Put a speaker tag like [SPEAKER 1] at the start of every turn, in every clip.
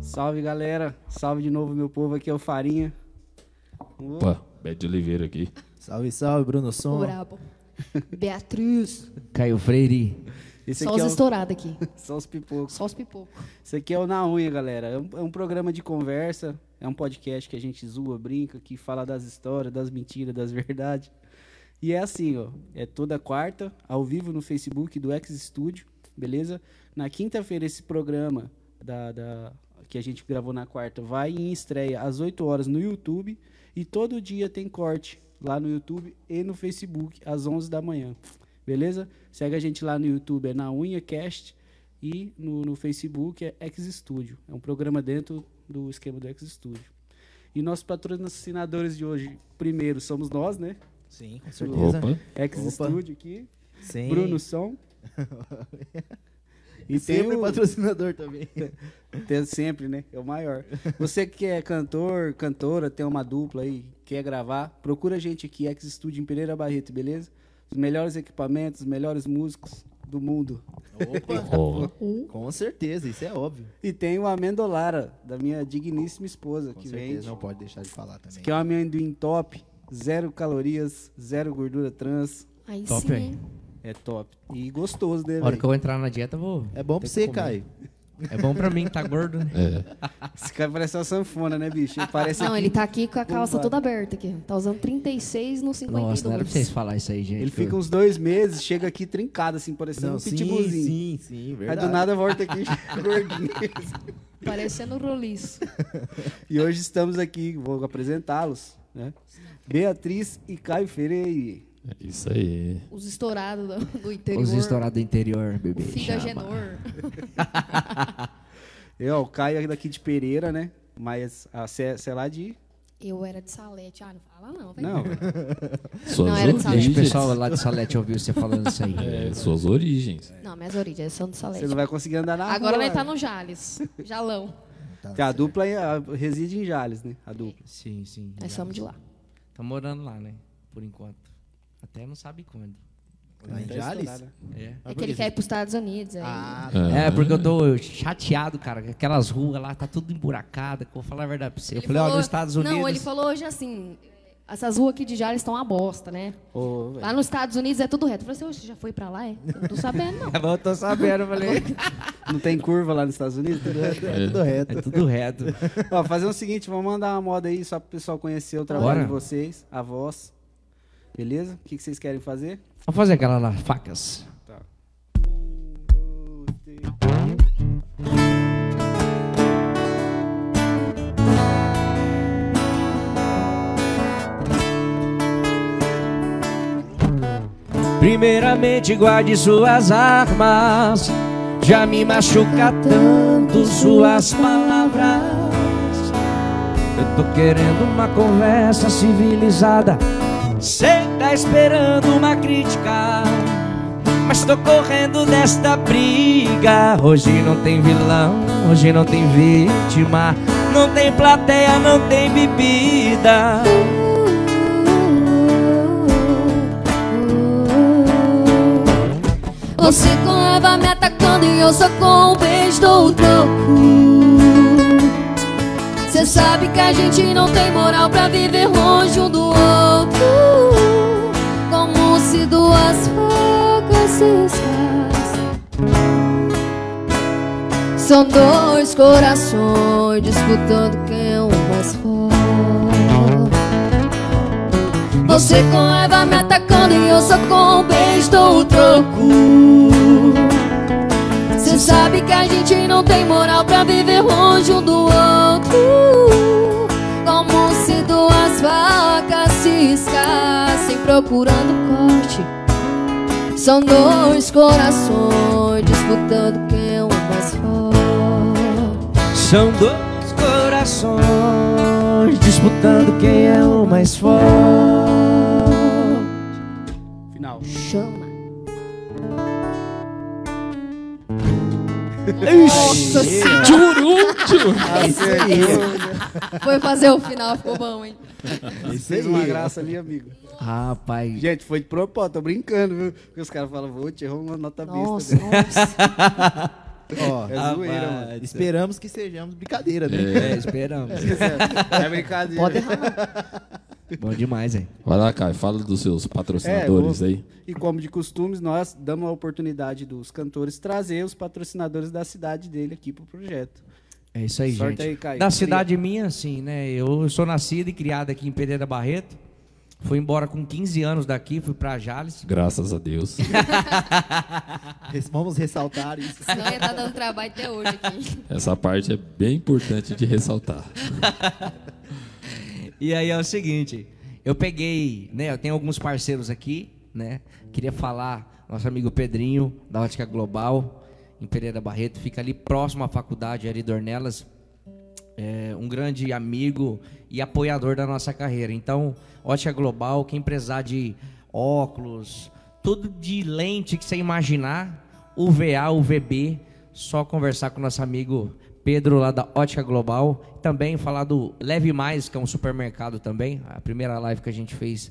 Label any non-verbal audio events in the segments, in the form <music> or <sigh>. [SPEAKER 1] Salve, galera. Salve de novo, meu povo. Aqui é o Farinha. Ô,
[SPEAKER 2] Opa, Beto de Oliveira aqui.
[SPEAKER 3] Salve, salve, Bruno
[SPEAKER 4] Ô,
[SPEAKER 3] Som.
[SPEAKER 4] brabo. Beatriz.
[SPEAKER 5] Caio Freire.
[SPEAKER 1] <laughs> Esse
[SPEAKER 4] Só
[SPEAKER 1] aqui
[SPEAKER 4] os
[SPEAKER 1] é o...
[SPEAKER 4] estourados aqui.
[SPEAKER 1] Só os pipocos.
[SPEAKER 4] Só os pipocos.
[SPEAKER 1] Esse aqui é o Na Unha, galera. É um, é um programa de conversa. É um podcast que a gente zoa, brinca, que fala das histórias, das mentiras, das verdades. E é assim, ó. É toda quarta, ao vivo no Facebook do X Studio, beleza? Na quinta-feira, esse programa da, da- que a gente gravou na quarta vai em estreia às 8 horas no YouTube. E todo dia tem corte lá no YouTube e no Facebook às 11 da manhã. Beleza? Segue a gente lá no YouTube, é na UnhaCast. E no, no Facebook é X Studio. É um programa dentro do esquema do X Studio. E nossos patrocinadores de hoje, primeiro, somos nós, né?
[SPEAKER 3] Sim, com certeza.
[SPEAKER 2] Opa,
[SPEAKER 1] X
[SPEAKER 3] Opa.
[SPEAKER 1] Studio aqui.
[SPEAKER 3] Sim.
[SPEAKER 1] Bruno
[SPEAKER 3] <laughs>
[SPEAKER 1] Som.
[SPEAKER 3] E
[SPEAKER 1] E tem
[SPEAKER 3] sempre
[SPEAKER 1] o,
[SPEAKER 3] patrocinador também.
[SPEAKER 1] tem sempre, né? É o maior. Você que é cantor, cantora, tem uma dupla aí, quer gravar, procura a gente aqui, X Studio em Pereira Barreto, beleza? Os melhores equipamentos, os melhores músicos do mundo.
[SPEAKER 3] Opa.
[SPEAKER 2] ó,
[SPEAKER 3] <laughs> com certeza, isso é óbvio.
[SPEAKER 1] E tem o Amendolara, da minha digníssima esposa,
[SPEAKER 3] Com
[SPEAKER 1] que
[SPEAKER 3] certeza, é um
[SPEAKER 1] vende.
[SPEAKER 3] não pode deixar de falar também.
[SPEAKER 1] Que é um amendoim top, zero calorias, zero gordura trans.
[SPEAKER 4] Aí
[SPEAKER 5] Top,
[SPEAKER 4] sim,
[SPEAKER 5] hein?
[SPEAKER 4] hein?
[SPEAKER 1] É top. E gostoso, né,
[SPEAKER 5] A hora
[SPEAKER 1] velho?
[SPEAKER 5] que eu entrar na dieta, eu vou.
[SPEAKER 3] É bom pra você,
[SPEAKER 5] comer.
[SPEAKER 3] Caio.
[SPEAKER 5] É bom pra mim, tá gordo. né?
[SPEAKER 2] é.
[SPEAKER 1] <laughs> Esse cara parece uma sanfona, né, bicho? Ele parece
[SPEAKER 4] Não,
[SPEAKER 1] aqui-
[SPEAKER 4] ele tá aqui com a calça
[SPEAKER 1] Bombado.
[SPEAKER 4] toda aberta aqui. Tá usando 36 no 52.
[SPEAKER 5] Nossa, não era pra vocês falar isso
[SPEAKER 4] tá-
[SPEAKER 5] aí, gente.
[SPEAKER 1] Ele fica uns dois meses, chega aqui trincado, assim,
[SPEAKER 3] é
[SPEAKER 1] parecendo um
[SPEAKER 3] sim,
[SPEAKER 1] pitbullzinho.
[SPEAKER 3] sim, sim,
[SPEAKER 1] Aí
[SPEAKER 3] verdade.
[SPEAKER 1] do nada volta aqui <laughs> gordinho.
[SPEAKER 4] Parecendo roliço.
[SPEAKER 1] E hoje estamos aqui, vou apresentá-los, né? Beatriz e Caio Freire.
[SPEAKER 2] É isso aí.
[SPEAKER 4] Os estourados do, do interior.
[SPEAKER 5] Os estourados do interior,
[SPEAKER 4] O
[SPEAKER 5] bebê.
[SPEAKER 4] filho da
[SPEAKER 5] chama.
[SPEAKER 4] Genor.
[SPEAKER 1] Eu, o Caio é daqui de Pereira, né? Mas a Cé Cé é lá de.
[SPEAKER 4] Eu era de Salete. Ah, não fala não, velho.
[SPEAKER 1] Não,
[SPEAKER 2] Suas
[SPEAKER 4] Não, era de
[SPEAKER 5] Deixa o
[SPEAKER 2] origens.
[SPEAKER 5] pessoal lá de Salete ouvir você falando isso aí.
[SPEAKER 2] É, suas origens.
[SPEAKER 4] Não, minhas origens são de Salete.
[SPEAKER 1] você não vai conseguir andar na
[SPEAKER 4] Agora
[SPEAKER 1] rua.
[SPEAKER 4] nós tá no Jales. Jalão.
[SPEAKER 3] Tá
[SPEAKER 1] Porque a dupla é- a- reside em Jales, né? A dupla.
[SPEAKER 5] Sim, sim.
[SPEAKER 4] Nós somos de lá.
[SPEAKER 5] Tá morando lá, né? Por enquanto. Até não sabe quando.
[SPEAKER 3] Lá em
[SPEAKER 1] Tá
[SPEAKER 3] Jales?
[SPEAKER 1] estourada.
[SPEAKER 5] É.
[SPEAKER 4] É que ele quer ir pros Estados Unidos. Aí.
[SPEAKER 3] Ah,
[SPEAKER 5] É, porque eu tô chateado, cara. que Aquelas ruas lá, tá tudo emburacada. que eu Vou falar a verdade pra você. Eu
[SPEAKER 4] Ele
[SPEAKER 5] falei, ó,
[SPEAKER 4] falou-
[SPEAKER 5] nos Estados Unidos.
[SPEAKER 4] Não, ele falou hoje assim, essas ruas aqui de Jales estão uma bosta, né?
[SPEAKER 1] Ô, velho.
[SPEAKER 4] Lá nos Estados Unidos é tudo reto. Eu falei assim, "Ô, você já foi pra lá, é? Eu não tô sabendo, não.
[SPEAKER 5] Eu tô sabendo, eu falei.
[SPEAKER 1] <laughs> Não tem curva lá nos Estados Unidos?
[SPEAKER 3] é tudo reto.
[SPEAKER 5] <laughs> É tudo reto.
[SPEAKER 1] Ó, fazer o seguinte, vamos mandar uma moda aí só pro pessoal conhecer o trabalho
[SPEAKER 5] Bora.
[SPEAKER 1] de vocês, a voz. Beleza? O que, que vocês querem fazer?
[SPEAKER 5] Vamos fazer aquela lá, facas.
[SPEAKER 1] Tá.
[SPEAKER 5] Primeiramente guarde suas armas Já me machuca tanto suas palavras Eu tô querendo uma conversa civilizada Cê tá esperando uma crítica Mas tô correndo desta briga Hoje não tem vilão, hoje não tem vítima Não tem plateia, não tem bebida
[SPEAKER 4] Você com a raiva me atacando e eu só com um beijo dou o troco. Cê sabe que a gente não tem moral pra viver longe um do outro. Como se duas facas se riscassem. São dois corações disputando quem é o mais forte. Você com raiva me atacando e eu só com um beijo dou o troco. Cê sabe que a gente não tem moral pra viver longe um do outro. Como se duas facas se riscassem procurando corte. São dois corações disputando quem é o mais forte.
[SPEAKER 5] São dois corações disputando quem é o mais forte.
[SPEAKER 1] Final.
[SPEAKER 4] Chama. Nossa senhora!
[SPEAKER 1] Ah,
[SPEAKER 4] Foi fazer o final, ficou bom, hein?
[SPEAKER 3] Isso
[SPEAKER 1] Fez uma graça ali, amigo.
[SPEAKER 5] Rapaz,
[SPEAKER 1] Gente, foi de
[SPEAKER 4] <laughs>
[SPEAKER 1] propósito, tô brincando, viu? <laughs> Porque os caras falam, vou te errar uma nota Tá besta.
[SPEAKER 4] Nossa, nossa.
[SPEAKER 3] <laughs> Ó,
[SPEAKER 1] Ah, vai.
[SPEAKER 3] esperamos que sejamos brincadeira, né?
[SPEAKER 5] É, esperamos.
[SPEAKER 1] É brincadeira.
[SPEAKER 3] Pode errar.
[SPEAKER 5] Bom demais, hein?
[SPEAKER 2] Vai lá, Caio, fala dos seus patrocinadores
[SPEAKER 1] É, o-
[SPEAKER 2] aí.
[SPEAKER 1] E como de costumes, nós damos a oportunidade dos cantores trazer os patrocinadores da cidade dele aqui pro projeto.
[SPEAKER 5] É isso aí,
[SPEAKER 1] Sorte
[SPEAKER 5] gente.
[SPEAKER 1] aí, Caio.
[SPEAKER 5] Na cidade minha, sim, né? Eu sou nascido e criado aqui em Pereira Barreto. Fui embora com 15 anos daqui, fui pra Jales.
[SPEAKER 2] Graças a
[SPEAKER 3] <laughs>
[SPEAKER 2] Deus. É.
[SPEAKER 3] Res- Vamos ressaltar isso.
[SPEAKER 4] Senão ia tá dando trabalho até hoje aqui.
[SPEAKER 2] Essa parte é bem importante de ressaltar.
[SPEAKER 5] E aí é o seguinte, eu peguei, né? Eu tenho alguns parceiros aqui, né? Queria falar, nosso amigo Pedrinho, da Ótica Global, em Pereira Barreto, fica ali próximo à faculdade Ari Dornelas. É, um grande amigo e apoiador da nossa carreira. Então, Ótica Global, quem precisar de óculos, tudo de lente que você imaginar, UVA, UVB, só conversar com nosso amigo Pedro lá da Ótica Global. Também falar do Leve Mais, que é um supermercado também. A primeira live que a gente fez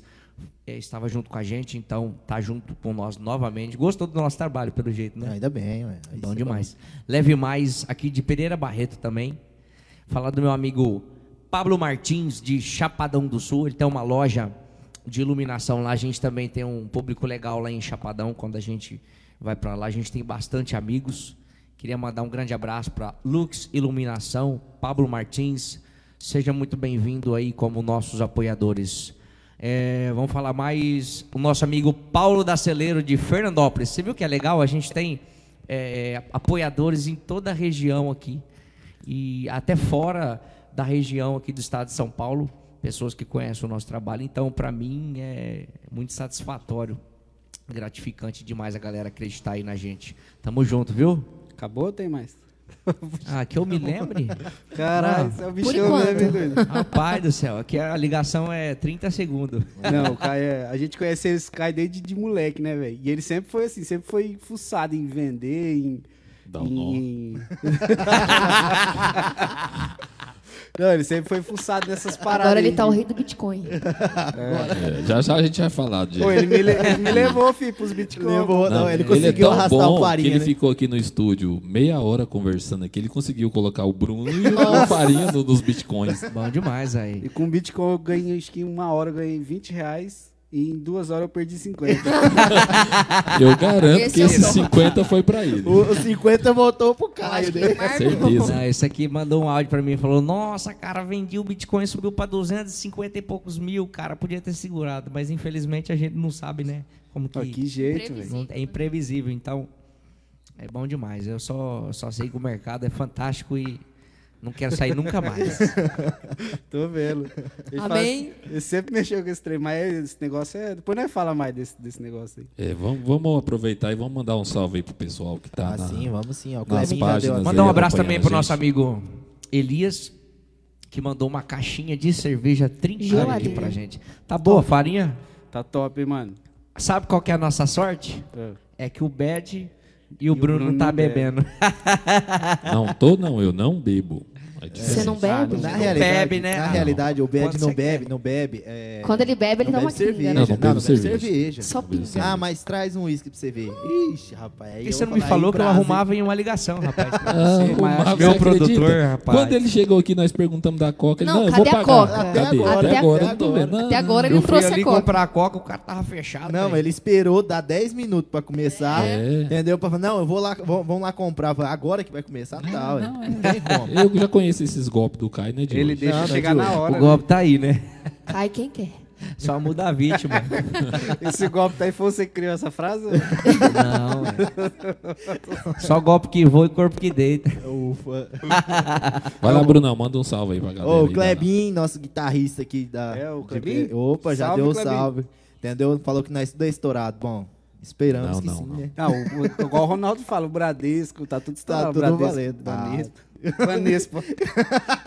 [SPEAKER 5] é, estava junto com a gente, então tá junto com nós novamente. Gostou do nosso trabalho, pelo jeito, né?
[SPEAKER 3] Não, ainda bem, ué.
[SPEAKER 5] É Bom demais. Leve mais aqui de Pereira Barreto também. Falar do meu amigo Pablo Martins, de Chapadão do Sul. Ele tem uma loja de iluminação lá. A gente também tem um público legal lá em Chapadão. Quando a gente vai para lá, a gente tem bastante amigos. Queria mandar um grande abraço para Lux Iluminação, Pablo Martins. Seja muito bem-vindo aí como nossos apoiadores. É, vamos falar mais o nosso amigo Paulo da Celeiro de Fernandópolis. Você viu que é legal? A gente tem é, apoiadores em toda a região aqui e até fora da região aqui do estado de São Paulo, pessoas que conhecem o nosso trabalho. Então, para mim, é muito satisfatório, gratificante demais a galera acreditar aí na gente. Tamo junto, viu?
[SPEAKER 1] Acabou ou tem mais?
[SPEAKER 5] Ah, que eu me lembre.
[SPEAKER 1] Caralho,
[SPEAKER 5] Ah,
[SPEAKER 1] isso é o
[SPEAKER 4] por
[SPEAKER 1] bichão, né,
[SPEAKER 4] enquanto.
[SPEAKER 1] meu doido?
[SPEAKER 5] Rapaz do céu, aqui a ligação é 30 segundos.
[SPEAKER 1] Não, o Caio, é- a gente conhece esse Caio desde de moleque, né, velho? E ele sempre foi assim, sempre foi fuçado em vender, em.
[SPEAKER 2] Dá um nó.
[SPEAKER 1] em... <laughs> Não, ele sempre foi fuçado nessas paradas.
[SPEAKER 4] Agora ele
[SPEAKER 1] aí
[SPEAKER 4] tá
[SPEAKER 1] de-
[SPEAKER 4] o rei do
[SPEAKER 3] <laughs>
[SPEAKER 4] Bitcoin.
[SPEAKER 2] É, já já a gente vai falar disso.
[SPEAKER 1] Pô, ele me, le-
[SPEAKER 4] <laughs>
[SPEAKER 1] ele me levou, filho, pros Bitcoin.
[SPEAKER 3] Levou, não, ele,
[SPEAKER 2] é
[SPEAKER 3] conseguiu
[SPEAKER 2] tão
[SPEAKER 3] arrastar
[SPEAKER 2] bom
[SPEAKER 3] o
[SPEAKER 2] que
[SPEAKER 3] farinha,
[SPEAKER 2] ele
[SPEAKER 3] né?
[SPEAKER 2] ficou aqui no estúdio meia hora conversando aqui. Ele conseguiu colocar o Bruno e o Farinha no- nos bitcoins.
[SPEAKER 5] Bom demais aí.
[SPEAKER 1] E com Bitcoin eu ganhei, acho que em uma hora eu ganhei 20 reais e em duas horas eu perdi
[SPEAKER 4] <laughs>
[SPEAKER 1] 50.
[SPEAKER 2] Eu garanto
[SPEAKER 4] Esse
[SPEAKER 2] que
[SPEAKER 4] é o
[SPEAKER 2] esses
[SPEAKER 4] bom.
[SPEAKER 2] 50 foi pra ele.
[SPEAKER 3] O- Os 50 voltou pro
[SPEAKER 4] Eu acho
[SPEAKER 3] Caio,
[SPEAKER 4] que
[SPEAKER 3] né?
[SPEAKER 4] ele marcou.
[SPEAKER 2] Certeza.
[SPEAKER 5] Ah, esse aqui mandou um áudio pra mim e falou: Nossa, cara, vendi o Bitcoin, subiu pra 250 e poucos mil, cara, podia ter segurado, mas infelizmente a gente não sabe, né? Como que.
[SPEAKER 1] Pô, que jeito, velho.
[SPEAKER 4] Previsível.
[SPEAKER 5] não- é imprevisível, então é bom demais. Eu só, só sei que o mercado é fantástico e não quero sair nunca
[SPEAKER 2] <laughs>
[SPEAKER 5] mais.
[SPEAKER 1] Tô vendo. Ele fala- assim,
[SPEAKER 4] Amém?
[SPEAKER 1] ele sempre mexeu com esse trem, mas esse negócio é. Depois nós fala mais desse, desse negócio aí.
[SPEAKER 2] É, vamos, vamos aproveitar e vamos mandar um salve aí pro pessoal que tá
[SPEAKER 3] Ah,
[SPEAKER 2] na-
[SPEAKER 3] sim, vamos sim, ó. O
[SPEAKER 2] Nas
[SPEAKER 3] Clebinho já deu
[SPEAKER 2] páginas né?
[SPEAKER 3] a-
[SPEAKER 5] Mandar um
[SPEAKER 2] aí,
[SPEAKER 5] abraço também
[SPEAKER 2] acompanhando
[SPEAKER 5] pro
[SPEAKER 2] a
[SPEAKER 5] nosso
[SPEAKER 2] gente.
[SPEAKER 5] amigo Elias, que mandou uma caixinha de cerveja trinchada aqui
[SPEAKER 4] Geladeira.
[SPEAKER 5] pra gente. Tá boa, farinha?
[SPEAKER 1] Tá top, hein, mano?
[SPEAKER 5] Sabe qual que é a nossa sorte?
[SPEAKER 1] É.
[SPEAKER 5] É que o Bad e o Bruno, não tá
[SPEAKER 1] não bebe.
[SPEAKER 5] bebendo.
[SPEAKER 2] <laughs> Não, tô não, eu não bebo. É
[SPEAKER 4] Você
[SPEAKER 2] diferente.
[SPEAKER 4] não bebe?
[SPEAKER 3] Na
[SPEAKER 1] Não
[SPEAKER 3] realidade,
[SPEAKER 5] bebe, né?
[SPEAKER 3] Na
[SPEAKER 5] Ah,
[SPEAKER 3] realidade, o
[SPEAKER 5] Quando
[SPEAKER 3] Bad não
[SPEAKER 5] você
[SPEAKER 3] bebe, não bebe. é,
[SPEAKER 4] Quando ele bebe, ele dá
[SPEAKER 3] não né?
[SPEAKER 4] uma
[SPEAKER 3] bebe cerveja.
[SPEAKER 2] Não,
[SPEAKER 4] cerveja.
[SPEAKER 2] não bebe cerveja.
[SPEAKER 3] cerveja.
[SPEAKER 4] Só
[SPEAKER 2] bebo
[SPEAKER 4] pinga.
[SPEAKER 2] cerveja.
[SPEAKER 3] Ah, mas traz um uísque pra você ver. Ixi, rapaz. aí
[SPEAKER 5] E
[SPEAKER 3] eu
[SPEAKER 5] você não
[SPEAKER 3] vou
[SPEAKER 5] me
[SPEAKER 3] falar,
[SPEAKER 5] falou
[SPEAKER 3] hein,
[SPEAKER 5] que eu
[SPEAKER 3] brasa, hein?
[SPEAKER 5] arrumava em uma ligação, <laughs> rapaz. é
[SPEAKER 2] Ah,
[SPEAKER 1] Sim,
[SPEAKER 2] o
[SPEAKER 1] mas
[SPEAKER 2] Marcos,
[SPEAKER 5] meu
[SPEAKER 2] você acredita?
[SPEAKER 5] produtor, rapaz.
[SPEAKER 2] Quando ele chegou aqui, nós perguntamos da Coca. Ele,
[SPEAKER 4] Não,
[SPEAKER 2] não, eu
[SPEAKER 4] cadê
[SPEAKER 2] vou
[SPEAKER 4] a
[SPEAKER 2] pagar.
[SPEAKER 4] Coca?
[SPEAKER 2] Cadê?
[SPEAKER 3] Até
[SPEAKER 2] Até,
[SPEAKER 4] agora.
[SPEAKER 2] agora, eu não tô vendo. Não,
[SPEAKER 4] Até
[SPEAKER 2] não.
[SPEAKER 4] agora ele
[SPEAKER 5] eu
[SPEAKER 4] não
[SPEAKER 5] fui
[SPEAKER 4] trouxe
[SPEAKER 5] ali
[SPEAKER 4] a coca.
[SPEAKER 5] comprar a coca, o cara tava fechado.
[SPEAKER 3] Não,
[SPEAKER 5] velho.
[SPEAKER 3] ele esperou dar 10 minutos pra começar.
[SPEAKER 2] É.
[SPEAKER 3] Entendeu? Pra falar, não, eu vou lá, vão, vão lá comprar. Eu falei, Agora que vai começar, não, tá, ué.
[SPEAKER 4] é.
[SPEAKER 3] não
[SPEAKER 2] <laughs>
[SPEAKER 3] tem como.
[SPEAKER 2] Eu já conheço esses golpes do Caio, né, de
[SPEAKER 1] Ele
[SPEAKER 2] hoje.
[SPEAKER 1] deixa
[SPEAKER 3] Não, não,
[SPEAKER 1] chegar
[SPEAKER 3] de
[SPEAKER 1] na
[SPEAKER 3] olho.
[SPEAKER 1] hora.
[SPEAKER 5] O golpe tá aí, né?
[SPEAKER 4] Cai quem quer.
[SPEAKER 5] <laughs> Só muda a <laughs> vítima.
[SPEAKER 1] né? Esse golpe tá aí, foi você que criou essa frase?
[SPEAKER 5] Não. é. <laughs> Só golpe que voa e corpo que deita.
[SPEAKER 3] Ufa.
[SPEAKER 2] Vai lá, Brunão, manda um salve aí pra galera.
[SPEAKER 3] Ô,
[SPEAKER 2] aí
[SPEAKER 3] o
[SPEAKER 2] da-
[SPEAKER 3] Clebinho, nosso guitarrista aqui da.
[SPEAKER 1] É, o
[SPEAKER 3] de-
[SPEAKER 1] Clebinho?
[SPEAKER 3] Opa, já
[SPEAKER 1] Salve,
[SPEAKER 3] deu o
[SPEAKER 1] Clebinho.
[SPEAKER 3] salve. Entendeu? Falou que nós tudo é estourado. Bom, esperamos
[SPEAKER 2] Não,
[SPEAKER 3] que
[SPEAKER 2] não,
[SPEAKER 3] sim,
[SPEAKER 2] não.
[SPEAKER 3] né?
[SPEAKER 1] Não, o, o- igual o Ronaldo fala, o Bradesco, tá tudo estourado.
[SPEAKER 3] tudo
[SPEAKER 1] Bradesco, Ah.
[SPEAKER 3] valendo.
[SPEAKER 1] Banespa. Banespa.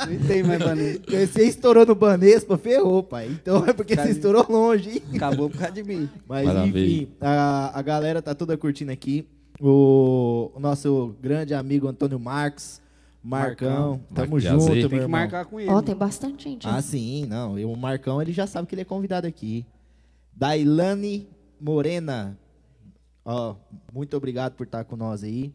[SPEAKER 1] Nem tem mais Banespa.
[SPEAKER 3] Porque Você estourou no Banespa, ferrou, pai. Então é porque
[SPEAKER 1] Cai-
[SPEAKER 3] você estourou longe, hein?
[SPEAKER 1] Acabou por causa de mim.
[SPEAKER 3] Mas
[SPEAKER 2] Vai lá,
[SPEAKER 3] enfim, a, a galera tá toda curtindo aqui. O, o nosso grande amigo Antônio Marcos, Marcão,
[SPEAKER 2] Marcão.
[SPEAKER 3] tamo
[SPEAKER 2] Marcos de
[SPEAKER 3] junto,
[SPEAKER 2] Azeite. Tem
[SPEAKER 3] meu
[SPEAKER 1] Tem que
[SPEAKER 3] irmão.
[SPEAKER 1] marcar com ele.
[SPEAKER 4] Ó, tem bastante gente.
[SPEAKER 3] Ah, sim, não. E o Marcão, ele já sabe que ele é convidado aqui. Dailane Morena, ó, muito obrigado por estar com tá nós aí.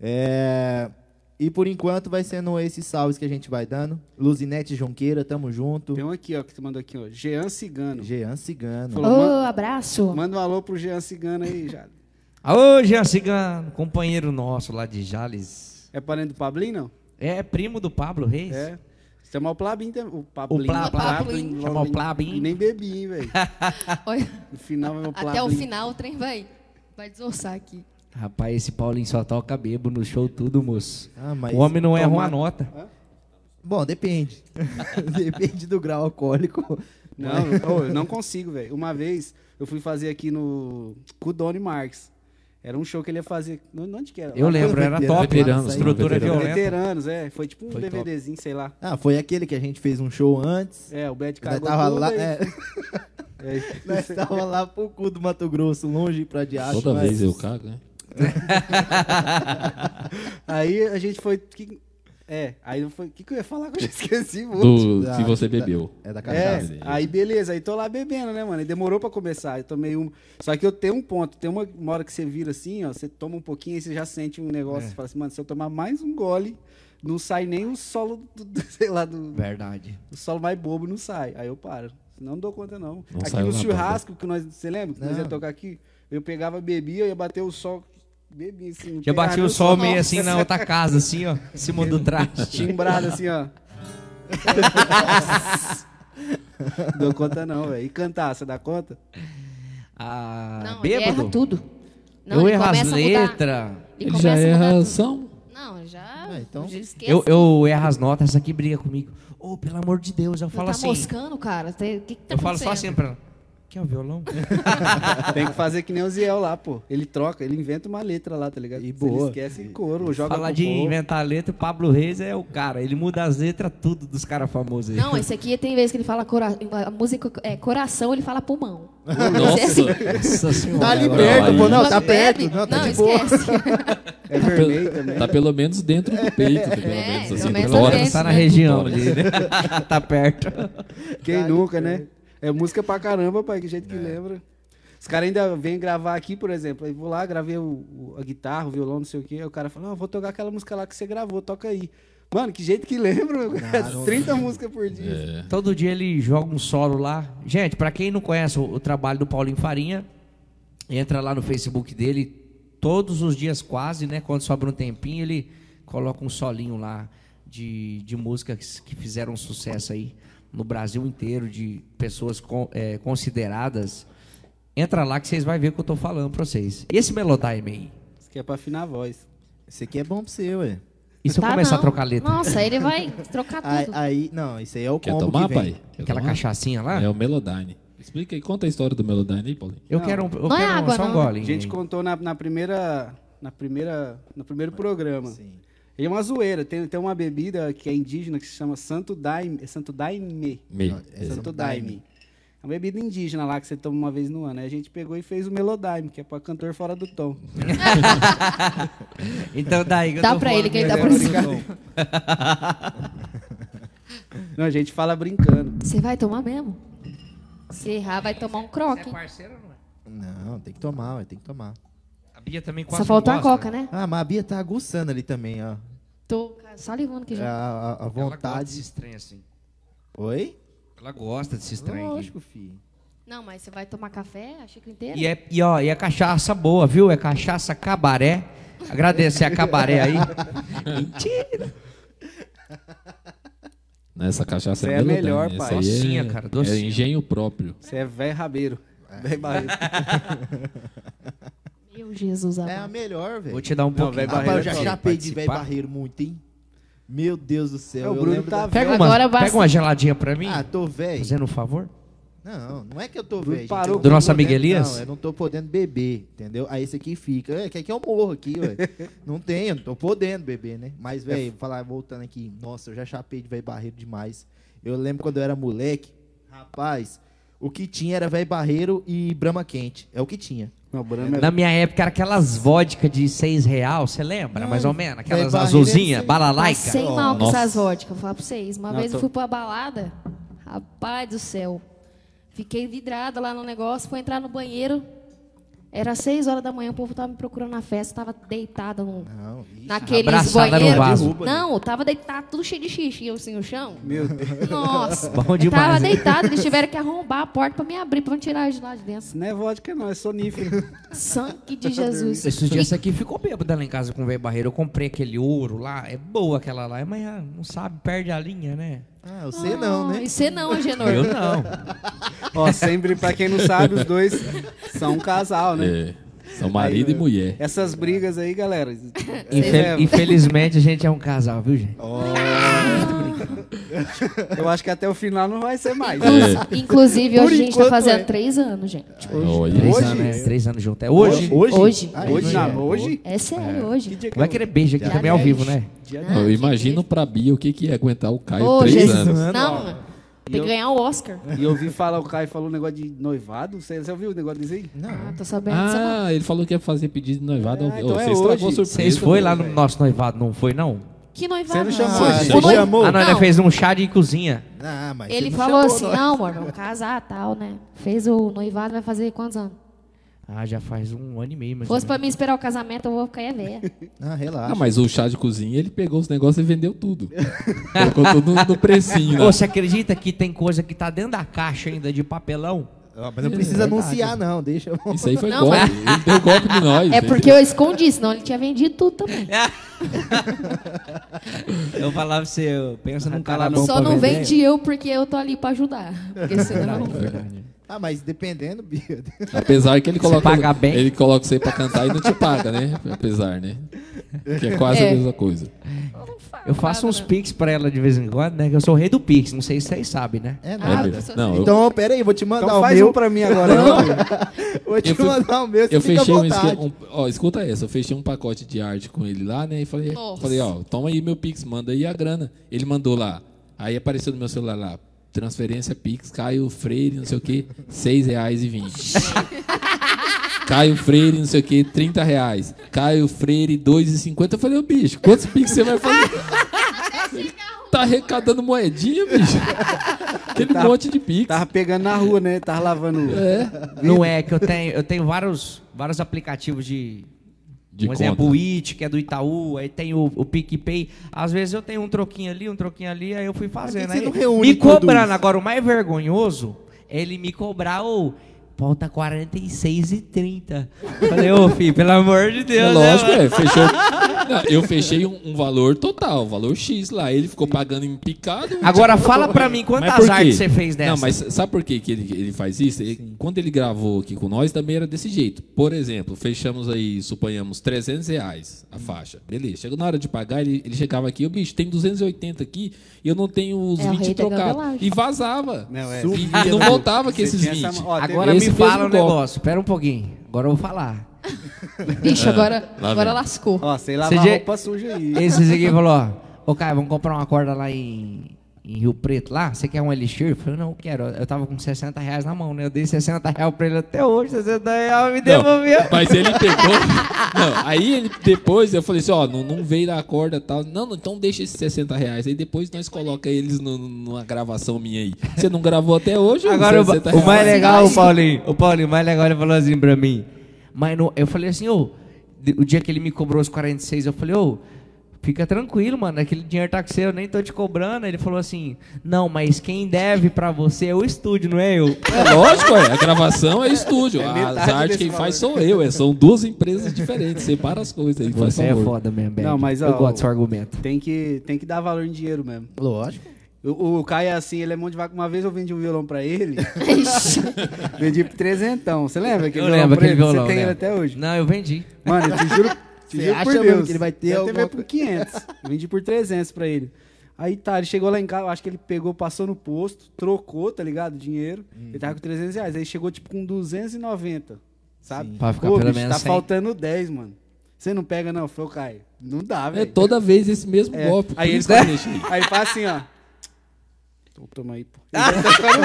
[SPEAKER 3] É, E por enquanto vai sendo esses salves que a gente vai dando. Luzinete Jonqueira, tamo junto.
[SPEAKER 1] Tem um aqui, ó, que tu mandou aqui, ó. Jean Cigano.
[SPEAKER 3] Jean Cigano.
[SPEAKER 4] Ô,
[SPEAKER 1] Falou, mano.
[SPEAKER 4] abraço.
[SPEAKER 1] Manda um alô pro Jean Cigano aí, já.
[SPEAKER 5] Alô, Jean Cigano, companheiro nosso lá de Jales.
[SPEAKER 1] É parente do Pablinho, não?
[SPEAKER 5] É primo do Pablo Reis?
[SPEAKER 1] É. Chama o Plabin também. O Pablin.
[SPEAKER 5] Pla-
[SPEAKER 4] Pla-
[SPEAKER 1] Plabin.
[SPEAKER 5] Chama o Plabin.
[SPEAKER 1] E nem bebi, hein, velho.
[SPEAKER 3] <laughs>
[SPEAKER 4] Olha,
[SPEAKER 1] No final é o Plabin.
[SPEAKER 4] <laughs> até o final o trem vai, vai desossar aqui.
[SPEAKER 5] Rapaz, esse Paulinho só toca bebo no show tudo, moço.
[SPEAKER 3] Ah, mas
[SPEAKER 5] o homem não é erra
[SPEAKER 3] tomar-
[SPEAKER 5] uma nota.
[SPEAKER 3] Bom, depende. <laughs> depende do grau alcoólico.
[SPEAKER 1] Não, ô, eu não consigo, velho. Uma vez eu fui fazer aqui no. Com o Doni Marques. Era um show que ele ia fazer. no- Onde que era?
[SPEAKER 5] Eu
[SPEAKER 1] Lá-
[SPEAKER 5] lembro, era
[SPEAKER 3] Veterano,
[SPEAKER 5] top.
[SPEAKER 2] veterano,
[SPEAKER 5] estrutura
[SPEAKER 2] veterano.
[SPEAKER 5] violenta.
[SPEAKER 1] Veteranos, é. Foi tipo um
[SPEAKER 5] Foi top.
[SPEAKER 1] DVDzinho, sei lá.
[SPEAKER 3] Ah, foi aquele que a gente fez um show antes.
[SPEAKER 1] É, o Bad
[SPEAKER 3] Nós
[SPEAKER 1] cagou
[SPEAKER 3] tava,
[SPEAKER 1] tudo
[SPEAKER 3] lá,
[SPEAKER 1] aí. <laughs>
[SPEAKER 3] é,
[SPEAKER 1] É.
[SPEAKER 3] nós tava lá pro cu do Mato Grosso, longe pra diacho.
[SPEAKER 2] Toda
[SPEAKER 3] mas-
[SPEAKER 2] vez eu cago, né?
[SPEAKER 1] Aí a gente foi. que- É, aí eu fui. O que, que eu ia falar que eu já esqueci, mano?
[SPEAKER 2] Do
[SPEAKER 3] Da-
[SPEAKER 2] que você
[SPEAKER 3] da-
[SPEAKER 2] bebeu.
[SPEAKER 3] É da
[SPEAKER 1] É,
[SPEAKER 3] cachaça.
[SPEAKER 1] aí beleza, aí tô lá bebendo, né, mano? E demorou pra começar, eu tomei uma. Só que eu tenho um ponto, tem uma, uma hora que você vira assim, ó, você toma um pouquinho, aí você já sente um
[SPEAKER 5] É.
[SPEAKER 1] negócio, você fala assim, mano, se eu tomar mais um gole, não sai nem o solo, do, do- <laughs> sei lá, do,
[SPEAKER 5] Verdade.
[SPEAKER 1] o solo mais bobo não sai. Aí eu paro, senão não dou conta não.
[SPEAKER 2] Não
[SPEAKER 1] aqui
[SPEAKER 2] saiu
[SPEAKER 1] no
[SPEAKER 2] na
[SPEAKER 1] churrasco, que nós, você lembra? Que nós
[SPEAKER 3] Não.
[SPEAKER 1] ia tocar aqui, eu pegava, bebia, eu ia bater o sol, bebia assim. não
[SPEAKER 5] Já
[SPEAKER 1] pegava
[SPEAKER 5] bati
[SPEAKER 1] nem
[SPEAKER 5] o sol
[SPEAKER 4] Nossa.
[SPEAKER 5] meio assim na outra casa, assim, ó. Em cima do traste.
[SPEAKER 1] Timbrado assim, ó. <laughs> Dou conta não, velho. E cantar, você dá conta?
[SPEAKER 5] Ah,
[SPEAKER 4] não, ele erra
[SPEAKER 5] bêbado.
[SPEAKER 4] tudo. Não,
[SPEAKER 5] eu
[SPEAKER 4] ele
[SPEAKER 5] erro as
[SPEAKER 4] começa a mudar-
[SPEAKER 5] letras.
[SPEAKER 4] Ele,
[SPEAKER 2] Ele já é
[SPEAKER 4] começa a
[SPEAKER 2] erra a
[SPEAKER 4] mudar tudo.
[SPEAKER 2] ação.
[SPEAKER 4] Não, já,
[SPEAKER 3] Ah, então-
[SPEAKER 4] já esquece.
[SPEAKER 5] Eu, eu erro as notas, essa aqui briga comigo. Ô, pelo amor de Deus, eu
[SPEAKER 4] Você
[SPEAKER 5] falo
[SPEAKER 4] assim. tá
[SPEAKER 5] assim.
[SPEAKER 4] moscando, cara. Tem- O que, que tá
[SPEAKER 5] eu falo só assim
[SPEAKER 4] acontecendo?
[SPEAKER 5] pra ela. Quer o violão?
[SPEAKER 1] Tem que fazer que nem o Ziel lá, pô. Ele troca, ele inventa uma letra lá, tá ligado?
[SPEAKER 3] E
[SPEAKER 1] Se
[SPEAKER 3] boa.
[SPEAKER 1] Ele esquece em couro, joga
[SPEAKER 5] Falar
[SPEAKER 1] com
[SPEAKER 5] de
[SPEAKER 1] couro.
[SPEAKER 3] né?
[SPEAKER 5] inventar letra, o Pablo Reis é o cara. Ele muda as letras tudo dos caras famosos aí.
[SPEAKER 4] Não, é- esse aqui tem vezes que ele fala cora... a música é coração, ele fala pulmão.
[SPEAKER 2] Nossa.
[SPEAKER 4] É assim.
[SPEAKER 5] Nossa senhora.
[SPEAKER 3] Tá ali
[SPEAKER 2] Não,
[SPEAKER 3] perto,
[SPEAKER 2] aí-
[SPEAKER 3] pô. Não, tá
[SPEAKER 4] Mas bebe.
[SPEAKER 3] perto. Não, tá de boa.
[SPEAKER 4] esquece.
[SPEAKER 1] É
[SPEAKER 3] <laughs>
[SPEAKER 1] vermelho também.
[SPEAKER 2] Tá pelo menos dentro do peito, tá pelo
[SPEAKER 4] É,
[SPEAKER 2] menos
[SPEAKER 4] pelo
[SPEAKER 2] assim, do
[SPEAKER 4] menos
[SPEAKER 5] Pelo
[SPEAKER 2] tórax.
[SPEAKER 5] menos tá na
[SPEAKER 4] né?
[SPEAKER 5] região ali, né? <laughs> tá perto.
[SPEAKER 1] Quem nunca, né? É música pra caramba, pai, que jeito que lembra. Os caras ainda vêm gravar aqui, por exemplo. Aí vou lá, gravei o- o- a guitarra, o violão, não sei o quê. Aí o cara fala, ó, vou tocar aquela música lá que você gravou, toca aí. Mano, que jeito que lembra. <laughs> 30 músicas por dia.
[SPEAKER 3] É.
[SPEAKER 5] Todo dia ele joga um solo lá. Gente, pra quem não conhece o, o trabalho do Paulinho Farinha, entra lá no Facebook dele. Todos os dias, quase, né? Quando sobra um tempinho, ele coloca um solinho lá de, de músicas que fizeram um sucesso aí no Brasil inteiro, de pessoas con- eh, consideradas. Entra lá que vocês vão ver o que eu tô falando pra vocês. E esse Melodime aí?
[SPEAKER 1] Isso aqui é pra afinar a voz.
[SPEAKER 3] Esse aqui é bom pra você, ué.
[SPEAKER 5] E se eu
[SPEAKER 4] Tá,
[SPEAKER 5] começar
[SPEAKER 4] não.
[SPEAKER 5] a trocar letra?
[SPEAKER 4] Nossa, ele vai trocar
[SPEAKER 3] Aí,
[SPEAKER 4] Tá tudo.
[SPEAKER 3] aí- não, isso aí é o
[SPEAKER 2] Quer
[SPEAKER 3] combo
[SPEAKER 2] tomar,
[SPEAKER 3] que vem.
[SPEAKER 2] pai? Quer
[SPEAKER 5] Aquela
[SPEAKER 2] tomar?
[SPEAKER 5] cachaçinha lá?
[SPEAKER 2] É o Melodyne. Explica aí, conta a história do Melodyne aí, Paulinho.
[SPEAKER 5] Eu quero um, eu
[SPEAKER 4] Não é
[SPEAKER 5] quero um-
[SPEAKER 4] água,
[SPEAKER 5] só um
[SPEAKER 4] não.
[SPEAKER 5] gole.
[SPEAKER 1] A gente contou na, na primeira. Na primeira. No primeiro programa.
[SPEAKER 3] Sim.
[SPEAKER 1] Ele é uma zoeira. Tem, tem uma bebida que é indígena que se chama Santo Daime. é Santo Daime.
[SPEAKER 2] Me.
[SPEAKER 1] É Santo Daime. É uma bebida indígena lá que você toma uma vez no ano. Aí a gente pegou e fez o Melodyne, que é pra cantor fora do tom.
[SPEAKER 5] Então daí que eu
[SPEAKER 4] Dá
[SPEAKER 5] tô
[SPEAKER 4] pra
[SPEAKER 5] falando
[SPEAKER 4] ele que ele
[SPEAKER 5] que
[SPEAKER 4] dá
[SPEAKER 5] é
[SPEAKER 4] pra
[SPEAKER 5] um
[SPEAKER 4] você.
[SPEAKER 5] brincão.
[SPEAKER 1] <laughs> Não, a gente fala brincando.
[SPEAKER 4] Você vai tomar mesmo? Se errar, vai tomar um croque.
[SPEAKER 3] Não, tem que tomar, ué, tem que tomar.
[SPEAKER 5] é? A Bia também quase
[SPEAKER 4] Só faltou
[SPEAKER 5] não
[SPEAKER 4] a
[SPEAKER 5] gosta.
[SPEAKER 4] coca, né?
[SPEAKER 3] Ah, mas a Bia tá aguçando ali também, ó.
[SPEAKER 4] Tô salivando que
[SPEAKER 3] A,
[SPEAKER 4] já.
[SPEAKER 3] a- a
[SPEAKER 5] Ela gosta
[SPEAKER 3] vontade.
[SPEAKER 5] desses trem assim.
[SPEAKER 3] Oi?
[SPEAKER 5] Ela gosta desses trem. aqui.
[SPEAKER 3] Lógico, filho.
[SPEAKER 4] Não, mas você vai tomar café, a xícara inteira?
[SPEAKER 5] E, é, e, ó, e é cachaça boa, viu? É cachaça cabaré. Agradecer a cabaré
[SPEAKER 3] <laughs>
[SPEAKER 5] aí. Mentira.
[SPEAKER 2] Nessa
[SPEAKER 1] Essa
[SPEAKER 2] cachaça
[SPEAKER 1] é a
[SPEAKER 2] é Melodyne.
[SPEAKER 1] melhor,
[SPEAKER 2] essa
[SPEAKER 1] pai.
[SPEAKER 2] aí é-
[SPEAKER 5] Docinha, cara, docinha.
[SPEAKER 2] É engenho próprio.
[SPEAKER 1] Você é velho rabeiro. Véi barreiro.
[SPEAKER 4] Meu Jesus
[SPEAKER 3] É a
[SPEAKER 4] amado.
[SPEAKER 3] melhor,
[SPEAKER 5] Vou
[SPEAKER 3] velho.
[SPEAKER 5] te dar um pouquinho.
[SPEAKER 1] velho
[SPEAKER 5] pra
[SPEAKER 3] Rapaz, eu já
[SPEAKER 1] Barreiro é top.
[SPEAKER 3] chapei de velho
[SPEAKER 5] participar.
[SPEAKER 3] barreiro muito, hein? Meu Deus do
[SPEAKER 1] É,
[SPEAKER 3] céu.
[SPEAKER 1] o
[SPEAKER 3] eu
[SPEAKER 1] Bruno
[SPEAKER 3] lembro
[SPEAKER 1] tá
[SPEAKER 3] da-
[SPEAKER 5] Pega
[SPEAKER 4] Agora
[SPEAKER 5] uma,
[SPEAKER 4] basta-
[SPEAKER 5] pega uma geladinha pra mim,
[SPEAKER 3] Ah, tô velho.
[SPEAKER 5] fazendo um favor.
[SPEAKER 3] Não, não é que eu tô
[SPEAKER 1] Bruno
[SPEAKER 3] velho. gente,
[SPEAKER 1] parou
[SPEAKER 3] eu não
[SPEAKER 5] Do
[SPEAKER 3] tô
[SPEAKER 5] nosso amigo
[SPEAKER 3] podendo-
[SPEAKER 5] Elias?
[SPEAKER 3] Não, eu não tô podendo beber, entendeu? Aí esse aqui fica. É, quer que eu morro aqui,
[SPEAKER 1] <laughs>
[SPEAKER 3] ué. não tem, eu não tô podendo beber, né? Mas,
[SPEAKER 1] É
[SPEAKER 3] velho, falar, voltando aqui, nossa, eu já chapei de velho barreiro demais. Eu lembro quando eu era moleque, rapaz, o que tinha era velho barreiro e brama quente. É o que tinha.
[SPEAKER 1] Não, o Brahma é-
[SPEAKER 5] Na minha época era aquelas vodka de seis real, você lembra? Mais ou menos. Aquelas
[SPEAKER 3] Barreiro é
[SPEAKER 5] azulzinha,
[SPEAKER 3] assim.
[SPEAKER 5] balalaica.
[SPEAKER 4] Passei mal com
[SPEAKER 2] Nossa.
[SPEAKER 4] essas vodkas, vou falar pra vocês. Uma
[SPEAKER 1] Não,
[SPEAKER 4] vez
[SPEAKER 1] tô-
[SPEAKER 4] eu fui pra balada, rapaz do céu. Fiquei vidrada lá no negócio, fui entrar no banheiro. Era seis horas da manhã, o povo tava me procurando na festa, tava deitada num,
[SPEAKER 3] Não, ixi.
[SPEAKER 4] naqueles
[SPEAKER 5] Abraçada no
[SPEAKER 4] banheiros.
[SPEAKER 5] vaso.
[SPEAKER 3] Derruba, né?
[SPEAKER 4] Não, tava deitado, tudo cheio de xixi, assim, no chão.
[SPEAKER 1] <laughs> Meu Deus.
[SPEAKER 4] Nossa,
[SPEAKER 5] Bom
[SPEAKER 4] eu
[SPEAKER 5] demais,
[SPEAKER 4] tava
[SPEAKER 5] hein?
[SPEAKER 4] deitado, eles tiveram que arrombar a porta pra me abrir, pra me tirar de lá de dentro.
[SPEAKER 1] Isso não é vodka, não, é sonífero.
[SPEAKER 4] Sangue
[SPEAKER 3] Tá
[SPEAKER 4] de Jesus.
[SPEAKER 5] Esses dias essa aqui ficou bêbada lá em casa com o velho barreiro. Eu comprei aquele ouro lá, é boa aquela lá, mas ah, não sabe, perde a linha, né?
[SPEAKER 3] Ah, eu sei não, né?
[SPEAKER 4] E você é não, Agenor.
[SPEAKER 5] Eu não.
[SPEAKER 1] Ó, sempre, pra quem não sabe, os dois são um casal, né?
[SPEAKER 2] É. São marido
[SPEAKER 1] Aí,
[SPEAKER 2] e mulher.
[SPEAKER 1] Essas brigas aí, galera.
[SPEAKER 5] <laughs> Infel-
[SPEAKER 1] leva.
[SPEAKER 5] infelizmente a gente é um casal, viu, gente?
[SPEAKER 1] Eu acho que até o final não vai ser mais.
[SPEAKER 2] É.
[SPEAKER 4] Inclusive,
[SPEAKER 3] Por
[SPEAKER 4] hoje a gente tá
[SPEAKER 3] enquanto,
[SPEAKER 4] fazendo
[SPEAKER 3] é.
[SPEAKER 4] três anos, gente.
[SPEAKER 2] Olha.
[SPEAKER 5] Três
[SPEAKER 1] Hoje?
[SPEAKER 5] anos, né? Três anos junto. É hoje?
[SPEAKER 3] Hoje?
[SPEAKER 4] Hoje.
[SPEAKER 3] Ai,
[SPEAKER 1] Hoje,
[SPEAKER 3] não,
[SPEAKER 1] não, hoje?
[SPEAKER 4] É sério, hoje.
[SPEAKER 1] Que dia que
[SPEAKER 5] Vai
[SPEAKER 1] eu-
[SPEAKER 5] querer beijo aqui
[SPEAKER 4] Já é.
[SPEAKER 5] também ao
[SPEAKER 4] dez.
[SPEAKER 5] vivo, né?
[SPEAKER 1] dia que-
[SPEAKER 2] Eu imagino pra Bia o que, que é aguentar o Caio
[SPEAKER 4] Ô,
[SPEAKER 2] três
[SPEAKER 4] Jesus.
[SPEAKER 2] anos.
[SPEAKER 4] é Não, tem que ganhar o Oscar.
[SPEAKER 1] E eu ouvi falar, o Caio falou um negócio de noivado. Você, você ouviu o negócio disso aí?
[SPEAKER 4] Ah, tô sabendo disso não.
[SPEAKER 2] Ah, ele falou que ia fazer pedido de noivado.
[SPEAKER 1] Ah,
[SPEAKER 2] Ô,
[SPEAKER 1] então é
[SPEAKER 2] você estragou a
[SPEAKER 1] hoje.
[SPEAKER 2] surpresa. né?
[SPEAKER 5] Vocês foi lá no
[SPEAKER 4] é.
[SPEAKER 1] velho.
[SPEAKER 5] nosso noivado, não foi, não?
[SPEAKER 4] Que noivado?
[SPEAKER 1] Você não chamou,
[SPEAKER 4] O
[SPEAKER 1] Ah,
[SPEAKER 3] você
[SPEAKER 4] noivo-
[SPEAKER 3] chamou?
[SPEAKER 5] Ah, não, ele
[SPEAKER 4] Não.
[SPEAKER 5] fez um chá de cozinha.
[SPEAKER 3] Ah, mas
[SPEAKER 4] Ele
[SPEAKER 3] você não
[SPEAKER 4] falou
[SPEAKER 3] chamou
[SPEAKER 4] assim,
[SPEAKER 3] nós.
[SPEAKER 4] não, amor, vamos casar tal, né? Fez o noivado, vai fazer quantos anos?
[SPEAKER 5] Ah, já faz um ano e meio, mas.
[SPEAKER 4] Fosse pra mim esperar o casamento, eu vou ficar é velha.
[SPEAKER 3] Ah, relaxa.
[SPEAKER 2] Ah, mas o chá de cozinha, ele pegou os negócios e vendeu tudo. <laughs> Colocou tudo no- no precinho.
[SPEAKER 5] Ô,
[SPEAKER 2] Né?
[SPEAKER 5] você acredita que tem coisa que tá dentro da caixa ainda de papelão?
[SPEAKER 3] Ah, mas não precisa anunciar, não. Deixa <laughs> eu...
[SPEAKER 2] Isso aí foi
[SPEAKER 4] Não,
[SPEAKER 2] golpe.
[SPEAKER 4] mas-
[SPEAKER 2] Ele deu golpe de nós.
[SPEAKER 4] É
[SPEAKER 2] entendeu?
[SPEAKER 4] porque eu escondi, senão ele tinha vendido tudo também.
[SPEAKER 5] Eu falava pra você, eu pensa num cara bom
[SPEAKER 4] Só
[SPEAKER 5] pra
[SPEAKER 4] não
[SPEAKER 5] vender.
[SPEAKER 4] vende eu porque eu tô ali pra ajudar. Porque senão não
[SPEAKER 3] Ah, mas dependendo, Bia.
[SPEAKER 2] Apesar que ele
[SPEAKER 5] Você
[SPEAKER 2] coloca.
[SPEAKER 5] paga bem?
[SPEAKER 2] Ele coloca você pra cantar e não te paga, né? Apesar, né? Que é quase
[SPEAKER 4] É.
[SPEAKER 2] a mesma coisa.
[SPEAKER 5] Eu faço uns pix pra ela de vez em quando, né? Que eu sou o rei do pix, não sei se vocês sabem, né?
[SPEAKER 3] É,
[SPEAKER 2] É,
[SPEAKER 3] nada.
[SPEAKER 2] Bia. não, eu-
[SPEAKER 3] Então, pera aí, vou te mandar
[SPEAKER 1] Então
[SPEAKER 3] o
[SPEAKER 1] faz
[SPEAKER 3] meu.
[SPEAKER 1] um pra mim agora. então.
[SPEAKER 3] Vou te
[SPEAKER 2] Eu fui-
[SPEAKER 3] mandar o meu, você
[SPEAKER 2] Eu
[SPEAKER 3] fica à
[SPEAKER 2] fechei um,
[SPEAKER 3] vontade.
[SPEAKER 2] esque- um- ó, escuta essa, eu fechei um pacote de arte com ele lá, né? E falei,
[SPEAKER 4] Nossa.
[SPEAKER 2] falei, ó, toma aí meu Pix, manda aí a grana. Ele mandou lá. Aí apareceu no meu celular lá, transferência Pix, Caio Freire, não sei o quê, seis reais e vinte. Caio Freire, não sei o quê, 30 reais. Caio Freire, 2,50. Eu falei, ô bicho, quantos Pix você vai fazer? tá arrecadando moedinha, bicho? Aquele
[SPEAKER 1] Tá-
[SPEAKER 2] monte de Pix.
[SPEAKER 1] Tava pegando na rua, né? Tava lavando.
[SPEAKER 2] É,
[SPEAKER 5] Não é que eu tenho, eu tenho vários, vários aplicativos de.
[SPEAKER 2] de
[SPEAKER 5] um
[SPEAKER 2] conta.
[SPEAKER 5] exemplo, o It, que é do Itaú, aí tem o, o PicPay. Às vezes eu tenho um troquinho ali, um troquinho ali, aí eu fui fazendo.
[SPEAKER 3] Por que
[SPEAKER 5] Aí,
[SPEAKER 3] que você não reúne
[SPEAKER 5] me
[SPEAKER 3] tudo
[SPEAKER 5] cobrando.
[SPEAKER 3] isso?
[SPEAKER 5] Agora, o mais vergonhoso é ele me cobrar o. Falta 46,30. Falei, ô, filho, pelo amor de
[SPEAKER 2] É
[SPEAKER 5] Deus. né,
[SPEAKER 2] lógico,
[SPEAKER 5] mano?
[SPEAKER 2] é. Fechou. Não, eu fechei um, um valor total, um valor X lá. Ele ficou pagando em picado.
[SPEAKER 5] Agora fala pra mim
[SPEAKER 2] é. Mas
[SPEAKER 5] quantas
[SPEAKER 2] por quê?
[SPEAKER 5] artes você fez dessa.
[SPEAKER 2] Não, mas sabe por que, que ele, ele faz isso? Ele- quando ele gravou aqui com nós, também era desse jeito. Por exemplo, fechamos aí, suponhamos, 300 reais a faixa. Beleza. Chegou na hora de pagar, ele, ele chegava aqui, o bicho, tem 280 aqui e eu não tenho os
[SPEAKER 4] É o
[SPEAKER 2] 20
[SPEAKER 4] rei da
[SPEAKER 2] trocados.
[SPEAKER 4] gambelagem.
[SPEAKER 2] E vazava.
[SPEAKER 1] Não, é.
[SPEAKER 2] E- E, não voltava com
[SPEAKER 1] Você
[SPEAKER 2] esses
[SPEAKER 1] tinha
[SPEAKER 2] 20.
[SPEAKER 1] essa- ó, teve-
[SPEAKER 5] Agora me
[SPEAKER 2] Esse
[SPEAKER 5] fala um
[SPEAKER 2] mesmo golpe.
[SPEAKER 5] negócio. Pera um pouquinho. Agora eu vou falar.
[SPEAKER 4] Ixi, agora,
[SPEAKER 2] lá
[SPEAKER 4] agora
[SPEAKER 2] vem.
[SPEAKER 4] lascou.
[SPEAKER 1] Ó, sei lá,
[SPEAKER 5] Você já-
[SPEAKER 1] roupa suja aí.
[SPEAKER 5] Esses aqui falou, ó, ô Caio, vamos comprar uma corda lá em, em Rio Preto lá? Você quer um elixir? Eu falei, não, eu quero. Eu tava com 60 reais na mão, né? Eu dei 60 reais pra ele até hoje, 60 reais me
[SPEAKER 2] Não,
[SPEAKER 5] devolveu.
[SPEAKER 2] Mas ele pegou. Não, aí ele depois eu falei assim, ó, não, não veio da corda e tal. Não, não, então deixa esses 60 reais. Aí depois nós coloca eles no- numa gravação minha aí. Você não gravou até hoje?
[SPEAKER 5] Agora, o,
[SPEAKER 2] os 60
[SPEAKER 5] o mais
[SPEAKER 2] reais?
[SPEAKER 5] legal, é o Paulinho, o Paulinho, o mais legal, ele falou assim pra mim. Mas não- eu falei assim, ô, de- o dia que ele me cobrou os 46, eu falei, ô, fica tranquilo, mano, aquele dinheiro tá com você, eu nem tô te cobrando. Ele falou assim, não, mas quem deve pra você é o estúdio, não é eu.
[SPEAKER 2] É lógico, é. A gravação é estúdio.
[SPEAKER 1] metade
[SPEAKER 2] as artes
[SPEAKER 1] desse
[SPEAKER 2] quem faz
[SPEAKER 1] valor.
[SPEAKER 2] sou eu. é, são duas empresas diferentes. Separa as coisas aí. faz
[SPEAKER 5] Você é
[SPEAKER 2] favor.
[SPEAKER 5] foda mesmo, Beck.
[SPEAKER 1] Não, mas,
[SPEAKER 5] eu
[SPEAKER 1] ó,
[SPEAKER 5] gosto desse argumento.
[SPEAKER 1] Tem que, tem que dar valor em dinheiro mesmo.
[SPEAKER 3] Lógico.
[SPEAKER 1] O, o Caio é assim, ele é mão de vaca. Uma vez eu vendi um violão pra
[SPEAKER 5] <laughs>
[SPEAKER 1] ele. vendi por trezentão. Você lembra aquele
[SPEAKER 5] Eu
[SPEAKER 1] pra
[SPEAKER 5] lembro aquele
[SPEAKER 1] ele?
[SPEAKER 5] violão.
[SPEAKER 1] Você tem
[SPEAKER 5] né?
[SPEAKER 1] ele até hoje.
[SPEAKER 5] Não, eu vendi.
[SPEAKER 1] Mano, eu te
[SPEAKER 3] <laughs>
[SPEAKER 1] juro, te
[SPEAKER 3] Você
[SPEAKER 1] juro
[SPEAKER 3] acha
[SPEAKER 1] por
[SPEAKER 3] mesmo
[SPEAKER 1] Deus.
[SPEAKER 3] que ele vai ter
[SPEAKER 1] Deve
[SPEAKER 3] alguma
[SPEAKER 1] por
[SPEAKER 3] <laughs>
[SPEAKER 1] 500. Vendi por 300 pra ele. Aí tá, ele chegou lá em casa, eu acho que ele pegou, passou no posto, trocou, tá ligado? O Dinheiro. Ele tava com 300 reais. Aí chegou tipo com 290, sabe?
[SPEAKER 5] Pra ficar
[SPEAKER 1] Pô,
[SPEAKER 5] pelo
[SPEAKER 1] bicho,
[SPEAKER 5] menos
[SPEAKER 1] tá
[SPEAKER 5] 100.
[SPEAKER 1] faltando 10, mano. Você não pega não, foi o Caio. Não dá,
[SPEAKER 2] É
[SPEAKER 1] velho.
[SPEAKER 2] toda vez esse mesmo
[SPEAKER 1] É.
[SPEAKER 2] golpe.
[SPEAKER 1] Aí
[SPEAKER 2] Por
[SPEAKER 1] ele
[SPEAKER 2] isso que eu deixei.
[SPEAKER 1] Aí faz assim, ó. Então Toma aí, pô.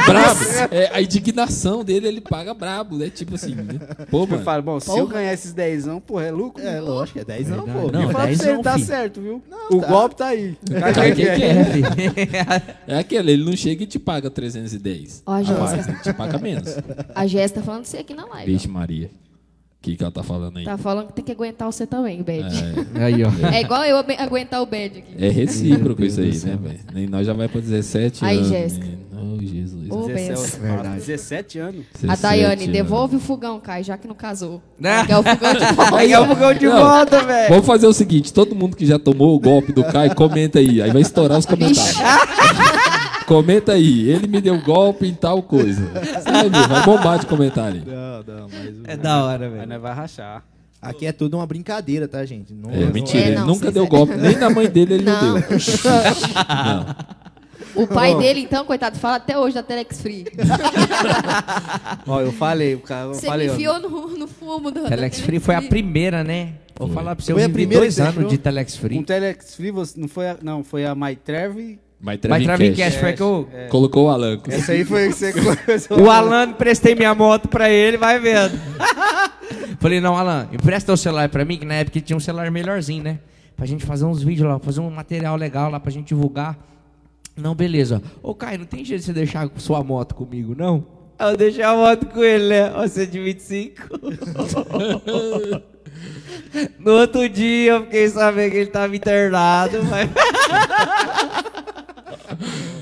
[SPEAKER 2] Brabo. É, a indignação dele, ele paga brabo, né? Tipo assim, né? Pô,
[SPEAKER 1] Eu
[SPEAKER 2] mano.
[SPEAKER 1] falo, bom, se eu
[SPEAKER 3] Porra.
[SPEAKER 1] ganhar esses 10, porra, é lucro.
[SPEAKER 3] É, lógico, é 10 não, pô.
[SPEAKER 5] Não,
[SPEAKER 1] Eu falo pra
[SPEAKER 5] 10
[SPEAKER 1] você,
[SPEAKER 5] não,
[SPEAKER 1] tá
[SPEAKER 5] filho.
[SPEAKER 1] certo, viu? o golpe tá aí. Cai
[SPEAKER 2] Cai
[SPEAKER 1] quem
[SPEAKER 2] quem
[SPEAKER 1] quer.
[SPEAKER 5] é?
[SPEAKER 2] quer.
[SPEAKER 5] <laughs> filho.
[SPEAKER 2] É aquele, ele não chega e te paga 310.
[SPEAKER 4] Ó, a
[SPEAKER 2] a
[SPEAKER 4] Jéssica.
[SPEAKER 2] mais, ele te paga menos.
[SPEAKER 4] A Jéssica tá falando de você aqui na live.
[SPEAKER 2] Vixe, Maria. que, que ela tá falando aí.
[SPEAKER 4] Tá falando que tem que aguentar você também, Bad.
[SPEAKER 5] Aí, ó.
[SPEAKER 4] É, igual eu abe- aguentar o Bad aqui.
[SPEAKER 2] É recíproco
[SPEAKER 5] Meu
[SPEAKER 2] isso aí,
[SPEAKER 5] Deus
[SPEAKER 2] né,
[SPEAKER 5] do
[SPEAKER 2] velho? Nem nós já vai pra 17
[SPEAKER 4] Aí,
[SPEAKER 2] anos.
[SPEAKER 4] Jéssica.
[SPEAKER 2] menino. Oh, Jesus.
[SPEAKER 4] Ô, Benz.
[SPEAKER 1] 17,
[SPEAKER 3] Verdade.
[SPEAKER 1] 17 é anos.
[SPEAKER 2] 17
[SPEAKER 4] A Daiane,
[SPEAKER 2] anos.
[SPEAKER 4] devolve o fogão, Kai, já que não casou.
[SPEAKER 5] Né?
[SPEAKER 4] Que é o fogão de
[SPEAKER 1] Aí é o fogão de
[SPEAKER 2] Não.
[SPEAKER 1] volta, velho.
[SPEAKER 2] Vamos fazer o seguinte: todo mundo que já tomou o golpe do Kai, comenta aí. Aí vai estourar os comentários. comenta aí. Ele me deu golpe em tal coisa. Você vai ver, vai bombar de comentário. aí.
[SPEAKER 3] Não, não, mas. o-
[SPEAKER 5] É da hora,
[SPEAKER 1] Aí
[SPEAKER 5] velho.
[SPEAKER 1] nós vai rachar.
[SPEAKER 3] <laughs> Aqui é tudo uma brincadeira, tá, gente? Não-
[SPEAKER 2] É,
[SPEAKER 3] não-
[SPEAKER 2] mentira.
[SPEAKER 4] É,
[SPEAKER 2] ele
[SPEAKER 4] não,
[SPEAKER 2] nunca
[SPEAKER 4] vocês-
[SPEAKER 2] deu golpe. Nem na mãe dele ele não,
[SPEAKER 4] Não.
[SPEAKER 2] deu.
[SPEAKER 4] <laughs>
[SPEAKER 2] Não.
[SPEAKER 4] O pai dele, então, coitado, fala até hoje da Telex Free.
[SPEAKER 1] Ó, eu falei, o cara, eu
[SPEAKER 4] Você me
[SPEAKER 1] falei, ó,
[SPEAKER 4] enfiou no, no fumo
[SPEAKER 1] é
[SPEAKER 4] do. da
[SPEAKER 5] Telex Free foi a
[SPEAKER 4] Free.
[SPEAKER 5] primeira, né? Vou falar pra você, eu
[SPEAKER 3] Foi a
[SPEAKER 5] vivi
[SPEAKER 3] primeira
[SPEAKER 5] dois
[SPEAKER 3] que você
[SPEAKER 5] anos
[SPEAKER 3] achou?
[SPEAKER 5] de Telex
[SPEAKER 1] um
[SPEAKER 5] Free.
[SPEAKER 1] Telex Free, você- não foi a, não, foi a <laughs> MyTrev.
[SPEAKER 2] Mas
[SPEAKER 5] Mas Travis
[SPEAKER 2] Travis
[SPEAKER 5] Cash É. foi que
[SPEAKER 1] É.
[SPEAKER 5] eu...
[SPEAKER 2] colocou o Alan.
[SPEAKER 1] Essa aí foi o que <laughs> você começou.
[SPEAKER 5] O Alan, emprestei minha moto pra ele, vai vendo. <laughs> Falei, não, Alan, empresta o celular pra mim, que na época tinha um celular melhorzinho, né? Pra gente fazer uns vídeos lá, fazer um material legal lá pra gente divulgar. Não, beleza. Ô, Caio, não tem jeito de você deixar sua moto comigo, não? Aí Eu deixei a moto com ele, né? Ó, Você de 25. <laughs> no outro dia eu fiquei sabendo que ele tava internado, mas. <laughs>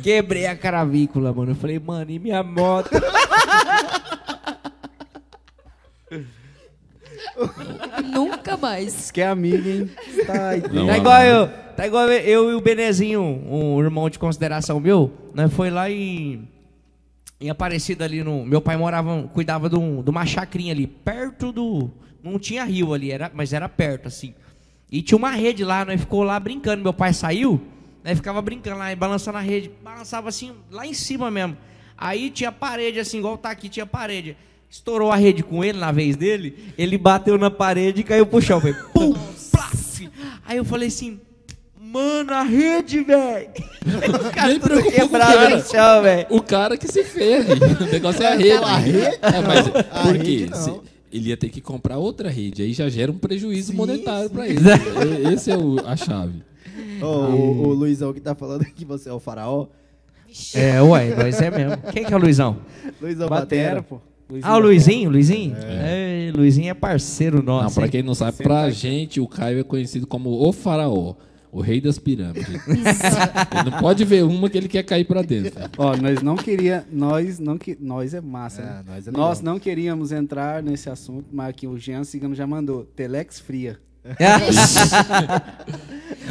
[SPEAKER 5] Quebrei a caravícula, mano. Eu falei, mano, e minha moto?
[SPEAKER 4] Nunca mais.
[SPEAKER 1] Diz que é amigo, hein? <laughs> Tá aí.
[SPEAKER 2] Não,
[SPEAKER 5] tá
[SPEAKER 2] Alan.
[SPEAKER 5] igual eu, tá igual eu e o Benezinho, um irmão de consideração meu, nós foi lá em em Aparecida ali no, meu pai morava, cuidava de, um- de uma chacrinha ali perto do, não tinha rio ali, era, mas era perto assim. E tinha uma rede lá, nós ficou lá brincando, meu pai saiu, nós ficava brincando lá, e balançando a rede, balançava assim lá em cima mesmo. Aí tinha parede assim, igual tá aqui, tinha parede. Estourou a rede com ele na vez dele, ele bateu na parede e caiu pro chão, foi pum, plaf. Aí eu falei assim, mano, a rede, <laughs> velho. Os caras
[SPEAKER 2] Nem
[SPEAKER 5] tudo
[SPEAKER 2] preocupou com o
[SPEAKER 5] quebrado
[SPEAKER 2] cara.
[SPEAKER 5] no chão, velho.
[SPEAKER 2] O cara que se ferre. O negócio é a
[SPEAKER 3] Aquela
[SPEAKER 2] rede.
[SPEAKER 3] rede,
[SPEAKER 2] É, mas por
[SPEAKER 3] A
[SPEAKER 2] quê?
[SPEAKER 3] rede não.
[SPEAKER 2] Se- Ele ia ter que comprar outra rede. Aí já gera um prejuízo
[SPEAKER 3] Sim,
[SPEAKER 2] monetário
[SPEAKER 3] sim.
[SPEAKER 2] pra ele. É, Esse é o- a chave.
[SPEAKER 3] Ô, o, o Luizão que tá falando que você é o faraó.
[SPEAKER 5] É, uai, nós é mesmo. Quem que é o Luizão?
[SPEAKER 3] Luizão
[SPEAKER 1] Batera,
[SPEAKER 3] Batera.
[SPEAKER 1] pô.
[SPEAKER 5] Ah, o Luizinho, Luizinho? É. Luizinho é parceiro nosso.
[SPEAKER 2] não, pra
[SPEAKER 5] hein? <laughs>
[SPEAKER 2] quem não sabe, pra gente, o Caio é conhecido como o faraó. O rei das
[SPEAKER 3] <laughs>
[SPEAKER 2] pirâmides. ele não pode ver uma que ele quer cair pra dentro.
[SPEAKER 1] Ó, nós não queria, nós não que, nós é massa, né?
[SPEAKER 3] É, nós é
[SPEAKER 1] nós
[SPEAKER 3] legal.
[SPEAKER 1] não queríamos entrar nesse assunto, mas aqui o Jean Cigano já mandou Telex Fria.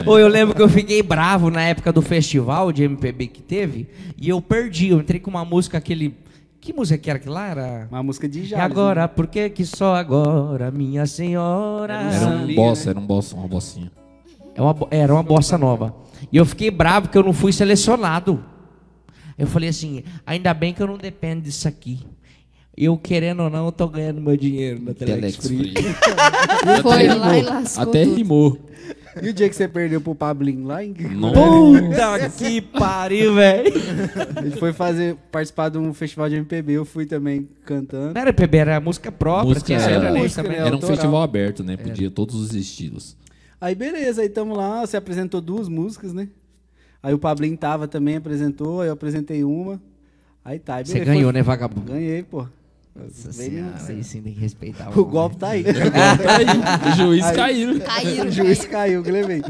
[SPEAKER 5] Ou eu lembro que eu fiquei bravo na época do festival de MPB que teve e eu perdi. Eu entrei com uma música, aquele. Que música que era que lá? Era.
[SPEAKER 1] Uma música de
[SPEAKER 5] E
[SPEAKER 1] Jales.
[SPEAKER 5] agora, por que que só agora, minha
[SPEAKER 1] Era
[SPEAKER 2] Era
[SPEAKER 3] Ah,
[SPEAKER 5] senhora?
[SPEAKER 2] um
[SPEAKER 1] Sambinha,
[SPEAKER 2] bossa,
[SPEAKER 1] né?
[SPEAKER 2] era um bossa, uma bossinha.
[SPEAKER 5] É uma bo- era uma bossa nova. E eu fiquei bravo que eu não fui selecionado. Eu falei assim, ainda bem que eu não dependo disso aqui. Eu, querendo ou não, eu tô ganhando meu dinheiro na Telex Free.
[SPEAKER 4] Foi
[SPEAKER 2] Até
[SPEAKER 4] lá e
[SPEAKER 2] rimou.
[SPEAKER 4] lascou
[SPEAKER 2] Até
[SPEAKER 4] tudo.
[SPEAKER 2] rimou.
[SPEAKER 1] né? E o dia que você perdeu pro Pablinho lá em <laughs>
[SPEAKER 2] Nossa.
[SPEAKER 5] <laughs> Puta que pariu, velho.
[SPEAKER 1] Ele foi fazer participar de um festival de MPB, eu fui também cantando.
[SPEAKER 5] Não era PB, era música própria.
[SPEAKER 2] Música
[SPEAKER 5] tinha
[SPEAKER 2] era-
[SPEAKER 5] sertanejo
[SPEAKER 1] música,
[SPEAKER 5] também.
[SPEAKER 1] né?
[SPEAKER 2] Era um
[SPEAKER 1] autoral.
[SPEAKER 2] festival aberto, né? Podia todos os estilos.
[SPEAKER 1] Aí beleza, aí tamo lá, você apresentou duas músicas, né? Aí o Pablinho tava também apresentou, aí eu apresentei uma. Aí tá, aí
[SPEAKER 5] Você
[SPEAKER 1] beleza,
[SPEAKER 5] ganhou,
[SPEAKER 1] foi-
[SPEAKER 5] né, vagabundo?
[SPEAKER 1] Ganhei, pô.
[SPEAKER 5] Nossa
[SPEAKER 1] Bem-
[SPEAKER 5] senhora, aí sim tem que respeitar.
[SPEAKER 1] O
[SPEAKER 5] homem.
[SPEAKER 1] golpe tá
[SPEAKER 5] <laughs>
[SPEAKER 1] aí.
[SPEAKER 2] Caiu. <laughs> O juiz caiu.
[SPEAKER 5] né?
[SPEAKER 4] Caíram.
[SPEAKER 1] O juiz caiu, Clemente.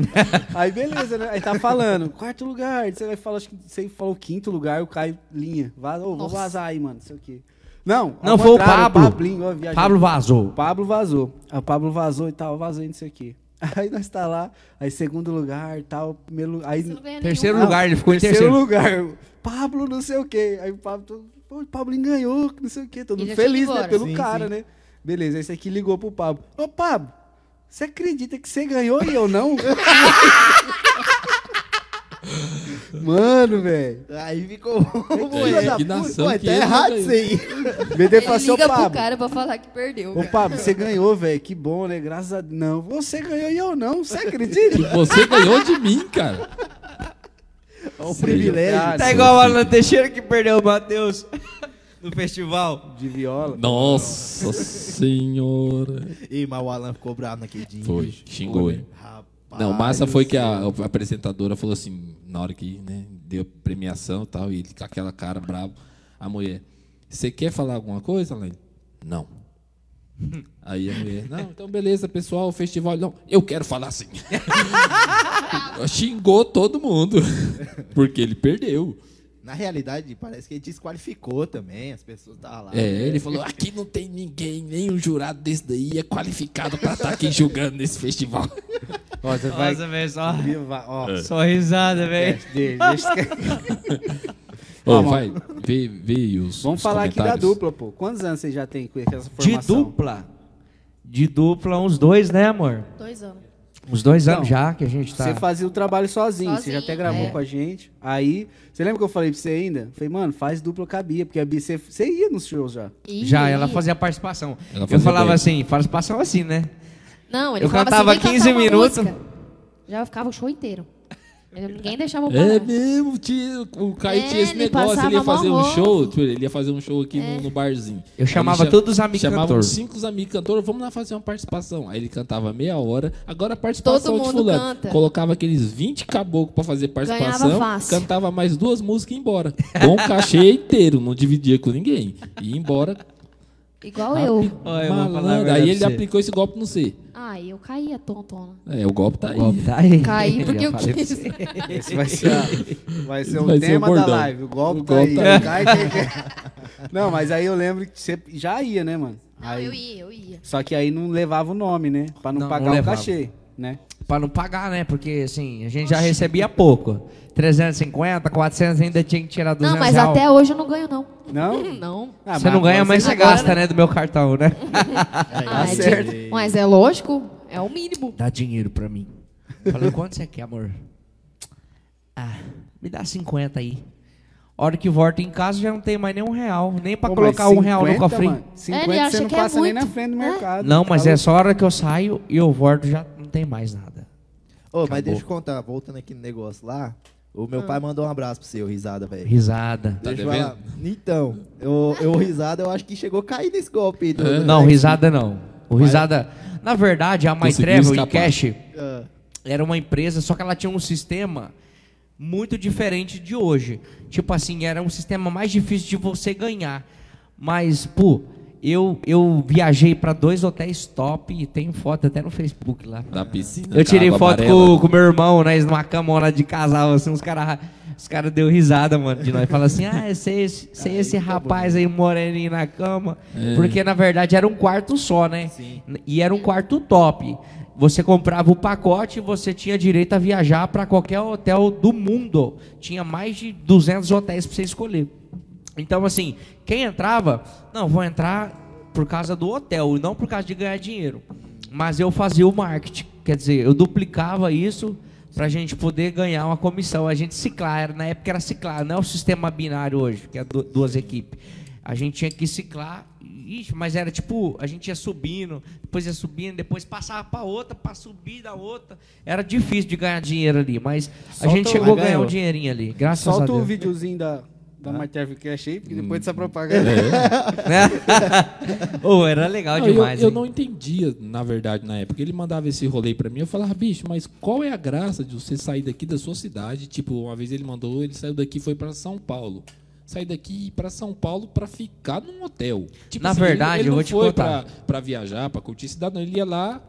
[SPEAKER 1] Aí beleza, né? Aí tá falando, quarto lugar. Você vai falar, acho que você falou quinto lugar, o Caio linha. Vaza, ô, vou
[SPEAKER 4] Nossa.
[SPEAKER 1] vazar aí, mano, não sei o quê. Não, ao
[SPEAKER 5] Não, foi o
[SPEAKER 1] contrário,
[SPEAKER 5] Pablo.
[SPEAKER 1] Pablinho, ó, viajei.
[SPEAKER 5] Pablo
[SPEAKER 1] O
[SPEAKER 5] vazou.
[SPEAKER 1] Pablo vazou. Aí O Pablo vazou e tal, vazou e não sei o quê. <laughs> Aí nós tá lá, aí segundo lugar, tal, primeiro lugar. Aí,
[SPEAKER 4] Você não ganha
[SPEAKER 5] Terceiro
[SPEAKER 4] nenhuma.
[SPEAKER 5] lugar, ele ficou em
[SPEAKER 1] terceiro lugar.
[SPEAKER 5] terceiro.
[SPEAKER 1] Pablo não sei o quê. Aí o Pablo, todo- pô, o Pablo ganhou, que não sei o quê. Todo mundo
[SPEAKER 4] Ele já tinha
[SPEAKER 1] feliz,
[SPEAKER 4] ido
[SPEAKER 1] né?
[SPEAKER 4] embora.
[SPEAKER 1] Pelo
[SPEAKER 3] Sim,
[SPEAKER 1] cara,
[SPEAKER 3] sim.
[SPEAKER 1] né? Beleza, esse aqui ligou pro Pablo. Ô, Pablo, você acredita que você ganhou e eu não? <laughs> Mano, velho.
[SPEAKER 3] Aí ficou. <laughs>
[SPEAKER 1] filha da
[SPEAKER 2] que nação
[SPEAKER 3] Ué,
[SPEAKER 2] que é,
[SPEAKER 3] tá
[SPEAKER 2] ele
[SPEAKER 3] errado
[SPEAKER 2] ganhou.
[SPEAKER 3] isso aí.
[SPEAKER 1] BD
[SPEAKER 4] Ele
[SPEAKER 1] passou
[SPEAKER 4] liga pro
[SPEAKER 1] assim, Pablo.
[SPEAKER 4] cara pra falar que perdeu.
[SPEAKER 1] Ô, Pablo, você ganhou, velho. Que bom, né? Graças a Deus. Não, você ganhou e eu não. Você acredita?
[SPEAKER 2] Você ganhou de mim, cara.
[SPEAKER 3] É um
[SPEAKER 2] Seja
[SPEAKER 3] privilégio.
[SPEAKER 1] cara.
[SPEAKER 5] Tá igual o Alan Teixeira que perdeu o Matheus <laughs> no festival.
[SPEAKER 1] De viola.
[SPEAKER 2] Nossa senhora.
[SPEAKER 3] Ih, mas o Alan ficou bravo naquele dia.
[SPEAKER 2] Foi,
[SPEAKER 3] bicho.
[SPEAKER 2] xingou ele.
[SPEAKER 3] Rapaz.
[SPEAKER 2] Não, massa foi que a, a apresentadora falou assim, na hora que né, deu a premiação e tal, e ele com aquela
[SPEAKER 3] <laughs>
[SPEAKER 2] cara bravo, a mulher, você quer falar alguma coisa, Alain? Não. Aí a mulher, não, então beleza, pessoal, o festival. Não, eu quero falar
[SPEAKER 3] <laughs>
[SPEAKER 2] assim. Xingou todo mundo. Porque ele perdeu.
[SPEAKER 3] Na realidade, parece que ele desqualificou também. As pessoas estavam lá.
[SPEAKER 2] É, ele falou: aqui não tem ninguém, nem um jurado desse daí é qualificado pra estar aqui <laughs> julgando nesse festival.
[SPEAKER 1] Ó, você vai.
[SPEAKER 6] Nossa, velho, só,
[SPEAKER 1] Viva,
[SPEAKER 2] É.
[SPEAKER 1] ó,
[SPEAKER 6] só risada, velho.
[SPEAKER 1] deixa- deixa- deixa-
[SPEAKER 2] Ô, vai, vê, vê os.
[SPEAKER 1] Vamos
[SPEAKER 2] os
[SPEAKER 1] falar aqui da
[SPEAKER 2] comentários.
[SPEAKER 1] dupla, pô. Quantos anos você já tem com essa
[SPEAKER 5] De
[SPEAKER 1] formação?
[SPEAKER 5] dupla.
[SPEAKER 6] De dupla, uns dois, né, amor?
[SPEAKER 4] Dois anos.
[SPEAKER 5] Uns dois
[SPEAKER 1] Então,
[SPEAKER 5] anos já que a gente tá.
[SPEAKER 1] Você fazia o trabalho sozinho, você já
[SPEAKER 4] Sozinho,
[SPEAKER 1] até gravou
[SPEAKER 4] é.
[SPEAKER 1] com a gente. Aí, você lembra que eu falei pra você ainda? Falei, mano, faz dupla cabia, porque a Bia, você, você ia nos shows já.
[SPEAKER 4] Ih.
[SPEAKER 5] Já, ela fazia participação.
[SPEAKER 2] Ela
[SPEAKER 5] eu
[SPEAKER 2] fazia
[SPEAKER 5] falava
[SPEAKER 2] bem.
[SPEAKER 5] assim, participação assim, né?
[SPEAKER 4] Não, ele
[SPEAKER 5] Eu
[SPEAKER 4] falava
[SPEAKER 5] cantava
[SPEAKER 4] assim, "Vem
[SPEAKER 5] 15
[SPEAKER 4] cantar uma
[SPEAKER 5] minutos."
[SPEAKER 4] música. Já ficava o show inteiro. Eu- Ninguém deixava eu
[SPEAKER 2] É
[SPEAKER 4] parar.
[SPEAKER 2] mesmo, tinha, o Caio
[SPEAKER 4] É,
[SPEAKER 2] tinha esse
[SPEAKER 4] ele
[SPEAKER 2] negócio, ele ia
[SPEAKER 4] passava
[SPEAKER 2] fazer um
[SPEAKER 4] mó É.
[SPEAKER 2] show, tipo, ele ia fazer um show aqui no, no barzinho.
[SPEAKER 5] Eu chamava
[SPEAKER 2] Ele
[SPEAKER 5] todos os amigos
[SPEAKER 2] chamava
[SPEAKER 5] cantor.
[SPEAKER 2] uns cinco os amigos cantores, vamos lá fazer uma participação. Aí ele cantava meia hora, agora a participação
[SPEAKER 4] Todo
[SPEAKER 2] de
[SPEAKER 4] mundo
[SPEAKER 2] fulano.
[SPEAKER 4] canta.
[SPEAKER 2] Colocava aqueles 20 caboclos pra fazer participação,
[SPEAKER 4] Ganhava fácil.
[SPEAKER 2] cantava mais duas músicas e ia embora. Com o cachê <laughs> inteiro, não dividia com ninguém. E ia embora.
[SPEAKER 4] Igual eu.
[SPEAKER 6] Ó, eu vou falar a
[SPEAKER 2] malandro.
[SPEAKER 6] verdade
[SPEAKER 2] Aí
[SPEAKER 6] pra
[SPEAKER 2] ele
[SPEAKER 6] você.
[SPEAKER 2] aplicou esse golpe no C.
[SPEAKER 4] Ai, eu caía tontona.
[SPEAKER 2] É, o golpe tá aí.
[SPEAKER 5] Ó, tá aí.
[SPEAKER 4] Caí
[SPEAKER 5] Já
[SPEAKER 4] porque eu
[SPEAKER 5] falei pra
[SPEAKER 4] quis.
[SPEAKER 5] você.
[SPEAKER 1] Esse vai ser, a- vai ser um
[SPEAKER 2] Vai ser o
[SPEAKER 1] tema da
[SPEAKER 2] bordão.
[SPEAKER 1] live. O golpe
[SPEAKER 2] O
[SPEAKER 1] tá
[SPEAKER 2] golpe
[SPEAKER 1] aí.
[SPEAKER 2] tá
[SPEAKER 1] Cai
[SPEAKER 2] aí.
[SPEAKER 1] quem quer. <laughs> Não, mas aí eu lembro que você já ia, né, mano?
[SPEAKER 4] Não,
[SPEAKER 1] Aí-
[SPEAKER 4] eu ia, eu ia.
[SPEAKER 1] Só que aí não levava o nome, né? Pra não,
[SPEAKER 5] Não,
[SPEAKER 1] pagar
[SPEAKER 5] não
[SPEAKER 1] o
[SPEAKER 5] levava.
[SPEAKER 1] cachê, né?
[SPEAKER 5] <laughs> Pra não pagar, né? Porque assim, a gente já recebia pouco. 350, 400, ainda tinha que tirar 200
[SPEAKER 4] Não, mas
[SPEAKER 5] real.
[SPEAKER 4] até hoje eu não ganho, não.
[SPEAKER 1] Não?
[SPEAKER 4] <laughs> Não.
[SPEAKER 1] Ah,
[SPEAKER 5] Você não ganha, mas você
[SPEAKER 4] agora,
[SPEAKER 5] gasta, né? Do meu cartão, né?
[SPEAKER 4] Ah,
[SPEAKER 3] assim,
[SPEAKER 4] é
[SPEAKER 3] né?
[SPEAKER 1] certo.
[SPEAKER 4] de- Mas é lógico, é o mínimo.
[SPEAKER 5] Dá dinheiro pra mim. Falei, quanto você quer, amor? Ah, me dá 50 aí. Hora que volta em casa já não tem mais nem um real. Nem pra
[SPEAKER 1] Pô, mas
[SPEAKER 5] colocar um real no
[SPEAKER 1] 50,
[SPEAKER 5] cofrinho.
[SPEAKER 1] mano, 50
[SPEAKER 4] Ele
[SPEAKER 1] você
[SPEAKER 4] acha
[SPEAKER 1] não
[SPEAKER 4] que é
[SPEAKER 1] passa nem
[SPEAKER 4] muito,
[SPEAKER 1] na frente do
[SPEAKER 4] né?
[SPEAKER 1] mercado.
[SPEAKER 5] Não, mas
[SPEAKER 1] Tá
[SPEAKER 5] é só a hora que eu saio e eu volto já não tem mais nada.
[SPEAKER 3] Ô, mas deixa eu contar, voltando aqui no negócio lá. O
[SPEAKER 4] Ah.
[SPEAKER 3] meu pai mandou um abraço pro seu, risada, velho.
[SPEAKER 5] Risada.
[SPEAKER 2] Tá
[SPEAKER 3] Deixa eu falar. Então, eu, eu risada, eu acho que chegou a cair nesse golpe aí. né? do- do
[SPEAKER 5] É. Não,
[SPEAKER 3] Nex.
[SPEAKER 5] risada não. O risada. Na verdade, a My
[SPEAKER 2] Conseguiu
[SPEAKER 5] Travel e
[SPEAKER 2] escapar.
[SPEAKER 5] Cash
[SPEAKER 3] Ah,
[SPEAKER 5] era uma empresa, só que ela tinha um sistema muito diferente de hoje. Tipo assim, era um sistema mais difícil de você ganhar. Mas, pô, eu, eu viajei para dois hotéis top e tenho foto até no Facebook lá.
[SPEAKER 2] Da piscina.
[SPEAKER 5] Eu tirei
[SPEAKER 2] da assim, água
[SPEAKER 5] foto
[SPEAKER 2] amarela.
[SPEAKER 5] com, com meu irmão, nós numa cama lá de casal, assim, os caras os cara deu risada, mano, de nós. Fala assim, ah, esse, esse, esse, esse rapaz aí um moreninho na cama. Porque, na verdade, era um quarto só, né?
[SPEAKER 3] Sim.
[SPEAKER 5] E era um quarto top. Você comprava o pacote e você tinha direito a viajar para qualquer hotel do mundo. Tinha mais de 200 hotéis para você escolher. Então, assim, quem entrava, não, vou entrar por causa do hotel e não por causa de ganhar dinheiro. Mas eu fazia o marketing, quer dizer, eu duplicava isso para a gente poder ganhar uma comissão. A gente ciclar, era- na época era ciclar, não é o sistema binário hoje, que é du- duas equipes. A gente tinha que ciclar, ixi, mas era tipo, a gente ia subindo, depois ia subindo, depois passava para outra, para subir da outra. Era difícil de ganhar dinheiro ali, mas a
[SPEAKER 1] Solta
[SPEAKER 5] gente
[SPEAKER 1] o-
[SPEAKER 5] chegou a
[SPEAKER 1] Mas
[SPEAKER 5] ganhar
[SPEAKER 1] ganhou.
[SPEAKER 5] um dinheirinho ali, graças a
[SPEAKER 1] Solta
[SPEAKER 5] Deus. Hum,
[SPEAKER 1] o videozinho da, da Martel Cash aí, porque depois dessa propaganda.
[SPEAKER 5] É. <laughs> Ô, era legal
[SPEAKER 2] Não,
[SPEAKER 5] demais.
[SPEAKER 2] eu, eu
[SPEAKER 5] hein?
[SPEAKER 2] não entendia, na verdade, na época. Ele mandava esse rolê pra mim, eu falava, bicho, mas qual é a graça de você sair daqui da sua cidade? Tipo, uma vez ele mandou, ele saiu daqui e foi pra São Paulo. Sair daqui pra São Paulo pra ficar num hotel. Tipo
[SPEAKER 5] Na
[SPEAKER 2] ele-
[SPEAKER 5] verdade,
[SPEAKER 2] ele
[SPEAKER 5] eu
[SPEAKER 2] não
[SPEAKER 5] vou te
[SPEAKER 2] foi
[SPEAKER 5] contar.
[SPEAKER 2] Pra, pra viajar, pra curtir a cidade, não. Ele ia lá,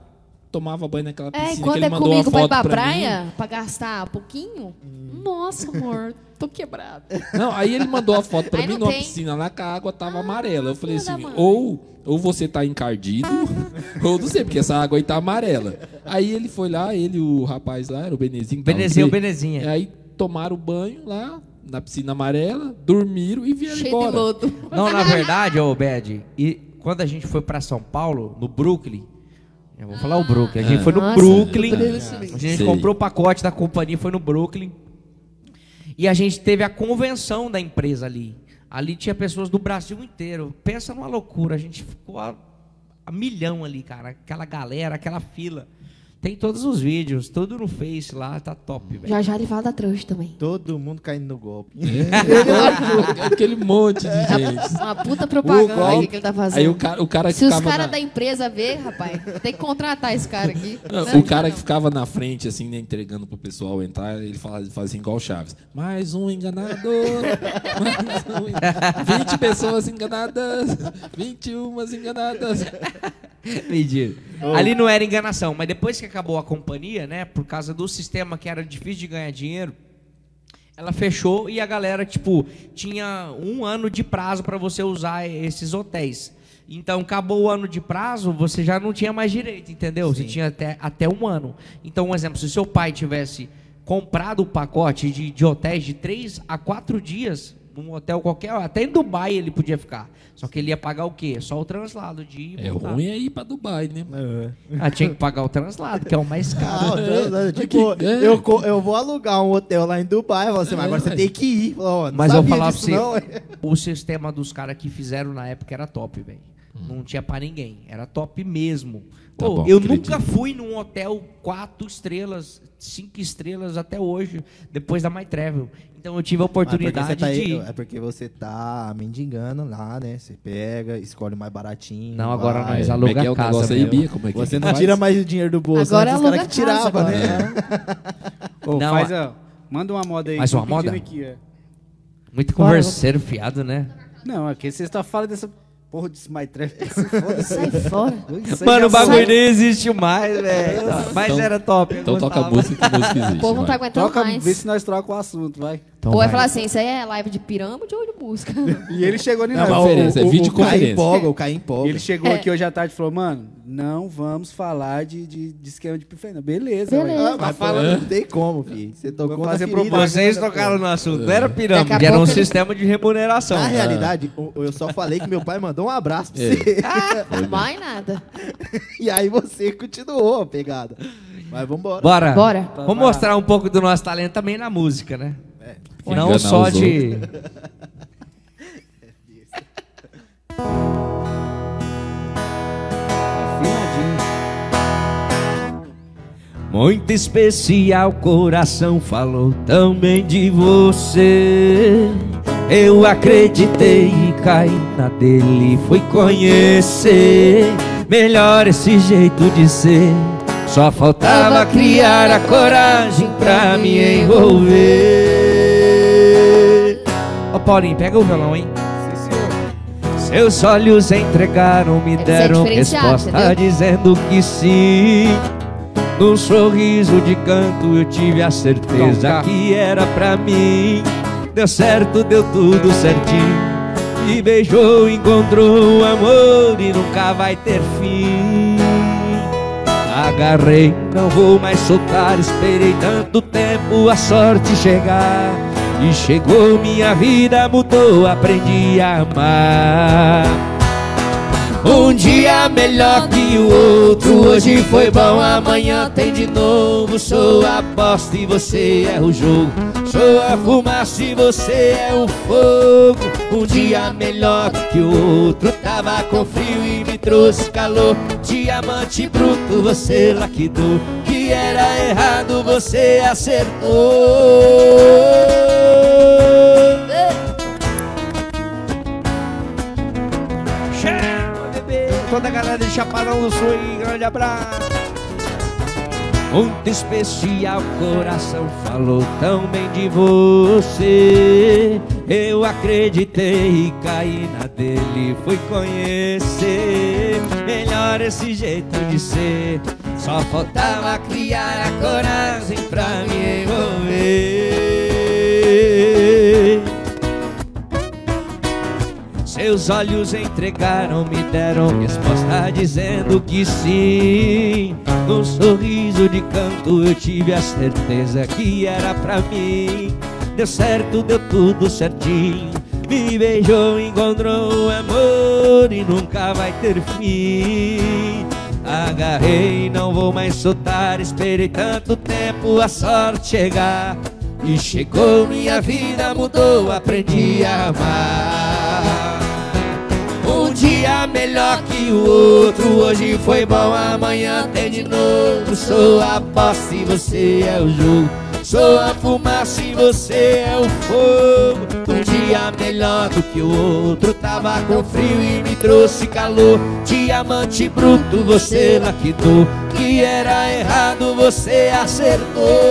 [SPEAKER 2] tomava banho naquela piscina
[SPEAKER 4] É,
[SPEAKER 2] que
[SPEAKER 4] quando
[SPEAKER 2] ele
[SPEAKER 4] é
[SPEAKER 2] mandou
[SPEAKER 4] comigo
[SPEAKER 2] uma
[SPEAKER 4] pra ir
[SPEAKER 2] foto
[SPEAKER 4] pra
[SPEAKER 2] mim.
[SPEAKER 4] praia, pra gastar pouquinho, nossa, amor, tô quebrado.
[SPEAKER 2] Não, aí ele mandou a foto pra
[SPEAKER 4] Aí
[SPEAKER 2] mim
[SPEAKER 4] não
[SPEAKER 2] numa
[SPEAKER 4] tem. Ah,
[SPEAKER 2] piscina lá que a água tava amarela. Eu falei
[SPEAKER 4] filha da
[SPEAKER 2] assim,
[SPEAKER 4] mãe.
[SPEAKER 2] ou, ou você tá encardido,
[SPEAKER 4] <laughs>
[SPEAKER 2] ou não sei, porque essa água aí tá amarela. Aí ele foi lá, ele, o rapaz lá, era o Benezinho. que tava,
[SPEAKER 5] Benezinho,
[SPEAKER 2] não sei.
[SPEAKER 5] Benezinha.
[SPEAKER 2] Aí tomaram banho lá, na piscina amarela, dormiram e vieram
[SPEAKER 4] Cheio
[SPEAKER 2] embora.
[SPEAKER 4] de
[SPEAKER 2] É.
[SPEAKER 4] lodo.
[SPEAKER 5] Não, na verdade, ô Bed, e quando a gente foi pra São Paulo, no Brooklyn, eu vou falar o Brooklyn, a gente
[SPEAKER 2] Ah.
[SPEAKER 5] foi no
[SPEAKER 4] Nossa.
[SPEAKER 5] Brooklyn, a gente
[SPEAKER 2] Sei.
[SPEAKER 5] comprou o pacote da companhia, foi no Brooklyn, e a gente teve a convenção da empresa ali. Ali tinha pessoas do Brasil inteiro. Pensa numa loucura, a gente ficou a, a milhão ali, cara. Aquela galera, aquela fila. Tem todos os vídeos, tudo no Face lá, tá top, velho.
[SPEAKER 4] <laughs> Já já ele fala da trouxa também.
[SPEAKER 3] Todo mundo caindo no golpe.
[SPEAKER 2] <laughs> Aquele monte de gente.
[SPEAKER 4] Uma puta propaganda
[SPEAKER 2] O golpe-
[SPEAKER 4] que ele tá
[SPEAKER 2] Aí o
[SPEAKER 4] fazendo.
[SPEAKER 2] cara, o cara que
[SPEAKER 4] Se os tá
[SPEAKER 2] ficava
[SPEAKER 4] caras
[SPEAKER 2] na-
[SPEAKER 4] da empresa ver, rapaz, tem que contratar esse cara aqui.
[SPEAKER 2] Não,
[SPEAKER 4] Não,
[SPEAKER 2] o cara
[SPEAKER 4] não.
[SPEAKER 2] que ficava na frente, assim, né, entregando pro pessoal entrar, ele fala- fazia assim, igual o Chaves. Mais um enganador. mais um enganador. 20 pessoas enganadas. 21 enganadas.
[SPEAKER 5] Mentira. Ali não era enganação, mas depois que acabou a companhia, né, por causa do sistema que era difícil de ganhar dinheiro, ela fechou e a galera, tipo, tinha um ano de prazo para você usar esses hotéis. Então, acabou o ano de prazo, você já não tinha mais direito, entendeu? Você tinha até, até um ano. Então, um exemplo, se o seu pai tivesse comprado o pacote de, de hotéis de três a quatro dias, num hotel qualquer, até em Dubai ele podia ficar. Só que ele ia pagar o quê? Só o translado de ir e
[SPEAKER 2] É
[SPEAKER 5] voltar.
[SPEAKER 2] ruim é ir pra Dubai, né?
[SPEAKER 5] Ah, tinha que pagar o translado, que é o
[SPEAKER 3] <laughs>
[SPEAKER 5] mais
[SPEAKER 3] Ah,
[SPEAKER 5] caro.
[SPEAKER 3] eu tô- eu-
[SPEAKER 2] Mas
[SPEAKER 3] tipo,
[SPEAKER 2] que- é.
[SPEAKER 3] eu, co- eu vou alugar um hotel lá em Dubai. Eu falo assim, mas agora você
[SPEAKER 2] É.
[SPEAKER 3] tem que ir. Fala, ó, não
[SPEAKER 5] Mas eu
[SPEAKER 3] sabia
[SPEAKER 5] falava pra
[SPEAKER 3] disso,
[SPEAKER 5] você,
[SPEAKER 3] não. é."
[SPEAKER 5] o sistema dos caras que fizeram na época era top, velho. Não tinha pra ninguém, era top mesmo.
[SPEAKER 2] Tá
[SPEAKER 5] Ô,
[SPEAKER 2] bom,
[SPEAKER 5] eu
[SPEAKER 2] acredito.
[SPEAKER 5] nunca fui num hotel quatro estrelas, cinco estrelas até hoje, depois da My Travel. Então eu tive a
[SPEAKER 3] Ah, porque
[SPEAKER 5] oportunidade
[SPEAKER 3] você tá
[SPEAKER 5] de
[SPEAKER 3] aí-
[SPEAKER 5] ir.
[SPEAKER 3] É porque você tá mendigando lá, né? Você pega, escolhe o mais baratinho.
[SPEAKER 5] Não, agora
[SPEAKER 3] vai.
[SPEAKER 5] nós
[SPEAKER 2] Como é que é o
[SPEAKER 5] aluga a
[SPEAKER 2] negócio
[SPEAKER 5] casa
[SPEAKER 2] aí,
[SPEAKER 5] mesmo.
[SPEAKER 2] Bia? Como é que
[SPEAKER 3] Você
[SPEAKER 2] é?
[SPEAKER 3] não tira mais o dinheiro do bolso.
[SPEAKER 4] Agora
[SPEAKER 3] antes os
[SPEAKER 4] aluga
[SPEAKER 3] caras que
[SPEAKER 4] a casa
[SPEAKER 3] tirava,
[SPEAKER 4] agora.
[SPEAKER 1] <laughs>
[SPEAKER 3] né?
[SPEAKER 1] Ô,
[SPEAKER 5] Não,
[SPEAKER 1] faz
[SPEAKER 5] a-
[SPEAKER 1] a... Manda uma moda aí.
[SPEAKER 5] Mais
[SPEAKER 1] tô
[SPEAKER 5] uma moda?
[SPEAKER 1] pedindo Aqui, é.
[SPEAKER 5] Muito converseiro, fiado, né?
[SPEAKER 1] Não, aqui vocês estão falando dessa porra de Smartrap.
[SPEAKER 4] <laughs> Sai fora.
[SPEAKER 5] Mano, o bagulho
[SPEAKER 4] sai.
[SPEAKER 5] nem existe mais, velho. Mas
[SPEAKER 2] Então-
[SPEAKER 5] era top. eu
[SPEAKER 2] Então toca a
[SPEAKER 5] gostava.
[SPEAKER 2] música que a música
[SPEAKER 4] O
[SPEAKER 2] existe.
[SPEAKER 4] povo não tá
[SPEAKER 2] vai.
[SPEAKER 4] aguentando
[SPEAKER 1] Toca,
[SPEAKER 4] mais.
[SPEAKER 1] vê se nós trocamos o assunto, vai.
[SPEAKER 5] Então
[SPEAKER 4] Ou vai
[SPEAKER 5] vai.
[SPEAKER 4] falar assim, isso aí é live de pirâmide ou de busca?
[SPEAKER 1] E ele chegou ali
[SPEAKER 3] Não,
[SPEAKER 1] nós.
[SPEAKER 2] mas
[SPEAKER 3] mas
[SPEAKER 2] Conferência, é videoconferência.
[SPEAKER 3] O Caio empolga, o Caio empolga.
[SPEAKER 1] E ele
[SPEAKER 4] É.
[SPEAKER 1] chegou aqui hoje à tarde e falou, mano, não vamos falar de, de, de esquema de pifena. Beleza, ué.
[SPEAKER 4] Beleza.
[SPEAKER 3] Ah, mas fala, não tem como, filho. Você tocou
[SPEAKER 1] Vou
[SPEAKER 3] na
[SPEAKER 1] fazer
[SPEAKER 3] ferida.
[SPEAKER 1] propaganda.
[SPEAKER 5] Vocês tocaram no assunto. Não era
[SPEAKER 4] Daqui
[SPEAKER 5] pirâmide,
[SPEAKER 4] a
[SPEAKER 5] era um
[SPEAKER 4] pouco ele-
[SPEAKER 5] sistema de remuneração.
[SPEAKER 3] Na realidade, eu- eu só falei que meu pai mandou um abraço pra
[SPEAKER 2] É.
[SPEAKER 3] você. <laughs>
[SPEAKER 4] Vai nada.
[SPEAKER 3] E aí você continuou a pegada. Mas vambora.
[SPEAKER 5] Bora.
[SPEAKER 4] Bora.
[SPEAKER 5] Vamos mostrar um pouco do nosso talento também na música, né? Não
[SPEAKER 2] É, Enganar
[SPEAKER 5] só
[SPEAKER 2] os
[SPEAKER 5] de.
[SPEAKER 1] Afinadinho.
[SPEAKER 5] Muito especial, coração falou também de você. Eu acreditei e caí na dele, fui conhecer. Melhor esse jeito de ser. Só faltava criar a coragem pra me envolver. Ô Paulinho, pega o violão, hein?
[SPEAKER 1] Sim, senhor.
[SPEAKER 5] Seus olhos entregaram, me
[SPEAKER 4] que você é
[SPEAKER 5] deram
[SPEAKER 4] diferenciado,
[SPEAKER 5] resposta
[SPEAKER 4] entendeu?
[SPEAKER 5] dizendo que sim. Num sorriso de canto eu tive a
[SPEAKER 1] Tom,
[SPEAKER 5] certeza
[SPEAKER 1] tá.
[SPEAKER 5] que era pra mim. Deu certo, deu tudo certinho. Me beijou, encontrou o amor e nunca vai ter fim. Agarrei, não vou mais soltar. Esperei tanto tempo a sorte chegar. E chegou, minha vida mudou. Aprendi a amar. Um dia melhor que o outro, hoje foi bom, amanhã tem de novo. Sou a aposta e você é o jogo. Sou a fumaça e você é o fogo. Um dia melhor que o outro, tava com frio e me trouxe calor. Diamante bruto, você laquidou. Que era errado, você acertou. Chama, bebê! Toda a galera de Chapadão do Sul, aí, grande abraço! Muito especial, coração falou tão bem de você. Eu acreditei e caí na dele, fui conhecer. Melhor esse jeito de ser. Só faltava criar a coragem pra me envolver. Seus olhos entregaram, me deram resposta dizendo que sim. Num sorriso de canto eu tive a certeza que era pra mim. Deu certo, deu tudo certinho. Me beijou, encontrou o amor e nunca vai ter fim. Agarrei, não vou mais soltar. Esperei tanto tempo a sorte chegar. E chegou, minha vida mudou, aprendi a amar. Um dia melhor que o outro, hoje foi bom, amanhã tem de novo. Sou a posse e você é o jogo. Sou a fumaça e você é o fogo. Um dia melhor do que o outro, tava com frio e me trouxe calor. Diamante bruto, você laquidou. Que era errado, você acertou.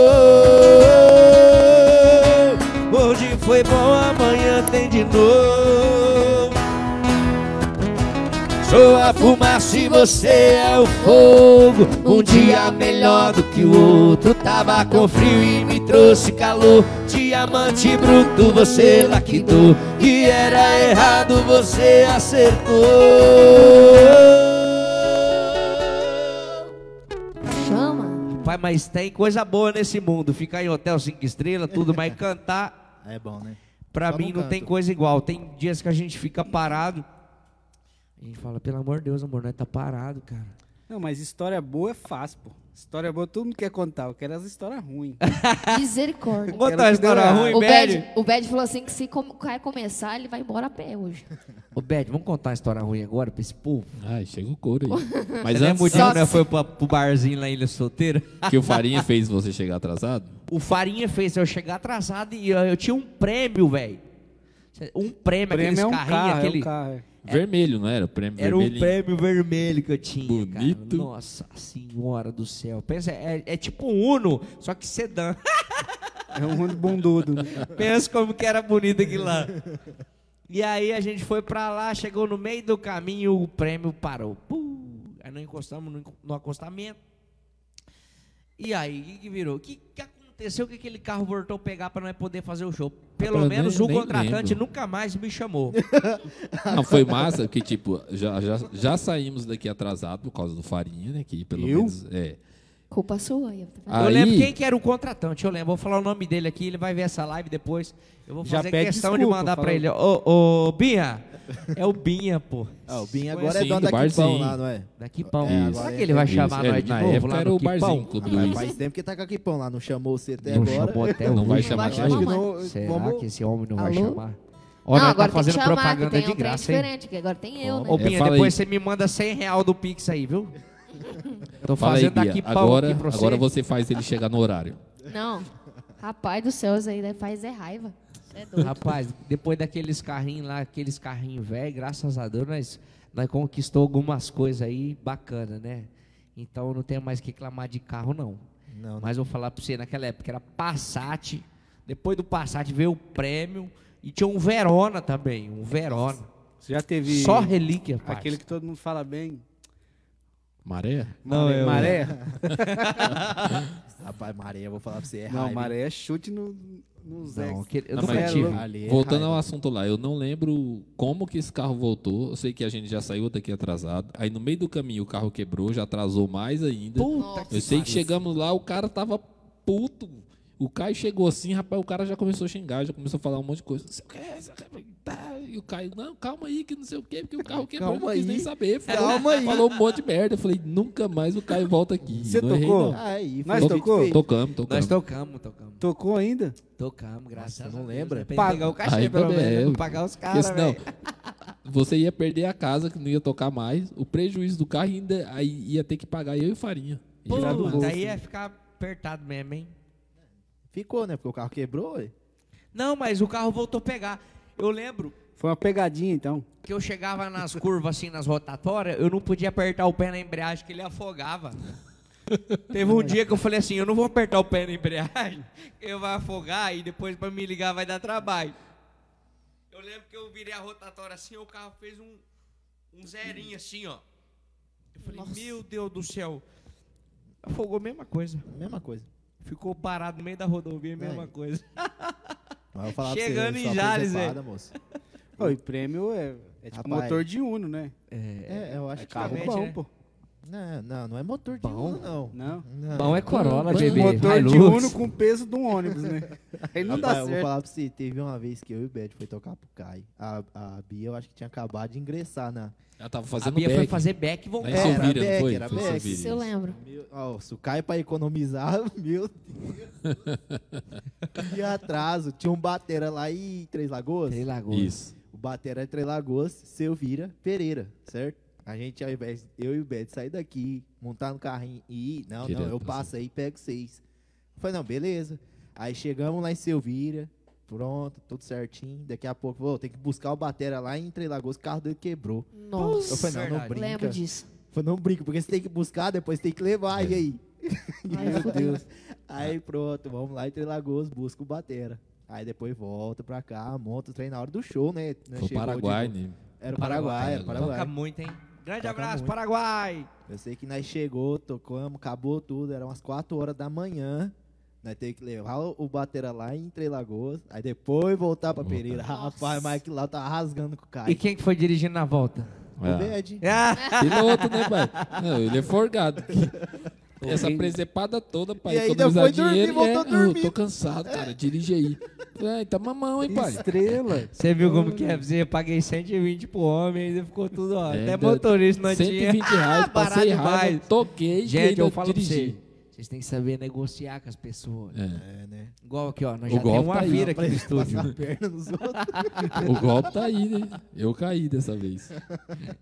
[SPEAKER 5] Hoje foi bom, amanhã tem de novo. Sou a fumaça e você é o fogo. Um dia melhor do que o outro. Tava com frio e me trouxe calor. Diamante bruto, você laquidou. Que era errado, você acertou.
[SPEAKER 4] Chama.
[SPEAKER 5] Pai, mas tem coisa boa nesse mundo. Ficar em hotel cinco estrelas, tudo, mas cantar,
[SPEAKER 3] É bom, né?
[SPEAKER 5] pra
[SPEAKER 3] Só
[SPEAKER 5] mim,
[SPEAKER 3] não
[SPEAKER 5] não tem
[SPEAKER 3] canto.
[SPEAKER 5] coisa igual. Tem dias que a gente fica parado. A gente fala, pelo amor de Deus, amor, nós tá parado, cara.
[SPEAKER 1] Não, mas história boa é fácil, pô. História boa todo mundo quer contar. Eu quero as histórias ruins.
[SPEAKER 4] Misericórdia.
[SPEAKER 5] Conta
[SPEAKER 1] Quero
[SPEAKER 5] uma
[SPEAKER 1] que
[SPEAKER 5] história
[SPEAKER 1] deu errado.
[SPEAKER 5] ruim,
[SPEAKER 4] O
[SPEAKER 5] Bad.
[SPEAKER 4] Bad, o Bad falou assim que se com- o cara começar, ele vai embora a pé hoje.
[SPEAKER 5] Ô, Bad, vamos contar uma história ruim agora pra esse povo? é
[SPEAKER 2] Ai, chegou couro aí. Mas
[SPEAKER 5] Você lembra o
[SPEAKER 2] antes
[SPEAKER 4] Só
[SPEAKER 5] dia que nós
[SPEAKER 4] se-
[SPEAKER 5] né, foi pra- pro barzinho lá em Ilha Solteira?
[SPEAKER 2] que o Farinha fez você chegar atrasado,
[SPEAKER 5] O Farinha fez eu chegar atrasado e eu, eu tinha um prêmio, velho. Um prêmio,
[SPEAKER 1] prêmio
[SPEAKER 5] aqueles
[SPEAKER 1] é um
[SPEAKER 5] carrinhos,
[SPEAKER 1] carro,
[SPEAKER 5] aquele...
[SPEAKER 1] é um carro. é.
[SPEAKER 2] vermelho, não era? O prêmio
[SPEAKER 5] Era um
[SPEAKER 2] vermelho.
[SPEAKER 5] prêmio vermelho que eu tinha, cara.
[SPEAKER 2] Bonito.
[SPEAKER 5] Nossa senhora do céu. Pensa, é, é tipo um Uno, só que sedã.
[SPEAKER 1] É um mundo bundudo.
[SPEAKER 5] Pensa como que era bonito aquilo lá. E aí a gente foi pra lá, chegou no meio do caminho, o prêmio parou. Puh, aí nós encostamos no, enco- no acostamento. E aí, o que, que virou? O que, que aconteceu que aquele carro voltou a pegar pra nós poder fazer o show? Pelo
[SPEAKER 2] Rapaz, eu
[SPEAKER 5] menos
[SPEAKER 2] nem-
[SPEAKER 5] o
[SPEAKER 2] nem
[SPEAKER 5] contratante
[SPEAKER 2] lembro.
[SPEAKER 5] nunca mais me chamou.
[SPEAKER 2] Não, foi massa, porque, tipo, já, já, já saímos daqui atrasado por causa do Farinha, né? Que pelo
[SPEAKER 1] Eu?
[SPEAKER 2] menos. É.
[SPEAKER 4] Culpa sua. tá Eu,
[SPEAKER 2] Ah,
[SPEAKER 5] Eu
[SPEAKER 2] Aí-
[SPEAKER 5] lembro quem que era o contratante, eu lembro. Vou falar o nome dele aqui, ele vai ver essa live depois. Eu vou
[SPEAKER 1] Já
[SPEAKER 5] fazer
[SPEAKER 1] pede
[SPEAKER 5] questão de
[SPEAKER 1] desculpa,
[SPEAKER 5] mandar pra
[SPEAKER 1] falou.
[SPEAKER 5] ele. Ô, ô, Binha! É o Binha, pô. assim,
[SPEAKER 3] Ah, o Bin agora é
[SPEAKER 2] Sim,
[SPEAKER 3] dono
[SPEAKER 2] do
[SPEAKER 3] da
[SPEAKER 2] bar,
[SPEAKER 3] Kipão
[SPEAKER 2] sim.
[SPEAKER 3] lá, não é?
[SPEAKER 5] Da Kipão.
[SPEAKER 2] Isso.
[SPEAKER 5] Será que ele vai
[SPEAKER 2] Isso,
[SPEAKER 5] chamar
[SPEAKER 2] é,
[SPEAKER 5] nós de
[SPEAKER 2] na
[SPEAKER 5] novo
[SPEAKER 2] época
[SPEAKER 5] lá
[SPEAKER 2] era
[SPEAKER 5] no Ah,
[SPEAKER 2] o barzinho,
[SPEAKER 5] Kipão?
[SPEAKER 2] Clube
[SPEAKER 3] Mas
[SPEAKER 2] Livre.
[SPEAKER 3] faz tempo que tá com a Kipão lá, não chamou você até
[SPEAKER 5] Não
[SPEAKER 3] agora.
[SPEAKER 5] chamou até
[SPEAKER 2] Não vai
[SPEAKER 5] hoje.
[SPEAKER 2] chamar
[SPEAKER 3] Acho
[SPEAKER 2] até hoje.
[SPEAKER 3] que
[SPEAKER 5] né?
[SPEAKER 3] não.
[SPEAKER 5] Será
[SPEAKER 3] vamos-
[SPEAKER 5] que esse homem não vai
[SPEAKER 4] Alô?
[SPEAKER 5] chamar?
[SPEAKER 4] não,
[SPEAKER 5] Olha, ele
[SPEAKER 4] agora
[SPEAKER 5] tá
[SPEAKER 4] tem que
[SPEAKER 5] fazendo
[SPEAKER 4] chamar, que
[SPEAKER 5] propaganda
[SPEAKER 4] tem
[SPEAKER 5] de
[SPEAKER 4] um trem
[SPEAKER 5] graça, hein?
[SPEAKER 4] diferente, que agora tem eu, né?
[SPEAKER 5] Ô,
[SPEAKER 2] É,
[SPEAKER 5] Binha,
[SPEAKER 2] fala
[SPEAKER 5] depois
[SPEAKER 2] aí.
[SPEAKER 5] você me manda 100 real do Pix aí, viu? Tô
[SPEAKER 2] Fala aí,
[SPEAKER 5] fazendo da
[SPEAKER 2] Bia.
[SPEAKER 5] Kipão
[SPEAKER 2] Agora,
[SPEAKER 5] aqui pra você.
[SPEAKER 2] agora você faz ele chegar no horário.
[SPEAKER 4] Não. Rapaz do céu, isso aí daí faz é raiva. Cê É doido.
[SPEAKER 5] Rapaz, depois daqueles carrinhos lá, aqueles carrinhos velhos, graças a Deus, nós, nós conquistou algumas coisas aí bacana, né? Então eu não tenho mais que reclamar de carro, não.
[SPEAKER 3] Não, não.
[SPEAKER 5] Mas eu vou falar pra você, naquela época era Passat, depois do Passat veio o prêmio e tinha um Verona também, um Verona.
[SPEAKER 1] Você já teve
[SPEAKER 5] Só relíquia, pai.
[SPEAKER 1] aquele que todo mundo fala bem?
[SPEAKER 2] Maré?
[SPEAKER 5] Não,
[SPEAKER 1] Maré-
[SPEAKER 5] eu-
[SPEAKER 1] Maré?
[SPEAKER 3] Rapaz, Maria, eu vou falar pra você, é
[SPEAKER 1] Não,
[SPEAKER 3] raiva,
[SPEAKER 1] Maré é chute no, nos
[SPEAKER 5] Não,
[SPEAKER 1] ex.
[SPEAKER 5] aquele- eu
[SPEAKER 2] Não,
[SPEAKER 5] nunca
[SPEAKER 1] mas-
[SPEAKER 5] tive.
[SPEAKER 3] hein? Ali é
[SPEAKER 2] Voltando ao
[SPEAKER 3] raiva.
[SPEAKER 2] assunto lá, eu não lembro como que esse carro voltou. Eu sei que a gente já saiu daqui atrasado. Aí no meio do caminho o carro quebrou, já atrasou mais ainda.
[SPEAKER 5] Puta
[SPEAKER 2] eu sei que chegamos lá, o cara tava puto. O Caio chegou assim, rapaz, o cara já começou a xingar, já começou a falar um monte de coisa. Não sei o que, sei o que, tá. E o Caio, não, calma aí, que não sei o que, porque o carro quebrou, eu não
[SPEAKER 3] Calma
[SPEAKER 2] quis
[SPEAKER 3] aí.
[SPEAKER 2] nem saber. Falou,
[SPEAKER 3] Calma aí.
[SPEAKER 2] falou um monte de merda. Eu falei, nunca mais o Caio volta aqui.
[SPEAKER 1] Você
[SPEAKER 2] Não errei,
[SPEAKER 1] tocou?
[SPEAKER 2] não.
[SPEAKER 3] Aí,
[SPEAKER 1] Nós
[SPEAKER 3] foi
[SPEAKER 1] tocou?
[SPEAKER 3] feito.
[SPEAKER 2] Tocamos, tocamos.
[SPEAKER 5] Nós tocamos, tocamos.
[SPEAKER 1] Tocou ainda?
[SPEAKER 5] Tocamos, graças a
[SPEAKER 3] Nossa,
[SPEAKER 5] Deus.
[SPEAKER 3] não lembra?
[SPEAKER 5] né? Pra
[SPEAKER 1] Paga-
[SPEAKER 5] ele pagar o cachê,
[SPEAKER 2] Aí
[SPEAKER 5] pelo
[SPEAKER 2] também,
[SPEAKER 5] menos.
[SPEAKER 2] é.
[SPEAKER 5] pra Pagar os
[SPEAKER 2] Porque
[SPEAKER 5] caras,
[SPEAKER 2] senão,
[SPEAKER 5] velho. <laughs>
[SPEAKER 2] você ia perder a casa, que não ia tocar mais. O prejuízo do carro ainda aí ia ter que pagar eu e o Farinha. E
[SPEAKER 1] Tirar do
[SPEAKER 5] Puta,
[SPEAKER 1] bolso,
[SPEAKER 5] aí
[SPEAKER 1] né?
[SPEAKER 5] ia ficar apertado mesmo, hein?
[SPEAKER 3] Ficou, né? Porque o carro quebrou, ué.
[SPEAKER 5] Não, mas o carro voltou a pegar. Eu lembro
[SPEAKER 1] Foi uma pegadinha, então.
[SPEAKER 5] que eu chegava nas curvas, assim, nas rotatórias, eu não podia apertar o pé na embreagem, que ele afogava. Teve um dia que eu falei assim, eu não vou apertar o pé na embreagem, eu vai afogar e depois pra me ligar vai dar trabalho. Eu lembro que eu virei a rotatória assim, o carro fez um, um zerinho assim, ó. Eu falei, meu Deus do céu. Afogou a mesma coisa.
[SPEAKER 3] Mesma coisa.
[SPEAKER 5] Ficou parado no meio da rodovia, a mesma
[SPEAKER 3] Aí.
[SPEAKER 5] coisa.
[SPEAKER 3] Mas eu vou falar pra
[SPEAKER 5] Chegando
[SPEAKER 3] você,
[SPEAKER 5] em
[SPEAKER 3] sua
[SPEAKER 5] Jales,
[SPEAKER 3] preservada, moço.
[SPEAKER 1] Ô, e prêmio é, é tipo
[SPEAKER 3] Rapaz.
[SPEAKER 1] motor de Uno, né?
[SPEAKER 3] É, eu acho
[SPEAKER 1] É
[SPEAKER 3] que
[SPEAKER 1] carro
[SPEAKER 5] Realmente,
[SPEAKER 1] bom,
[SPEAKER 5] né?
[SPEAKER 1] pô.
[SPEAKER 3] Não, não, não é motor de
[SPEAKER 5] Bom?
[SPEAKER 3] Uno, não.
[SPEAKER 1] Não.
[SPEAKER 3] Não.
[SPEAKER 5] Bom é Corolla, bebê.
[SPEAKER 1] motor de
[SPEAKER 5] Hilux.
[SPEAKER 1] Uno com o peso de um ônibus, né? Aí não
[SPEAKER 3] Rapaz,
[SPEAKER 1] dá
[SPEAKER 3] eu vou
[SPEAKER 1] certo.
[SPEAKER 3] falar pra você, teve uma vez que eu e o Bad foi tocar pro Kai. A, a Bia, eu acho que tinha acabado de ingressar na...
[SPEAKER 2] Ela tava
[SPEAKER 5] A
[SPEAKER 2] fazendo
[SPEAKER 5] Bia foi
[SPEAKER 2] back.
[SPEAKER 5] fazer back e
[SPEAKER 2] Lá em
[SPEAKER 3] Era
[SPEAKER 5] voltou.
[SPEAKER 2] Silvíria,
[SPEAKER 3] back,
[SPEAKER 2] não foi?
[SPEAKER 3] era
[SPEAKER 2] Foi em
[SPEAKER 3] back.
[SPEAKER 2] Silvíria.
[SPEAKER 4] Isso eu lembro.
[SPEAKER 3] Meu, ó, se o Caio pra economizar, <laughs> meu Deus. e atraso, tinha um batera lá em Três Lagoas.
[SPEAKER 5] Três Lagoas.
[SPEAKER 2] Isso.
[SPEAKER 3] O batera de Três Lagoas, seu vira Pereira, certo? A gente, ao invés, eu e o Beto sair daqui, montar no carrinho e ir, não,
[SPEAKER 2] Direto
[SPEAKER 3] não, eu
[SPEAKER 2] pra
[SPEAKER 3] passo aí e pego vocês. Eu Falei, não, beleza. Aí chegamos lá em Selvira, pronto, tudo certinho. Daqui a pouco, vou, tem que buscar o batera lá em Três Lagoas, o carro dele quebrou.
[SPEAKER 4] Nossa.
[SPEAKER 3] Eu falei, não, não
[SPEAKER 5] Verdade.
[SPEAKER 3] brinca.
[SPEAKER 4] Lembro disso.
[SPEAKER 3] Falei, não brinca, porque você tem que buscar, depois tem que levar,
[SPEAKER 2] É.
[SPEAKER 3] e aí?
[SPEAKER 4] Ai,
[SPEAKER 3] Meu
[SPEAKER 4] fudeu.
[SPEAKER 3] Deus. Aí pronto, vamos lá em Três Lagoas, busca o Batera. Aí depois volta pra cá, monta o trem na hora do show, né?
[SPEAKER 2] Foi
[SPEAKER 3] Né,
[SPEAKER 2] o
[SPEAKER 3] chegou de
[SPEAKER 2] Paraguai,
[SPEAKER 3] novo.
[SPEAKER 2] né?
[SPEAKER 3] Era o Paraguai, era o
[SPEAKER 5] Toca
[SPEAKER 3] Paraguai.
[SPEAKER 5] muito, hein? Grande
[SPEAKER 3] Toca
[SPEAKER 5] abraço,
[SPEAKER 3] muito.
[SPEAKER 5] Paraguai.
[SPEAKER 3] Eu sei que nós chegou, tocamos, acabou tudo, era umas 4 horas da manhã. Nós teve que levar o o batera lá em Três Lagoas, aí depois voltar pra Pereira. Rapaz, mas aquilo lá tava rasgando com o cara.
[SPEAKER 7] E quem que foi dirigindo na volta?
[SPEAKER 3] O Bad.
[SPEAKER 5] Ah,
[SPEAKER 2] Piloto, né, pai? Não, ele é
[SPEAKER 5] <laughs>
[SPEAKER 2] forgado. Essa presepada toda, pai,
[SPEAKER 3] E ainda
[SPEAKER 2] economizar
[SPEAKER 3] foi dormir,
[SPEAKER 2] dinheiro.
[SPEAKER 3] voltou
[SPEAKER 2] é, eu
[SPEAKER 3] dormindo.
[SPEAKER 2] tô cansado, cara. Dirige aí. Ai, tá mamão, hein, pai?
[SPEAKER 1] Estrela.
[SPEAKER 5] Você viu como que é? Eu paguei 120 pro homem, ainda ficou tudo, ó.
[SPEAKER 2] É,
[SPEAKER 5] até
[SPEAKER 2] deu
[SPEAKER 5] motorista não tinha.
[SPEAKER 2] 120 reais,
[SPEAKER 5] <laughs> Ah, barato
[SPEAKER 2] passei raiva,
[SPEAKER 5] demais.
[SPEAKER 2] toquei e
[SPEAKER 5] Gente,
[SPEAKER 2] ainda
[SPEAKER 5] eu falo
[SPEAKER 2] dirigi.
[SPEAKER 5] pra vocês. Vocês têm que saber negociar com as pessoas.
[SPEAKER 2] É,
[SPEAKER 5] Igual aqui, ó. Nós
[SPEAKER 2] O
[SPEAKER 5] já temos
[SPEAKER 2] golpe
[SPEAKER 5] uma
[SPEAKER 2] tá aí,
[SPEAKER 5] vira aqui no
[SPEAKER 3] Passar
[SPEAKER 5] estúdio.
[SPEAKER 3] a né? perna nos outros.
[SPEAKER 2] o golpe tá aí, né? Eu caí dessa vez.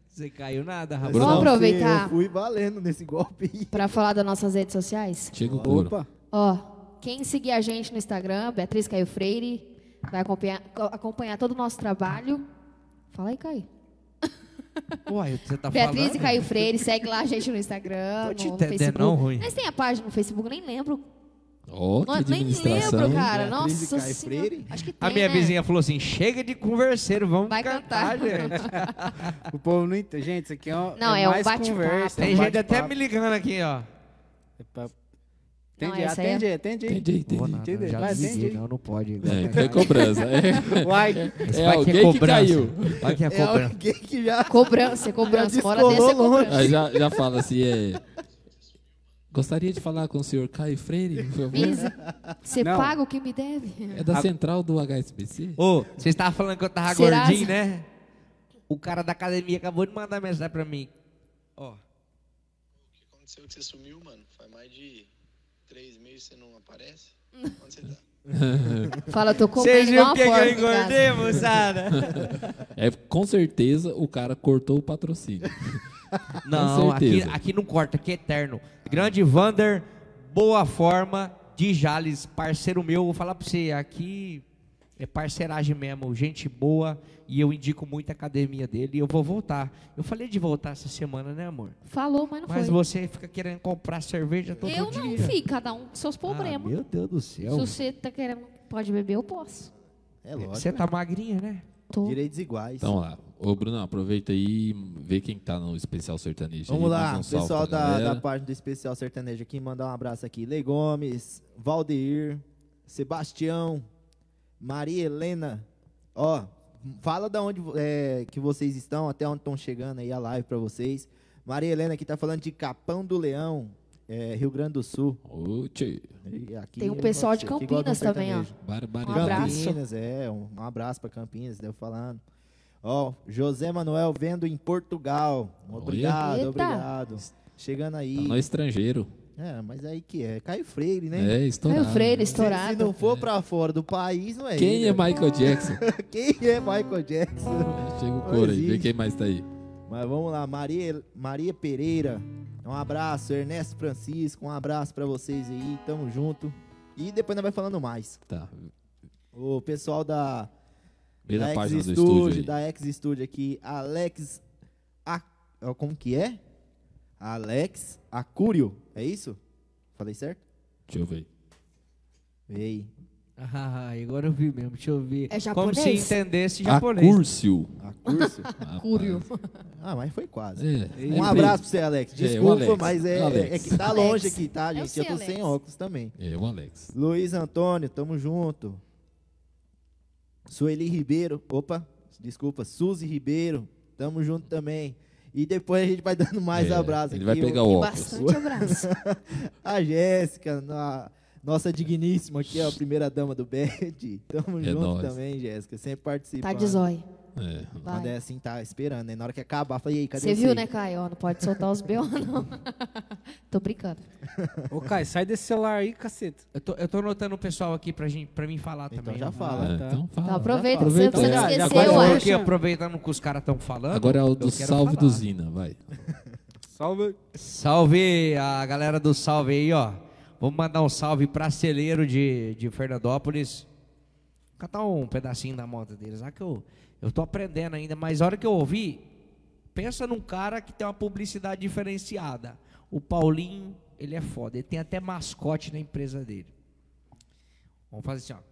[SPEAKER 5] Você caiu nada,
[SPEAKER 3] Mas
[SPEAKER 5] rapaz.
[SPEAKER 2] Bruno.
[SPEAKER 3] não, porque
[SPEAKER 4] aproveitar.
[SPEAKER 3] Eu fui valendo nesse golpe aí.
[SPEAKER 4] Pra falar das nossas redes sociais.
[SPEAKER 2] Chega o couro.
[SPEAKER 1] Opa.
[SPEAKER 4] Ó, quem seguir a gente no Instagram, Beatriz Caio Freire, vai acompanhar, co- acompanhar todo o nosso trabalho. Fala aí, Caio.
[SPEAKER 5] Uai, você tá
[SPEAKER 4] Beatriz e
[SPEAKER 5] falando?
[SPEAKER 4] Caio Freire, segue lá a gente no Instagram,
[SPEAKER 5] Tô te
[SPEAKER 4] no
[SPEAKER 5] entendendo,
[SPEAKER 4] Facebook.
[SPEAKER 5] não, ruim. Um
[SPEAKER 4] Mas tem a página no Facebook, nem lembro.
[SPEAKER 2] Ó, que
[SPEAKER 4] Não, nem
[SPEAKER 2] administração.
[SPEAKER 4] lembro, cara.
[SPEAKER 3] Beatriz e
[SPEAKER 4] Nossa
[SPEAKER 3] Caio
[SPEAKER 4] senhora.
[SPEAKER 3] Freire?
[SPEAKER 4] Acho que tem,
[SPEAKER 5] A minha
[SPEAKER 4] né?
[SPEAKER 5] vizinha falou assim: chega de converseiro, vamos
[SPEAKER 4] Vai
[SPEAKER 5] cantar,
[SPEAKER 4] cantar.
[SPEAKER 5] gente.
[SPEAKER 1] O povo não entende. Gente, isso aqui é, um-
[SPEAKER 4] Não,
[SPEAKER 1] é
[SPEAKER 4] é um
[SPEAKER 1] mais
[SPEAKER 4] bate-papo.
[SPEAKER 1] conversa. é
[SPEAKER 5] Tem
[SPEAKER 1] um
[SPEAKER 5] gente até
[SPEAKER 1] bate-papo.
[SPEAKER 5] me ligando aqui, ó.
[SPEAKER 1] É papo. Atende,
[SPEAKER 4] essa aí é-
[SPEAKER 1] atende, atende.
[SPEAKER 2] Entendi, entendi.
[SPEAKER 5] Vou nada,
[SPEAKER 1] Entendi.
[SPEAKER 5] já
[SPEAKER 1] Vai,
[SPEAKER 5] desliguei,
[SPEAKER 1] entendi.
[SPEAKER 5] não, não pode.
[SPEAKER 2] É, então é cobrança. É,
[SPEAKER 1] Uai,
[SPEAKER 5] Esse
[SPEAKER 2] é
[SPEAKER 5] vai que é
[SPEAKER 2] alguém que
[SPEAKER 5] cobrança.
[SPEAKER 2] caiu.
[SPEAKER 5] Vai que é
[SPEAKER 3] É
[SPEAKER 5] cobrança.
[SPEAKER 3] alguém que já.
[SPEAKER 4] Cobrança, é cobrança. Uma hora dessa é
[SPEAKER 3] descolou
[SPEAKER 4] cobrança.
[SPEAKER 2] Aí já, já fala assim, é... Gostaria de falar com o senhor Caio Freire, por favor.
[SPEAKER 4] Vise, você
[SPEAKER 1] Não.
[SPEAKER 4] paga o que me deve?
[SPEAKER 2] É da central do HSBC?
[SPEAKER 5] Ô, vocês estavam falando que eu tava
[SPEAKER 4] Será?
[SPEAKER 5] gordinho, né? O cara da academia acabou de mandar mensagem pra mim. Ó,
[SPEAKER 8] O que aconteceu que você sumiu, mano? Faz mais de três meses que você não aparece? Onde você tá?
[SPEAKER 4] Fala, eu tô
[SPEAKER 5] vocês
[SPEAKER 4] comendo igual
[SPEAKER 5] viram
[SPEAKER 4] uma
[SPEAKER 5] que, que
[SPEAKER 4] porca
[SPEAKER 5] eu
[SPEAKER 4] em casa.
[SPEAKER 5] engordei, <laughs> moçada?
[SPEAKER 2] É, com certeza o cara cortou o patrocínio.
[SPEAKER 5] não, aqui,
[SPEAKER 2] certeza.
[SPEAKER 5] aqui não corta, aqui é eterno. Grande Vander, boa forma, de Jales, parceiro meu. Vou falar pra você, aqui é parceiragem mesmo, gente boa. E eu indico muito a academia dele. E eu vou voltar. Eu falei de voltar essa semana, né, amor?
[SPEAKER 4] Falou, mas não
[SPEAKER 5] Mas
[SPEAKER 4] foi.
[SPEAKER 5] você fica querendo comprar cerveja todo
[SPEAKER 4] Eu
[SPEAKER 5] dia.
[SPEAKER 4] não, fi, cada um com seus
[SPEAKER 5] Ah,
[SPEAKER 4] problemas.
[SPEAKER 5] meu Deus do
[SPEAKER 4] Se
[SPEAKER 5] céu.
[SPEAKER 4] você tá querendo, pode beber, eu posso.
[SPEAKER 3] É lógico.
[SPEAKER 5] Você tá magrinha, né?
[SPEAKER 4] Tô.
[SPEAKER 3] Direitos iguais.
[SPEAKER 2] Então lá. Ô, Bruno, aproveita aí e vê quem tá no especial sertanejo. aí,
[SPEAKER 3] Vamos lá,
[SPEAKER 2] manda um salve
[SPEAKER 3] pessoal
[SPEAKER 2] pra
[SPEAKER 3] da,
[SPEAKER 2] galera.
[SPEAKER 3] da página do Especial Sertanejo aqui, mandar um abraço aqui. Lê Gomes, Valdeir, Sebastião, Maria Helena. Ó, fala da onde é, que vocês estão, até onde estão chegando aí a live pra vocês. Maria Helena aqui tá falando de Capão do Leão, é, Rio Grande do Sul.
[SPEAKER 2] Ô, tchê,
[SPEAKER 3] E aqui
[SPEAKER 4] Tem um
[SPEAKER 3] eu
[SPEAKER 4] pessoal
[SPEAKER 3] gosto
[SPEAKER 4] de
[SPEAKER 3] aqui, igual do
[SPEAKER 4] Campinas também, ó.
[SPEAKER 3] sertanejo.
[SPEAKER 2] barbaridade.
[SPEAKER 4] Um abraço.
[SPEAKER 3] Campinas, é, um, um abraço pra Campinas, devo falando. Ó, José Manuel vendo em Portugal. Obrigado,
[SPEAKER 4] Eita.
[SPEAKER 3] obrigado. Chegando
[SPEAKER 2] Tá
[SPEAKER 3] aí.
[SPEAKER 2] no estrangeiro.
[SPEAKER 3] É, mas aí que é. Caio Freire, né?
[SPEAKER 2] É,
[SPEAKER 4] Caio
[SPEAKER 2] estourado.
[SPEAKER 4] Freire,
[SPEAKER 3] Se, se
[SPEAKER 4] estourado.
[SPEAKER 3] não for pra fora do país, não é
[SPEAKER 2] Quem
[SPEAKER 3] ele,
[SPEAKER 2] é
[SPEAKER 3] né?
[SPEAKER 2] Michael Jackson?
[SPEAKER 3] <laughs> Quem é Michael Jackson?
[SPEAKER 2] Chega o couro aí, vê
[SPEAKER 3] existe.
[SPEAKER 2] quem mais tá aí.
[SPEAKER 3] Mas vamos lá, Maria, Maria Pereira. Um abraço, Ernesto Francisco. Um abraço pra vocês aí. Tamo junto. E depois nós vai falando mais.
[SPEAKER 2] Tá.
[SPEAKER 3] O pessoal da,
[SPEAKER 2] Vira
[SPEAKER 3] da
[SPEAKER 2] a página do
[SPEAKER 3] X
[SPEAKER 2] estúdio.
[SPEAKER 3] Studio,
[SPEAKER 2] aí.
[SPEAKER 3] da X Studio aqui, Alex. A, ó, como que é? Alex Acúrio. É isso? Falei certo?
[SPEAKER 2] Deixa eu ver.
[SPEAKER 3] Vê aí.
[SPEAKER 5] Ah, agora eu vi mesmo, deixa eu ver.
[SPEAKER 4] É
[SPEAKER 5] Como se
[SPEAKER 4] japonês?
[SPEAKER 5] entendesse japonês.
[SPEAKER 2] Acúrcio. <laughs>
[SPEAKER 3] Acúrcio?
[SPEAKER 4] Cúrio.
[SPEAKER 3] ah, mas foi quase.
[SPEAKER 2] É.
[SPEAKER 3] Um abraço pra você, Alex.
[SPEAKER 2] É, o
[SPEAKER 3] Desculpa,
[SPEAKER 2] Alex.
[SPEAKER 3] mas é,
[SPEAKER 2] Alex.
[SPEAKER 3] é- é que tá
[SPEAKER 4] Alex.
[SPEAKER 3] longe aqui, tá,
[SPEAKER 4] Eu
[SPEAKER 3] gente? Eu,
[SPEAKER 4] sei,
[SPEAKER 3] tô
[SPEAKER 4] Alex.
[SPEAKER 3] sem óculos também.
[SPEAKER 2] É, o Alex.
[SPEAKER 3] Luiz Antônio, tamo junto. Sueli Ribeiro, opa, desculpa, Suzy Ribeiro, tamo junto também. E depois a gente vai dando mais
[SPEAKER 2] É,
[SPEAKER 3] abraço
[SPEAKER 2] Ele
[SPEAKER 3] aqui.
[SPEAKER 2] vai pegar
[SPEAKER 3] o-
[SPEAKER 2] o óculos.
[SPEAKER 4] Bastante abraço.
[SPEAKER 3] A Jéssica, a nossa digníssima aqui, ó, primeira dama do BED. <laughs> Tamo
[SPEAKER 2] É
[SPEAKER 3] junto
[SPEAKER 2] nóis.
[SPEAKER 3] também, Jéssica, sempre participando.
[SPEAKER 4] Tá de zóio.
[SPEAKER 2] É.
[SPEAKER 4] Vai.
[SPEAKER 3] Quando é assim, tá esperando, né? Na hora que acabar, falei, e aí, cadê
[SPEAKER 4] Você viu, né, Caio? Ó, Não pode soltar os B.O., não. <laughs> Tô brincando.
[SPEAKER 1] Ô, Caio, sai desse celular aí, caceta.
[SPEAKER 5] Eu tô, eu tô anotando o pessoal aqui pra, gente, pra mim falar
[SPEAKER 3] Então
[SPEAKER 5] também.
[SPEAKER 3] já fala.
[SPEAKER 2] É,
[SPEAKER 1] tá.
[SPEAKER 2] Então
[SPEAKER 4] Então
[SPEAKER 2] fala.
[SPEAKER 4] aproveita,
[SPEAKER 2] fala.
[SPEAKER 4] você, você
[SPEAKER 2] Já,
[SPEAKER 4] não
[SPEAKER 2] já
[SPEAKER 4] esqueceu,
[SPEAKER 5] Agora eu
[SPEAKER 4] eu
[SPEAKER 5] vou
[SPEAKER 4] acho.
[SPEAKER 5] aqui, aproveitando que os caras estão falando.
[SPEAKER 2] Agora é o do
[SPEAKER 5] eu quero
[SPEAKER 2] salve
[SPEAKER 5] falar.
[SPEAKER 2] do Zina, vai.
[SPEAKER 1] Salve.
[SPEAKER 5] Salve a galera do salve aí, ó. Vamos mandar um salve pra celeiro de, de Fernandópolis. Vou catar um pedacinho da moto deles lá que eu, eu tô aprendendo ainda, mas a hora que eu ouvi, pensa num cara que tem uma publicidade diferenciada. O Paulinho, ele é foda. Ele tem até mascote na empresa dele. Vamos fazer assim, ó.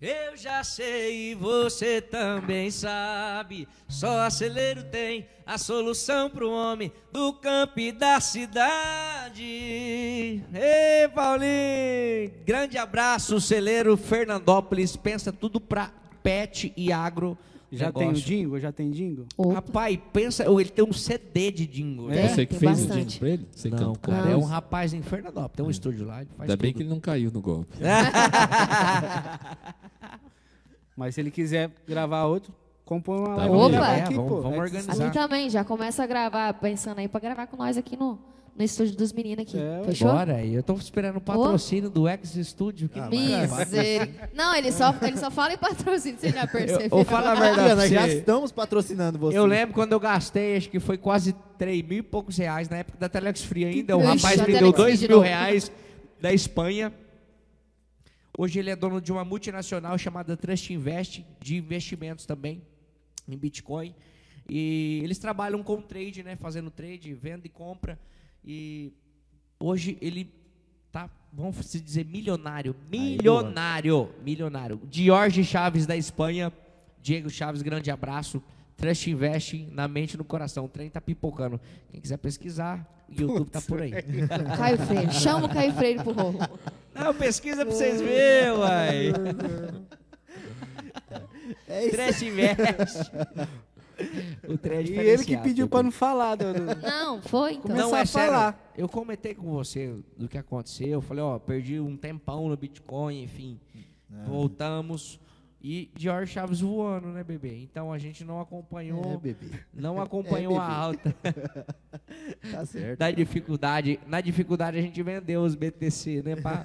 [SPEAKER 5] Eu já sei e você também sabe. Só acelero tem a solução pro homem do campo e da cidade. Ei, Paulinho! Grande abraço, celeiro Fernandópolis. Pensa tudo pra pet e agro.
[SPEAKER 1] Já tem o
[SPEAKER 5] negócio.
[SPEAKER 1] Dingo? Já tem Dingo?
[SPEAKER 4] Opa.
[SPEAKER 5] Rapaz, pensa, ele tem um CD de Dingo.
[SPEAKER 1] É,
[SPEAKER 2] Você que
[SPEAKER 4] tem
[SPEAKER 2] fez o dinheiro
[SPEAKER 4] bastante.
[SPEAKER 2] pra ele? Você
[SPEAKER 5] Não,
[SPEAKER 2] cantou?
[SPEAKER 5] cara, é um rapaz em Fernandópolis, tem um estúdio lá, ele faz
[SPEAKER 2] É. Ainda bem que
[SPEAKER 5] tudo.
[SPEAKER 2] ele não caiu no golpe.
[SPEAKER 5] É.
[SPEAKER 1] Mas se ele quiser gravar outro, compõe uma
[SPEAKER 2] Tá
[SPEAKER 1] live. pra
[SPEAKER 2] bom.
[SPEAKER 1] gravar
[SPEAKER 4] Opa.
[SPEAKER 1] aqui,
[SPEAKER 5] É, vamos-
[SPEAKER 1] pô.
[SPEAKER 5] vamos
[SPEAKER 1] É que-
[SPEAKER 5] organizar.
[SPEAKER 4] Ali também, já começa a gravar, pensando aí pra gravar com nós aqui no, no estúdio dos meninos aqui.
[SPEAKER 1] É,
[SPEAKER 4] Fechou?
[SPEAKER 5] Bora aí, eu tô esperando o patrocínio do Ex Studio.
[SPEAKER 2] Ah,
[SPEAKER 5] Que
[SPEAKER 4] Misericórdia. Não, ele só, ele só fala em patrocínio, você já percebeu.
[SPEAKER 5] eu falo a
[SPEAKER 3] Aqui,
[SPEAKER 5] verdade
[SPEAKER 3] ó,
[SPEAKER 5] pra
[SPEAKER 3] nós já
[SPEAKER 5] você.
[SPEAKER 3] <laughs> estamos patrocinando você.
[SPEAKER 5] Eu lembro quando eu gastei, acho que foi quase 3 mil e poucos reais na época da Telex Free ainda. O
[SPEAKER 4] Ixi,
[SPEAKER 5] rapaz
[SPEAKER 4] a
[SPEAKER 5] me deu
[SPEAKER 4] Telex Free
[SPEAKER 5] 2
[SPEAKER 4] de
[SPEAKER 5] mil
[SPEAKER 4] novo.
[SPEAKER 5] reais da Espanha. Hoje ele é dono de uma multinacional chamada Trust Invest, de investimentos também em Bitcoin. E eles trabalham com trade, né? Fazendo trade, venda e compra. E hoje ele tá, vamos se dizer, milionário. Milionário. Milionário. Jorge Chaves da Espanha. Diego Chaves, grande abraço. Trust Invest na mente e no coração. O trem tá pipocando. Quem quiser pesquisar, o YouTube tá por aí.
[SPEAKER 4] Caio Freire, chama o Caio Freire pro rolo.
[SPEAKER 5] Não, pesquisa pra vocês verem, uai.
[SPEAKER 3] É isso.
[SPEAKER 5] Trust
[SPEAKER 1] <laughs>
[SPEAKER 5] Invest. O
[SPEAKER 1] E
[SPEAKER 5] trem é
[SPEAKER 1] ele que
[SPEAKER 5] diferenciado.
[SPEAKER 1] pediu pra não falar, do, do-
[SPEAKER 4] Não, foi então.
[SPEAKER 1] Começa-
[SPEAKER 5] Não,
[SPEAKER 1] começar
[SPEAKER 5] é
[SPEAKER 1] a
[SPEAKER 5] sério.
[SPEAKER 1] falar.
[SPEAKER 5] Eu comentei com você do que aconteceu. Eu falei, ó, perdi um tempão no Bitcoin, enfim.
[SPEAKER 3] É.
[SPEAKER 5] Voltamos. E George Chaves voando, né, bebê? Então a gente não acompanhou,
[SPEAKER 3] É, bebê.
[SPEAKER 5] não acompanhou a
[SPEAKER 3] bebê. <laughs>
[SPEAKER 5] alta
[SPEAKER 3] Tá certo.
[SPEAKER 5] da dificuldade. Na dificuldade a gente vendeu os BTC, né,
[SPEAKER 3] <laughs>
[SPEAKER 5] pra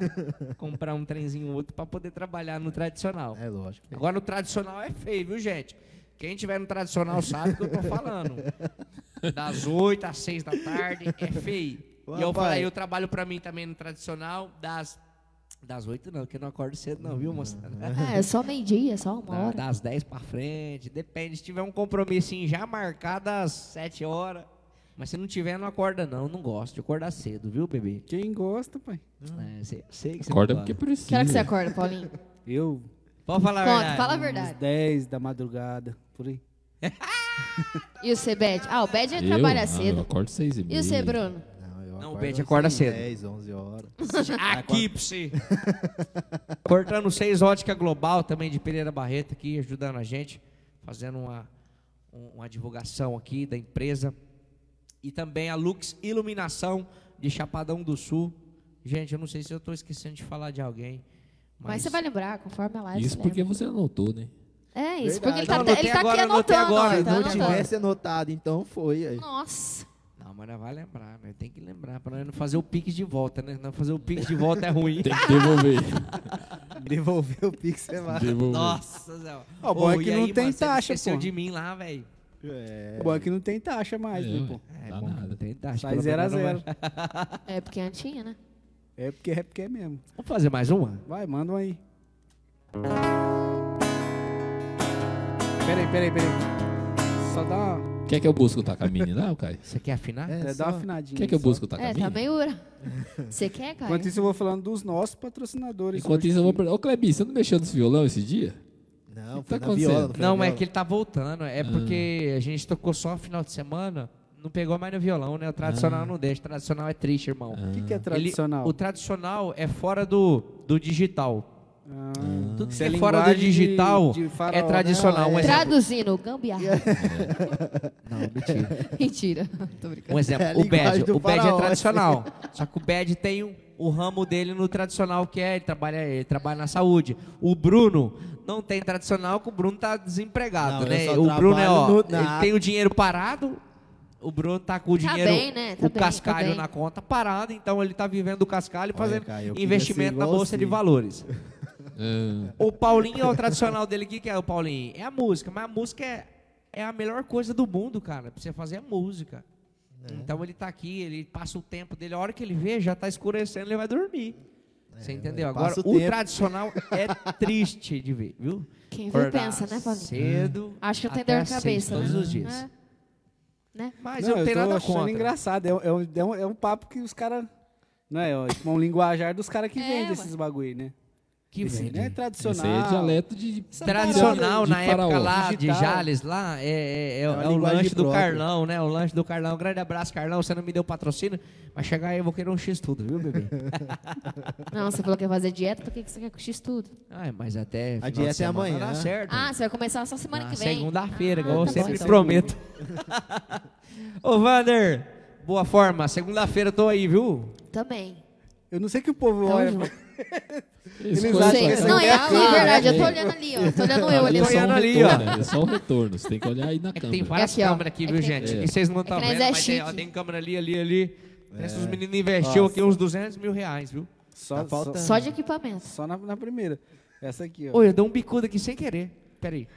[SPEAKER 5] comprar um trenzinho ou outro pra poder trabalhar no tradicional.
[SPEAKER 3] É lógico.
[SPEAKER 5] Agora no tradicional é feio, viu, gente? Quem tiver no tradicional sabe o que eu tô falando. Das 8 às 6 da tarde é feio.
[SPEAKER 3] Ô,
[SPEAKER 5] e eu
[SPEAKER 3] rapaz.
[SPEAKER 5] falei, eu trabalho pra mim também no tradicional das das 8 não, que eu não acordo cedo não, viu, moça?
[SPEAKER 4] Ah, é só meio-dia, só uma
[SPEAKER 5] Da-
[SPEAKER 4] hora.
[SPEAKER 5] Das 10 pra frente, depende. Se tiver um compromissinho já marcado às 7 horas. Mas se não tiver, não acorda não, não gosto de acordar cedo, viu, bebê?
[SPEAKER 1] <laughs> Quem gosta, pai.
[SPEAKER 5] É, sei, sei que você não
[SPEAKER 2] Acorda
[SPEAKER 5] gosta.
[SPEAKER 2] porque precisa.
[SPEAKER 4] Que hora que você acorda,
[SPEAKER 5] <laughs>
[SPEAKER 4] Paulinho?
[SPEAKER 1] Eu,
[SPEAKER 5] Pode falar a
[SPEAKER 4] Conta,
[SPEAKER 5] verdade.
[SPEAKER 4] fala a
[SPEAKER 1] às
[SPEAKER 4] verdade.
[SPEAKER 1] 10 da madrugada, por aí.
[SPEAKER 4] E o Sebed? Ah, o Bed
[SPEAKER 2] Eu?
[SPEAKER 4] trabalha
[SPEAKER 2] Ah, eu
[SPEAKER 4] cedo.
[SPEAKER 2] acordo seis e meia.
[SPEAKER 4] E você, Bruno?
[SPEAKER 3] Não, eu
[SPEAKER 5] Não,
[SPEAKER 3] acordo
[SPEAKER 5] o Bete
[SPEAKER 3] às
[SPEAKER 5] acorda cedo.
[SPEAKER 3] 10, 11 horas.
[SPEAKER 5] Aqui pra você. Tá <laughs> Cortando seis ótica global também de Pereira Barreto aqui, ajudando a gente, fazendo uma, um- uma divulgação aqui da empresa. E também a Lux Iluminação de Chapadão do Sul. Gente, eu não sei se eu estou esquecendo de falar de alguém.
[SPEAKER 4] Mas, você vai lembrar, conforme a live.
[SPEAKER 2] Isso
[SPEAKER 4] você
[SPEAKER 2] porque você anotou, né?
[SPEAKER 4] lembra. É isso, porque ele tá,
[SPEAKER 3] Verdade.
[SPEAKER 5] Não, anotei
[SPEAKER 4] ele tá aqui
[SPEAKER 5] agora, anotei
[SPEAKER 4] anotando. ó,
[SPEAKER 5] agora, então
[SPEAKER 4] ele tá
[SPEAKER 5] não
[SPEAKER 3] Se
[SPEAKER 4] anotando.
[SPEAKER 3] tivesse anotado, então foi. Aí.
[SPEAKER 4] Nossa.
[SPEAKER 5] Não, mas não vai lembrar, né? Tem que lembrar para não fazer o pique de volta, né? Não fazer o pique de volta é
[SPEAKER 1] <laughs>
[SPEAKER 5] ruim.
[SPEAKER 2] Tem que
[SPEAKER 5] <laughs>
[SPEAKER 2] devolver.
[SPEAKER 1] Devolver o Pix, sei lá.
[SPEAKER 2] devolver.
[SPEAKER 5] Nossa, Zé.
[SPEAKER 1] Ó, bom é
[SPEAKER 5] Ô,
[SPEAKER 1] que
[SPEAKER 5] e
[SPEAKER 1] não
[SPEAKER 5] aí,
[SPEAKER 1] tem
[SPEAKER 5] mano, você
[SPEAKER 1] taxa,
[SPEAKER 5] esqueceu
[SPEAKER 1] pô.
[SPEAKER 5] de mim lá, velho.
[SPEAKER 3] É.
[SPEAKER 1] Bom, é que não tem taxa mais,
[SPEAKER 2] É,
[SPEAKER 1] né, pô?
[SPEAKER 2] ué,
[SPEAKER 5] É,
[SPEAKER 2] dá
[SPEAKER 5] bom, não
[SPEAKER 2] nada.
[SPEAKER 5] tem taxa,
[SPEAKER 1] Sai
[SPEAKER 5] pelo
[SPEAKER 1] 0 a
[SPEAKER 5] menos não
[SPEAKER 1] 0
[SPEAKER 5] vai-
[SPEAKER 4] É porque antinha, né?
[SPEAKER 1] É porque é porque é mesmo.
[SPEAKER 5] Vamos fazer mais uma?
[SPEAKER 1] Vai, manda um aí. Peraí, peraí, peraí. Só dá uma,
[SPEAKER 2] Quer que eu busque o Takamine lá, Caio?
[SPEAKER 5] Você quer afinar?
[SPEAKER 3] É,
[SPEAKER 1] é,
[SPEAKER 3] só-
[SPEAKER 1] dá uma afinadinha.
[SPEAKER 2] Quer que eu
[SPEAKER 1] só.
[SPEAKER 2] busque o
[SPEAKER 4] É,
[SPEAKER 2] Takamine?
[SPEAKER 4] tá meio
[SPEAKER 5] <laughs>
[SPEAKER 4] ura. Você quer, cara?
[SPEAKER 1] Enquanto isso, eu vou falando dos nossos patrocinadores.
[SPEAKER 2] Enquanto
[SPEAKER 1] hoje
[SPEAKER 2] isso, eu vou
[SPEAKER 1] aqui.
[SPEAKER 2] perguntar. Ô, Klebi, você não mexeu nesse violão esse dia?
[SPEAKER 3] Não,
[SPEAKER 2] tá
[SPEAKER 3] foi na viola.
[SPEAKER 2] acontecendo?
[SPEAKER 3] foi na
[SPEAKER 5] Não, é
[SPEAKER 3] viola.
[SPEAKER 5] que ele tá voltando.
[SPEAKER 1] Ah.
[SPEAKER 5] É porque a gente tocou só final de semana, não pegou mais no violão, né? O
[SPEAKER 1] Ah.
[SPEAKER 5] tradicional não deixa. O tradicional é triste, irmão.
[SPEAKER 1] O que, que é
[SPEAKER 5] Ele-
[SPEAKER 1] tradicional?
[SPEAKER 5] o tradicional é fora do, do digital.
[SPEAKER 1] Ah,
[SPEAKER 5] Tudo que
[SPEAKER 1] Isso
[SPEAKER 5] é
[SPEAKER 1] é
[SPEAKER 5] fora do
[SPEAKER 1] linguagem de-
[SPEAKER 5] digital
[SPEAKER 1] de faraó,
[SPEAKER 5] é
[SPEAKER 1] né?
[SPEAKER 5] tradicional. Um exemplo,
[SPEAKER 4] Traduzindo, gambiarra.
[SPEAKER 5] <laughs> não, mentira.
[SPEAKER 4] <laughs> Mentira. Tô brincando.
[SPEAKER 5] Um exemplo,
[SPEAKER 3] É a
[SPEAKER 5] o
[SPEAKER 3] linguagem
[SPEAKER 5] Bad.
[SPEAKER 3] do
[SPEAKER 5] O Bad é
[SPEAKER 3] faraó, <laughs>
[SPEAKER 5] tradicional. Só que o Bad tem o, o ramo dele no tradicional, que é ele trabalha, ele trabalha na saúde. O Bruno não tem tradicional, que o Bruno tá desempregado,
[SPEAKER 3] Não,
[SPEAKER 5] né?
[SPEAKER 3] eu só
[SPEAKER 5] O Bruno é, ó,
[SPEAKER 3] trabalho no-
[SPEAKER 5] ele
[SPEAKER 3] na-
[SPEAKER 5] tem o dinheiro parado, o Bruno tá com o
[SPEAKER 4] Tá
[SPEAKER 5] dinheiro,
[SPEAKER 4] bem, né? Tá bem,
[SPEAKER 5] o
[SPEAKER 4] tá
[SPEAKER 5] cascalho
[SPEAKER 4] bem.
[SPEAKER 5] na conta parado, então ele tá vivendo o cascalho e
[SPEAKER 3] Olha,
[SPEAKER 5] fazendo
[SPEAKER 3] cara, eu queria
[SPEAKER 5] investimento
[SPEAKER 3] ser
[SPEAKER 5] na
[SPEAKER 3] igual
[SPEAKER 5] bolsa de
[SPEAKER 3] você.
[SPEAKER 5] valores.
[SPEAKER 2] Ah,
[SPEAKER 5] O Paulinho é o tradicional dele. O que, que é o Paulinho? É a música, mas a música é, é a melhor coisa do mundo, cara. Pra você fazer a música. Então ele tá aqui, ele passa o tempo dele. A hora que ele vê, já tá escurecendo, ele vai dormir. Você entendeu?
[SPEAKER 3] ele
[SPEAKER 5] Agora,
[SPEAKER 3] passa o
[SPEAKER 5] o,
[SPEAKER 3] tempo.
[SPEAKER 5] tradicional é triste de ver, viu?
[SPEAKER 4] Quem viu
[SPEAKER 5] Acordar
[SPEAKER 4] pensa, né, Paulinho?
[SPEAKER 5] Cedo.
[SPEAKER 4] Acho que eu tenho
[SPEAKER 5] até
[SPEAKER 4] dor de
[SPEAKER 5] às seis
[SPEAKER 4] cabeça.
[SPEAKER 5] Todos
[SPEAKER 4] né?
[SPEAKER 5] os dias.
[SPEAKER 4] É. Né?
[SPEAKER 5] Mas
[SPEAKER 1] Não,
[SPEAKER 5] eu não tenho
[SPEAKER 1] tô
[SPEAKER 5] nada
[SPEAKER 1] achando
[SPEAKER 5] contra.
[SPEAKER 1] engraçado. É, um- é um, é, né, um, é um papo que os caras. Não é? ó, tipo, É um linguajar dos caras que
[SPEAKER 4] É,
[SPEAKER 1] vendem
[SPEAKER 4] ué.
[SPEAKER 1] esses bagulho, né? Que
[SPEAKER 2] Esse
[SPEAKER 1] vem, né?
[SPEAKER 2] de-
[SPEAKER 1] Tradicional.
[SPEAKER 2] Esse aí é dialeto de. de-
[SPEAKER 1] Essa
[SPEAKER 5] Tradicional
[SPEAKER 2] de
[SPEAKER 5] na época
[SPEAKER 2] faraó.
[SPEAKER 5] lá
[SPEAKER 1] Digital.
[SPEAKER 5] de Jales, lá, é, é- é- é o
[SPEAKER 3] linguagem
[SPEAKER 5] lanche do
[SPEAKER 3] própria.
[SPEAKER 5] Carlão, né? O lanche do Carlão. Um grande abraço, Carlão. Você não me deu patrocínio, mas chegar aí eu vou querer um X tudo, viu, bebê?
[SPEAKER 4] Não, você falou que ia fazer dieta, por que que você quer com X tudo?
[SPEAKER 5] Ai, mas até. final de
[SPEAKER 3] dieta é
[SPEAKER 5] semana
[SPEAKER 3] amanhã.
[SPEAKER 5] Dá certo.
[SPEAKER 4] Ah, você vai começar só semana
[SPEAKER 5] Na
[SPEAKER 4] que vem.
[SPEAKER 5] Segunda-feira,
[SPEAKER 4] Ah,
[SPEAKER 5] igual eu
[SPEAKER 4] tá
[SPEAKER 5] sempre
[SPEAKER 4] bom.
[SPEAKER 5] prometo. <laughs> Ô, Vander, boa forma. Segunda-feira eu tô aí, viu?
[SPEAKER 4] Ah, Também.
[SPEAKER 1] Eu não sei o que o povo
[SPEAKER 4] Tamo
[SPEAKER 1] olha.
[SPEAKER 4] junto.
[SPEAKER 2] Eles
[SPEAKER 1] Não
[SPEAKER 4] Não
[SPEAKER 2] coisas
[SPEAKER 1] sei,
[SPEAKER 2] que
[SPEAKER 4] sei.
[SPEAKER 2] são-
[SPEAKER 4] Não, é
[SPEAKER 1] ideia
[SPEAKER 4] aqui, é
[SPEAKER 1] clara,
[SPEAKER 4] verdade. Eu tô
[SPEAKER 2] né?
[SPEAKER 4] olhando ali, ó. Tô olhando eu ali.
[SPEAKER 2] é
[SPEAKER 5] tô
[SPEAKER 2] só um
[SPEAKER 5] olhando ali,
[SPEAKER 2] retorno, É só um retorno. Você tem que olhar aí na
[SPEAKER 5] É que tem
[SPEAKER 2] câmera.
[SPEAKER 5] várias
[SPEAKER 4] É aqui, ó.
[SPEAKER 5] câmeras aqui,
[SPEAKER 4] É
[SPEAKER 5] viu,
[SPEAKER 4] que tem-
[SPEAKER 5] gente?
[SPEAKER 2] É.
[SPEAKER 5] Que vocês não estão
[SPEAKER 4] É que nós
[SPEAKER 5] vendo,
[SPEAKER 4] é
[SPEAKER 5] mas tem, ó,
[SPEAKER 4] chique.
[SPEAKER 5] tem câmera ali, ali, ali. Parece que os meninos investiu aqui uns 200 mil reais, viu?
[SPEAKER 1] Só, só,
[SPEAKER 4] Só de equipamento.
[SPEAKER 1] só na, na primeira. Essa aqui, ó.
[SPEAKER 5] Oi, eu dei um bicudo aqui sem querer. Peraí.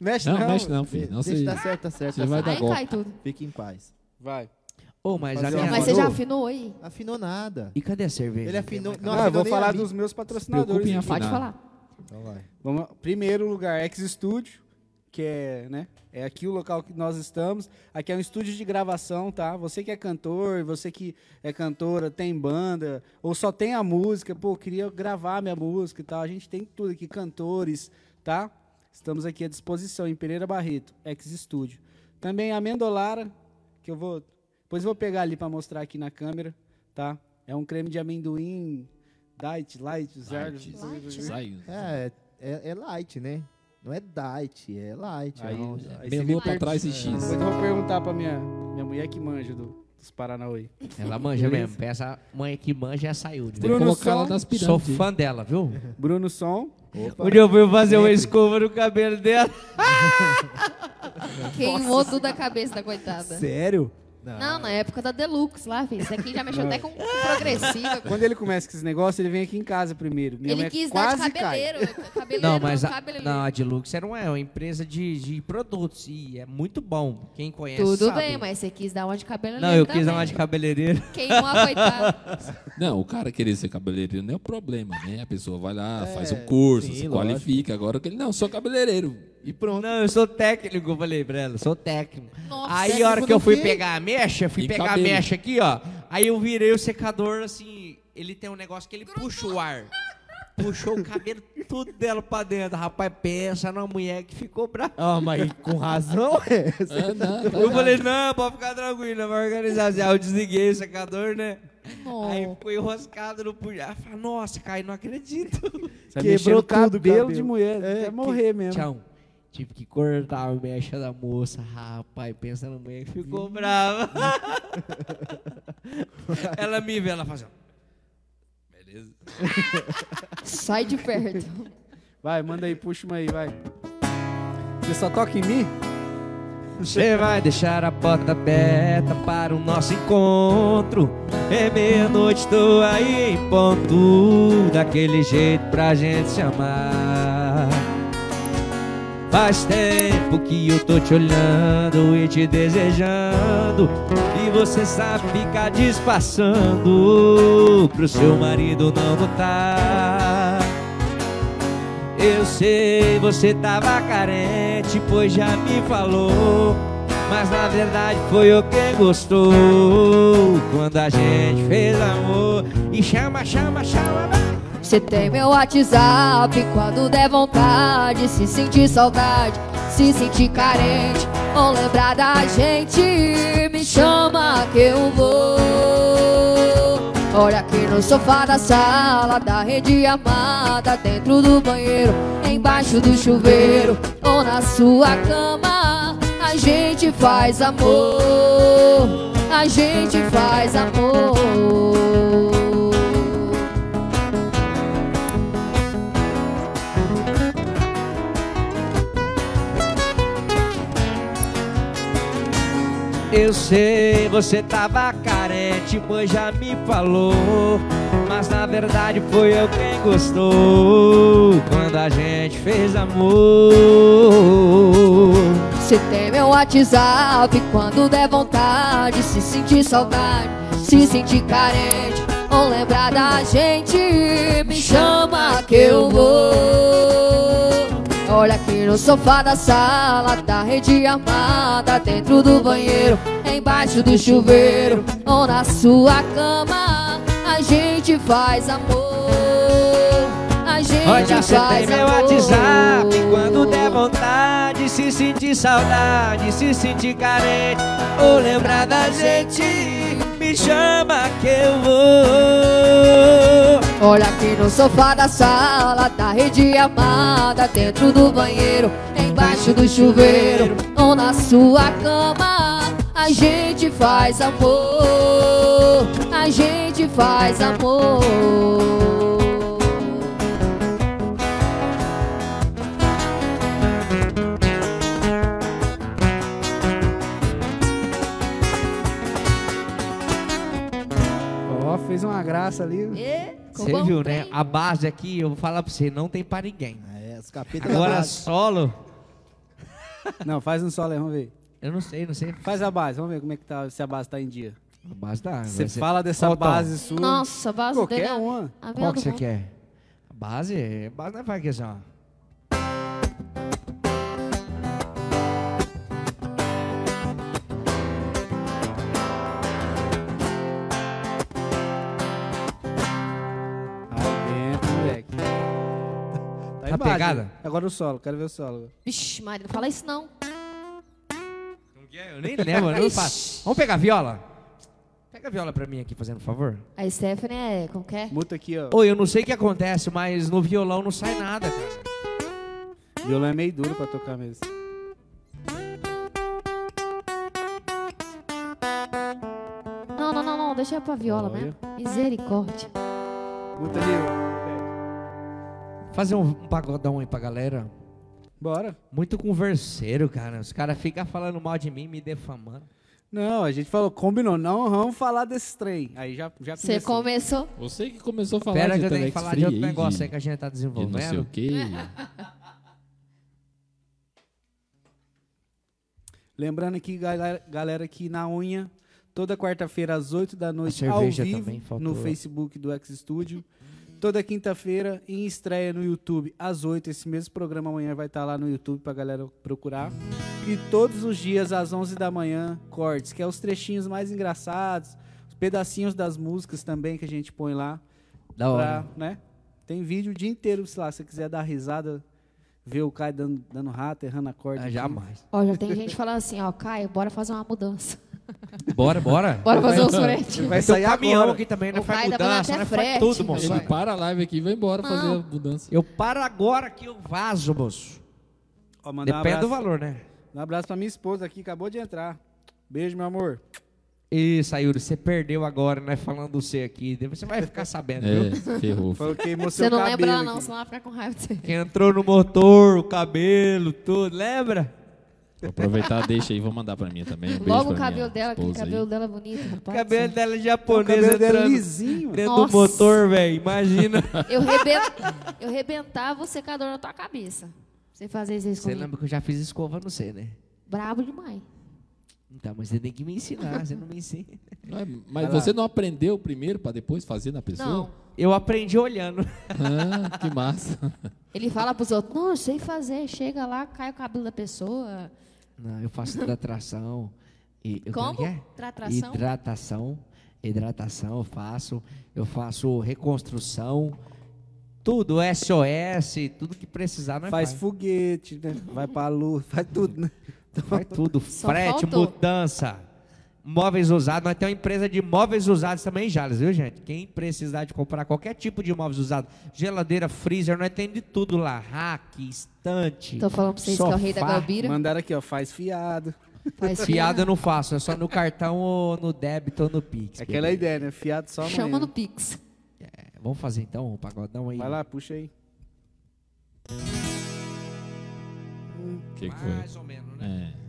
[SPEAKER 1] Mexe não.
[SPEAKER 2] Não, mexe não, filho. Não
[SPEAKER 3] Deixa,
[SPEAKER 2] se.
[SPEAKER 3] tá certo, tá certo.
[SPEAKER 2] você
[SPEAKER 3] tá
[SPEAKER 2] vai
[SPEAKER 3] certo.
[SPEAKER 2] dar
[SPEAKER 4] Aí
[SPEAKER 2] golpe.
[SPEAKER 4] cai tudo.
[SPEAKER 3] Fique em paz.
[SPEAKER 1] Vai.
[SPEAKER 5] Ô, mas a
[SPEAKER 3] Fazer
[SPEAKER 5] minha...
[SPEAKER 3] uma
[SPEAKER 4] Mas
[SPEAKER 3] foto.
[SPEAKER 4] você já afinou
[SPEAKER 3] Afinou?
[SPEAKER 4] aí?
[SPEAKER 3] Afinou nada.
[SPEAKER 5] E cadê a cerveja?
[SPEAKER 3] Ele é afinou. Não,
[SPEAKER 1] Não,
[SPEAKER 3] afinou
[SPEAKER 1] eu vou
[SPEAKER 3] nem
[SPEAKER 1] falar
[SPEAKER 3] a mim.
[SPEAKER 1] dos meus
[SPEAKER 2] Preocupa em
[SPEAKER 1] patrocinadores.
[SPEAKER 4] Pode
[SPEAKER 2] Afinado.
[SPEAKER 4] falar.
[SPEAKER 3] Então vai.
[SPEAKER 1] Vamos, lá. primeiro lugar, X Studio, que é, né, é aqui o local que nós estamos. Aqui é um estúdio de gravação, tá? Você que é cantor, você que é cantora, tem banda, ou só tem a música, pô, queria gravar minha música e tal. A gente tem tudo aqui, cantores, tá? Estamos aqui à disposição em Pereira Barreto, X Studio. Também a Mendolara, que eu vou, depois eu vou pegar ali para mostrar aqui na câmera, tá? É um creme de amendoim, diet, light, zero,
[SPEAKER 4] Light, né?
[SPEAKER 2] Saiu.
[SPEAKER 3] É, é, é light, né? Não é diet, é light.
[SPEAKER 1] Aí,
[SPEAKER 3] não.
[SPEAKER 1] aí você me
[SPEAKER 2] Melou pra
[SPEAKER 1] perde.
[SPEAKER 2] trás esse X.
[SPEAKER 1] Depois eu vou perguntar pra minha, minha mulher que manja do- dos Paranauê.
[SPEAKER 5] Ela manja mesmo. Essa mãe que manja é um saúde.
[SPEAKER 2] Tem que
[SPEAKER 1] Bruno
[SPEAKER 2] colocar lá
[SPEAKER 1] Som.
[SPEAKER 2] nas
[SPEAKER 5] Sou
[SPEAKER 2] pirâmides.
[SPEAKER 5] fã dela, viu?
[SPEAKER 3] É.
[SPEAKER 5] é
[SPEAKER 1] Bruno Som.
[SPEAKER 5] Onde Um eu fui fazer uma escova no cabelo dela.
[SPEAKER 4] Queimou tudo a cabeça da coitada.
[SPEAKER 1] Sério?
[SPEAKER 4] Não, na época da Deluxe lá, filho. Isso aqui já mexeu até com com progressiva. com-
[SPEAKER 1] Quando ele começa com esse negócio, ele vem aqui em casa primeiro. Minha
[SPEAKER 4] Ele
[SPEAKER 1] mulher
[SPEAKER 4] quis dar de
[SPEAKER 1] quase cai.
[SPEAKER 4] cabeleiro. Cabeleiro
[SPEAKER 5] Não, mas a,
[SPEAKER 4] cabeleireiro.
[SPEAKER 5] não, a Deluxe era uma, é uma empresa de, de produtos e é muito bom. Quem conhece
[SPEAKER 4] Tudo
[SPEAKER 5] sabe.
[SPEAKER 4] bem, mas você quis dar uma de cabeleireiro
[SPEAKER 5] é Não, eu
[SPEAKER 4] também.
[SPEAKER 5] quis uma de cabeleireiro.
[SPEAKER 4] Queimou a coitada.
[SPEAKER 2] Não, o cara querer ser cabeleireiro não é o problema, né? A pessoa vai lá,
[SPEAKER 5] É,
[SPEAKER 2] faz um curso,
[SPEAKER 3] sim,
[SPEAKER 2] se
[SPEAKER 3] lógico.
[SPEAKER 2] qualifica. Agora que ele, não, sou cabeleireiro.
[SPEAKER 5] E pronto. Não, eu sou técnico, eu falei pra ela, sou técnico.
[SPEAKER 4] Nossa.
[SPEAKER 5] aí a hora que eu
[SPEAKER 3] Técnico do
[SPEAKER 5] fui
[SPEAKER 3] quê?
[SPEAKER 5] pegar a mecha, fui
[SPEAKER 2] E
[SPEAKER 5] pegar
[SPEAKER 2] cabelo.
[SPEAKER 5] a mecha aqui, ó. Aí eu virei o secador, assim, ele tem um negócio que ele puxa o ar. Puxou
[SPEAKER 3] <laughs>
[SPEAKER 5] o cabelo tudo dela pra dentro. Rapaz, pensa numa mulher que ficou brava.
[SPEAKER 3] Ah, mas com razão <laughs> é.
[SPEAKER 2] Ah, não, tá
[SPEAKER 5] Eu falei, não, pode ficar tranquilo, vai organizar. Assim, Aí eu desliguei o secador, né?
[SPEAKER 4] Não.
[SPEAKER 5] Aí ficou enroscado no puxão. Ela falou, nossa, Caio, não acredito.
[SPEAKER 1] Você vai
[SPEAKER 3] Quebrou
[SPEAKER 1] mexer no cabelo,
[SPEAKER 3] tudo o
[SPEAKER 1] de
[SPEAKER 3] cabelo.
[SPEAKER 1] mulher.
[SPEAKER 3] É,
[SPEAKER 1] Quer morrer mesmo.
[SPEAKER 5] Tchau. Tive que cortar a mecha da moça, rapaz. Pensa na mulher que ficou brava. ela me vê, ela faz. assim, ó. Beleza.
[SPEAKER 4] Sai de perto.
[SPEAKER 1] Vai, manda aí, puxa uma aí, vai. Você só toca em mim?
[SPEAKER 5] Você vai deixar a porta aberta para o nosso encontro. É meia-noite, tô aí em ponto. Daquele jeito pra gente se amar. Faz tempo que eu tô te olhando e te desejando. E você sabe ficar disfarçando pro seu marido não notar. Eu sei, você tava carente, pois já me falou. Mas na verdade foi eu quem gostou quando a gente fez amor. E chama, chama, chama, vai.
[SPEAKER 4] Você tem meu WhatsApp quando der vontade. Se sentir saudade, se sentir carente ou lembrar da gente, me chama que eu vou. Olha aqui no sofá da sala, da rede amada, dentro do banheiro, embaixo do chuveiro ou na sua cama. A gente faz amor, a gente faz amor.
[SPEAKER 5] Eu sei, você tava carente, pois já me falou. Mas na verdade foi eu quem gostou quando a gente fez amor.
[SPEAKER 4] Você tem meu WhatsApp quando der vontade. Se sentir saudade, se sentir carente ou lembrar da gente, me chama que eu vou. Olha aqui no sofá da sala, da rede armada, dentro do banheiro, embaixo do chuveiro ou na sua cama. A gente faz amor, a gente
[SPEAKER 5] Olha,
[SPEAKER 4] faz
[SPEAKER 5] você tem meu
[SPEAKER 4] amor.
[SPEAKER 5] WhatsApp. Quando der vontade, se sentir saudade, se sentir carente, ou lembrar da gente, me chama que eu vou.
[SPEAKER 4] Olha aqui no sofá da sala, da rede amada, dentro do banheiro, embaixo do chuveiro, ou na sua cama, a gente faz amor, a gente faz amor.
[SPEAKER 1] Ó, fez uma graça ali.
[SPEAKER 4] E, com
[SPEAKER 5] Você
[SPEAKER 4] bom
[SPEAKER 5] viu, né?
[SPEAKER 4] trem.
[SPEAKER 5] A base aqui, eu vou falar pra você, não tem pra ninguém.
[SPEAKER 3] É, os capetas da
[SPEAKER 5] Agora
[SPEAKER 3] base.
[SPEAKER 5] solo,
[SPEAKER 1] Não, faz um solo aí, vamos ver.
[SPEAKER 5] eu não sei, não sei.
[SPEAKER 1] Faz a base, vamos ver como é que tá, se a base tá em dia.
[SPEAKER 5] A base da água.
[SPEAKER 1] Você fala dessa
[SPEAKER 5] Ó, Tom,
[SPEAKER 1] base sua.
[SPEAKER 4] Nossa, a base
[SPEAKER 1] Qualquer
[SPEAKER 4] dele é-
[SPEAKER 1] uma.
[SPEAKER 4] a minha
[SPEAKER 5] Qual que
[SPEAKER 4] do
[SPEAKER 5] você
[SPEAKER 4] bom.
[SPEAKER 5] quer? A base? A base não é pra que assim, ó.
[SPEAKER 1] Aí dentro, moleque. Tá, embaixo,
[SPEAKER 5] pegada?
[SPEAKER 1] né? Agora o solo, quero ver o solo.
[SPEAKER 4] Vixe, Maria, não fala isso não.
[SPEAKER 5] Eu nem lembro, <laughs> eu não faço. Vamos pegar a viola? Pega a viola pra mim aqui, fazendo um favor.
[SPEAKER 4] A Stephanie é, como que é?
[SPEAKER 1] Muta aqui, ó.
[SPEAKER 5] Oi, eu não sei o que acontece, mas no violão não sai nada, cara.
[SPEAKER 1] Violão é meio duro pra tocar mesmo.
[SPEAKER 4] Não, não, não, não, deixa pra viola
[SPEAKER 1] Olha.
[SPEAKER 4] mesmo. Misericórdia.
[SPEAKER 1] Muta ali, ó.
[SPEAKER 5] Fazer um, um pagodão aí pra galera.
[SPEAKER 1] Bora.
[SPEAKER 5] Muito converseiro, cara. Os caras ficam falando mal de mim, me defamando.
[SPEAKER 1] Não, a gente falou, combinou, não vamos falar desse trem. Aí já, já
[SPEAKER 4] Você
[SPEAKER 1] começou.
[SPEAKER 4] começou?
[SPEAKER 2] Você que começou a falar
[SPEAKER 5] Pera
[SPEAKER 2] de
[SPEAKER 5] que eu tenho que
[SPEAKER 2] Telex
[SPEAKER 5] falar
[SPEAKER 2] Free
[SPEAKER 5] de outro
[SPEAKER 2] aí,
[SPEAKER 5] negócio
[SPEAKER 2] de-
[SPEAKER 5] aí que a gente tá
[SPEAKER 2] de não sei o
[SPEAKER 5] desenvolvendo.
[SPEAKER 2] <laughs> quê.
[SPEAKER 1] Lembrando aqui, galera, galera que na unha, toda quarta-feira às 8 da noite,
[SPEAKER 5] A
[SPEAKER 1] ao
[SPEAKER 5] cerveja
[SPEAKER 1] vivo,
[SPEAKER 5] também faltou.
[SPEAKER 1] no Facebook do X Studio. Toda quinta-feira, em estreia no YouTube, às 8. Esse mesmo programa amanhã vai estar lá no YouTube pra galera procurar. E todos os dias, às 11 da manhã, cortes, que é os trechinhos mais engraçados, os pedacinhos das músicas também que a gente põe lá.
[SPEAKER 5] Da
[SPEAKER 1] pra,
[SPEAKER 5] hora. Ah,
[SPEAKER 1] né? Tem vídeo o dia inteiro, sei lá, se você quiser dar risada, ver o Caio dando, dando rato, errando a corda.
[SPEAKER 5] Ah,
[SPEAKER 1] aqui.
[SPEAKER 5] jamais.
[SPEAKER 4] Ó, já tem gente falando assim, ó, Caio, bora fazer uma mudança.
[SPEAKER 5] Bora, bora.
[SPEAKER 4] Bora fazer uns frete.
[SPEAKER 1] Vai
[SPEAKER 5] Tem um
[SPEAKER 1] sair
[SPEAKER 5] caminhão
[SPEAKER 1] agora.
[SPEAKER 5] aqui também,
[SPEAKER 4] O
[SPEAKER 5] não faz
[SPEAKER 4] Caio dá pra dar
[SPEAKER 5] mudança,
[SPEAKER 4] até
[SPEAKER 5] não faz
[SPEAKER 4] frete,
[SPEAKER 5] tudo,
[SPEAKER 4] então.
[SPEAKER 5] moço.
[SPEAKER 2] Ele
[SPEAKER 5] Vai.
[SPEAKER 2] para a live aqui e vai embora fazer a mudança.
[SPEAKER 5] Eu paro agora que eu vazo, moço.
[SPEAKER 1] Ó, mandar um
[SPEAKER 5] Depende
[SPEAKER 1] abraço-
[SPEAKER 5] do valor, né?
[SPEAKER 1] Um abraço pra minha esposa aqui, acabou de entrar. Beijo, meu amor.
[SPEAKER 5] Isso, Ayuri, você perdeu agora, né? Falando você aqui. Depois você vai ficar sabendo, viu?
[SPEAKER 2] É, ferrou.
[SPEAKER 1] Coloquei meu
[SPEAKER 4] <laughs> Você
[SPEAKER 1] seu
[SPEAKER 4] não
[SPEAKER 1] cabelo
[SPEAKER 4] lembra, não,
[SPEAKER 1] aqui.
[SPEAKER 4] senão ela fica com raiva de você.
[SPEAKER 5] Quem entrou no motor, o cabelo, tudo, lembra?
[SPEAKER 2] Vou aproveitar, deixa aí, vou mandar pra mim também. Um beijo
[SPEAKER 4] Logo
[SPEAKER 2] pra
[SPEAKER 4] o
[SPEAKER 2] minha
[SPEAKER 4] cabelo dela, aquele
[SPEAKER 2] esposa aí.
[SPEAKER 4] cabelo dela é bonito,
[SPEAKER 5] O
[SPEAKER 4] rapaz.
[SPEAKER 5] cabelo dela é
[SPEAKER 1] O cabelo
[SPEAKER 5] japonesa
[SPEAKER 1] dela é
[SPEAKER 5] entrando
[SPEAKER 1] lisinho.
[SPEAKER 5] dentro
[SPEAKER 4] Nossa.
[SPEAKER 5] do motor, velho. Imagina.
[SPEAKER 4] Eu, reben... eu rebentava o secador na tua cabeça. Você fazer isso
[SPEAKER 5] <laughs> Você
[SPEAKER 4] comigo.
[SPEAKER 5] lembra que eu já fiz escova, não sei, né?
[SPEAKER 4] Brabo demais.
[SPEAKER 5] Então, mas você tem que me ensinar, você não me ensina.
[SPEAKER 2] Não é- mas você não aprendeu primeiro pra depois fazer na pessoa?
[SPEAKER 4] Não.
[SPEAKER 5] <laughs> Eu aprendi olhando.
[SPEAKER 2] Ah, que massa.
[SPEAKER 4] Ele fala pros outros, não, eu sei fazer. Chega lá, cai o cabelo da pessoa.
[SPEAKER 5] <laughs> Não, eu faço hidratação. E, eu-
[SPEAKER 4] Como?
[SPEAKER 5] que é?
[SPEAKER 4] Hidratação?
[SPEAKER 5] Hidratação. Hidratação eu faço. Eu faço reconstrução. Tudo, SOS, tudo que precisar, nós
[SPEAKER 1] Faz foguete, né? Vai pra lua, faz tudo, né?
[SPEAKER 5] Faz tudo.
[SPEAKER 4] Só
[SPEAKER 5] Frete,
[SPEAKER 4] faltou.
[SPEAKER 5] mudança. Móveis usados. Nós temos uma empresa de móveis usados também em Jales, viu, gente? Quem precisar de comprar qualquer tipo de móveis usados, geladeira, freezer, nós temos de tudo lá. Rack, estante.
[SPEAKER 4] Tô falando pra vocês que é o rei da
[SPEAKER 5] sofá.
[SPEAKER 4] Gambira.
[SPEAKER 1] Mandaram aqui, ó, faz fiado. É
[SPEAKER 4] Faz
[SPEAKER 5] Fiado eu não faço, é só no cartão ou no débito ou no Pix.
[SPEAKER 1] É Aquela
[SPEAKER 5] bebê.
[SPEAKER 1] ideia, né? Fiado só amanhã.
[SPEAKER 4] Chama no Pix.
[SPEAKER 5] É, Vamos fazer então o pagodão aí.
[SPEAKER 1] Vai lá, puxa aí.
[SPEAKER 2] O <laughs> que, que foi?
[SPEAKER 5] Mais ou menos, né?
[SPEAKER 2] É.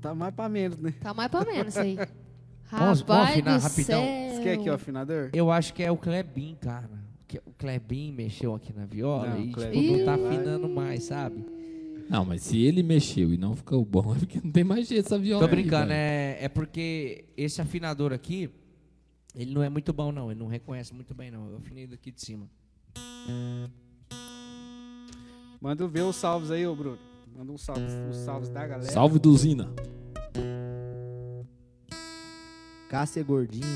[SPEAKER 1] Tá mais pra menos, né?
[SPEAKER 4] Tá mais pra menos aí.
[SPEAKER 5] Vamos- vamos
[SPEAKER 4] Rapaz
[SPEAKER 5] afinar
[SPEAKER 4] do
[SPEAKER 5] rapidão.
[SPEAKER 4] céu.
[SPEAKER 1] Você quer aqui, ó, afinador?
[SPEAKER 5] Eu acho que é o Klebin, cara. Que O Klebin mexeu aqui na viola
[SPEAKER 1] Não,
[SPEAKER 5] e tipo,
[SPEAKER 1] Klebin
[SPEAKER 5] não tá
[SPEAKER 1] vai.
[SPEAKER 5] afinando mais, sabe?
[SPEAKER 2] Não, mas se ele mexeu e não ficou bom, <laughs> é porque não tem mais jeito essa viola.
[SPEAKER 5] Tô
[SPEAKER 2] aí,
[SPEAKER 5] brincando,
[SPEAKER 2] velho.
[SPEAKER 5] é, é porque esse afinador aqui, ele não é muito bom, não. Ele não reconhece muito bem, não. Eu afinei daqui de cima.
[SPEAKER 1] Manda ver os salves aí, ô Bruno. Manda uns salves, os salves da galera.
[SPEAKER 2] Salve, Duzina.
[SPEAKER 3] Cássia Gordinho.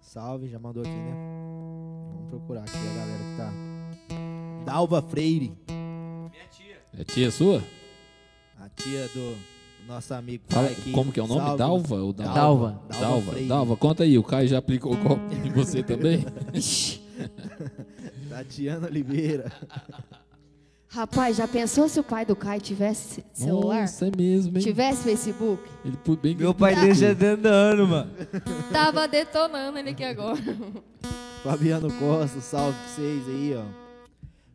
[SPEAKER 3] Salve, já mandou aqui, né? Vamos procurar aqui a galera que tá Dalva Freire,
[SPEAKER 2] É tia sua?
[SPEAKER 3] a tia do nosso amigo
[SPEAKER 2] Fala-
[SPEAKER 3] Caio, que-
[SPEAKER 2] como que é o nome?
[SPEAKER 3] salve.
[SPEAKER 2] Dalva ou Dalva?
[SPEAKER 5] Dalva.
[SPEAKER 2] Dalva,
[SPEAKER 3] Dalva Freire.
[SPEAKER 2] Dalva, conta aí, o Caio já aplicou o golpe em
[SPEAKER 4] <laughs>
[SPEAKER 2] você também?
[SPEAKER 3] Tatiana Oliveira.
[SPEAKER 4] Rapaz, já pensou se o pai do Caio tivesse celular?
[SPEAKER 2] Nossa, é mesmo, hein?
[SPEAKER 4] Tivesse Facebook?
[SPEAKER 2] Ele foi bem tá-
[SPEAKER 9] Meu pai tem 70 anos, mano.
[SPEAKER 4] Tava detonando ele aqui agora.
[SPEAKER 3] Fabiano Costa, salve pra vocês aí, ó.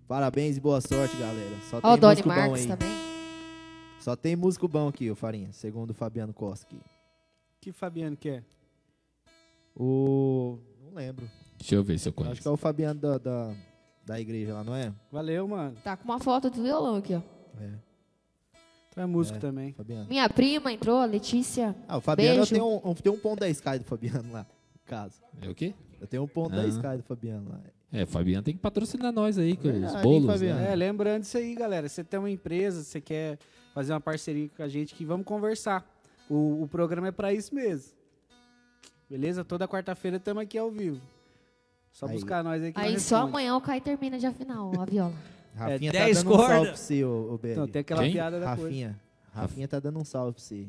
[SPEAKER 3] Parabéns e boa sorte, galera. Só
[SPEAKER 4] Ó, o
[SPEAKER 3] tem
[SPEAKER 4] Doni
[SPEAKER 3] músico bom
[SPEAKER 4] Marcos
[SPEAKER 3] aí.
[SPEAKER 4] também.
[SPEAKER 3] Só tem músico bom aqui, ô Farinha, segundo o Fabiano Costa aqui.
[SPEAKER 1] Que Fabiano que é?
[SPEAKER 3] O. Não lembro.
[SPEAKER 2] Deixa eu ver se eu
[SPEAKER 3] Acho que
[SPEAKER 2] conheço.
[SPEAKER 3] é o Fabiano da, da, da igreja lá, não é?
[SPEAKER 1] Valeu, mano.
[SPEAKER 4] Tá com uma foto do violão aqui, ó.
[SPEAKER 3] É,
[SPEAKER 1] Tu é músico também.
[SPEAKER 3] Fabiano.
[SPEAKER 4] Minha prima entrou, a Letícia.
[SPEAKER 3] Ah, o Fabiano
[SPEAKER 4] Beijo.
[SPEAKER 3] tem um, um, tem um pão da Sky do Fabiano lá, no caso.
[SPEAKER 2] É o quê?
[SPEAKER 3] Eu tenho um pão
[SPEAKER 2] Ah.
[SPEAKER 3] da Sky do Fabiano lá.
[SPEAKER 2] É, Fabiano tem que patrocinar nós aí, com os
[SPEAKER 3] Verdade, hein,
[SPEAKER 2] bolos,
[SPEAKER 3] Fabiano?
[SPEAKER 2] né?
[SPEAKER 1] É, lembrando isso aí, galera. Você tem uma empresa, você quer fazer uma parceria com a gente, que vamos conversar. O, o programa é pra isso mesmo. Beleza? Toda quarta-feira estamos aqui ao vivo. Só
[SPEAKER 3] Aí.
[SPEAKER 1] buscar nós aí que
[SPEAKER 4] Aí
[SPEAKER 1] nós
[SPEAKER 4] só
[SPEAKER 1] responde.
[SPEAKER 4] amanhã o Caio termina de afinal a viola.
[SPEAKER 3] Rafinha tá
[SPEAKER 9] dez
[SPEAKER 3] dando um salve
[SPEAKER 9] corda.
[SPEAKER 3] pra você, ô, ô
[SPEAKER 1] Então,
[SPEAKER 3] Beli.
[SPEAKER 1] tem aquela
[SPEAKER 2] Quem?
[SPEAKER 1] piada da coisa.
[SPEAKER 3] Rafinha. Rafinha tá dando um salve pra você.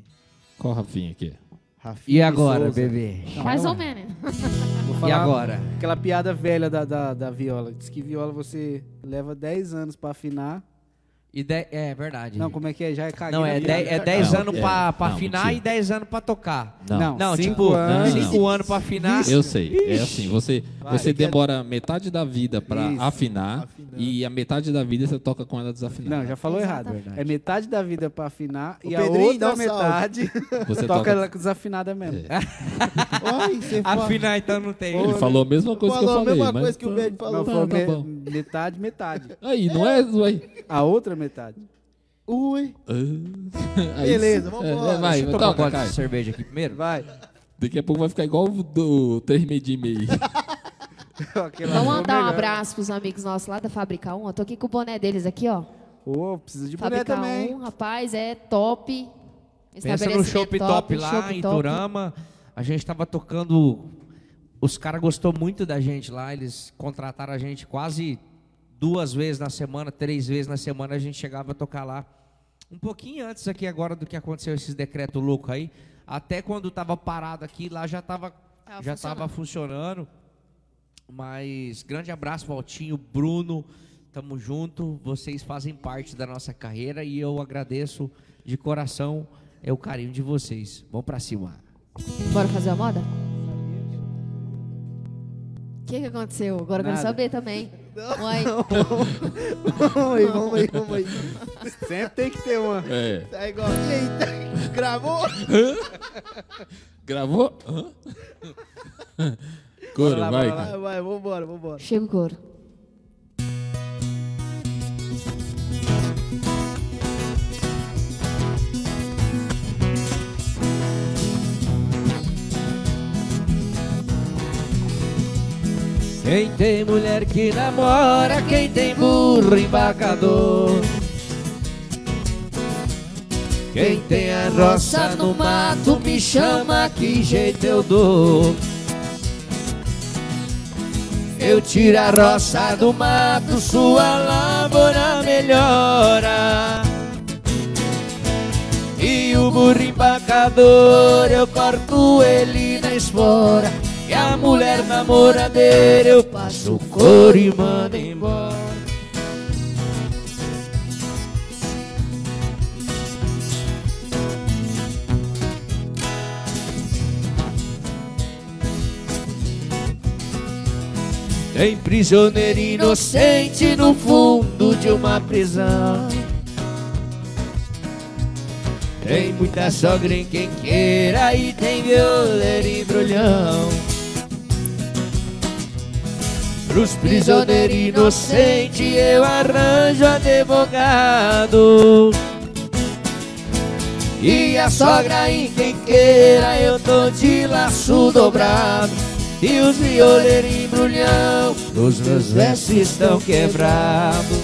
[SPEAKER 2] Qual Rafinha aqui?
[SPEAKER 3] Rafinha
[SPEAKER 5] E agora,
[SPEAKER 3] Souza.
[SPEAKER 5] bebê?
[SPEAKER 4] Mais ou menos.
[SPEAKER 5] Tá
[SPEAKER 1] Vou
[SPEAKER 5] E
[SPEAKER 1] falar
[SPEAKER 5] agora?
[SPEAKER 1] Aquela piada velha da, da, da viola. Diz que viola você leva 10 anos pra afinar.
[SPEAKER 5] E de- É verdade.
[SPEAKER 1] Não, como é que é? Já é caguei.
[SPEAKER 5] Não,
[SPEAKER 1] na
[SPEAKER 5] é
[SPEAKER 1] piada.
[SPEAKER 5] 10 é dez
[SPEAKER 2] Não,
[SPEAKER 5] anos
[SPEAKER 2] é.
[SPEAKER 5] pra, pra
[SPEAKER 2] Não,
[SPEAKER 5] afinar
[SPEAKER 2] mentira.
[SPEAKER 5] e 10 anos pra tocar.
[SPEAKER 1] Não.
[SPEAKER 5] Não,
[SPEAKER 1] cinco
[SPEAKER 5] tipo,
[SPEAKER 1] anos.
[SPEAKER 5] 5 anos pra afinar.
[SPEAKER 2] Eu sei, é assim, você, você
[SPEAKER 3] que é-
[SPEAKER 2] demora metade da vida pra
[SPEAKER 1] Isso,
[SPEAKER 2] afinar
[SPEAKER 3] afinando.
[SPEAKER 2] e a metade da vida você toca com ela desafinada.
[SPEAKER 1] Não, já falou errado. É metade da vida pra afinar
[SPEAKER 3] Ô,
[SPEAKER 1] e
[SPEAKER 3] Pedrinho,
[SPEAKER 1] a
[SPEAKER 3] dá
[SPEAKER 1] outra
[SPEAKER 3] um
[SPEAKER 1] metade
[SPEAKER 2] <laughs>
[SPEAKER 1] toca,
[SPEAKER 2] Você toca- É.
[SPEAKER 1] ela desafinada mesmo.
[SPEAKER 3] Oi,
[SPEAKER 5] <laughs>
[SPEAKER 3] você fala-
[SPEAKER 5] Afinar então não tem.
[SPEAKER 2] Ele falou a mesma coisa que eu
[SPEAKER 3] Falou a
[SPEAKER 2] falei.
[SPEAKER 3] mesma
[SPEAKER 2] mas...
[SPEAKER 3] coisa que o Beli falou.
[SPEAKER 1] Não,
[SPEAKER 2] Tá,
[SPEAKER 1] foi
[SPEAKER 2] tá
[SPEAKER 1] me-
[SPEAKER 2] bom.
[SPEAKER 1] metade, metade.
[SPEAKER 2] Aí, não é, ué?
[SPEAKER 1] A outra metade.
[SPEAKER 3] Ui.
[SPEAKER 2] Ah, <laughs> aí
[SPEAKER 3] Beleza,
[SPEAKER 2] sim.
[SPEAKER 3] vambora.
[SPEAKER 2] É, é, vai,
[SPEAKER 5] Deixa eu tomar um
[SPEAKER 2] toca,
[SPEAKER 5] gole
[SPEAKER 2] Caio.
[SPEAKER 5] de cerveja aqui primeiro.
[SPEAKER 1] Vai. <laughs>
[SPEAKER 2] Daqui a pouco vai ficar igual o do 3 meio e
[SPEAKER 3] <laughs>
[SPEAKER 2] meio.
[SPEAKER 1] Aquela foi
[SPEAKER 4] Vamos mandar um
[SPEAKER 1] melhor.
[SPEAKER 4] abraço pros amigos nossos lá da Fábrica 1. Eu tô aqui com o boné deles aqui, ó.
[SPEAKER 1] Ô, preciso de mulher
[SPEAKER 4] Fábrica
[SPEAKER 1] também.
[SPEAKER 4] 1, rapaz, é top.
[SPEAKER 5] Pensa no
[SPEAKER 4] Estabelecimento
[SPEAKER 5] Shop Top lá
[SPEAKER 4] Shop
[SPEAKER 5] em
[SPEAKER 4] Top.
[SPEAKER 5] Turama. A gente tava tocando. Os caras gostou muito da gente lá. Eles contrataram a gente quase duas vezes na semana, três vezes na semana. A gente chegava a tocar lá. Um pouquinho antes aqui agora do que aconteceu esses decretos loucos aí. Até quando tava parado aqui, lá já tava,
[SPEAKER 4] Tava
[SPEAKER 5] já tava funcionando. Mas grande abraço, Valtinho, Bruno. Tamo junto. Vocês fazem parte da nossa carreira e eu agradeço de coração é o carinho de vocês. Vamos pra cima.
[SPEAKER 4] Bora fazer a moda? O que, que aconteceu? Agora eu quero
[SPEAKER 1] Nada.
[SPEAKER 4] saber
[SPEAKER 5] <laughs>
[SPEAKER 4] também. Mãe,
[SPEAKER 3] Vamos aí, vamos aí, vamos aí.
[SPEAKER 1] Sempre tem que ter uma.
[SPEAKER 2] É.
[SPEAKER 3] Tá igual. Eita, gravou?
[SPEAKER 2] Gravou? Hã? Coro,
[SPEAKER 1] lá,
[SPEAKER 2] vai.
[SPEAKER 1] bora lá.
[SPEAKER 2] cara.
[SPEAKER 3] Vai, vai, vambora, vambora.
[SPEAKER 4] chega o couro.
[SPEAKER 5] Quem tem mulher que namora, quem tem burro embarcador. Quem tem a roça no mato me chama, que jeito eu dou. Eu tiro a roça do mato, sua lavoura melhora. E o burro empacador, eu corto ele na espora. E a mulher namoradeira, eu passo o couro e mando embora. Tem prisioneiro inocente no fundo de uma prisão. Tem muita sogra em quem queira e tem violeiro e brulhão. Pros prisioneiros inocentes eu arranjo advogado. E a sogra em quem queira eu tô de laço dobrado. E os violeiros e brulhão, os meus versos estão quebrados.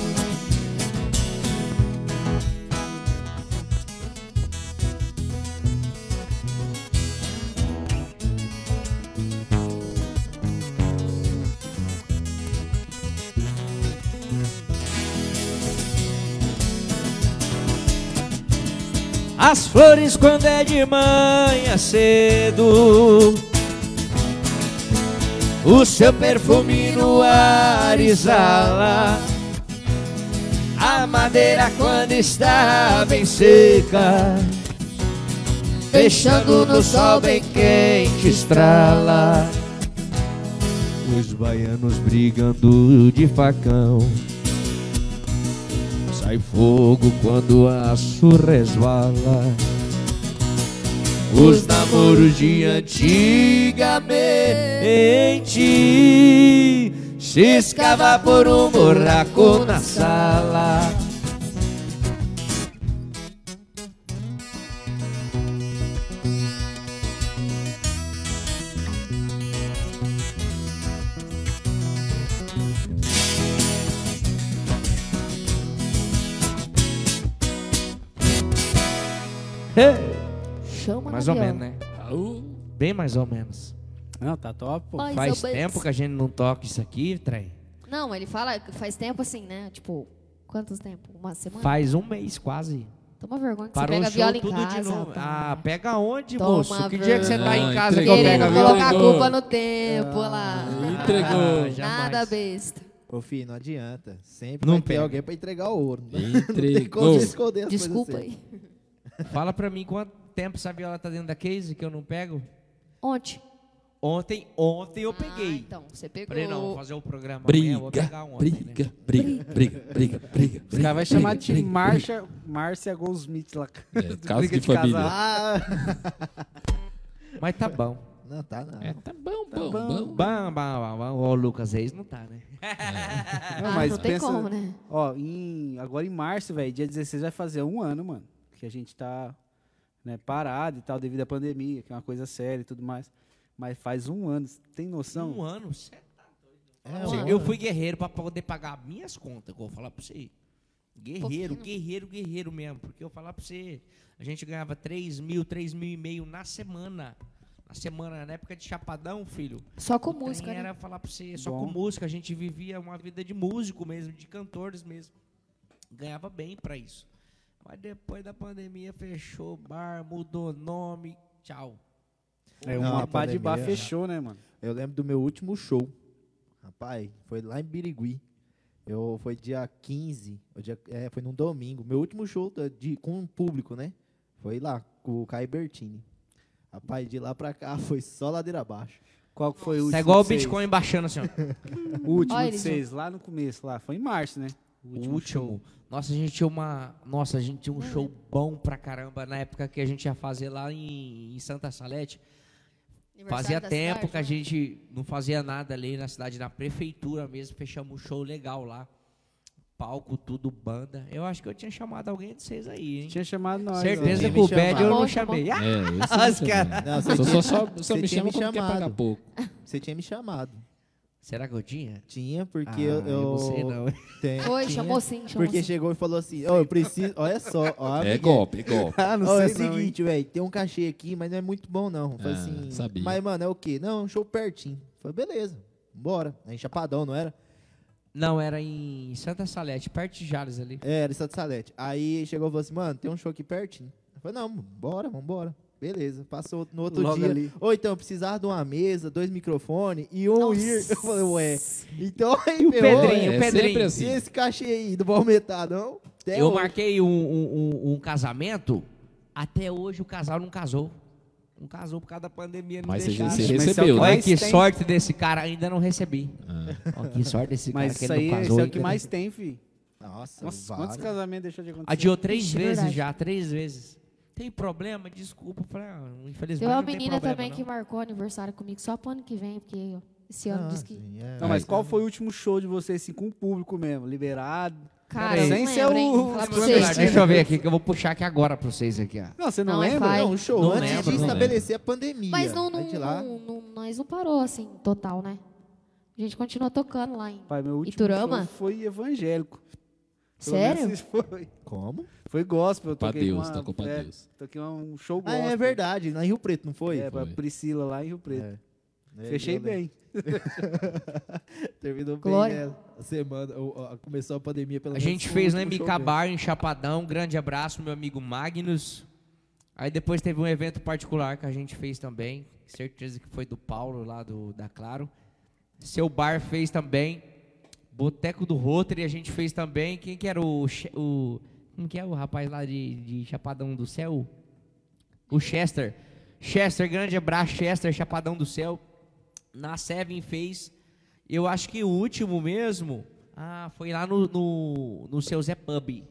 [SPEAKER 5] As flores quando é de manhã cedo O seu perfume no ar exala A madeira quando está bem seca Fechando no sol bem quente estrala Os baianos brigando de facão Sai fogo quando o aço resvala. Os namoros de antigamente se escava por um buraco na sala.
[SPEAKER 4] Chama
[SPEAKER 5] Mais
[SPEAKER 4] na
[SPEAKER 5] ou
[SPEAKER 4] viola.
[SPEAKER 5] menos, né? Bem mais ou menos.
[SPEAKER 4] um.
[SPEAKER 1] Não, tá top, pô.
[SPEAKER 4] Ai,
[SPEAKER 5] Faz
[SPEAKER 4] seu Banks.
[SPEAKER 5] tempo que a gente não toca isso aqui, trem.
[SPEAKER 4] Não, ele fala que faz tempo assim, né? Tipo, quantos tempo? Uma semana?
[SPEAKER 5] Faz um mês quase.
[SPEAKER 4] Toma vergonha que
[SPEAKER 5] Parou
[SPEAKER 4] você
[SPEAKER 5] o
[SPEAKER 4] pega
[SPEAKER 5] show
[SPEAKER 4] viola em
[SPEAKER 5] tudo
[SPEAKER 4] casa.
[SPEAKER 5] de novo.
[SPEAKER 4] tá?
[SPEAKER 5] Ah, pega onde,
[SPEAKER 4] Toma
[SPEAKER 5] moço? Que dia que você tá
[SPEAKER 2] vergonha.
[SPEAKER 5] em casa que eu
[SPEAKER 2] Ah, Entregou.
[SPEAKER 5] pego a
[SPEAKER 4] Querendo
[SPEAKER 5] viola?
[SPEAKER 4] colocar a
[SPEAKER 2] Entregou.
[SPEAKER 4] culpa no tempo lá.
[SPEAKER 2] Entregou.
[SPEAKER 5] Ah, jamais.
[SPEAKER 4] Nada besta.
[SPEAKER 3] Ô, filho, não adianta. Sempre
[SPEAKER 5] Não
[SPEAKER 3] vai ter
[SPEAKER 5] pega.
[SPEAKER 3] alguém pra entregar o ouro. né? Não tem como
[SPEAKER 2] Entregou.
[SPEAKER 3] esconder as
[SPEAKER 4] Desculpa
[SPEAKER 5] assim.
[SPEAKER 3] coisas assim.
[SPEAKER 4] aí.
[SPEAKER 5] Fala pra mim quanto tempo essa viola tá dentro da case que eu não pego?
[SPEAKER 4] Ontem.
[SPEAKER 5] Ontem, ontem eu peguei.
[SPEAKER 4] Ah, então, você pegou.
[SPEAKER 5] Falei, não, vou fazer o programa amanhã, eu vou
[SPEAKER 2] Briga,
[SPEAKER 5] pegar ontem. né?
[SPEAKER 2] briga, briga, briga, briga, briga.
[SPEAKER 1] O cara vai chamar
[SPEAKER 2] <laughs>
[SPEAKER 1] de
[SPEAKER 2] briga,
[SPEAKER 1] Marcia, Márcia Goldsmith lá. <laughs>
[SPEAKER 2] É,
[SPEAKER 1] Do
[SPEAKER 2] caso
[SPEAKER 1] Briga
[SPEAKER 2] de família.
[SPEAKER 1] Casal.
[SPEAKER 3] assim.
[SPEAKER 5] Mas tá bom.
[SPEAKER 3] Ah, não, tá não.
[SPEAKER 2] É, tá bom, bom, bom.
[SPEAKER 5] Bam, bam, bam, bam. Ó, O Lucas Reis não tá, né?
[SPEAKER 4] Ah,
[SPEAKER 1] Não, mas
[SPEAKER 4] não tem
[SPEAKER 1] pensa-
[SPEAKER 4] como, né?
[SPEAKER 1] Ó, em- agora em março, velho, dia 16 vai fazer um ano, mano. Que a gente tá né, parado e tal, devido à pandemia, que é uma coisa séria e tudo mais. Mas faz um ano, cê tem noção?
[SPEAKER 5] Um ano, cê tá doido.
[SPEAKER 3] É,
[SPEAKER 5] Cê-
[SPEAKER 3] um
[SPEAKER 5] Eu
[SPEAKER 3] ano.
[SPEAKER 5] fui guerreiro pra poder pagar minhas contas, que eu vou falar pra você. Guerreiro,
[SPEAKER 4] Pouquinho.
[SPEAKER 5] guerreiro, guerreiro mesmo. Porque eu vou falar pra você, a gente ganhava 3 mil, 3 mil e meio na semana. Na semana, na época de Chapadão, filho.
[SPEAKER 4] Só com
[SPEAKER 5] O trem
[SPEAKER 4] música, né?
[SPEAKER 5] era falar pra você, só
[SPEAKER 1] Bom.
[SPEAKER 5] com música. A gente vivia uma vida de músico mesmo, de cantores mesmo. Ganhava bem pra isso. Mas depois da pandemia, fechou o bar, mudou nome, tchau.
[SPEAKER 1] É,
[SPEAKER 3] Não,
[SPEAKER 1] uma
[SPEAKER 3] a
[SPEAKER 1] pá de bar
[SPEAKER 3] pandemia,
[SPEAKER 1] fechou, né, mano?
[SPEAKER 3] Eu lembro do meu último show. Rapaz, foi lá em Birigui. Eu, foi dia 15, ou dia, é, foi num domingo. Meu último show da- de, com o público, né? Foi lá, com o Caio Bertini. Rapaz, de lá pra cá <laughs> foi só ladeira abaixo.
[SPEAKER 1] Qual que foi o último?
[SPEAKER 5] Tá igual o
[SPEAKER 1] de vocês?
[SPEAKER 5] Bitcoin baixando assim, ó.
[SPEAKER 1] O último
[SPEAKER 4] Olha,
[SPEAKER 1] de
[SPEAKER 4] eles
[SPEAKER 1] vocês, lá no começo, lá. Foi em março, né?
[SPEAKER 5] O último show. Nossa, a gente tinha uma. Nossa, a gente
[SPEAKER 4] Hum.
[SPEAKER 5] tinha um show bom pra caramba na época que a gente ia fazer lá em, em Santa Salete. Fazia
[SPEAKER 4] Aniversário da
[SPEAKER 5] tempo
[SPEAKER 4] cidade,
[SPEAKER 5] que a
[SPEAKER 4] né?
[SPEAKER 5] gente não fazia nada ali na cidade, na prefeitura mesmo. Fechamos um show legal lá. Palco, tudo, banda. Eu acho que eu tinha chamado alguém de vocês aí, hein?
[SPEAKER 1] Tinha chamado nós.
[SPEAKER 5] Certeza
[SPEAKER 1] ó.
[SPEAKER 5] que o
[SPEAKER 3] me chamar.
[SPEAKER 5] Bad eu
[SPEAKER 4] Chamou,
[SPEAKER 5] não
[SPEAKER 4] chamou.
[SPEAKER 5] chamei. Ah,
[SPEAKER 2] É, esse cara.
[SPEAKER 3] Não, você
[SPEAKER 2] Só, só,
[SPEAKER 3] tinha,
[SPEAKER 2] só, só
[SPEAKER 3] Você
[SPEAKER 2] me
[SPEAKER 3] tinha
[SPEAKER 2] chama
[SPEAKER 3] me
[SPEAKER 2] quando quer
[SPEAKER 3] chamado.
[SPEAKER 2] pagar pouco.
[SPEAKER 3] você tinha me chamado.
[SPEAKER 5] será que eu tinha?
[SPEAKER 3] Tinha, porque
[SPEAKER 5] Ah,
[SPEAKER 3] eu,
[SPEAKER 5] eu não sei não.
[SPEAKER 3] Tem-
[SPEAKER 4] Foi,
[SPEAKER 3] tinha,
[SPEAKER 4] chamou sim, chamou
[SPEAKER 3] Porque
[SPEAKER 4] sim.
[SPEAKER 3] chegou e falou assim, ó, eu preciso... Olha só, ó,
[SPEAKER 2] É
[SPEAKER 3] amiguinho. <laughs>
[SPEAKER 2] golpe, é golpe.
[SPEAKER 1] Ah, não
[SPEAKER 3] Ó, é o
[SPEAKER 1] sei não, hein?
[SPEAKER 3] seguinte, velho, tem um cachê aqui, mas não é muito bom, não. Falei
[SPEAKER 2] Ah,
[SPEAKER 3] assim,
[SPEAKER 2] sabia.
[SPEAKER 3] mas, mano, é o quê? Não, é um show pertinho. Falei, beleza, bora. Aí em Chapadão, não era?
[SPEAKER 5] Não, era em Santa Salete, perto de Jales ali.
[SPEAKER 3] É, era em Santo Salete. Aí chegou e falou assim, mano, tem um show aqui pertinho. Eu falei, não, bora, vambora. Beleza, passou no outro
[SPEAKER 1] Logo
[SPEAKER 3] dia.
[SPEAKER 1] ali.
[SPEAKER 3] Ou então, eu precisava de uma mesa, dois microfones e um
[SPEAKER 4] Nossa.
[SPEAKER 3] ear. <laughs> Eu falei, ué. Então aí,
[SPEAKER 5] o
[SPEAKER 3] ferrou,
[SPEAKER 5] Pedrinho,
[SPEAKER 3] ué.
[SPEAKER 2] é sempre
[SPEAKER 5] Pedrinho,
[SPEAKER 3] E
[SPEAKER 2] assim.
[SPEAKER 3] esse cachê aí, não vou aumentar, não? Até
[SPEAKER 5] eu
[SPEAKER 3] hoje.
[SPEAKER 5] marquei um, um- um- um casamento, até hoje o casal não casou. Não casou por causa da pandemia, não
[SPEAKER 2] Mas você,
[SPEAKER 5] deixaram.
[SPEAKER 2] você
[SPEAKER 1] Mas é se
[SPEAKER 2] recebeu,
[SPEAKER 1] alguém-
[SPEAKER 2] né?
[SPEAKER 5] Olha que
[SPEAKER 1] Mas tem-
[SPEAKER 5] sorte desse cara, ainda não recebi.
[SPEAKER 2] Ah,
[SPEAKER 5] Olha que sorte desse cara
[SPEAKER 1] Mas
[SPEAKER 5] que
[SPEAKER 1] isso
[SPEAKER 5] ele
[SPEAKER 1] aí
[SPEAKER 5] não
[SPEAKER 1] isso
[SPEAKER 5] casou.
[SPEAKER 1] é o que
[SPEAKER 5] ainda.
[SPEAKER 1] mais tem, fi.
[SPEAKER 3] Nossa,
[SPEAKER 1] Nossa,
[SPEAKER 3] vários.
[SPEAKER 1] quantos casamentos deixou de acontecer?
[SPEAKER 5] Adiou três
[SPEAKER 4] Ixi,
[SPEAKER 5] vezes
[SPEAKER 4] verdade.
[SPEAKER 5] já, três vezes. Tem problema? Desculpa. eu Falei, ah, infelizmente
[SPEAKER 4] Tem uma
[SPEAKER 5] não tem
[SPEAKER 4] menina
[SPEAKER 5] problema,
[SPEAKER 4] também
[SPEAKER 5] não.
[SPEAKER 4] que marcou aniversário comigo só pro ano que vem, porque esse ano
[SPEAKER 3] Ah,
[SPEAKER 4] diz que.
[SPEAKER 3] sim, é.
[SPEAKER 1] Não, mas qual foi o último show de vocês, assim, com o público mesmo? Liberado?
[SPEAKER 4] Cara,
[SPEAKER 1] Pera aí.
[SPEAKER 4] eu
[SPEAKER 1] Sem
[SPEAKER 4] não
[SPEAKER 1] ser
[SPEAKER 4] lembro, hein?
[SPEAKER 1] o-
[SPEAKER 4] Vou falar pra
[SPEAKER 1] o
[SPEAKER 4] vocês.
[SPEAKER 1] celular, né?
[SPEAKER 5] Deixa eu ver aqui, que eu vou puxar aqui agora pra vocês aqui, ó.
[SPEAKER 1] Não, você não,
[SPEAKER 4] Não, é
[SPEAKER 1] lembra?
[SPEAKER 4] pai.
[SPEAKER 3] Não, um show
[SPEAKER 2] Não
[SPEAKER 3] antes
[SPEAKER 2] lembro,
[SPEAKER 3] de
[SPEAKER 2] não
[SPEAKER 3] estabelecer a pandemia.
[SPEAKER 4] Mas não,
[SPEAKER 3] Aí
[SPEAKER 4] não,
[SPEAKER 3] de lá,
[SPEAKER 4] não- não- nós não parou assim, total, né? A gente continuou tocando lá em.
[SPEAKER 1] Pai, meu último
[SPEAKER 4] Iturama?
[SPEAKER 1] show foi evangélico. Pelo
[SPEAKER 4] Sério?
[SPEAKER 1] menos isso Foi.
[SPEAKER 3] Como?
[SPEAKER 1] Foi gospel. Eu
[SPEAKER 2] pra
[SPEAKER 1] toquei com
[SPEAKER 2] Deus,
[SPEAKER 1] uma,
[SPEAKER 2] tocou pra
[SPEAKER 1] é,
[SPEAKER 2] Deus.
[SPEAKER 1] Toquei um show
[SPEAKER 3] Ah,
[SPEAKER 1] gospel.
[SPEAKER 3] é verdade, lá em Rio Preto, não foi?
[SPEAKER 1] É, pra
[SPEAKER 2] Foi.
[SPEAKER 1] Priscila lá em Rio Preto.
[SPEAKER 3] É,
[SPEAKER 1] Fechei
[SPEAKER 3] eu lembro.
[SPEAKER 1] bem.
[SPEAKER 3] Terminou
[SPEAKER 4] Glória.
[SPEAKER 3] bem, né? A semana, o- a- começou a pandemia pela
[SPEAKER 5] né, A gente fez na MK Bar em Chapadão. Um grande abraço, meu amigo Magnus. Aí depois teve um evento particular que a gente fez também, certeza que foi do Paulo lá do da Claro. Seu bar fez também, Boteco do Rotary a gente fez também. Quem que era o, che- o como que é o rapaz lá de, de Chapadão do Céu? O Chester. Chester, grande abraço, Chester, Chapadão do Céu. Na Seven fez. Eu acho que o último mesmo. Ah, foi lá no, no, no seu Zé Pub.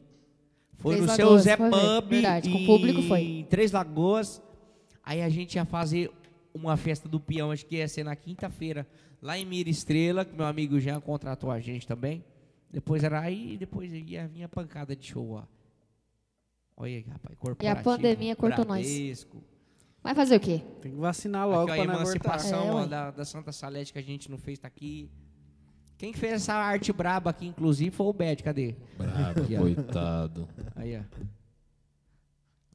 [SPEAKER 5] Foi
[SPEAKER 4] Três
[SPEAKER 5] no seu
[SPEAKER 4] Lagoas,
[SPEAKER 5] Zé
[SPEAKER 4] foi mesmo,
[SPEAKER 5] Pub.
[SPEAKER 4] verdade, com
[SPEAKER 5] em
[SPEAKER 4] público foi.
[SPEAKER 5] Três Lagoas. Aí a gente ia fazer uma festa do peão, acho que ia ser na quinta-feira, lá em Mira Estrela, que meu amigo Jean contratou a gente também. Depois era aí, depois ia vir a pancada de show, ó. Olha aí, rapaz, corporativo.
[SPEAKER 4] pandemia cortou nós.
[SPEAKER 5] Bradesco.
[SPEAKER 4] Vai fazer o quê?
[SPEAKER 1] Tem que vacinar logo
[SPEAKER 5] Aqui, ó, a
[SPEAKER 1] pra não abortar.
[SPEAKER 5] emancipação
[SPEAKER 4] É,
[SPEAKER 5] ó,
[SPEAKER 4] ué.
[SPEAKER 5] da, da Santa Salete que a gente não fez tá aqui. Quem que fez essa arte braba aqui, inclusive, foi o Bad, cadê?
[SPEAKER 2] Brabo,
[SPEAKER 5] Aqui, ó.
[SPEAKER 2] coitado.
[SPEAKER 5] Aí, ó.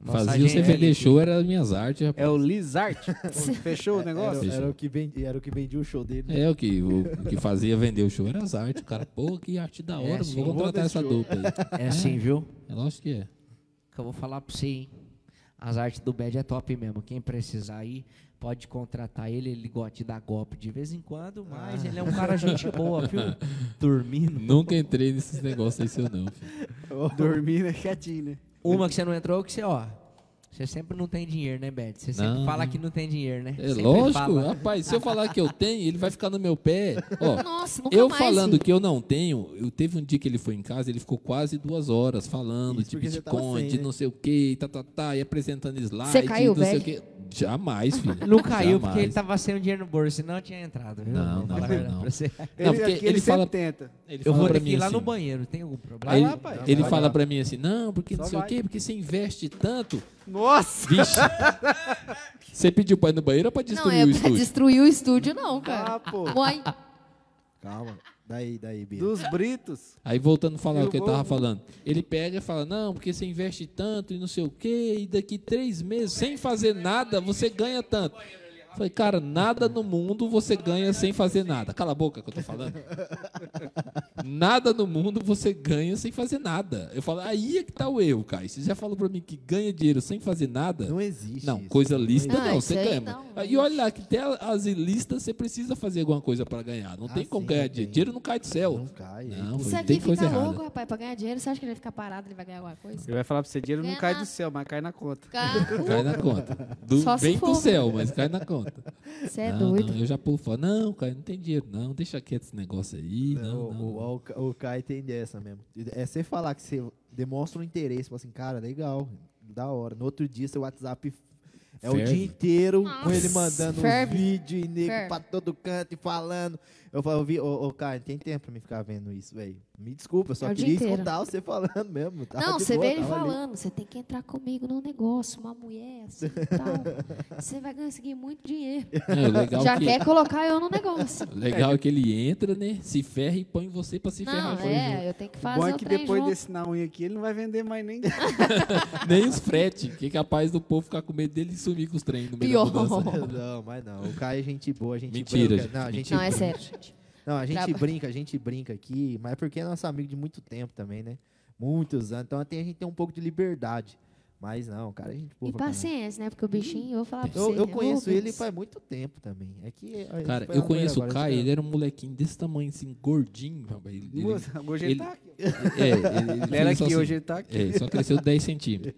[SPEAKER 5] Nossa é
[SPEAKER 2] Fazia o
[SPEAKER 5] agenda
[SPEAKER 2] CVD
[SPEAKER 5] aí.
[SPEAKER 2] show, era as minhas artes,
[SPEAKER 1] É
[SPEAKER 2] rapaz.
[SPEAKER 1] o Lizart. Fechou o negócio?
[SPEAKER 2] Fechou.
[SPEAKER 3] Era, era o que vendi- era o que vendia o show dele. né?
[SPEAKER 2] É, o que, o, o que fazia vender o show era as artes. O cara, pô, que arte da hora,
[SPEAKER 5] sim,
[SPEAKER 2] vou
[SPEAKER 5] vou
[SPEAKER 2] contratar essa dupla aí.
[SPEAKER 5] É assim, viu?
[SPEAKER 2] É lógico que é.
[SPEAKER 5] Que eu vou falar pra você, hein? As artes do Bad é top mesmo. Quem precisar aí, pode contratar ele. Ele gosta de dar golpe de vez em quando, mas ele é um cara
[SPEAKER 2] <laughs>
[SPEAKER 5] gente boa, viu? Dormindo.
[SPEAKER 2] Nunca entrei nesses negócios aí seu não, filho. é.
[SPEAKER 1] Dormir, né? Quietinho, né?
[SPEAKER 5] Uma que você não entrou, que você, ó. Você sempre não tem dinheiro, né, Bad? Você sempre
[SPEAKER 2] Não.
[SPEAKER 5] fala que não tem dinheiro, né?
[SPEAKER 2] É
[SPEAKER 5] Sempre
[SPEAKER 2] lógico,
[SPEAKER 5] fala.
[SPEAKER 2] rapaz, se eu falar que eu tenho, ele vai ficar no meu pé. Ó,
[SPEAKER 4] Nossa, nunca
[SPEAKER 2] eu
[SPEAKER 4] mais.
[SPEAKER 2] falando
[SPEAKER 4] filho.
[SPEAKER 2] que eu não tenho, eu teve um dia que ele foi em casa, ele ficou quase duas horas falando
[SPEAKER 3] Isso,
[SPEAKER 2] de
[SPEAKER 3] porque você tava
[SPEAKER 2] Bitcoin,
[SPEAKER 3] sem,
[SPEAKER 2] de
[SPEAKER 3] né?
[SPEAKER 2] não sei o que, tá, tá, tá, e apresentando slide,
[SPEAKER 4] Você caiu,
[SPEAKER 2] não sei
[SPEAKER 4] velho?
[SPEAKER 2] o quê. Jamais, filho.
[SPEAKER 5] Não caiu
[SPEAKER 2] Jamais.
[SPEAKER 5] porque ele tá- tava sem o dinheiro no bolso, senão eu tinha entrado, viu?
[SPEAKER 2] Não,
[SPEAKER 5] Vou
[SPEAKER 2] não,
[SPEAKER 5] falar a verdade
[SPEAKER 2] não.
[SPEAKER 5] pra você.
[SPEAKER 2] Não, porque
[SPEAKER 1] aqui,
[SPEAKER 2] ele fala-
[SPEAKER 1] sempre tenta.
[SPEAKER 2] Ele
[SPEAKER 5] Eu
[SPEAKER 2] fala
[SPEAKER 5] vou
[SPEAKER 2] pra
[SPEAKER 5] ter que
[SPEAKER 2] mim
[SPEAKER 5] ir lá
[SPEAKER 2] assim,
[SPEAKER 5] no banheiro, tem algum problema?
[SPEAKER 2] Aí,
[SPEAKER 1] lá, pai.
[SPEAKER 2] ele
[SPEAKER 3] Vai
[SPEAKER 2] fala
[SPEAKER 3] lá.
[SPEAKER 2] pra mim assim, não, porque
[SPEAKER 1] Só
[SPEAKER 2] não sei
[SPEAKER 1] vai.
[SPEAKER 2] o quê, porque você investe tanto.
[SPEAKER 1] Nossa!
[SPEAKER 5] <laughs>
[SPEAKER 2] Vixe. Você pediu pra ir no banheiro ou pra
[SPEAKER 4] Não
[SPEAKER 2] destruir
[SPEAKER 4] é
[SPEAKER 2] o
[SPEAKER 4] pra
[SPEAKER 2] estúdio?
[SPEAKER 4] destruir o estúdio, não,
[SPEAKER 1] <laughs>
[SPEAKER 4] cara.
[SPEAKER 1] Ah, pô.
[SPEAKER 4] Mãe,
[SPEAKER 3] Calma. Daí, daí, Bia.
[SPEAKER 1] Dos britos.
[SPEAKER 2] Aí voltando a falar
[SPEAKER 1] Eu
[SPEAKER 2] o que eu
[SPEAKER 1] vou-
[SPEAKER 2] tava falando. Ele pega e fala, não, porque você investe tanto e não sei o quê, e daqui três meses, sem fazer nada, você ganha tanto. Eu Falei, cara, nada no mundo você ganha sem fazer nada. Cala a boca que eu tô falando. <laughs> Nada no mundo você ganha sem fazer nada. Eu falo, aí é que tá o erro, cara. Você já falou pra mim que ganha dinheiro sem fazer nada?
[SPEAKER 3] Não existe.
[SPEAKER 2] Não,
[SPEAKER 3] isso.
[SPEAKER 2] coisa lícita
[SPEAKER 4] Não,
[SPEAKER 2] não,
[SPEAKER 4] Ah, isso
[SPEAKER 2] você
[SPEAKER 4] aí
[SPEAKER 2] ganha.
[SPEAKER 4] não,
[SPEAKER 2] e olha lá, que até as ilícitas você precisa fazer alguma coisa para ganhar. Não
[SPEAKER 3] Ah,
[SPEAKER 2] tem como
[SPEAKER 3] sim,
[SPEAKER 2] ganhar
[SPEAKER 3] não
[SPEAKER 2] dinheiro.
[SPEAKER 3] tem.
[SPEAKER 2] Dinheiro não cai do céu.
[SPEAKER 3] Não cai.
[SPEAKER 2] é Não,
[SPEAKER 4] isso é
[SPEAKER 2] não
[SPEAKER 4] aqui
[SPEAKER 2] tem coisa
[SPEAKER 4] fica
[SPEAKER 2] errada.
[SPEAKER 4] louco, rapaz. Pra ganhar dinheiro, você acha que ele vai ficar parado, ele vai ganhar alguma
[SPEAKER 1] <laughs>
[SPEAKER 4] coisa?
[SPEAKER 1] Ele vai falar pra você, dinheiro não
[SPEAKER 4] Ganha
[SPEAKER 1] cai
[SPEAKER 4] nada.
[SPEAKER 1] do céu, mas cai na conta.
[SPEAKER 4] Cara,
[SPEAKER 2] Cai na conta. Do,
[SPEAKER 4] Só se
[SPEAKER 2] vem
[SPEAKER 4] for.
[SPEAKER 2] do céu, mas cai na conta.
[SPEAKER 4] Você é
[SPEAKER 2] não,
[SPEAKER 4] doido.
[SPEAKER 2] não, eu já pulo fora. Não, cara, não tem dinheiro, não. Deixa quieto esse negócio aí. Não,
[SPEAKER 3] Não,
[SPEAKER 2] não.
[SPEAKER 3] o, o, Ca- o Kai tem dessa mesmo. É você falar que você demonstra um interesse, fala assim, cara, legal, da hora. No outro dia, seu WhatsApp é o
[SPEAKER 2] Ferve.
[SPEAKER 3] dia inteiro com
[SPEAKER 4] Nossa,
[SPEAKER 3] ele mandando
[SPEAKER 4] ferve.
[SPEAKER 3] um vídeo e nego
[SPEAKER 4] Ferve.
[SPEAKER 3] pra todo canto e falando. Eu falo, eu vi, ô, ô Kai, não tem tempo pra me ficar vendo isso, velho. Me desculpa, eu só
[SPEAKER 4] É o dia
[SPEAKER 3] queria
[SPEAKER 4] inteiro.
[SPEAKER 3] escutar você falando mesmo.
[SPEAKER 2] Tá
[SPEAKER 3] Tava
[SPEAKER 4] Não,
[SPEAKER 3] de
[SPEAKER 4] você
[SPEAKER 3] boa, tá
[SPEAKER 4] vê ele
[SPEAKER 3] tava ali.
[SPEAKER 4] falando, você tem que entrar comigo num negócio, uma mulher, assim e tal. Você vai conseguir muito dinheiro.
[SPEAKER 2] É, o legal
[SPEAKER 4] Já
[SPEAKER 2] que,
[SPEAKER 4] quer colocar eu no negócio.
[SPEAKER 2] o legal é <laughs> que ele entra, né? Se ferra e põe você pra se ferrar.
[SPEAKER 4] Não,
[SPEAKER 2] junto.
[SPEAKER 4] é, eu tenho que
[SPEAKER 1] o bom
[SPEAKER 4] fazer
[SPEAKER 1] é
[SPEAKER 4] o
[SPEAKER 1] que
[SPEAKER 4] trem
[SPEAKER 1] depois
[SPEAKER 4] junto.
[SPEAKER 1] desse na unha aqui, ele não vai vender mais nem.
[SPEAKER 2] Nem os frete, que é capaz do povo ficar com medo dele e sumir com os trem no meio
[SPEAKER 4] Pior.
[SPEAKER 2] da mudança.
[SPEAKER 3] <laughs> Não, mas não. O Kai é gente boa, gente
[SPEAKER 2] Mentira,
[SPEAKER 3] brinca.
[SPEAKER 2] gente,
[SPEAKER 3] Não, a gente
[SPEAKER 4] Não, é
[SPEAKER 3] brinca.
[SPEAKER 2] tipo
[SPEAKER 4] sério,
[SPEAKER 2] <laughs>
[SPEAKER 4] gente.
[SPEAKER 3] Não, a gente
[SPEAKER 4] Traba-
[SPEAKER 3] brinca, a gente brinca aqui, mas é porque é nosso amigo de muito tempo também, né? Muitos anos. Então até a gente tem um pouco de liberdade. Mas não, cara, a gente
[SPEAKER 4] E
[SPEAKER 3] boa pra caralho.
[SPEAKER 4] paciência, né? Porque o bichinho, eu vou falar pra
[SPEAKER 3] Eu,
[SPEAKER 4] você.
[SPEAKER 3] eu
[SPEAKER 4] né?
[SPEAKER 3] conheço
[SPEAKER 4] Ô,
[SPEAKER 3] ele
[SPEAKER 4] Vince,
[SPEAKER 3] faz muito tempo também. É que, a né? gente
[SPEAKER 2] Cara,
[SPEAKER 3] foi
[SPEAKER 2] eu
[SPEAKER 3] lá no
[SPEAKER 2] conheço o
[SPEAKER 3] Goiabara,
[SPEAKER 2] Kai,
[SPEAKER 3] acho que
[SPEAKER 2] ele era um molequinho desse tamanho, assim, gordinho, rapaz. Ele, ele- <laughs>
[SPEAKER 1] hoje ele,
[SPEAKER 2] ele-
[SPEAKER 1] tá aqui.
[SPEAKER 2] é, ele- ele
[SPEAKER 1] Ele era
[SPEAKER 2] fez só
[SPEAKER 1] aqui,
[SPEAKER 2] assim.
[SPEAKER 1] hoje ele tá aqui.
[SPEAKER 2] É, só cresceu 10 centímetros.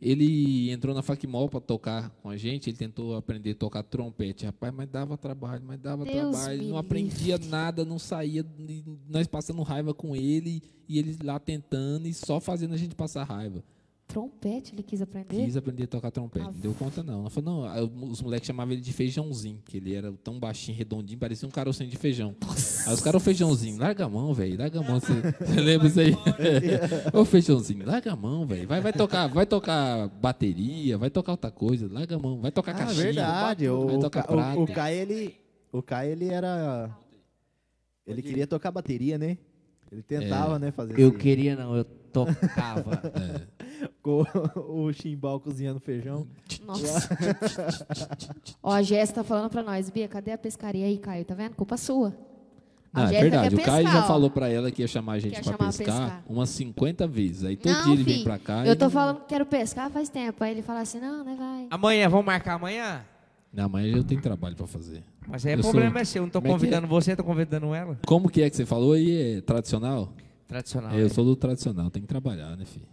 [SPEAKER 2] Ele entrou na Facmol pra tocar com a gente, ele tentou aprender a tocar trompete, rapaz, mas dava trabalho, mas dava
[SPEAKER 4] Deus
[SPEAKER 2] trabalho,
[SPEAKER 4] me
[SPEAKER 2] não aprendia nada, não saía, e nós passando raiva com ele, e ele lá tentando e só fazendo a gente passar raiva.
[SPEAKER 4] Trompete, ele quis aprender.
[SPEAKER 2] Quis aprender a tocar
[SPEAKER 4] Ah,
[SPEAKER 2] trompete, não deu conta não. Ela falou, não, aí os moleques chamavam ele de feijãozinho, que ele era tão baixinho, redondinho, parecia um carocinho de feijão. Aí os caras, ô feijãozinho, larga a mão, velho, larga a mão.
[SPEAKER 4] <laughs>
[SPEAKER 2] Você você lembra isso aí? <laughs> ô feijãozinho, larga a mão, velho. Vai, vai, tocar, vai tocar bateria, vai tocar outra coisa, larga a mão, vai tocar
[SPEAKER 3] Ah,
[SPEAKER 2] caixinha.
[SPEAKER 3] verdade.
[SPEAKER 2] vai
[SPEAKER 3] O, o,
[SPEAKER 2] tocar
[SPEAKER 3] Ca- o, o
[SPEAKER 2] prata.
[SPEAKER 3] Kai, ele. O Kai, ele era. Ele queria tocar bateria, né? Ele
[SPEAKER 2] É.
[SPEAKER 3] tentava, né, fazer
[SPEAKER 5] Eu
[SPEAKER 3] esse-
[SPEAKER 5] queria não, eu
[SPEAKER 2] <laughs>
[SPEAKER 5] tocava.
[SPEAKER 3] com <laughs> o chimbal cozinhando feijão.
[SPEAKER 4] Nossa. Ó, a Jéssica tá falando pra nós, Bia, cadê a pescaria aí, Caio? Tá vendo? Culpa sua.
[SPEAKER 2] Não, é
[SPEAKER 4] Jéssica
[SPEAKER 2] verdade. O
[SPEAKER 4] quer
[SPEAKER 2] Caio já
[SPEAKER 4] pescar, ó.
[SPEAKER 2] falou pra ela que ia chamar a gente
[SPEAKER 4] Quer
[SPEAKER 2] pra
[SPEAKER 4] chamar
[SPEAKER 2] pescar,
[SPEAKER 4] pescar.
[SPEAKER 2] umas 50 vezes. Aí todo dia
[SPEAKER 4] Não,
[SPEAKER 2] ele vem
[SPEAKER 4] filho,
[SPEAKER 2] pra cá.
[SPEAKER 4] eu
[SPEAKER 2] e
[SPEAKER 4] tô falando que quero pescar faz tempo. Aí ele fala assim, não, né, vai.
[SPEAKER 5] Amanhã, vamos marcar amanhã?
[SPEAKER 2] Não, mas eu tenho trabalho pra fazer.
[SPEAKER 5] Mas aí
[SPEAKER 2] Eu
[SPEAKER 5] o
[SPEAKER 2] sou-
[SPEAKER 5] problema é seu, eu não tô
[SPEAKER 2] Como é que
[SPEAKER 5] convidando você, tô convidando ela.
[SPEAKER 2] Como que é que você falou aí? É tradicional?
[SPEAKER 5] Tradicional.
[SPEAKER 2] É,
[SPEAKER 5] né?
[SPEAKER 2] eu sou do tradicional, tem que trabalhar, né, filho?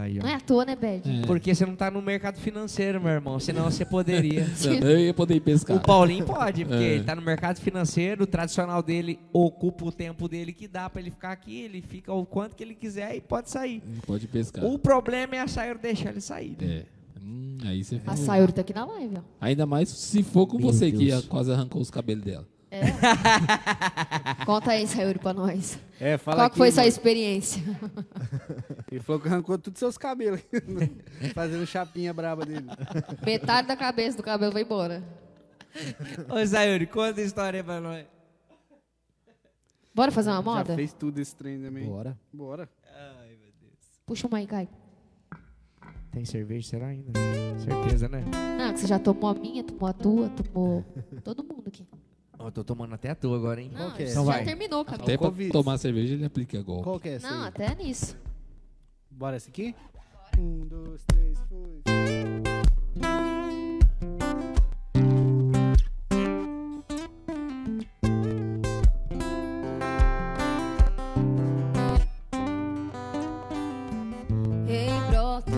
[SPEAKER 5] Aí, ó.
[SPEAKER 4] Não é à toa, né, Bad?
[SPEAKER 2] É.
[SPEAKER 5] Porque você não tá no mercado financeiro, meu irmão. Senão
[SPEAKER 4] <laughs>
[SPEAKER 5] você poderia.
[SPEAKER 2] Eu ia poder ir pescar.
[SPEAKER 5] O Paulinho pode, porque
[SPEAKER 2] É.
[SPEAKER 5] ele tá no mercado financeiro, o tradicional dele ocupa o tempo dele que dá pra ele ficar aqui, ele fica o quanto que ele quiser e pode sair.
[SPEAKER 2] Não pode pescar.
[SPEAKER 5] O problema é a Sayuri deixar ele sair. né?
[SPEAKER 2] É. Hum, aí você
[SPEAKER 4] A
[SPEAKER 2] falou.
[SPEAKER 4] Sayuri tá aqui na live, ó.
[SPEAKER 2] Ainda mais se for com
[SPEAKER 3] Meu
[SPEAKER 2] você que
[SPEAKER 3] Deus.
[SPEAKER 2] a- quase arrancou os cabelos dela.
[SPEAKER 4] Conta aí, Sayuri, pra nós.
[SPEAKER 1] É, fala
[SPEAKER 4] Qual
[SPEAKER 1] aqui,
[SPEAKER 4] que foi sua
[SPEAKER 1] mano.
[SPEAKER 4] experiência?
[SPEAKER 1] Ele falou que arrancou todos os seus cabelos. né? <laughs> Fazendo chapinha braba dele.
[SPEAKER 4] Metade da cabeça do cabelo vai embora.
[SPEAKER 5] Ô, Sayuri, conta a história pra nós.
[SPEAKER 4] Bora fazer uma
[SPEAKER 1] Já
[SPEAKER 4] moda?
[SPEAKER 1] fez tudo esse trem também.
[SPEAKER 3] Bora.
[SPEAKER 1] Bora.
[SPEAKER 4] Puxa uma aí, Caio.
[SPEAKER 5] Tem cerveja, será ainda? Certeza, né?
[SPEAKER 4] Não, que você já tomou a minha, tomou a tua, tomou todo mundo aqui.
[SPEAKER 5] Ó, eu tô tomando até à toa agora, hein?
[SPEAKER 4] Não,
[SPEAKER 3] que é?
[SPEAKER 4] isso
[SPEAKER 5] Então
[SPEAKER 4] já
[SPEAKER 5] vai.
[SPEAKER 4] terminou, cabelo.
[SPEAKER 2] Até pra
[SPEAKER 1] Covid.
[SPEAKER 2] tomar cerveja ele aplica golpe.
[SPEAKER 3] Qual que é essa
[SPEAKER 4] Não,
[SPEAKER 3] aí?
[SPEAKER 4] até nisso.
[SPEAKER 1] Bora esse aqui? Um, dois, três, foi.
[SPEAKER 4] Ei, brother,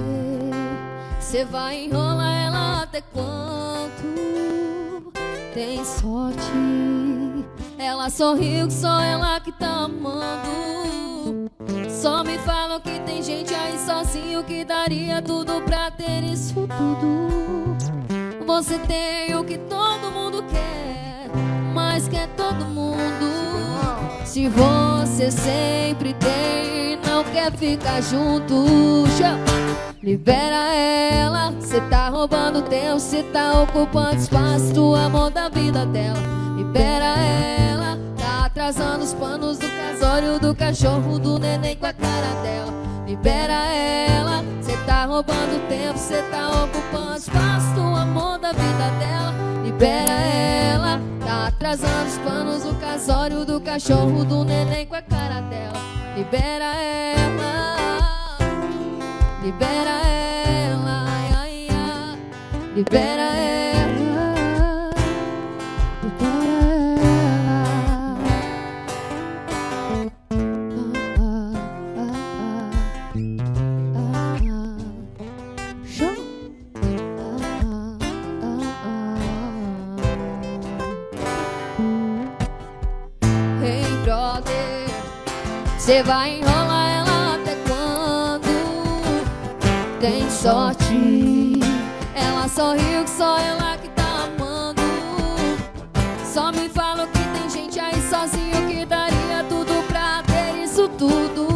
[SPEAKER 4] você vai enrolar ela até quanto? Tem sorte, ela sorriu que só ela que tá amando. Só me falam que tem gente aí sozinho que daria tudo pra ter isso tudo. Você tem o que todo mundo quer, mas quer todo mundo. Se você sempre tem e não quer ficar junto, já libera ela. Cê tá roubando tempo, cê tá ocupando espaço do amor da vida dela. Libera ela, tá atrasando os panos do casório do cachorro do neném com a cara dela. Libera ela, cê tá roubando tempo, cê tá ocupando espaço do amor da vida dela. Libera ela, tá atrasando os planos do casório do cachorro do neném com a cara dela. Libera ela, libera ela, ai, ai, ai. libera ela, libera ela. Ah, ah, ah, ah, ah, ah. Show. Ah, ah, ah, ah. Ei, brother, você vai enrolar ela até quando? Tem sorte, ela sorriu que só ela que tá amando. Só me falam que tem gente aí sozinho que daria tudo pra ter isso tudo.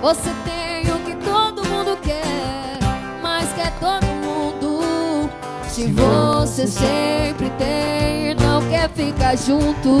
[SPEAKER 4] Você tem o que todo mundo quer, mas quer todo mundo. Se você sempre tem e não quer ficar junto.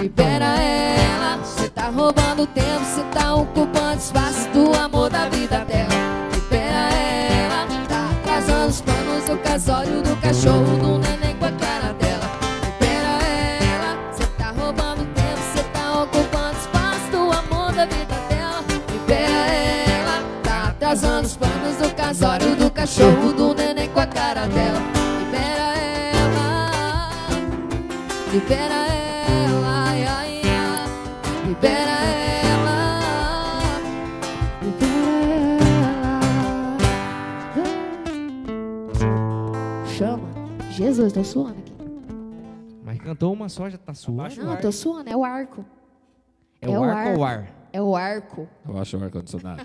[SPEAKER 4] Libera ela, cê tá roubando tempo, cê tá ocupando espaço do amor da vida dela. Libera ela, tá atrasando os planos do casório do cachorro do neném com a cara dela. Libera ela, cê tá roubando tempo, cê tá ocupando espaço do amor da vida dela. Libera ela, tá atrasando os planos do casório do cachorro do neném com a cara dela. Libera ela. Libera ela, ai, ai, ai. libera ela, libera ela. Chama. Jesus, tô suando aqui.
[SPEAKER 5] Mas cantou uma só, já tá suando.
[SPEAKER 4] Não, tô suando, é o arco.
[SPEAKER 5] É o arco ou o ar?
[SPEAKER 4] É o arco.
[SPEAKER 2] Eu acho o ar-condicionado.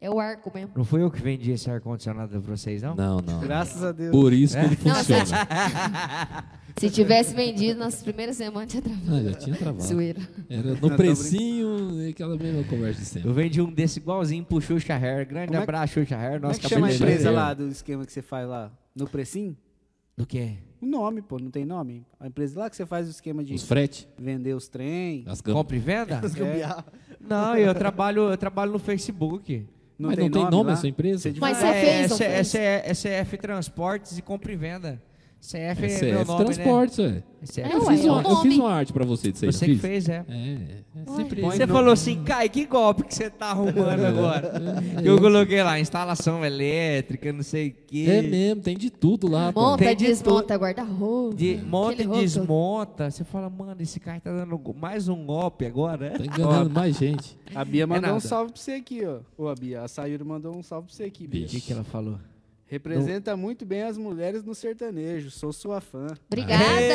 [SPEAKER 4] É o arco mesmo.
[SPEAKER 5] Não fui eu que vendi esse ar-condicionado pra vocês, não?
[SPEAKER 2] não, não.
[SPEAKER 1] Graças a Deus.
[SPEAKER 2] Por isso que ele
[SPEAKER 4] Não,
[SPEAKER 2] funciona.
[SPEAKER 4] Se tivesse vendido nas primeiras semanas, tinha travado.
[SPEAKER 2] Ah, já tinha travado.
[SPEAKER 4] Zoeira.
[SPEAKER 2] Era no precinho, né, aquela mesma conversa de sempre.
[SPEAKER 5] Eu vendi um desse igualzinho pro Xuxa Hair. Grande
[SPEAKER 1] Como é que-
[SPEAKER 5] abraço, Xuxa Hair.
[SPEAKER 1] Como é
[SPEAKER 5] Nosso
[SPEAKER 1] que chama a
[SPEAKER 2] cabeleireiro.
[SPEAKER 1] empresa lá do esquema que você faz lá? No precinho?
[SPEAKER 5] Do quê?
[SPEAKER 1] O nome, pô, não tem nome? A empresa lá que você faz o esquema de
[SPEAKER 2] Os frete,
[SPEAKER 1] vender os trem.
[SPEAKER 2] as gam-
[SPEAKER 5] Compra e
[SPEAKER 1] <laughs>
[SPEAKER 5] venda?
[SPEAKER 3] Gambiarra.
[SPEAKER 5] Não, eu trabalho, eu trabalho no Facebook.
[SPEAKER 1] Não
[SPEAKER 2] Mas
[SPEAKER 1] tem
[SPEAKER 2] não tem
[SPEAKER 1] nome
[SPEAKER 2] nome
[SPEAKER 1] lá?
[SPEAKER 2] a sua empresa?
[SPEAKER 1] Você devia-
[SPEAKER 4] Mas você
[SPEAKER 5] é,
[SPEAKER 4] fez, não
[SPEAKER 5] é,
[SPEAKER 4] fez?
[SPEAKER 5] é, é CF Transportes e Compra e Venda. CF é,
[SPEAKER 2] CF
[SPEAKER 5] meu nome,
[SPEAKER 2] Transportes, ué.
[SPEAKER 5] né? CF.
[SPEAKER 4] É,
[SPEAKER 2] Eu,
[SPEAKER 4] ué,
[SPEAKER 2] fiz
[SPEAKER 4] é
[SPEAKER 2] uma,
[SPEAKER 4] o
[SPEAKER 2] eu fiz
[SPEAKER 4] nome.
[SPEAKER 2] uma arte pra você disso aí,
[SPEAKER 5] Você
[SPEAKER 2] não
[SPEAKER 5] que
[SPEAKER 2] fiz?
[SPEAKER 5] fez, é.
[SPEAKER 2] É, é
[SPEAKER 4] Ué.
[SPEAKER 2] sempre
[SPEAKER 5] Você falou assim, Kai, que golpe que você tá <laughs> arrumando agora?
[SPEAKER 2] Uhum.
[SPEAKER 5] Eu coloquei lá, instalação elétrica, não sei o quê.
[SPEAKER 2] É mesmo, tem de tudo lá, pô.
[SPEAKER 4] Monta,
[SPEAKER 5] Tem de
[SPEAKER 4] desmonta, guarda-roupa.
[SPEAKER 5] De, monta e
[SPEAKER 4] aquele rosto.
[SPEAKER 5] desmonta. Você fala, mano, esse cara tá dando go- mais um golpe agora,
[SPEAKER 2] Tá
[SPEAKER 5] é?
[SPEAKER 2] enganando mais gente.
[SPEAKER 1] A Bia mandou um
[SPEAKER 5] nada.
[SPEAKER 1] salve pra você aqui, ó. Ô, a Bia, a Sayuri mandou um salve pra você aqui, Bia.
[SPEAKER 2] Bicho.
[SPEAKER 5] ela falou?
[SPEAKER 1] Representa muito bem as mulheres no sertanejo. Sou sua fã.
[SPEAKER 2] Falou da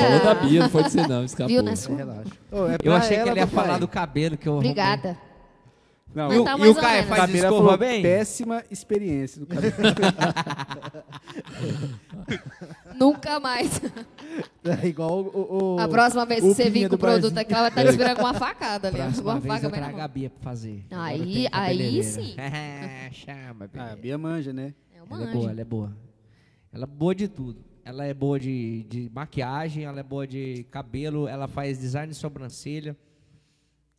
[SPEAKER 4] Obrigada.
[SPEAKER 2] Bia, não foi de você não, escapou.
[SPEAKER 4] Viu, né, sua?
[SPEAKER 3] Relaxa. <laughs>
[SPEAKER 1] Ô, é
[SPEAKER 5] Eu
[SPEAKER 1] pra
[SPEAKER 5] achei que ela ia
[SPEAKER 1] papai.
[SPEAKER 5] falar do cabelo que eu arrumei.
[SPEAKER 4] Obrigada.
[SPEAKER 1] Não,
[SPEAKER 4] Mas
[SPEAKER 5] E o-
[SPEAKER 4] tá
[SPEAKER 5] e
[SPEAKER 4] mais
[SPEAKER 5] o
[SPEAKER 4] ou
[SPEAKER 5] Caio
[SPEAKER 4] menos.
[SPEAKER 5] faz
[SPEAKER 1] Cabira
[SPEAKER 5] escova
[SPEAKER 1] falou,
[SPEAKER 5] bem?
[SPEAKER 1] péssima experiência do cabelo.
[SPEAKER 4] Nunca mais.
[SPEAKER 3] É igual o- o. o-
[SPEAKER 4] A próxima vez
[SPEAKER 3] o
[SPEAKER 4] que você vir
[SPEAKER 3] Pinha
[SPEAKER 4] com
[SPEAKER 3] do
[SPEAKER 4] o produto
[SPEAKER 3] barzinho.
[SPEAKER 4] aqui, ela vai estar te esperando com uma facada ali.
[SPEAKER 5] Próxima
[SPEAKER 4] Uma
[SPEAKER 5] vez
[SPEAKER 4] faca
[SPEAKER 5] eu
[SPEAKER 4] bem na
[SPEAKER 5] trago a
[SPEAKER 4] mão.
[SPEAKER 5] Bia pra fazer. Agora
[SPEAKER 4] Aí-
[SPEAKER 5] eu tenho
[SPEAKER 4] aí
[SPEAKER 5] cabeleireira. <laughs>
[SPEAKER 4] sim.
[SPEAKER 5] É, Chama, bebê.
[SPEAKER 1] ah, a Bia manja, né?
[SPEAKER 4] É
[SPEAKER 5] Ela
[SPEAKER 4] uma
[SPEAKER 5] é boa,
[SPEAKER 4] anja.
[SPEAKER 5] ela é boa. Ela é boa de tudo. Ela é boa de, de maquiagem, ela é boa de cabelo, ela faz design de sobrancelha.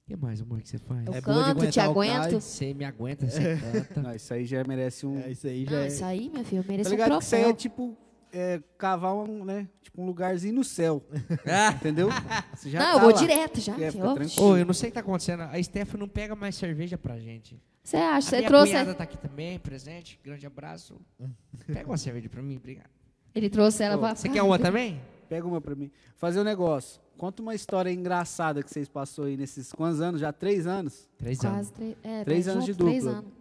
[SPEAKER 5] O que mais, amor, que você faz?
[SPEAKER 4] Eu
[SPEAKER 3] É boa de
[SPEAKER 4] canto, te
[SPEAKER 3] aguentar o Caio.
[SPEAKER 4] aguento.
[SPEAKER 5] Você me aguenta, <laughs> você canta.
[SPEAKER 1] Não, isso aí já merece um...
[SPEAKER 3] É, isso aí já
[SPEAKER 4] Não,
[SPEAKER 3] é.
[SPEAKER 4] isso aí, minha filha, eu
[SPEAKER 1] tá
[SPEAKER 4] mereço um
[SPEAKER 1] ligado que isso aí é
[SPEAKER 4] troféu.
[SPEAKER 1] tipo... é, cavar um, né? Tipo um lugarzinho no céu.
[SPEAKER 4] <laughs>
[SPEAKER 1] Entendeu? Você já
[SPEAKER 4] Não,
[SPEAKER 1] tá
[SPEAKER 4] eu vou
[SPEAKER 1] lá.
[SPEAKER 4] direto já.
[SPEAKER 1] É,
[SPEAKER 4] filho,
[SPEAKER 1] fica
[SPEAKER 4] ó.
[SPEAKER 1] tranquilo.
[SPEAKER 5] Ô, eu não sei o que tá acontecendo. A Steph não pega mais cerveja pra gente.
[SPEAKER 4] Você acha?
[SPEAKER 5] a
[SPEAKER 4] Você
[SPEAKER 5] minha
[SPEAKER 4] trouxe.
[SPEAKER 5] cunhada tá aqui também, presente. Grande abraço.
[SPEAKER 1] Hum.
[SPEAKER 5] Pega uma cerveja pra mim, obrigado.
[SPEAKER 4] Ele trouxe ela pra.
[SPEAKER 5] Você quer uma também?
[SPEAKER 1] Pega uma pra mim. Fazer um negócio. Conta uma história engraçada que vocês passou aí nesses quantos anos? Já três anos?
[SPEAKER 5] Três anos.
[SPEAKER 4] Quase três. É,
[SPEAKER 1] Três
[SPEAKER 4] tá
[SPEAKER 1] anos de
[SPEAKER 4] junto, Três
[SPEAKER 1] dupla.
[SPEAKER 4] anos.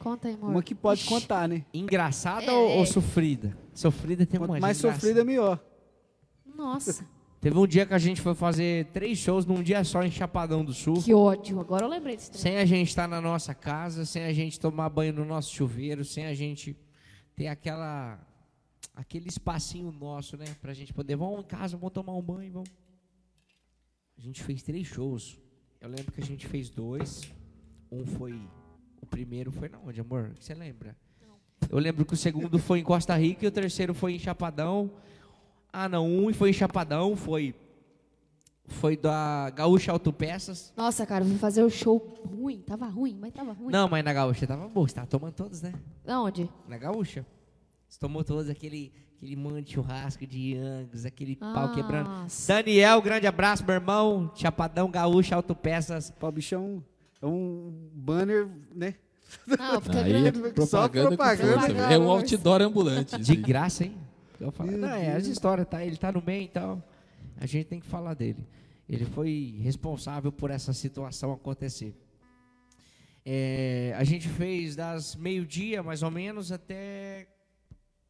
[SPEAKER 4] Conta aí, amor.
[SPEAKER 1] Uma que pode contar, né?
[SPEAKER 5] Engraçada
[SPEAKER 4] É,
[SPEAKER 5] ou,
[SPEAKER 4] é.
[SPEAKER 5] ou sofrida? Sofrida
[SPEAKER 4] um
[SPEAKER 5] tem uma
[SPEAKER 1] Quanto mais
[SPEAKER 5] engraçada.
[SPEAKER 1] sofrida, melhor.
[SPEAKER 5] <laughs>
[SPEAKER 4] Nossa,
[SPEAKER 5] Teve um dia que a gente foi fazer três shows num dia só em Chapadão do Sul.
[SPEAKER 4] que ódio. Agora eu lembrei desse trem.
[SPEAKER 5] Sem a gente estar na nossa casa, sem a gente tomar banho no nosso chuveiro, sem a gente ter aquela aquele espacinho nosso, né, pra gente poder, vamos em casa, vamos tomar um banho, vamos. A gente fez três shows. Eu lembro que a gente fez dois. Um foi o primeiro foi na onde, amor? Você lembra? Eu lembro que o segundo foi em Costa Rica e o terceiro foi em Chapadão. Ah, não, um foi em Chapadão, foi foi da Gaúcha Autopeças.
[SPEAKER 4] Nossa, cara, eu vim fazer o show ruim. Tava ruim, mas tava ruim.
[SPEAKER 5] Não, mas na gaúcha tava boa. Você tava tomando todos, né?
[SPEAKER 4] Da onde?
[SPEAKER 5] Na gaúcha. Você tomou todos aquele, aquele mano de churrasco de Angus, aquele
[SPEAKER 4] Ah.
[SPEAKER 5] pau quebrando.
[SPEAKER 4] Nossa.
[SPEAKER 5] Daniel, grande abraço, meu irmão. Chapadão Gaúcha, Autopeças.
[SPEAKER 1] Pô, bicho é um, é um banner, né?
[SPEAKER 4] Não, fica
[SPEAKER 2] Aí é
[SPEAKER 4] grande.
[SPEAKER 2] propaganda,
[SPEAKER 1] Só
[SPEAKER 2] com
[SPEAKER 1] propaganda,
[SPEAKER 2] força,
[SPEAKER 1] cara,
[SPEAKER 2] velho. É um
[SPEAKER 1] mas-
[SPEAKER 2] outdoor ambulante. isso
[SPEAKER 5] De
[SPEAKER 2] aí.
[SPEAKER 5] graça, hein? Eu falo,
[SPEAKER 1] Meu
[SPEAKER 5] não, é
[SPEAKER 1] Deus.
[SPEAKER 5] essa história, tá? Ele tá no meio, então a gente tem que falar dele. Ele foi responsável por essa situação acontecer. É, a gente fez das meio-dia, mais ou menos, até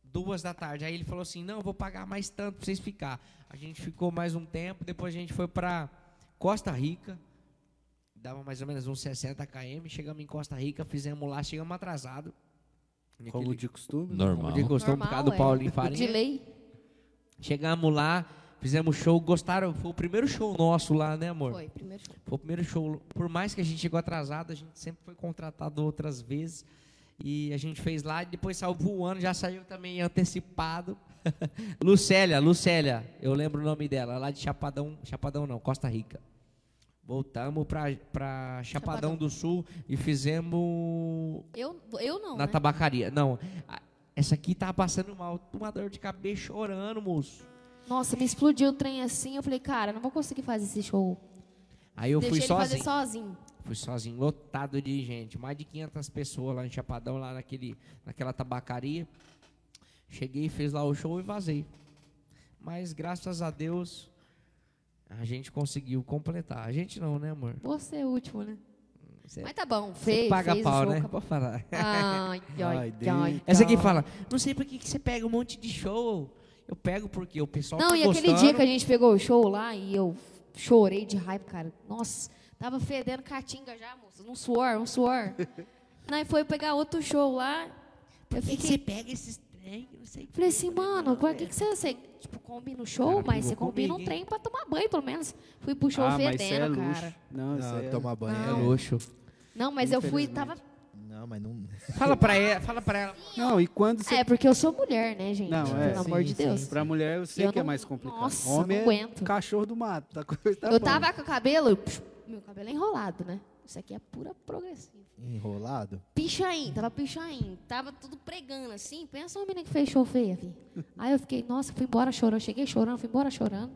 [SPEAKER 5] duas da tarde. Aí ele falou assim, não, eu vou pagar mais tanto pra vocês ficar. A gente ficou mais um tempo, depois a gente foi pra Costa Rica, dava mais ou menos uns 60 km, chegamos em Costa Rica, fizemos lá, chegamos atrasado.
[SPEAKER 1] Como
[SPEAKER 5] Naquele-
[SPEAKER 1] de costume.
[SPEAKER 2] Normal.
[SPEAKER 5] Podia gostar um
[SPEAKER 4] Normal,
[SPEAKER 5] bocado do
[SPEAKER 4] é.
[SPEAKER 5] Paulinho Farinha.
[SPEAKER 4] De lei.
[SPEAKER 5] Chegamos lá, fizemos show, gostaram. Foi o primeiro show nosso lá, né, amor?
[SPEAKER 4] Foi, primeiro show.
[SPEAKER 5] Foi o primeiro show. Por mais que a gente chegou atrasado, a gente sempre foi contratado outras vezes. E a gente fez lá, e depois saiu voando, já saiu também antecipado. <laughs> Lucélia, Lucélia, eu lembro o nome dela, lá de Chapadão, Chapadão não, Costa Rica. Voltamos pra, pra Chapadão,
[SPEAKER 4] Chapadão.
[SPEAKER 5] do Sul e fizemos
[SPEAKER 4] Eu, eu não.
[SPEAKER 5] na
[SPEAKER 4] né?
[SPEAKER 5] tabacaria. Não, a- essa aqui tá passando mal, uma dor de cabeça chorando, moço.
[SPEAKER 4] Nossa, me explodiu o trem assim. Eu falei, cara, não vou conseguir fazer esse show.
[SPEAKER 5] Aí eu
[SPEAKER 4] Deixei
[SPEAKER 5] fui
[SPEAKER 4] ele
[SPEAKER 5] sozinho.
[SPEAKER 4] fazer sozinho.
[SPEAKER 5] Fui sozinho, lotado de gente. Mais de 500 pessoas lá em Chapadão, lá naquele, naquela tabacaria. Cheguei, fiz lá o show e vazei. Mas graças a Deus, a gente conseguiu completar. A gente não, né, amor?
[SPEAKER 4] Você é o último, né?
[SPEAKER 5] Hum, Você
[SPEAKER 4] Mas tá bom.
[SPEAKER 5] você
[SPEAKER 4] Fez,
[SPEAKER 5] paga
[SPEAKER 4] fez
[SPEAKER 5] pau,
[SPEAKER 4] o show,
[SPEAKER 5] né?
[SPEAKER 4] acabou.
[SPEAKER 5] Pode falar.
[SPEAKER 4] Ai,
[SPEAKER 1] <laughs> Ai,
[SPEAKER 4] ai,
[SPEAKER 1] Deus.
[SPEAKER 4] ai. tá.
[SPEAKER 5] Essa aqui fala, não sei por que que você pega um monte de show. Eu pego porque o pessoal
[SPEAKER 4] Não,
[SPEAKER 5] tá
[SPEAKER 4] e
[SPEAKER 5] gostando.
[SPEAKER 4] aquele dia que a gente pegou o show lá e eu chorei de raiva, cara. Nossa, tava fedendo caatinga já, moça. Um suor,
[SPEAKER 1] <laughs>
[SPEAKER 4] um suor. Aí foi pegar outro show lá. Eu
[SPEAKER 5] Por que que
[SPEAKER 4] fiquei.
[SPEAKER 5] você pega esses trem? Eu Não sei
[SPEAKER 4] Falei assim, mano, por
[SPEAKER 1] É.
[SPEAKER 4] que, que você, você, tipo, combina o show,
[SPEAKER 5] Cara,
[SPEAKER 4] mas
[SPEAKER 5] brigou
[SPEAKER 4] você combina um
[SPEAKER 5] comigo,
[SPEAKER 4] trem pra tomar banho, pelo menos. Fui pro show
[SPEAKER 1] ah, mas isso é
[SPEAKER 4] fedendo,
[SPEAKER 1] luxo.
[SPEAKER 4] cara.
[SPEAKER 1] Não, isso
[SPEAKER 3] Não,
[SPEAKER 1] é...
[SPEAKER 3] tomar banho.
[SPEAKER 5] É
[SPEAKER 3] é-
[SPEAKER 5] luxo.
[SPEAKER 4] Não, mas eu fui, tava.
[SPEAKER 3] Não, mas não.
[SPEAKER 5] Fala pra ela, fala pra ela.
[SPEAKER 1] Não, e quando você...
[SPEAKER 4] É, porque eu sou mulher, né, gente?
[SPEAKER 1] Não, é.
[SPEAKER 4] Pelo amor de Deus.
[SPEAKER 1] Pra mulher, eu sei
[SPEAKER 4] Eu
[SPEAKER 1] que é
[SPEAKER 4] não-
[SPEAKER 1] mais complicado.
[SPEAKER 4] Nossa,
[SPEAKER 1] Homem
[SPEAKER 4] não aguento.
[SPEAKER 1] é cachorro do mato. Tá <laughs> coisa, tá
[SPEAKER 4] eu
[SPEAKER 1] bom.
[SPEAKER 4] tava com o cabelo, psh, meu cabelo é enrolado, né? Isso aqui é pura progressiva.
[SPEAKER 3] Enrolado?
[SPEAKER 4] Pichain, tava pichain. Tava tudo pregando assim. Pensa uma menina que fez show feia, filho. Aí eu fiquei, nossa, fui embora chorando. Cheguei chorando, fui embora chorando.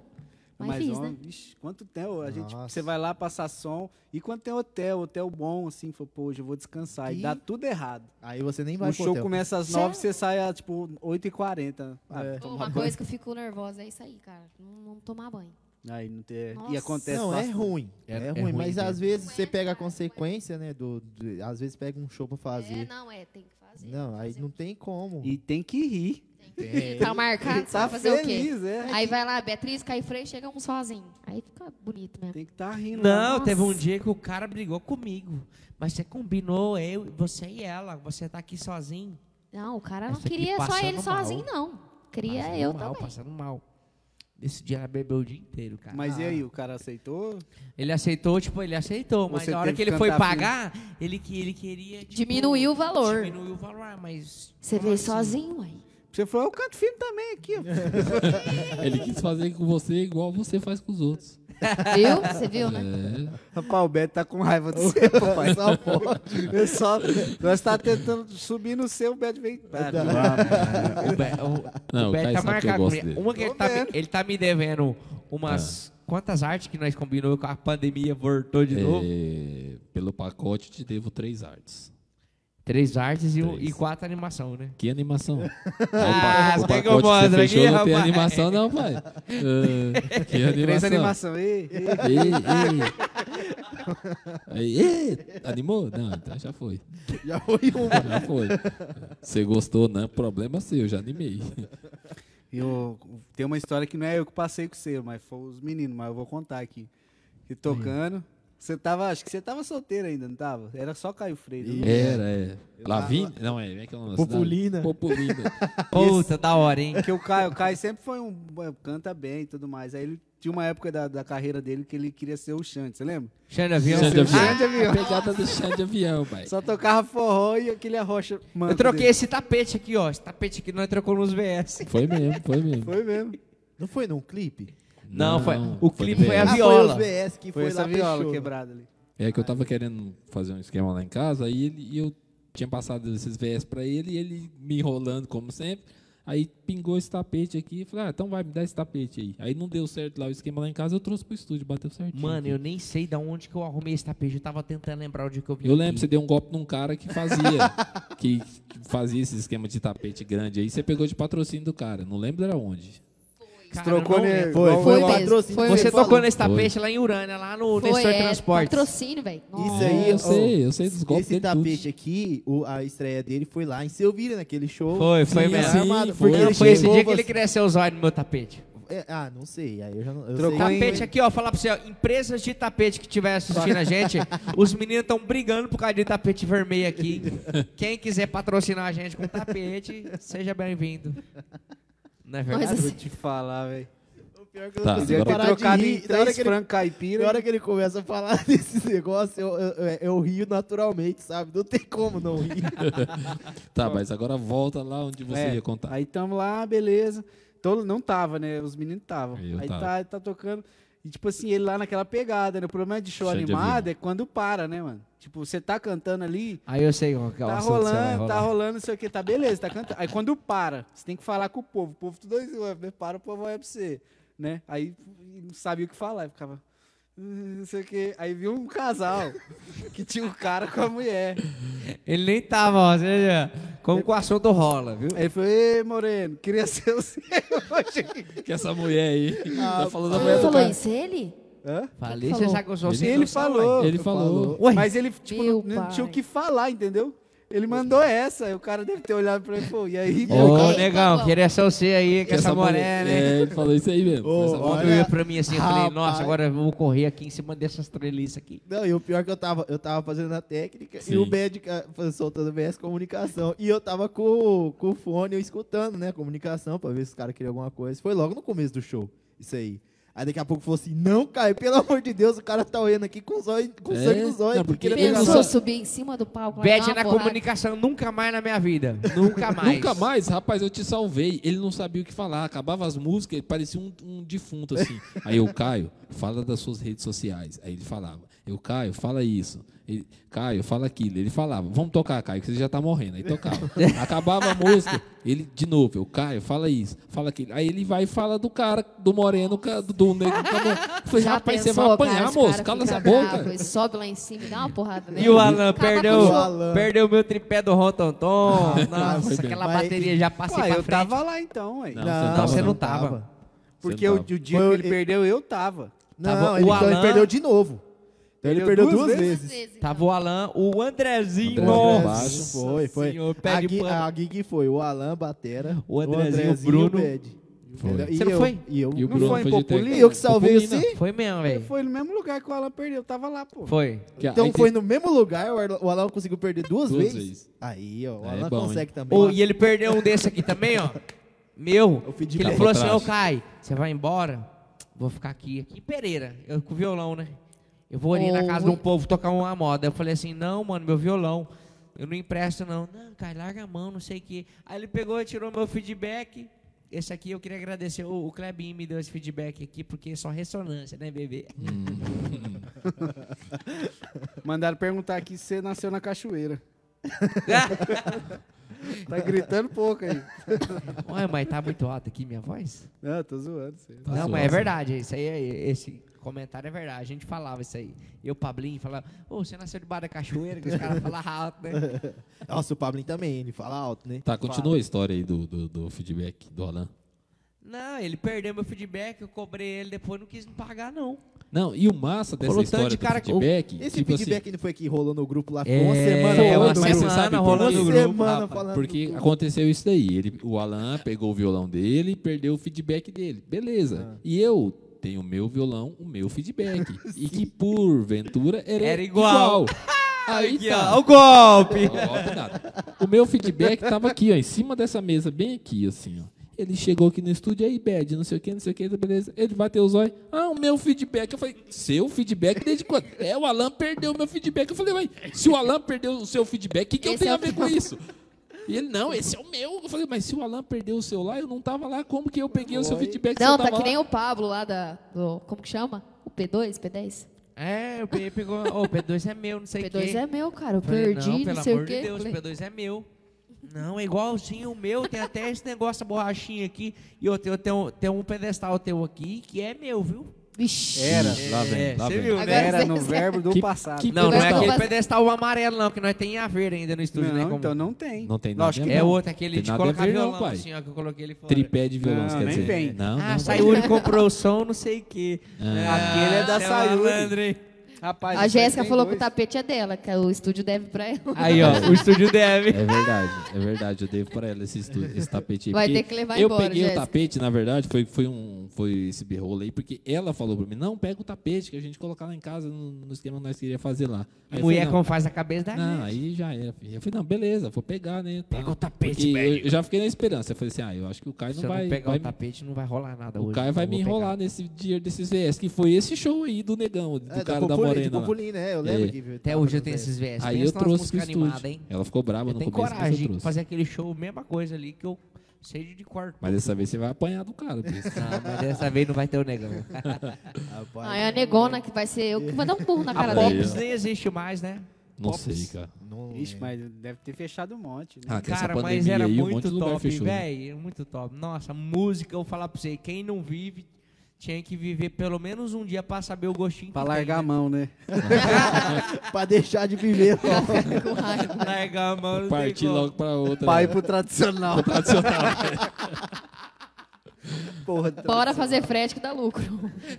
[SPEAKER 4] Mas,
[SPEAKER 1] Mas
[SPEAKER 4] fiz,
[SPEAKER 1] ó,
[SPEAKER 4] né?
[SPEAKER 1] vixe, quanto tempo a gente,
[SPEAKER 3] Nossa.
[SPEAKER 1] você vai lá passar som e quando tem hotel, hotel bom assim, fala, pô, hoje eu vou descansar e,
[SPEAKER 3] E-
[SPEAKER 1] dá tudo errado.
[SPEAKER 3] Aí você nem vai
[SPEAKER 1] o
[SPEAKER 3] pro
[SPEAKER 1] show
[SPEAKER 3] hotel.
[SPEAKER 1] começa às
[SPEAKER 4] Sério?
[SPEAKER 1] 9, você sai a tipo 8h40. Ah,
[SPEAKER 3] É.
[SPEAKER 4] Pô, uma coisa que eu fico nervosa é isso aí, cara. Não, não tomar banho.
[SPEAKER 1] Aí não tem, e
[SPEAKER 4] Nossa.
[SPEAKER 1] acontece
[SPEAKER 3] Não, é
[SPEAKER 1] bastante.
[SPEAKER 3] ruim.
[SPEAKER 2] É-
[SPEAKER 3] É,
[SPEAKER 2] é
[SPEAKER 3] ruim,
[SPEAKER 2] ruim
[SPEAKER 3] mas
[SPEAKER 2] mesmo.
[SPEAKER 3] às vezes você pega a consequência, né? Do, do- às vezes pega um show pra
[SPEAKER 4] É,
[SPEAKER 3] fazer.
[SPEAKER 4] não, é, tem que fazer.
[SPEAKER 3] não, aí não tem como.
[SPEAKER 1] E tem que rir.
[SPEAKER 3] <laughs>
[SPEAKER 4] Tá marcado,
[SPEAKER 1] tá
[SPEAKER 4] tá fazer o quê?
[SPEAKER 1] feliz, é.
[SPEAKER 4] Aí vai lá, Beatriz, Caio Freire, chega um sozinho. Aí fica bonito mesmo.
[SPEAKER 1] Tem que estar tá rindo.
[SPEAKER 5] Não,
[SPEAKER 4] Nossa.
[SPEAKER 5] teve um dia que o cara brigou comigo. Mas você combinou eu, você e ela. Você tá aqui sozinho.
[SPEAKER 4] Não, o cara não
[SPEAKER 5] Essa aqui
[SPEAKER 4] queria só
[SPEAKER 5] passando
[SPEAKER 4] ele
[SPEAKER 5] mal.
[SPEAKER 4] sozinho, não. Queria
[SPEAKER 5] passando
[SPEAKER 4] é eu
[SPEAKER 5] mal,
[SPEAKER 4] também.
[SPEAKER 5] Passando mal. Esse dia ela bebeu o dia inteiro, cara.
[SPEAKER 1] Mas e
[SPEAKER 3] Ah.
[SPEAKER 1] aí, o cara aceitou?
[SPEAKER 5] Ele aceitou, tipo, ele aceitou, mas
[SPEAKER 1] Você
[SPEAKER 5] na hora
[SPEAKER 1] teve
[SPEAKER 5] que ele
[SPEAKER 1] que
[SPEAKER 5] foi
[SPEAKER 1] cantar
[SPEAKER 5] pagar, ele, que- ele queria. tipo,
[SPEAKER 4] Diminuiu o valor.
[SPEAKER 5] Diminuiu o valor, ah, mas.
[SPEAKER 4] Você veio sozinho, aí.
[SPEAKER 1] Você falou, eu canto filho também aqui. ó.
[SPEAKER 3] <laughs>
[SPEAKER 2] Ele quis fazer com você igual você faz com os outros.
[SPEAKER 4] Viu? Você viu, né?
[SPEAKER 2] É.
[SPEAKER 1] Rapaz, o Beto tá com raiva
[SPEAKER 5] <laughs>
[SPEAKER 1] do seu, papai. Só pode. Eu só, nós tá tentando subir no seu, o Beto vem. Ah,
[SPEAKER 5] O Be- o-
[SPEAKER 2] Não,
[SPEAKER 5] o
[SPEAKER 2] o
[SPEAKER 5] Beto
[SPEAKER 2] Caio sabe
[SPEAKER 5] tá
[SPEAKER 2] que eu
[SPEAKER 5] marcado.
[SPEAKER 2] gosto
[SPEAKER 5] comigo.
[SPEAKER 2] dele. Ah.
[SPEAKER 5] Uma que ele
[SPEAKER 1] Tô
[SPEAKER 5] tá, me-
[SPEAKER 1] vendo.
[SPEAKER 5] ele tá me devendo umas. Quantas artes que nós combinou com a pandemia voltou Um de novo?
[SPEAKER 2] É, pelo pacote te devo três artes.
[SPEAKER 5] Três artes e, um-
[SPEAKER 2] Três.
[SPEAKER 5] e quatro
[SPEAKER 3] <laughs>
[SPEAKER 5] animação, né?
[SPEAKER 2] Que animação? Ah, o
[SPEAKER 5] Ah,
[SPEAKER 2] pa- o
[SPEAKER 5] tem que eu
[SPEAKER 2] pacote que você
[SPEAKER 5] mostro aqui,
[SPEAKER 2] fechou não tem
[SPEAKER 5] rapaz.
[SPEAKER 2] animação não, pai. Ah, que
[SPEAKER 1] Três
[SPEAKER 2] animação?
[SPEAKER 1] animação. Ei, ei.
[SPEAKER 2] Ei, ei. Ei, ei, animou? Não, então já foi.
[SPEAKER 3] Já foi um. uma.
[SPEAKER 2] Já foi. Você gostou, não? é Problema seu, já animei.
[SPEAKER 1] Eu, tem uma história que não é eu que passei com você, mas foi os meninos, mas eu vou contar aqui. E tocando. Você tava, acho que você tava solteiro ainda, não tava? Era só Caio Freire. né? não?
[SPEAKER 2] Era, é. Lavin? Não, é. como é que é o nome da cidade?
[SPEAKER 3] Populina.
[SPEAKER 2] Populina.
[SPEAKER 5] Puta, da hora, hein?
[SPEAKER 1] Porque o Caio, o Caio sempre foi um. canta bem e tudo mais. Aí ele tinha uma época da, da carreira dele que ele queria ser o Xande, você lembra?
[SPEAKER 5] Xande Avião.
[SPEAKER 2] Chá de avião.
[SPEAKER 5] Ah,
[SPEAKER 2] A pegada do chá de avião, pai.
[SPEAKER 1] Só tocava forró e aquele arrocha.
[SPEAKER 5] eu troquei esse tapete aqui, ó. Esse tapete aqui nós trocou nos VS.
[SPEAKER 2] Foi mesmo, foi mesmo.
[SPEAKER 1] Foi mesmo.
[SPEAKER 3] Não foi num clipe?
[SPEAKER 5] Não, foi- o clipe
[SPEAKER 2] bem.
[SPEAKER 5] foi a
[SPEAKER 3] Ah,
[SPEAKER 5] viola.
[SPEAKER 3] Foi os BS que
[SPEAKER 1] Foi,
[SPEAKER 3] foi,
[SPEAKER 1] essa
[SPEAKER 3] lá
[SPEAKER 1] viola
[SPEAKER 3] fechou. né?
[SPEAKER 1] quebrada ali.
[SPEAKER 2] É que eu tava querendo fazer um esquema lá em casa, aí ele, e eu tinha passado esses VS pra ele, e ele me enrolando como sempre. Aí pingou esse tapete aqui, eu falei, ah, então vai, me dá esse tapete aí. Aí não deu certo lá o esquema lá em casa, eu trouxe pro estúdio, bateu certinho.
[SPEAKER 5] Mano,
[SPEAKER 2] aqui.
[SPEAKER 5] eu nem sei de onde que eu arrumei esse tapete. Eu tava tentando lembrar onde que eu vi.
[SPEAKER 2] Eu lembro,
[SPEAKER 5] aqui.
[SPEAKER 2] você deu um golpe num cara que fazia, <laughs> que, que fazia esse esquema de tapete grande aí, você pegou de patrocínio do cara, não lembro era onde.
[SPEAKER 5] Cara,
[SPEAKER 1] Trocou
[SPEAKER 5] eu não
[SPEAKER 1] nele.
[SPEAKER 5] lembro.
[SPEAKER 3] Foi,
[SPEAKER 1] Igual
[SPEAKER 3] foi,
[SPEAKER 1] eu-
[SPEAKER 3] o
[SPEAKER 4] mesmo,
[SPEAKER 3] patrocínio.
[SPEAKER 4] foi
[SPEAKER 3] que
[SPEAKER 5] Você
[SPEAKER 3] ele
[SPEAKER 5] tocou
[SPEAKER 3] falou.
[SPEAKER 5] nesse tapete lá em Urânia, lá no
[SPEAKER 4] Foi,
[SPEAKER 5] Nestor
[SPEAKER 4] é,
[SPEAKER 5] Transportes.
[SPEAKER 4] patrocínio, velho. Nossa.
[SPEAKER 3] Isso aí,
[SPEAKER 2] É, eu
[SPEAKER 3] eu
[SPEAKER 2] sei, eu sei dos golpes
[SPEAKER 3] Esse
[SPEAKER 2] dele tudo.
[SPEAKER 3] tapete aqui, o- a estreia dele foi lá em Selvira, naquele show.
[SPEAKER 5] Foi, foi
[SPEAKER 2] Sim,
[SPEAKER 5] mesmo.
[SPEAKER 2] sim,
[SPEAKER 3] Armado,
[SPEAKER 2] foi.
[SPEAKER 3] porque ele
[SPEAKER 5] Foi esse
[SPEAKER 3] chegou,
[SPEAKER 5] dia que ele
[SPEAKER 3] você-
[SPEAKER 5] cresceu os olhos no meu tapete.
[SPEAKER 3] É, ah, não sei. Aí eu já não. Eu
[SPEAKER 1] Trocou
[SPEAKER 3] sei.
[SPEAKER 5] Tapete aqui, ó, falar pra você, ó, empresas de tapete que estiver assistindo a gente, os meninos estão brigando por causa de tapete vermelho aqui. Quem quiser patrocinar a gente com tapete, seja bem-vindo. Não é verdade?
[SPEAKER 1] Vou
[SPEAKER 4] Mas,
[SPEAKER 1] te falar, velho.
[SPEAKER 3] O pior que eu
[SPEAKER 2] Tá,
[SPEAKER 3] não consigo
[SPEAKER 1] Podia ter
[SPEAKER 2] agora-
[SPEAKER 3] parar Ah, de
[SPEAKER 1] trocado em
[SPEAKER 3] rir. Na hora
[SPEAKER 1] três
[SPEAKER 3] que ele-
[SPEAKER 1] frango
[SPEAKER 3] Na
[SPEAKER 1] caipira.
[SPEAKER 3] hora que ele começa a falar <laughs> desse negócio, eu, eu, eu- eu rio naturalmente, sabe? Não tem como não rir.
[SPEAKER 2] Tá, mas agora volta lá onde você
[SPEAKER 1] É,
[SPEAKER 2] ia contar.
[SPEAKER 1] Aí tamo lá, beleza. Todo, não tava, né? Os meninos estavam.
[SPEAKER 2] Eu
[SPEAKER 1] Aí
[SPEAKER 2] tava.
[SPEAKER 1] tá, tá tocando. E tipo assim, ele lá naquela pegada, né? O problema de show
[SPEAKER 2] Cheio de
[SPEAKER 1] animado
[SPEAKER 2] avião.
[SPEAKER 1] é quando para, né, mano? Tipo, você tá cantando ali,
[SPEAKER 5] Aí eu sei qual que é o
[SPEAKER 1] tá
[SPEAKER 5] assunto que você vai
[SPEAKER 1] rolando, tá
[SPEAKER 5] rolar.
[SPEAKER 1] rolando, não sei o que, tá beleza, tá cantando. Aí quando para, você tem que falar com o povo. O povo tudo assim, ué, para, o povo vai pra você, né? Aí não sabia o que falar, aí ficava. "Hum, Não sei o que. Aí viu um casal <laughs> que tinha um cara com a mulher.
[SPEAKER 5] Ele nem tava, ó, você já- como que o assunto rola, viu?
[SPEAKER 1] Aí ele falou, ei, Moreno, queria ser o seu hoje.
[SPEAKER 2] Que essa mulher aí tá falando da mulher
[SPEAKER 4] ele
[SPEAKER 2] do
[SPEAKER 4] falou
[SPEAKER 2] cara.
[SPEAKER 4] isso, ele?
[SPEAKER 5] Falei,
[SPEAKER 4] Quem
[SPEAKER 5] você
[SPEAKER 4] falou?
[SPEAKER 5] já gostou.
[SPEAKER 2] Ele-
[SPEAKER 5] sem
[SPEAKER 1] Ele
[SPEAKER 5] noção,
[SPEAKER 1] falou.
[SPEAKER 2] Ele falou.
[SPEAKER 5] Ué,
[SPEAKER 1] Mas ele, tipo,
[SPEAKER 4] Meu
[SPEAKER 1] não, não
[SPEAKER 4] pai.
[SPEAKER 1] tinha o que falar, entendeu? Ele mandou essa, aí o cara deve ter olhado pra ele e falou, e aí?
[SPEAKER 5] Ô,
[SPEAKER 1] meu
[SPEAKER 4] Ô,
[SPEAKER 1] cara?"
[SPEAKER 5] negão,
[SPEAKER 4] negão.
[SPEAKER 5] queria ser você aí,
[SPEAKER 2] Que
[SPEAKER 5] com essa morena, né?
[SPEAKER 2] É, ele falou isso aí mesmo.
[SPEAKER 3] Ô,
[SPEAKER 2] Essa
[SPEAKER 3] ó.
[SPEAKER 2] mulher-
[SPEAKER 5] Quando eu ia
[SPEAKER 3] Olha,
[SPEAKER 5] pra mim assim, eu falei,
[SPEAKER 3] rapaz.
[SPEAKER 5] nossa, agora eu vou correr aqui em cima dessas treliças aqui.
[SPEAKER 3] Não, e o pior é que eu tava, eu tava fazendo a técnica
[SPEAKER 2] Sim.
[SPEAKER 3] e o médico ah, fa- soltando o BS comunicação. E eu tava com, o- com o fone eu escutando, né? Comunicação, pra ver se os caras queriam alguma coisa. Foi logo no começo do show, isso aí. Aí daqui a pouco falou assim, não, Caio, pelo amor de Deus, o cara tá olhando aqui com, os olhos, com sangue nos olhos.
[SPEAKER 2] não, porque
[SPEAKER 3] queria
[SPEAKER 2] ele
[SPEAKER 3] pegar
[SPEAKER 2] não
[SPEAKER 3] só-
[SPEAKER 4] Pensou
[SPEAKER 2] sabe-
[SPEAKER 4] subir em cima do palco? lá e dar
[SPEAKER 5] Bad
[SPEAKER 4] uma
[SPEAKER 5] na
[SPEAKER 4] porrada?
[SPEAKER 5] comunicação, nunca mais na minha vida.
[SPEAKER 2] <laughs>
[SPEAKER 5] Nunca mais.
[SPEAKER 2] Nunca mais, rapaz, eu te salvei. Ele não sabia o que falar, acabava as músicas, ele parecia um, um defunto
[SPEAKER 4] <laughs>
[SPEAKER 2] assim. Aí eu, Caio, fala das suas redes sociais. Aí ele falava, eu, Caio, fala isso. Ele, Caio, fala aquilo. Ele falava, vamos tocar, Caio, que você já tá morrendo. Aí
[SPEAKER 4] <laughs>
[SPEAKER 2] tocava. Acabava a música, ele, de novo, eu, Caio, fala isso, fala aquilo. Aí ele vai e fala do cara, do moreno, ca- do, do negro. do cabelo. Eu falei,
[SPEAKER 4] Já
[SPEAKER 2] rapaz,
[SPEAKER 4] pensou,
[SPEAKER 2] você vai apanhar,
[SPEAKER 4] cara, os
[SPEAKER 2] moço,
[SPEAKER 4] cara
[SPEAKER 2] cala
[SPEAKER 4] fica
[SPEAKER 2] essa
[SPEAKER 4] bravo
[SPEAKER 2] boca.
[SPEAKER 4] e sobe lá em cima e dá uma porrada nele.
[SPEAKER 5] E o Alan
[SPEAKER 4] Acaba com
[SPEAKER 5] perdeu
[SPEAKER 4] o
[SPEAKER 5] o
[SPEAKER 4] jogo.
[SPEAKER 3] Alan.
[SPEAKER 5] perdeu meu tripé do Rotonton. Nossa,
[SPEAKER 2] Foi bem.
[SPEAKER 5] aquela
[SPEAKER 3] Mas-
[SPEAKER 5] bateria já passei
[SPEAKER 1] Ué,
[SPEAKER 5] pra
[SPEAKER 1] eu
[SPEAKER 5] frente.
[SPEAKER 1] tava lá então, ué.
[SPEAKER 2] Não,
[SPEAKER 3] Não,
[SPEAKER 5] Não,
[SPEAKER 2] você
[SPEAKER 5] você
[SPEAKER 2] não
[SPEAKER 5] não
[SPEAKER 2] tava.
[SPEAKER 5] tava.
[SPEAKER 1] Porque
[SPEAKER 2] não
[SPEAKER 1] o,
[SPEAKER 2] tava.
[SPEAKER 1] o dia
[SPEAKER 3] Foi-
[SPEAKER 1] que ele perdeu, eu tava.
[SPEAKER 3] Não,
[SPEAKER 5] Tava-
[SPEAKER 3] ele,
[SPEAKER 5] o
[SPEAKER 3] então ele
[SPEAKER 5] Alan-
[SPEAKER 3] perdeu de novo. Então ele
[SPEAKER 1] Perdeu
[SPEAKER 3] perdeu
[SPEAKER 1] duas
[SPEAKER 3] duas,
[SPEAKER 1] vezes?
[SPEAKER 3] vezes.
[SPEAKER 4] Vezes, então.
[SPEAKER 5] Tava o Alan, o Andrezinho.
[SPEAKER 2] Andrezinho
[SPEAKER 5] Nossa
[SPEAKER 2] baixo.
[SPEAKER 3] Foi, foi.
[SPEAKER 5] Senhor, pé
[SPEAKER 3] a,
[SPEAKER 5] de
[SPEAKER 3] Gui-
[SPEAKER 5] pano.
[SPEAKER 3] a Gig foi o Alan Batera,
[SPEAKER 5] O Andrezinho, o
[SPEAKER 3] o
[SPEAKER 5] Bruno.
[SPEAKER 3] Bad.
[SPEAKER 2] Foi.
[SPEAKER 3] Entendeu? E
[SPEAKER 5] Você não
[SPEAKER 3] eu-
[SPEAKER 5] foi?
[SPEAKER 3] E eu.
[SPEAKER 2] E o
[SPEAKER 1] Não
[SPEAKER 2] Bruno
[SPEAKER 1] foi em
[SPEAKER 2] foi de técnico.
[SPEAKER 1] Populinha?
[SPEAKER 3] E eu que salvei assim?
[SPEAKER 2] Populina.
[SPEAKER 3] você?
[SPEAKER 5] Foi mesmo, velho.
[SPEAKER 1] Foi no mesmo lugar que o Alan perdeu, eu tava lá, pô.
[SPEAKER 5] Foi.
[SPEAKER 2] Que-
[SPEAKER 3] Então
[SPEAKER 2] aí
[SPEAKER 3] foi no mesmo lugar, o Arla- o Alan conseguiu perder duas,
[SPEAKER 2] Duas
[SPEAKER 3] vezes.
[SPEAKER 2] vezes.
[SPEAKER 3] Aí, ó, o
[SPEAKER 2] É
[SPEAKER 3] Alan
[SPEAKER 2] bom,
[SPEAKER 3] consegue
[SPEAKER 2] hein?
[SPEAKER 3] também.
[SPEAKER 5] Oh, e ele perdeu um desse aqui também, ó. Meu.
[SPEAKER 3] Eu
[SPEAKER 5] Que
[SPEAKER 3] pedi
[SPEAKER 5] ele
[SPEAKER 3] pra-
[SPEAKER 5] falou assim, ô
[SPEAKER 2] Atrás.
[SPEAKER 5] Kai, você vai embora? Vou ficar aqui, aqui em Pereira. Eu com o violão, né? Eu vou ali na
[SPEAKER 4] Oi.
[SPEAKER 5] casa de um povo tocar uma moda. Eu falei assim, não, mano, meu violão. Eu não empresto, não. Não, Kai, larga a mão, não sei o quê. Aí ele pegou e tirou meu feedback. Esse aqui eu queria agradecer. O, o Klebinho me deu esse feedback aqui, porque é só ressonância, né, bebê?
[SPEAKER 1] Mandaram perguntar aqui se você nasceu na
[SPEAKER 5] <laughs>
[SPEAKER 1] cachoeira. tá gritando pouco aí.
[SPEAKER 5] <laughs> Ué, mas tá muito alto aqui minha voz?
[SPEAKER 1] Não, tô zoando você.
[SPEAKER 2] Tá
[SPEAKER 5] não,
[SPEAKER 2] zoado,
[SPEAKER 5] mas é
[SPEAKER 2] né?
[SPEAKER 5] verdade, isso aí é, esse comentário é verdade. A gente falava isso aí. Eu, Pablinho, falava, ô, você nasceu debaixo da cachoeira, que os <laughs> caras falavam alto, né?
[SPEAKER 3] Nossa, o Pablo também, ele fala alto, né?
[SPEAKER 2] Tá, continua a história aí do, do, do feedback do Alan.
[SPEAKER 5] Não, ele perdeu meu feedback, eu cobrei ele, depois não quis me pagar, não.
[SPEAKER 2] Não, e o massa dessa
[SPEAKER 5] Rolou
[SPEAKER 2] história
[SPEAKER 5] tanto de
[SPEAKER 2] do
[SPEAKER 5] cara-
[SPEAKER 2] feedback,
[SPEAKER 3] Esse
[SPEAKER 2] tipo assim,
[SPEAKER 3] feedback não foi que rolou no grupo lá, foi
[SPEAKER 5] É,
[SPEAKER 3] uma semana
[SPEAKER 5] é,
[SPEAKER 3] falando
[SPEAKER 5] uma
[SPEAKER 3] do grupo.
[SPEAKER 2] semana
[SPEAKER 3] uma
[SPEAKER 5] rolando no grupo,
[SPEAKER 3] semana
[SPEAKER 5] rapaz.
[SPEAKER 3] tá falando
[SPEAKER 2] porque
[SPEAKER 3] do grupo.
[SPEAKER 2] aconteceu isso daí. Ele, o Alan pegou o violão dele e perdeu o feedback dele. Beleza. E eu tenho o meu violão, o meu feedback. e que porventura era,
[SPEAKER 5] Era igual.
[SPEAKER 2] Aí tá.
[SPEAKER 5] Aqui, Então. ó, o golpe!
[SPEAKER 2] Não, golpe nada. O meu feedback tava aqui, ó, em cima dessa mesa, bem aqui, assim, ó. Ele chegou aqui no estúdio, aí, Bad, não sei o que, não sei o que, beleza. Ele bateu os olhos, ah, o meu feedback. Eu falei, seu feedback desde quando? É, o Alan perdeu o meu feedback. Eu falei, ué, se o Alan perdeu o seu feedback, o que, que eu
[SPEAKER 4] Esse
[SPEAKER 2] tenho
[SPEAKER 4] é
[SPEAKER 2] a
[SPEAKER 4] o
[SPEAKER 2] ver
[SPEAKER 4] teu.
[SPEAKER 2] com isso? E ele, não, esse é o meu. Eu falei, mas se o Alan perdeu o seu lá, eu não tava lá, como que eu peguei o seu feedback? se
[SPEAKER 4] Não,
[SPEAKER 2] eu
[SPEAKER 4] tá
[SPEAKER 2] tava
[SPEAKER 4] que nem
[SPEAKER 2] lá?
[SPEAKER 4] o Pablo lá da. do- como que chama? O P2, P10?
[SPEAKER 5] É, o P pegou, ô, o P2 é meu, não sei o quê.
[SPEAKER 4] P2 é meu, cara. Eu
[SPEAKER 5] Falei,
[SPEAKER 4] perdi, não,
[SPEAKER 5] pelo
[SPEAKER 4] sei
[SPEAKER 5] amor
[SPEAKER 4] o quê.
[SPEAKER 5] de Deus, o
[SPEAKER 4] Falei,
[SPEAKER 5] P2 é meu. Não, é igualzinho o meu, tem até esse negócio, essa borrachinha aqui. E eu tenho, eu tenho, tenho um pedestal teu aqui que é meu, viu?
[SPEAKER 4] Vixe.
[SPEAKER 1] Era.
[SPEAKER 2] Lá
[SPEAKER 4] É,
[SPEAKER 2] vem, lá
[SPEAKER 5] você
[SPEAKER 2] vem.
[SPEAKER 5] viu, né?
[SPEAKER 4] Agora-
[SPEAKER 1] Era no verbo do
[SPEAKER 2] Que-
[SPEAKER 1] passado.
[SPEAKER 2] que-
[SPEAKER 5] Não, não é
[SPEAKER 4] Pedestal.
[SPEAKER 5] aquele pedestal amarelo, não, que nós tem a ver ainda no estúdio, né?
[SPEAKER 1] Não,
[SPEAKER 5] como-
[SPEAKER 1] então não tem.
[SPEAKER 2] Não tem nada
[SPEAKER 1] Lógico que
[SPEAKER 2] mesmo.
[SPEAKER 5] É
[SPEAKER 1] não.
[SPEAKER 5] outro, aquele
[SPEAKER 2] Tem
[SPEAKER 5] de
[SPEAKER 2] nada a
[SPEAKER 5] colocar
[SPEAKER 2] ver não,
[SPEAKER 5] violão,
[SPEAKER 2] pai.
[SPEAKER 5] assim, ó, que eu coloquei ele fora.
[SPEAKER 2] Tripé de violão,
[SPEAKER 1] Não,
[SPEAKER 2] você quer
[SPEAKER 1] nem
[SPEAKER 2] dizer.
[SPEAKER 1] vem.
[SPEAKER 2] Não,
[SPEAKER 5] Ah,
[SPEAKER 2] não.
[SPEAKER 5] Sayuri comprou o som, não sei o quê. Ah,
[SPEAKER 1] Aquele é da
[SPEAKER 5] seu
[SPEAKER 1] Sayuri.
[SPEAKER 5] malandro, hein?
[SPEAKER 1] Rapaz,
[SPEAKER 4] A
[SPEAKER 1] isso aí
[SPEAKER 4] Jéssica
[SPEAKER 1] tem
[SPEAKER 4] falou que
[SPEAKER 1] dois.
[SPEAKER 4] o tapete é dela, que o estúdio deve pra ela.
[SPEAKER 5] Aí, ó, o estúdio deve.
[SPEAKER 2] É verdade, é verdade. Eu devo pra ela esse, estu- esse tapete aí.
[SPEAKER 4] Vai
[SPEAKER 2] porque
[SPEAKER 4] ter que levar
[SPEAKER 2] Eu
[SPEAKER 4] embora,
[SPEAKER 2] peguei
[SPEAKER 4] Jéssica.
[SPEAKER 2] o tapete, na verdade, foi, foi, um, foi esse berrolo aí, porque ela falou pra mim: não, pega o tapete que a gente colocar lá em casa no, no esquema que nós queríamos fazer lá. Aí eu
[SPEAKER 5] Mulher
[SPEAKER 2] falei,
[SPEAKER 5] como faz a cabeça da
[SPEAKER 2] não, não,
[SPEAKER 5] gente.
[SPEAKER 2] aí já era. filho. Eu falei: não, beleza, vou pegar, né? tal.
[SPEAKER 5] Pega o tapete,
[SPEAKER 2] Porque eu-
[SPEAKER 5] velho.
[SPEAKER 2] Eu já fiquei na esperança. Eu falei assim: ah, eu acho que o Caio
[SPEAKER 5] Se
[SPEAKER 2] não
[SPEAKER 5] eu
[SPEAKER 2] vai.
[SPEAKER 5] não pegar
[SPEAKER 2] vai
[SPEAKER 5] o
[SPEAKER 2] me-
[SPEAKER 5] tapete, não vai rolar nada
[SPEAKER 2] o
[SPEAKER 5] hoje,
[SPEAKER 2] Caio
[SPEAKER 5] então
[SPEAKER 2] vai
[SPEAKER 5] eu
[SPEAKER 2] me
[SPEAKER 5] vou
[SPEAKER 2] enrolar né? nesse dia desses VS, que foi esse show aí do negão, do
[SPEAKER 3] É,
[SPEAKER 2] cara da,
[SPEAKER 3] Populi- de
[SPEAKER 2] morena. lá.
[SPEAKER 3] Populim, né? Eu lembro
[SPEAKER 2] É.
[SPEAKER 3] que...
[SPEAKER 5] pegar. Até hoje eu tenho esses VS.
[SPEAKER 2] Aí
[SPEAKER 5] Pensa
[SPEAKER 2] eu
[SPEAKER 5] nas
[SPEAKER 2] trouxe pro
[SPEAKER 5] músicas
[SPEAKER 2] estúdio.
[SPEAKER 5] animadas, hein?
[SPEAKER 2] Ela ficou brava
[SPEAKER 5] Eu
[SPEAKER 2] no
[SPEAKER 5] tenho
[SPEAKER 2] começo, mas eu
[SPEAKER 5] coragem de
[SPEAKER 2] trouxe.
[SPEAKER 5] fazer aquele show, mesma coisa ali, que eu sei de quarto.
[SPEAKER 2] Mas dessa vez você vai apanhar do cara, por isso.
[SPEAKER 5] <laughs> Não, mas dessa vez não vai ter o <laughs> negão.
[SPEAKER 3] Rapaz,
[SPEAKER 4] Ah, é a negona que vai ser eu que vou dar um burro na cara
[SPEAKER 5] A
[SPEAKER 2] Aí,
[SPEAKER 4] dele.
[SPEAKER 5] Pops
[SPEAKER 2] ó.
[SPEAKER 5] nem existe mais, né?
[SPEAKER 2] Não
[SPEAKER 5] Pops.
[SPEAKER 2] sei, cara.
[SPEAKER 3] não
[SPEAKER 1] Ixi,
[SPEAKER 3] lembro.
[SPEAKER 1] mas deve ter fechado um monte, né?
[SPEAKER 2] Ah, com essa
[SPEAKER 5] Cara,
[SPEAKER 2] pandemia
[SPEAKER 5] mas era
[SPEAKER 2] aí, um monte
[SPEAKER 5] muito
[SPEAKER 2] de lugar
[SPEAKER 5] top,
[SPEAKER 2] fechou. né?
[SPEAKER 5] velho. Muito top. Nossa, música, eu vou falar pra você, quem não vive tinha que viver pelo menos um dia pra saber o gostinho
[SPEAKER 1] Pra
[SPEAKER 5] que
[SPEAKER 1] largar a
[SPEAKER 5] tem,
[SPEAKER 1] mão, né?
[SPEAKER 3] <laughs> pra deixar de viver. <laughs>
[SPEAKER 4] Com raiva.
[SPEAKER 5] né? Largar a mão. não tem
[SPEAKER 2] Partir
[SPEAKER 5] como.
[SPEAKER 2] logo pra outra.
[SPEAKER 1] Pai
[SPEAKER 2] né?
[SPEAKER 1] pro tradicional.
[SPEAKER 2] tradicional.
[SPEAKER 1] Porra, tra-
[SPEAKER 4] Bora fazer frete que dá lucro.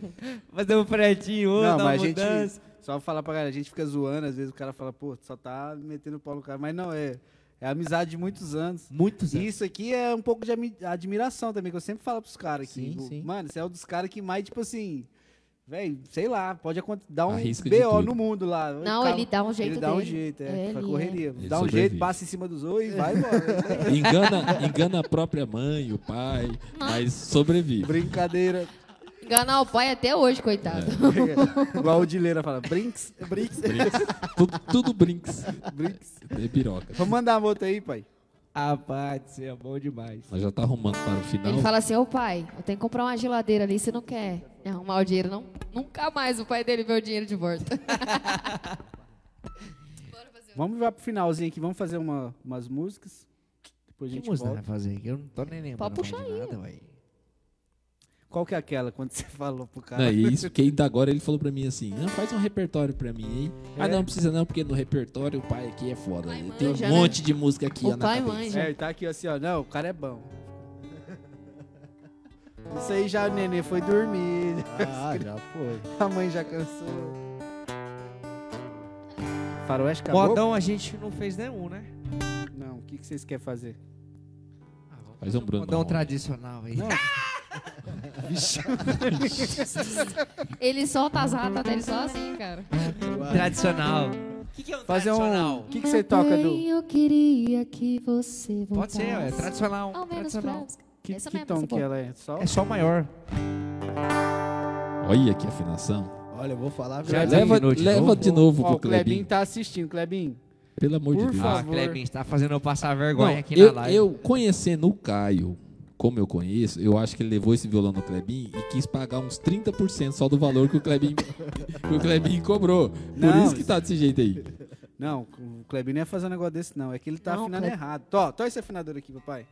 [SPEAKER 4] <laughs>
[SPEAKER 5] Fazer um fretinho, outro,
[SPEAKER 1] Não,
[SPEAKER 5] uma
[SPEAKER 1] mas a gente.
[SPEAKER 5] mudança.
[SPEAKER 1] Só pra falar pra galera, a gente fica zoando, às vezes o cara fala, pô, só tá metendo o pau no cara. Mas não, é, é amizade de muitos anos.
[SPEAKER 5] Muitos
[SPEAKER 1] E isso aqui é um pouco de ami- admiração também, que eu sempre falo pros caras aqui.
[SPEAKER 3] Sim,
[SPEAKER 1] Sim,
[SPEAKER 3] sim.
[SPEAKER 1] Mano, você é um dos caras que mais, tipo assim. Véi, sei lá, pode acontecer, dar um
[SPEAKER 2] Arrisca de
[SPEAKER 1] BO
[SPEAKER 2] tudo.
[SPEAKER 1] no mundo lá.
[SPEAKER 4] Não,
[SPEAKER 1] Cara,
[SPEAKER 4] ele dá um jeito
[SPEAKER 1] Ele dá um
[SPEAKER 4] dele.
[SPEAKER 1] jeito, é.
[SPEAKER 4] É,
[SPEAKER 1] pra
[SPEAKER 4] ele
[SPEAKER 1] correria.
[SPEAKER 2] Ele
[SPEAKER 1] dá um
[SPEAKER 2] sobrevive.
[SPEAKER 1] jeito, passa em cima dos oi e vai embora. <laughs>
[SPEAKER 2] engana, engana a própria mãe, o pai, mas sobrevive.
[SPEAKER 1] Brincadeira. <laughs>
[SPEAKER 4] Enganar o pai até hoje, coitado.
[SPEAKER 1] Igual o Dileira fala, Brinks, Brinks,
[SPEAKER 2] Brinks. tudo, tudo brinks.
[SPEAKER 1] Brinks.
[SPEAKER 2] É piroca.
[SPEAKER 1] Vamos mandar a moto aí, pai.
[SPEAKER 5] Ah, pai, isso é bom demais.
[SPEAKER 2] Nós já tá arrumando para o final.
[SPEAKER 4] Ele fala assim, ô pai, eu tenho que comprar uma geladeira ali, você não quer me arrumar o dinheiro, não? Nunca mais o pai dele vê o dinheiro de volta. <laughs>
[SPEAKER 1] Vamos lá pro finalzinho aqui, vamos fazer uma- umas músicas. Depois a gente
[SPEAKER 5] que música
[SPEAKER 1] volta.
[SPEAKER 5] vai fazer? Que Eu não tô nem lembrando
[SPEAKER 4] Pode puxar
[SPEAKER 5] mais de nada, véi.
[SPEAKER 1] Qual que é aquela quando você <laughs> falou pro
[SPEAKER 2] Não,
[SPEAKER 1] cara?
[SPEAKER 2] Né, e isso que ainda agora ele falou pra mim assim: não, faz um repertório pra mim aí.
[SPEAKER 5] É.
[SPEAKER 2] Ah, não, precisa não, porque no repertório o pai aqui é foda.
[SPEAKER 4] Pai
[SPEAKER 2] Ele
[SPEAKER 4] manja,
[SPEAKER 2] tem
[SPEAKER 4] né?
[SPEAKER 2] um monte de música aqui
[SPEAKER 4] O
[SPEAKER 2] ó, na
[SPEAKER 4] pai
[SPEAKER 2] cabeça.
[SPEAKER 4] manja.
[SPEAKER 1] É, ele tá aqui assim, ó. Não, o cara é bom. Isso aí já o nenê foi dormir. <laughs>
[SPEAKER 3] Ah, já foi.
[SPEAKER 1] A mãe já cansou. Faroeste acabou?
[SPEAKER 5] Modão a gente não fez nenhum, né?
[SPEAKER 1] Não, o que, que vocês querem fazer?
[SPEAKER 2] Faz um Bruno.
[SPEAKER 5] Modão
[SPEAKER 2] Marrone.
[SPEAKER 5] tradicional aí.
[SPEAKER 4] Ele solta as ratas dele só assim, cara.
[SPEAKER 5] Tradicional. O que, que é um
[SPEAKER 1] Fazer um. O que, que você toca do.
[SPEAKER 4] Também Eu queria que você
[SPEAKER 5] Pode ser, é
[SPEAKER 4] voltasse.
[SPEAKER 5] tradicional.
[SPEAKER 4] Ao menos
[SPEAKER 5] tradicional.
[SPEAKER 4] pra...
[SPEAKER 1] Que,
[SPEAKER 4] Essa
[SPEAKER 1] que
[SPEAKER 4] mesmo,
[SPEAKER 1] tom
[SPEAKER 4] essa
[SPEAKER 1] que
[SPEAKER 4] boa.
[SPEAKER 1] ela é? Sol?
[SPEAKER 5] É só o maior.
[SPEAKER 2] Olha que afinação.
[SPEAKER 3] Olha, eu vou falar a
[SPEAKER 5] Já
[SPEAKER 3] verdade.
[SPEAKER 2] leva
[SPEAKER 5] terminou de
[SPEAKER 2] leva
[SPEAKER 5] novo?
[SPEAKER 2] de novo
[SPEAKER 1] Ó,
[SPEAKER 2] pro
[SPEAKER 1] o Clebinho
[SPEAKER 2] Clebinho.
[SPEAKER 1] tá assistindo. Clebinho,
[SPEAKER 2] Pelo amor de
[SPEAKER 1] Por
[SPEAKER 2] Deus.
[SPEAKER 1] favor.
[SPEAKER 5] Ah, Clebin, você tá fazendo eu passar
[SPEAKER 2] Não,
[SPEAKER 5] vergonha aqui
[SPEAKER 2] eu,
[SPEAKER 5] na live.
[SPEAKER 2] eu conhecendo o Caio, como eu conheço, eu acho que ele levou esse violão do Clebin e quis pagar uns 30% só do valor que o Clebin, <laughs> que o Clebin cobrou. Por
[SPEAKER 1] Não,
[SPEAKER 2] isso que tá desse jeito aí.
[SPEAKER 1] Não, o Clebinho não ia fazer um negócio desse, não. É que ele tá
[SPEAKER 4] Não,
[SPEAKER 1] afinando
[SPEAKER 4] Cle-
[SPEAKER 1] errado. Tó, tó esse afinador aqui, papai.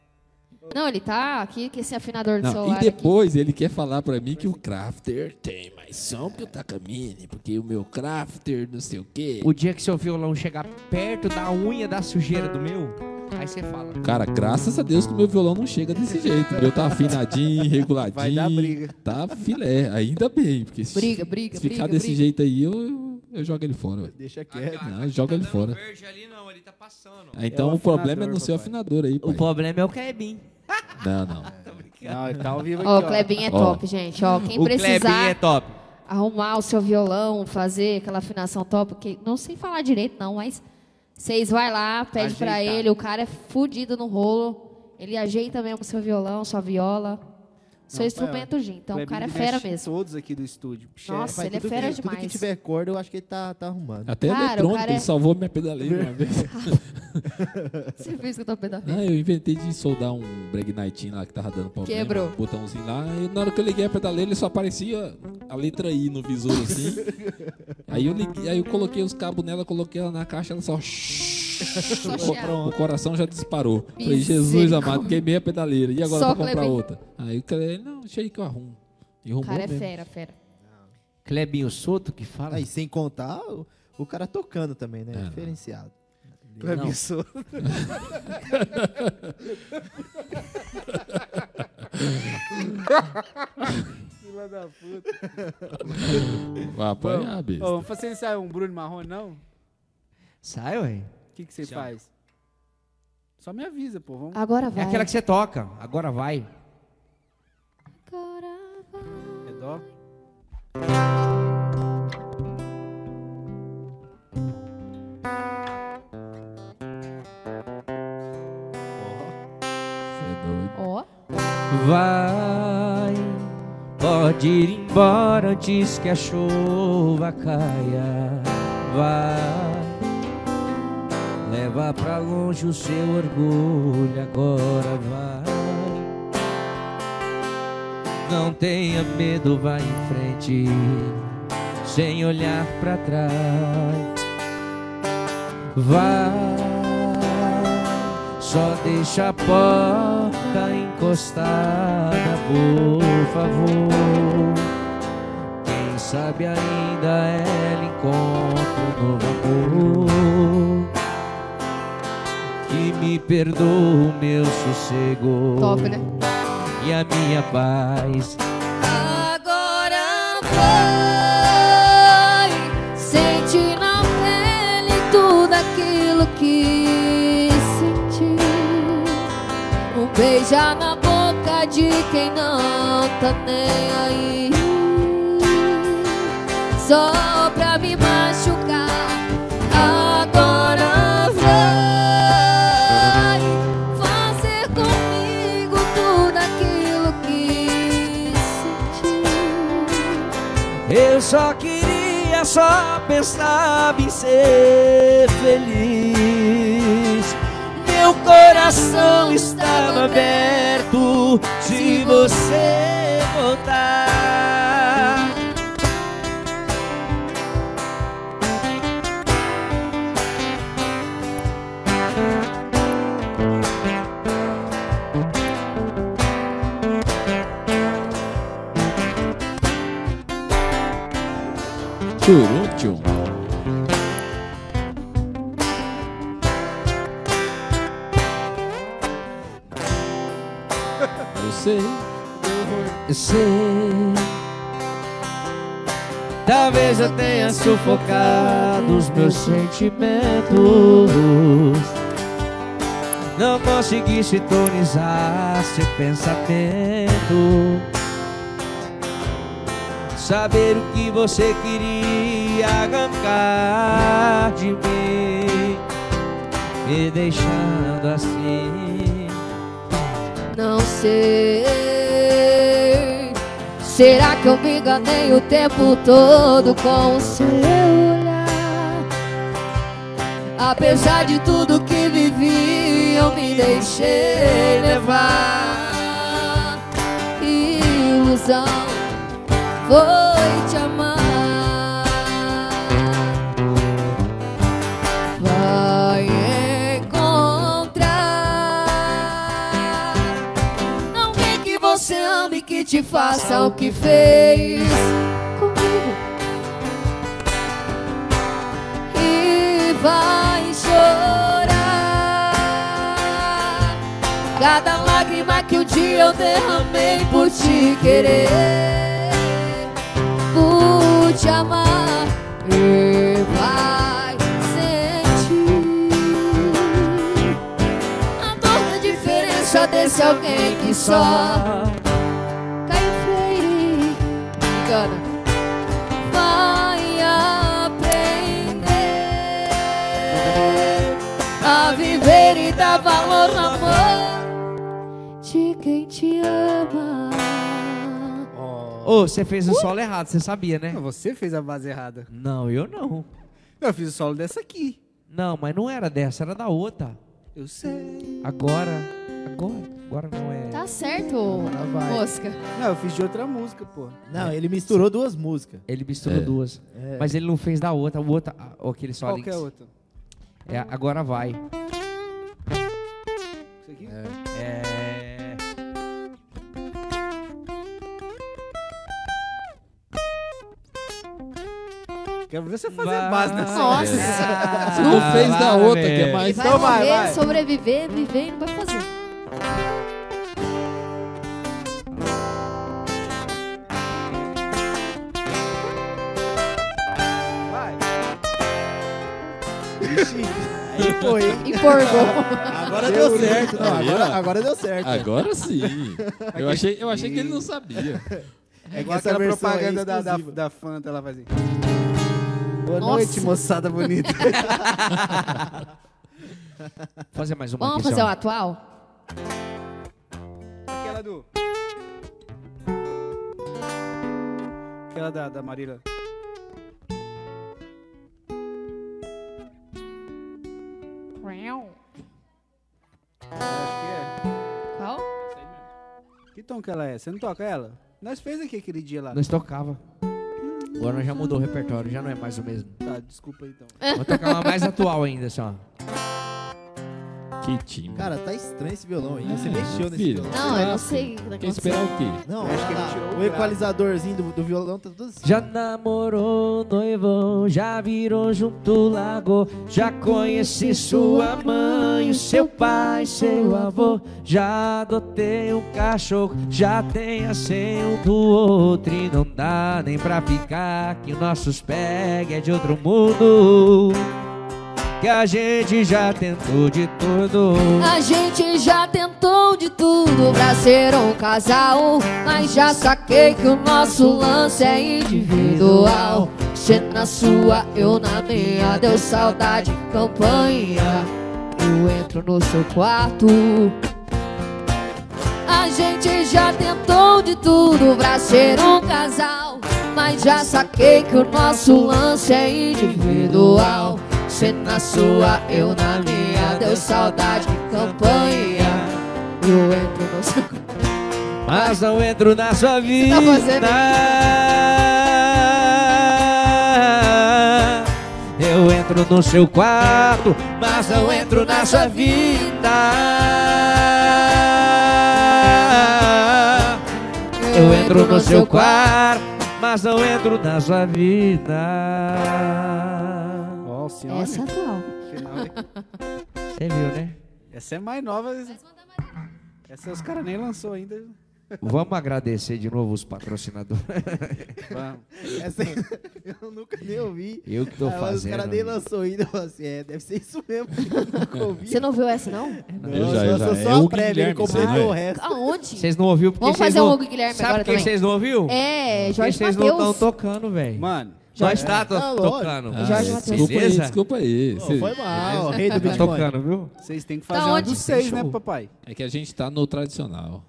[SPEAKER 4] Não, ele tá aqui com esse afinador de
[SPEAKER 2] Não,
[SPEAKER 4] celular
[SPEAKER 2] e depois ele quer falar pra mim que o Crafter tem mais som que o Takamine, porque o meu Crafter não sei o quê.
[SPEAKER 5] O dia que seu violão chegar perto da unha da sujeira do meu, aí você fala.
[SPEAKER 2] Cara, graças a Deus que o meu violão não chega desse jeito. O meu tá afinadinho, reguladinho.
[SPEAKER 1] Vai dar briga.
[SPEAKER 2] Tá filé, ainda bem. Porque se-
[SPEAKER 4] Briga, briga,
[SPEAKER 2] se ficar
[SPEAKER 4] briga,
[SPEAKER 2] desse
[SPEAKER 4] briga.
[SPEAKER 2] jeito aí, eu, eu, eu jogo ele fora. ué.
[SPEAKER 3] Deixa quieto.
[SPEAKER 2] Não, joga ele fora.
[SPEAKER 5] verde ali não, ele tá passando.
[SPEAKER 2] Ah, Então
[SPEAKER 1] É o
[SPEAKER 2] o problema é no
[SPEAKER 1] afinador,
[SPEAKER 2] seu
[SPEAKER 1] papai.
[SPEAKER 2] afinador aí,
[SPEAKER 5] O
[SPEAKER 2] pai.
[SPEAKER 5] problema é o Clebin.
[SPEAKER 2] Não, não.
[SPEAKER 1] Não, ele tá ao vivo aqui.
[SPEAKER 4] Ó,
[SPEAKER 1] ó.
[SPEAKER 4] o Clebinho é
[SPEAKER 2] Ó.
[SPEAKER 4] top, gente. Ó, quem
[SPEAKER 5] o Clebin
[SPEAKER 4] precisar
[SPEAKER 5] é top.
[SPEAKER 4] arrumar o seu violão, fazer aquela afinação top, que não sei falar direito não, mas vocês vai lá, pede pra
[SPEAKER 1] Ajeitar.
[SPEAKER 4] ele, o cara é fudido no rolo, ele ajeita mesmo o seu violão, sua viola, seu instrumento G. Então o
[SPEAKER 1] Clebinho
[SPEAKER 4] cara é
[SPEAKER 1] mexe
[SPEAKER 4] fera
[SPEAKER 1] em
[SPEAKER 4] mesmo.
[SPEAKER 1] Todos aqui do estúdio.
[SPEAKER 4] Nossa,
[SPEAKER 1] Chefe.
[SPEAKER 4] ele é
[SPEAKER 3] tudo
[SPEAKER 4] fera
[SPEAKER 3] que, Tudo que
[SPEAKER 4] demais.
[SPEAKER 3] tiver corda, eu acho que ele tá, tá arrumando.
[SPEAKER 2] Até
[SPEAKER 4] Cara, o
[SPEAKER 2] eletrônico,
[SPEAKER 4] cara
[SPEAKER 2] ele
[SPEAKER 4] é-
[SPEAKER 2] salvou minha pedaleira uma vez.
[SPEAKER 4] <laughs> Você fez que eu tô pedalando.
[SPEAKER 2] Ah, eu inventei de soldar um breaknightinho lá que tava dando problema.
[SPEAKER 4] Quebrou.
[SPEAKER 2] Um botãozinho lá. E na hora que eu liguei a pedaleira, ele só aparecia a letra I no visor
[SPEAKER 4] <laughs>
[SPEAKER 2] assim. aí, eu liguei, aí eu coloquei os cabos nela, coloquei ela na caixa, ela só. <laughs>
[SPEAKER 4] Só chiado.
[SPEAKER 2] o coração já disparou. Falei, Jesus amado, queimei a pedaleira. E agora
[SPEAKER 4] Só
[SPEAKER 2] pra comprar
[SPEAKER 4] Clebin.
[SPEAKER 2] outra? Aí eu falei, não, deixa aí que eu arrumo. E
[SPEAKER 4] O
[SPEAKER 2] arrumou
[SPEAKER 4] cara é
[SPEAKER 2] mesmo.
[SPEAKER 4] fera, fera.
[SPEAKER 5] Clebinho Soto que fala.
[SPEAKER 3] Aí, sem contar o, o cara tocando também, né?
[SPEAKER 2] É.
[SPEAKER 3] Diferenciado. é
[SPEAKER 1] Clebinho sou- Filha da puta.
[SPEAKER 2] Vai apanhar, besta.
[SPEAKER 1] Ô, você não sai um Bruno Marrone, não?
[SPEAKER 5] Sai, ué.
[SPEAKER 1] O que, que você faz? Só me avisa, pô. Vamos...
[SPEAKER 4] Agora
[SPEAKER 5] É
[SPEAKER 4] vai.
[SPEAKER 5] aquela que você toca. Agora vai.
[SPEAKER 4] Agora vai.
[SPEAKER 1] É dó.
[SPEAKER 2] Você é doido.
[SPEAKER 4] Ó,
[SPEAKER 5] Vai, pode ir embora antes que a chuva caia. Vai, leva pra longe o seu orgulho agora. Vai, não tenha medo, vai em frente, sem olhar pra trás. Vai, só deixa a porta encostada, por favor. Quem sabe ainda ela encontra um novo amor. Que me perdoa o meu sossego
[SPEAKER 4] top, né?
[SPEAKER 5] e a minha paz.
[SPEAKER 4] Agora vai, sente na pele tudo aquilo que senti. Um beijar na boca de quem não tá nem aí. Só pra me machucar. Agora vai fazer comigo tudo aquilo que senti.
[SPEAKER 5] Eu só queria, só pensava em ser feliz. Meu coração estava aberto se você voltar.
[SPEAKER 2] Tchurutchum. Eu sei.
[SPEAKER 5] Eu sei. Talvez eu tenha sufocado os meus sentimentos. Não consegui sintonizar seu pensamento. Saber o que você queria arrancar de mim, me deixando assim.
[SPEAKER 4] Não sei. Será que eu me enganei o tempo todo com o seu olhar? Apesar de tudo que vivi, eu me deixei levar. Ilusão foi te amar. vai encontrar alguém é que você ame que te faça o que fez comigo e vai chorar cada lágrima que um dia eu derramei por te querer por te amar e vai sentir a dor da diferença desse
[SPEAKER 10] É
[SPEAKER 4] alguém que só cai feio engana vai aprender a viver e dar valor no amor de quem te ama
[SPEAKER 5] Ô, você fez o solo errado, você sabia, né?
[SPEAKER 1] É. Você fez a base errada.
[SPEAKER 5] Não, eu não.
[SPEAKER 1] Eu fiz o solo dessa aqui.
[SPEAKER 5] Não, mas não era dessa, era da outra.
[SPEAKER 1] Eu sei.
[SPEAKER 5] Agora. Agora? Agora não é.
[SPEAKER 10] Tá certo,
[SPEAKER 3] Agora vai.
[SPEAKER 10] mosca.
[SPEAKER 1] Não, eu fiz de outra música, pô.
[SPEAKER 3] Não, ele misturou duas músicas.
[SPEAKER 5] Ele misturou duas. Mas ele não fez da outra. O outro, ah, aquele solo.
[SPEAKER 1] Qual que é outro?
[SPEAKER 5] É, agora vai.
[SPEAKER 1] Isso aqui?
[SPEAKER 5] É.
[SPEAKER 1] Quero ver você fazer a base nessa.
[SPEAKER 10] Nossa.
[SPEAKER 2] Você
[SPEAKER 3] Ah,
[SPEAKER 2] não fez da outra, que é
[SPEAKER 5] velho.
[SPEAKER 10] Ele
[SPEAKER 2] mais.
[SPEAKER 10] vai
[SPEAKER 1] Então vai,
[SPEAKER 10] morrer,
[SPEAKER 1] vai.
[SPEAKER 10] sobreviver, viver e não vai fazer.
[SPEAKER 1] Vai.
[SPEAKER 3] Aí foi. hein?
[SPEAKER 10] E
[SPEAKER 1] <laughs>
[SPEAKER 10] porgou.
[SPEAKER 3] Agora deu certo. Não, agora, agora deu certo.
[SPEAKER 2] Agora sim. Eu achei, eu achei que ele não sabia.
[SPEAKER 1] É
[SPEAKER 3] que
[SPEAKER 1] igual
[SPEAKER 3] essa
[SPEAKER 1] aquela
[SPEAKER 3] versão é
[SPEAKER 1] propaganda da, da,
[SPEAKER 3] exclusiva.
[SPEAKER 1] da Fanta, ela faz assim. Boa
[SPEAKER 10] Nossa.
[SPEAKER 1] noite, moçada bonita.
[SPEAKER 5] Fazer mais uma
[SPEAKER 10] Vamos
[SPEAKER 5] aqui,
[SPEAKER 10] fazer o
[SPEAKER 5] só.
[SPEAKER 10] atual?
[SPEAKER 1] Aquela é do. Aquela é da, da Marília. Acho que
[SPEAKER 10] Qual?
[SPEAKER 1] é. Que tom que ela é? Você não toca ela? Nós fez aqui aquele dia lá.
[SPEAKER 5] Nós tocava. Agora nós já mudou o repertório, já não é mais
[SPEAKER 10] <laughs>
[SPEAKER 5] o mesmo.
[SPEAKER 1] Tá, desculpa então.
[SPEAKER 5] Vou tocar uma mais atual ainda, assim, ó.
[SPEAKER 2] Que time.
[SPEAKER 3] <laughs> Cara, tá estranho esse violão aí. Você mexeu nesse
[SPEAKER 2] filho.
[SPEAKER 3] violão.
[SPEAKER 10] Não, eu não sei o que tá
[SPEAKER 2] Quer
[SPEAKER 10] acontecendo.
[SPEAKER 2] esperar o quê?
[SPEAKER 3] Não,
[SPEAKER 1] Acho que
[SPEAKER 3] tá.
[SPEAKER 1] ele tirou o
[SPEAKER 3] o
[SPEAKER 1] braço.
[SPEAKER 3] equalizadorzinho do, do violão tá tudo assim.
[SPEAKER 5] Já namorou, noivou, já virou junto, largou. Já conheci sua mãe, o seu pai, seu avô. Já adotei um cachorro, já tem a senha um do outro. E não dá nem pra ficar, que nossos pegue é de outro mundo. Que a gente já tentou de tudo.
[SPEAKER 4] A gente já tentou de tudo pra ser um casal, mas já saquei que o nosso lance é individual. Você na sua, eu na minha, deu saudade, campanha. Eu entro no seu quarto. A gente já tentou de tudo pra ser um casal, Mas já saquei que o nosso lance é individual. Cê na sua, eu na minha. Deu saudade de campanha. Eu entro no seu.
[SPEAKER 5] Mas não entro na sua vida.
[SPEAKER 4] tá fazendo?
[SPEAKER 5] Eu entro no seu quarto, mas não entro na sua vida. Eu entro no seu quarto, mas não entro na sua vida.
[SPEAKER 1] Ó, senhora.
[SPEAKER 10] Essa é atual.
[SPEAKER 1] Final, hein?
[SPEAKER 5] Você viu, né?
[SPEAKER 1] Essa é mais nova. Essa os caras nem lançou ainda.
[SPEAKER 5] Vamos agradecer de novo os patrocinadores.
[SPEAKER 1] Vamos.
[SPEAKER 3] Essa aí, É assim. <laughs> eu nunca nem ouvi.
[SPEAKER 5] Eu que
[SPEAKER 10] É,
[SPEAKER 5] tô
[SPEAKER 3] Aí Os
[SPEAKER 5] fazendo.
[SPEAKER 3] caras nem lançou ainda. Eu falei assim, é, deve ser isso mesmo. Eu nunca ouvi.
[SPEAKER 10] Você não viu essa, não?
[SPEAKER 3] Não,
[SPEAKER 2] Eu já, eu já.
[SPEAKER 3] lançou
[SPEAKER 2] É
[SPEAKER 3] só
[SPEAKER 2] o
[SPEAKER 3] a prévia,
[SPEAKER 2] Guilherme,
[SPEAKER 3] ele
[SPEAKER 2] você não é?
[SPEAKER 3] comprou o resto.
[SPEAKER 10] Aonde?
[SPEAKER 5] Vocês não ouviram porque
[SPEAKER 10] Vamos
[SPEAKER 5] vocês
[SPEAKER 10] fazer
[SPEAKER 5] não...
[SPEAKER 10] um Hugo Guilherme
[SPEAKER 5] Sabe
[SPEAKER 10] agora
[SPEAKER 5] por que
[SPEAKER 10] também.
[SPEAKER 5] vocês não ouviram?
[SPEAKER 10] É, Jorge
[SPEAKER 5] vocês não estão
[SPEAKER 10] Matheus.
[SPEAKER 5] tocando, velho.
[SPEAKER 1] Mano,
[SPEAKER 5] Nós está to-
[SPEAKER 3] Ah, lógico.
[SPEAKER 5] tocando.
[SPEAKER 2] Ah,
[SPEAKER 10] Jorge Matheus.
[SPEAKER 2] desculpa aí,
[SPEAKER 5] Beleza?
[SPEAKER 2] desculpa aí.
[SPEAKER 3] Pô,
[SPEAKER 2] Cê-
[SPEAKER 3] foi mal, rei do
[SPEAKER 5] Tá
[SPEAKER 3] Bitcoin.
[SPEAKER 5] tocando, viu?
[SPEAKER 1] vocês têm que fazer um
[SPEAKER 10] onde?
[SPEAKER 1] dos seis, né, papai?
[SPEAKER 2] É que a gente tá no tradicional.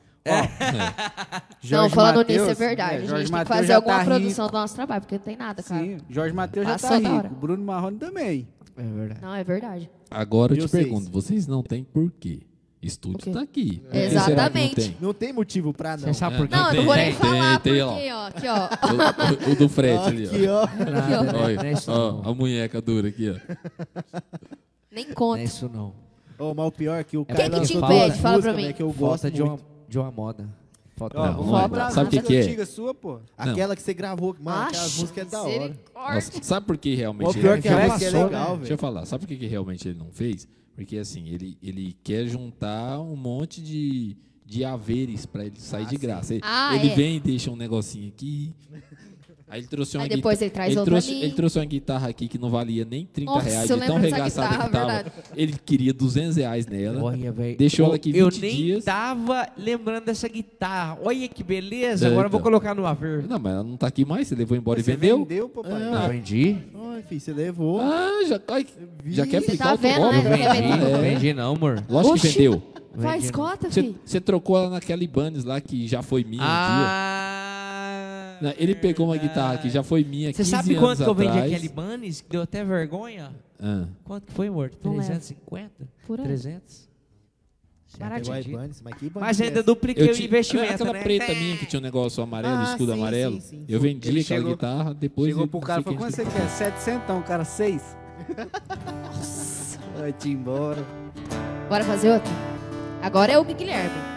[SPEAKER 1] Jorge
[SPEAKER 10] não, falando nisso é
[SPEAKER 1] Mateus,
[SPEAKER 10] verdade.
[SPEAKER 1] é,
[SPEAKER 10] a
[SPEAKER 1] Jorge
[SPEAKER 10] gente tem que
[SPEAKER 1] Mateus
[SPEAKER 10] fazer
[SPEAKER 1] já
[SPEAKER 10] alguma
[SPEAKER 1] tá
[SPEAKER 10] produção do nosso trabalho, porque não tem nada, cara.
[SPEAKER 1] Sim, Jorge Matheus já tá
[SPEAKER 10] Passou da hora.
[SPEAKER 1] rico. Bruno Marrone também.
[SPEAKER 5] É verdade.
[SPEAKER 10] Não, é verdade.
[SPEAKER 2] Agora eu
[SPEAKER 3] E
[SPEAKER 2] te
[SPEAKER 3] vocês?
[SPEAKER 2] pergunto, vocês não têm porquê. Estúdio
[SPEAKER 10] quê?
[SPEAKER 2] tá aqui. Por que
[SPEAKER 10] Exatamente.
[SPEAKER 2] Será que
[SPEAKER 3] Não tem motivo pra não.
[SPEAKER 5] Você sabe por quê?
[SPEAKER 10] Não, eu não
[SPEAKER 2] tem,
[SPEAKER 10] vou nem
[SPEAKER 2] tem,
[SPEAKER 10] falar,
[SPEAKER 2] tem,
[SPEAKER 10] porque, ó, aqui, ó.
[SPEAKER 2] não tem? O, o- o do
[SPEAKER 3] <laughs>
[SPEAKER 2] frete ali,
[SPEAKER 3] Aqui,
[SPEAKER 2] ó.
[SPEAKER 3] ó.
[SPEAKER 10] Aqui, ó.
[SPEAKER 2] Olha,
[SPEAKER 5] Não é isso,
[SPEAKER 2] ó,
[SPEAKER 5] não.
[SPEAKER 2] a munheca dura aqui, ó.
[SPEAKER 10] Nem
[SPEAKER 5] Não é
[SPEAKER 10] conta.
[SPEAKER 5] isso, não.
[SPEAKER 3] Ô, mas o pior é que o
[SPEAKER 5] Quem
[SPEAKER 3] cara
[SPEAKER 5] que te
[SPEAKER 3] lançou
[SPEAKER 5] impede?
[SPEAKER 10] Fala
[SPEAKER 3] duas
[SPEAKER 10] pra
[SPEAKER 3] músicas,
[SPEAKER 10] mim.
[SPEAKER 3] né, Que eu gosto
[SPEAKER 5] Falta de uma,
[SPEAKER 3] muito.
[SPEAKER 5] de uma moda. Falta
[SPEAKER 1] Ó,
[SPEAKER 2] Não,
[SPEAKER 1] vamos
[SPEAKER 2] não é.
[SPEAKER 1] lembrar as
[SPEAKER 2] Sabe o que
[SPEAKER 1] músicas
[SPEAKER 2] que é?
[SPEAKER 1] antigas sua, pô.
[SPEAKER 3] Aquela que você gravou, mano, aquelas
[SPEAKER 10] Acho,
[SPEAKER 3] músicas é da hora.
[SPEAKER 10] misericórdia.
[SPEAKER 2] Nossa, um sabe por que realmente...
[SPEAKER 3] O pior
[SPEAKER 2] ele-
[SPEAKER 3] que a
[SPEAKER 5] Já
[SPEAKER 3] música é
[SPEAKER 5] passou,
[SPEAKER 3] legal,
[SPEAKER 2] Deixa eu
[SPEAKER 3] velho.
[SPEAKER 2] falar, sabe por que, que realmente ele não fez? Porque assim, ele, ele quer juntar um monte de, de haveres pra ele sair de graça. Ele,
[SPEAKER 10] Ah,
[SPEAKER 2] ele
[SPEAKER 10] é.
[SPEAKER 2] vem e deixa um negocinho aqui. Aí ele trouxe uma
[SPEAKER 10] Aí depois
[SPEAKER 2] guita-
[SPEAKER 10] ele traz
[SPEAKER 2] ele
[SPEAKER 10] outra
[SPEAKER 2] trouxe,
[SPEAKER 10] ali.
[SPEAKER 2] ele trouxe uma guitarra aqui que não valia nem 30
[SPEAKER 10] Nossa,
[SPEAKER 2] reais,
[SPEAKER 10] eu
[SPEAKER 2] de tão
[SPEAKER 10] lembro dessa
[SPEAKER 2] arregaçada que
[SPEAKER 10] guitarra,
[SPEAKER 2] tava. Ele queria 200 reais nela.
[SPEAKER 5] Olha, velho.
[SPEAKER 2] Deixou ela aqui
[SPEAKER 5] Eu
[SPEAKER 2] 20
[SPEAKER 5] nem
[SPEAKER 2] dias.
[SPEAKER 5] tava lembrando dessa guitarra. Olha que beleza.
[SPEAKER 2] É,
[SPEAKER 5] Agora eu vou
[SPEAKER 2] então.
[SPEAKER 5] colocar no haver.
[SPEAKER 2] Não, mas ela não tá aqui mais, você levou embora
[SPEAKER 1] Você
[SPEAKER 2] e vendeu?
[SPEAKER 1] vendeu, papai.
[SPEAKER 3] Ah.
[SPEAKER 5] Eu Ah, vendi?
[SPEAKER 3] Ai, filho, você levou.
[SPEAKER 2] Ah, já, ai, já quer
[SPEAKER 3] Você
[SPEAKER 2] aplicar
[SPEAKER 10] tá
[SPEAKER 2] outro
[SPEAKER 10] vendo,
[SPEAKER 2] golpe?
[SPEAKER 10] né? Quer
[SPEAKER 5] Vendi,
[SPEAKER 10] vender?
[SPEAKER 5] não
[SPEAKER 2] É.
[SPEAKER 5] vendi não, amor.
[SPEAKER 2] Lógico que
[SPEAKER 10] Oxi.
[SPEAKER 2] vendeu.
[SPEAKER 10] Faz cota,
[SPEAKER 2] Você
[SPEAKER 10] fi.
[SPEAKER 2] você trocou ela naquela Ibanez lá que já foi minha um dia.
[SPEAKER 5] Ah,
[SPEAKER 2] Não, ele pegou uma guitarra que já foi minha
[SPEAKER 5] Você
[SPEAKER 2] 15
[SPEAKER 5] sabe
[SPEAKER 2] anos
[SPEAKER 5] quanto que eu vendi
[SPEAKER 2] atrás.
[SPEAKER 5] aquele Bunnies? Que deu até vergonha.
[SPEAKER 2] Ah,
[SPEAKER 5] Quanto que foi, amor?
[SPEAKER 10] Não lembro.
[SPEAKER 5] 350?
[SPEAKER 10] Por aí.
[SPEAKER 5] 300?
[SPEAKER 3] Pegou a
[SPEAKER 5] Entendi.
[SPEAKER 3] Ibanez, mas que Ibanez
[SPEAKER 5] Mas
[SPEAKER 3] é
[SPEAKER 5] ainda
[SPEAKER 3] essa?
[SPEAKER 5] dupliquei o
[SPEAKER 2] ti- Ah,
[SPEAKER 5] investimento,
[SPEAKER 2] aquela
[SPEAKER 5] né?
[SPEAKER 2] preta minha que tinha um negócio amarelo,
[SPEAKER 3] Ah,
[SPEAKER 2] escudo
[SPEAKER 3] sim,
[SPEAKER 2] amarelo.
[SPEAKER 3] sim, sim.
[SPEAKER 2] Eu vendi
[SPEAKER 1] Ele
[SPEAKER 2] aquela
[SPEAKER 1] chegou-
[SPEAKER 2] guitarra, depois...
[SPEAKER 3] é,
[SPEAKER 1] Chegou
[SPEAKER 2] eu-
[SPEAKER 1] pro cara e falou,
[SPEAKER 2] fiquei-
[SPEAKER 1] quanto você quer? 700, cara, seis? <laughs> Vai te embora.
[SPEAKER 10] Bora fazer outro? Agora é o Guilherme.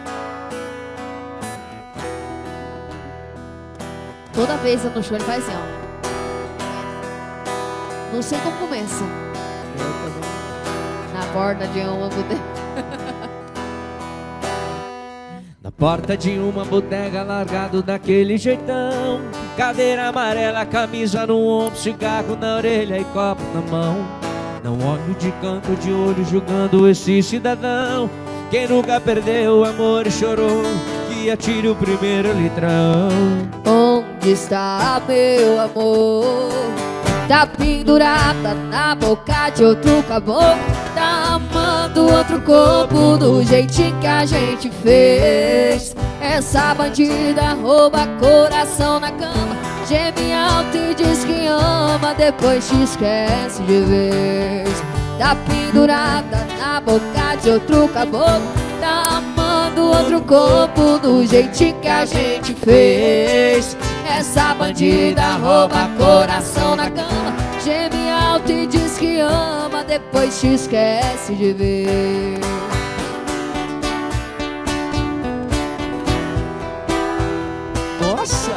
[SPEAKER 10] Toda vez eu no show ele faz assim, ó. Não sei como começa. Na borda de um angu-
[SPEAKER 5] Na porta de uma bodega, largado daquele jeitão. Cadeira amarela, camisa no ombro, cigarro na orelha e copo na mão. Não olho de canto de olho julgando esse cidadão. Quem nunca perdeu o amor e chorou, que atire o primeiro litrão.
[SPEAKER 4] Onde está meu amor? Tá pendurada na boca de outro caboclo Tá amando outro corpo do jeitinho que a gente fez Essa bandida rouba coração na cama Geme alto e diz que ama Depois te esquece de vez Tá pendurada na boca de outro caboclo Tá amando outro corpo do jeitinho que a gente fez essa bandida rouba coração na cama Geme alto e diz que ama Depois te esquece de ver
[SPEAKER 5] Nossa!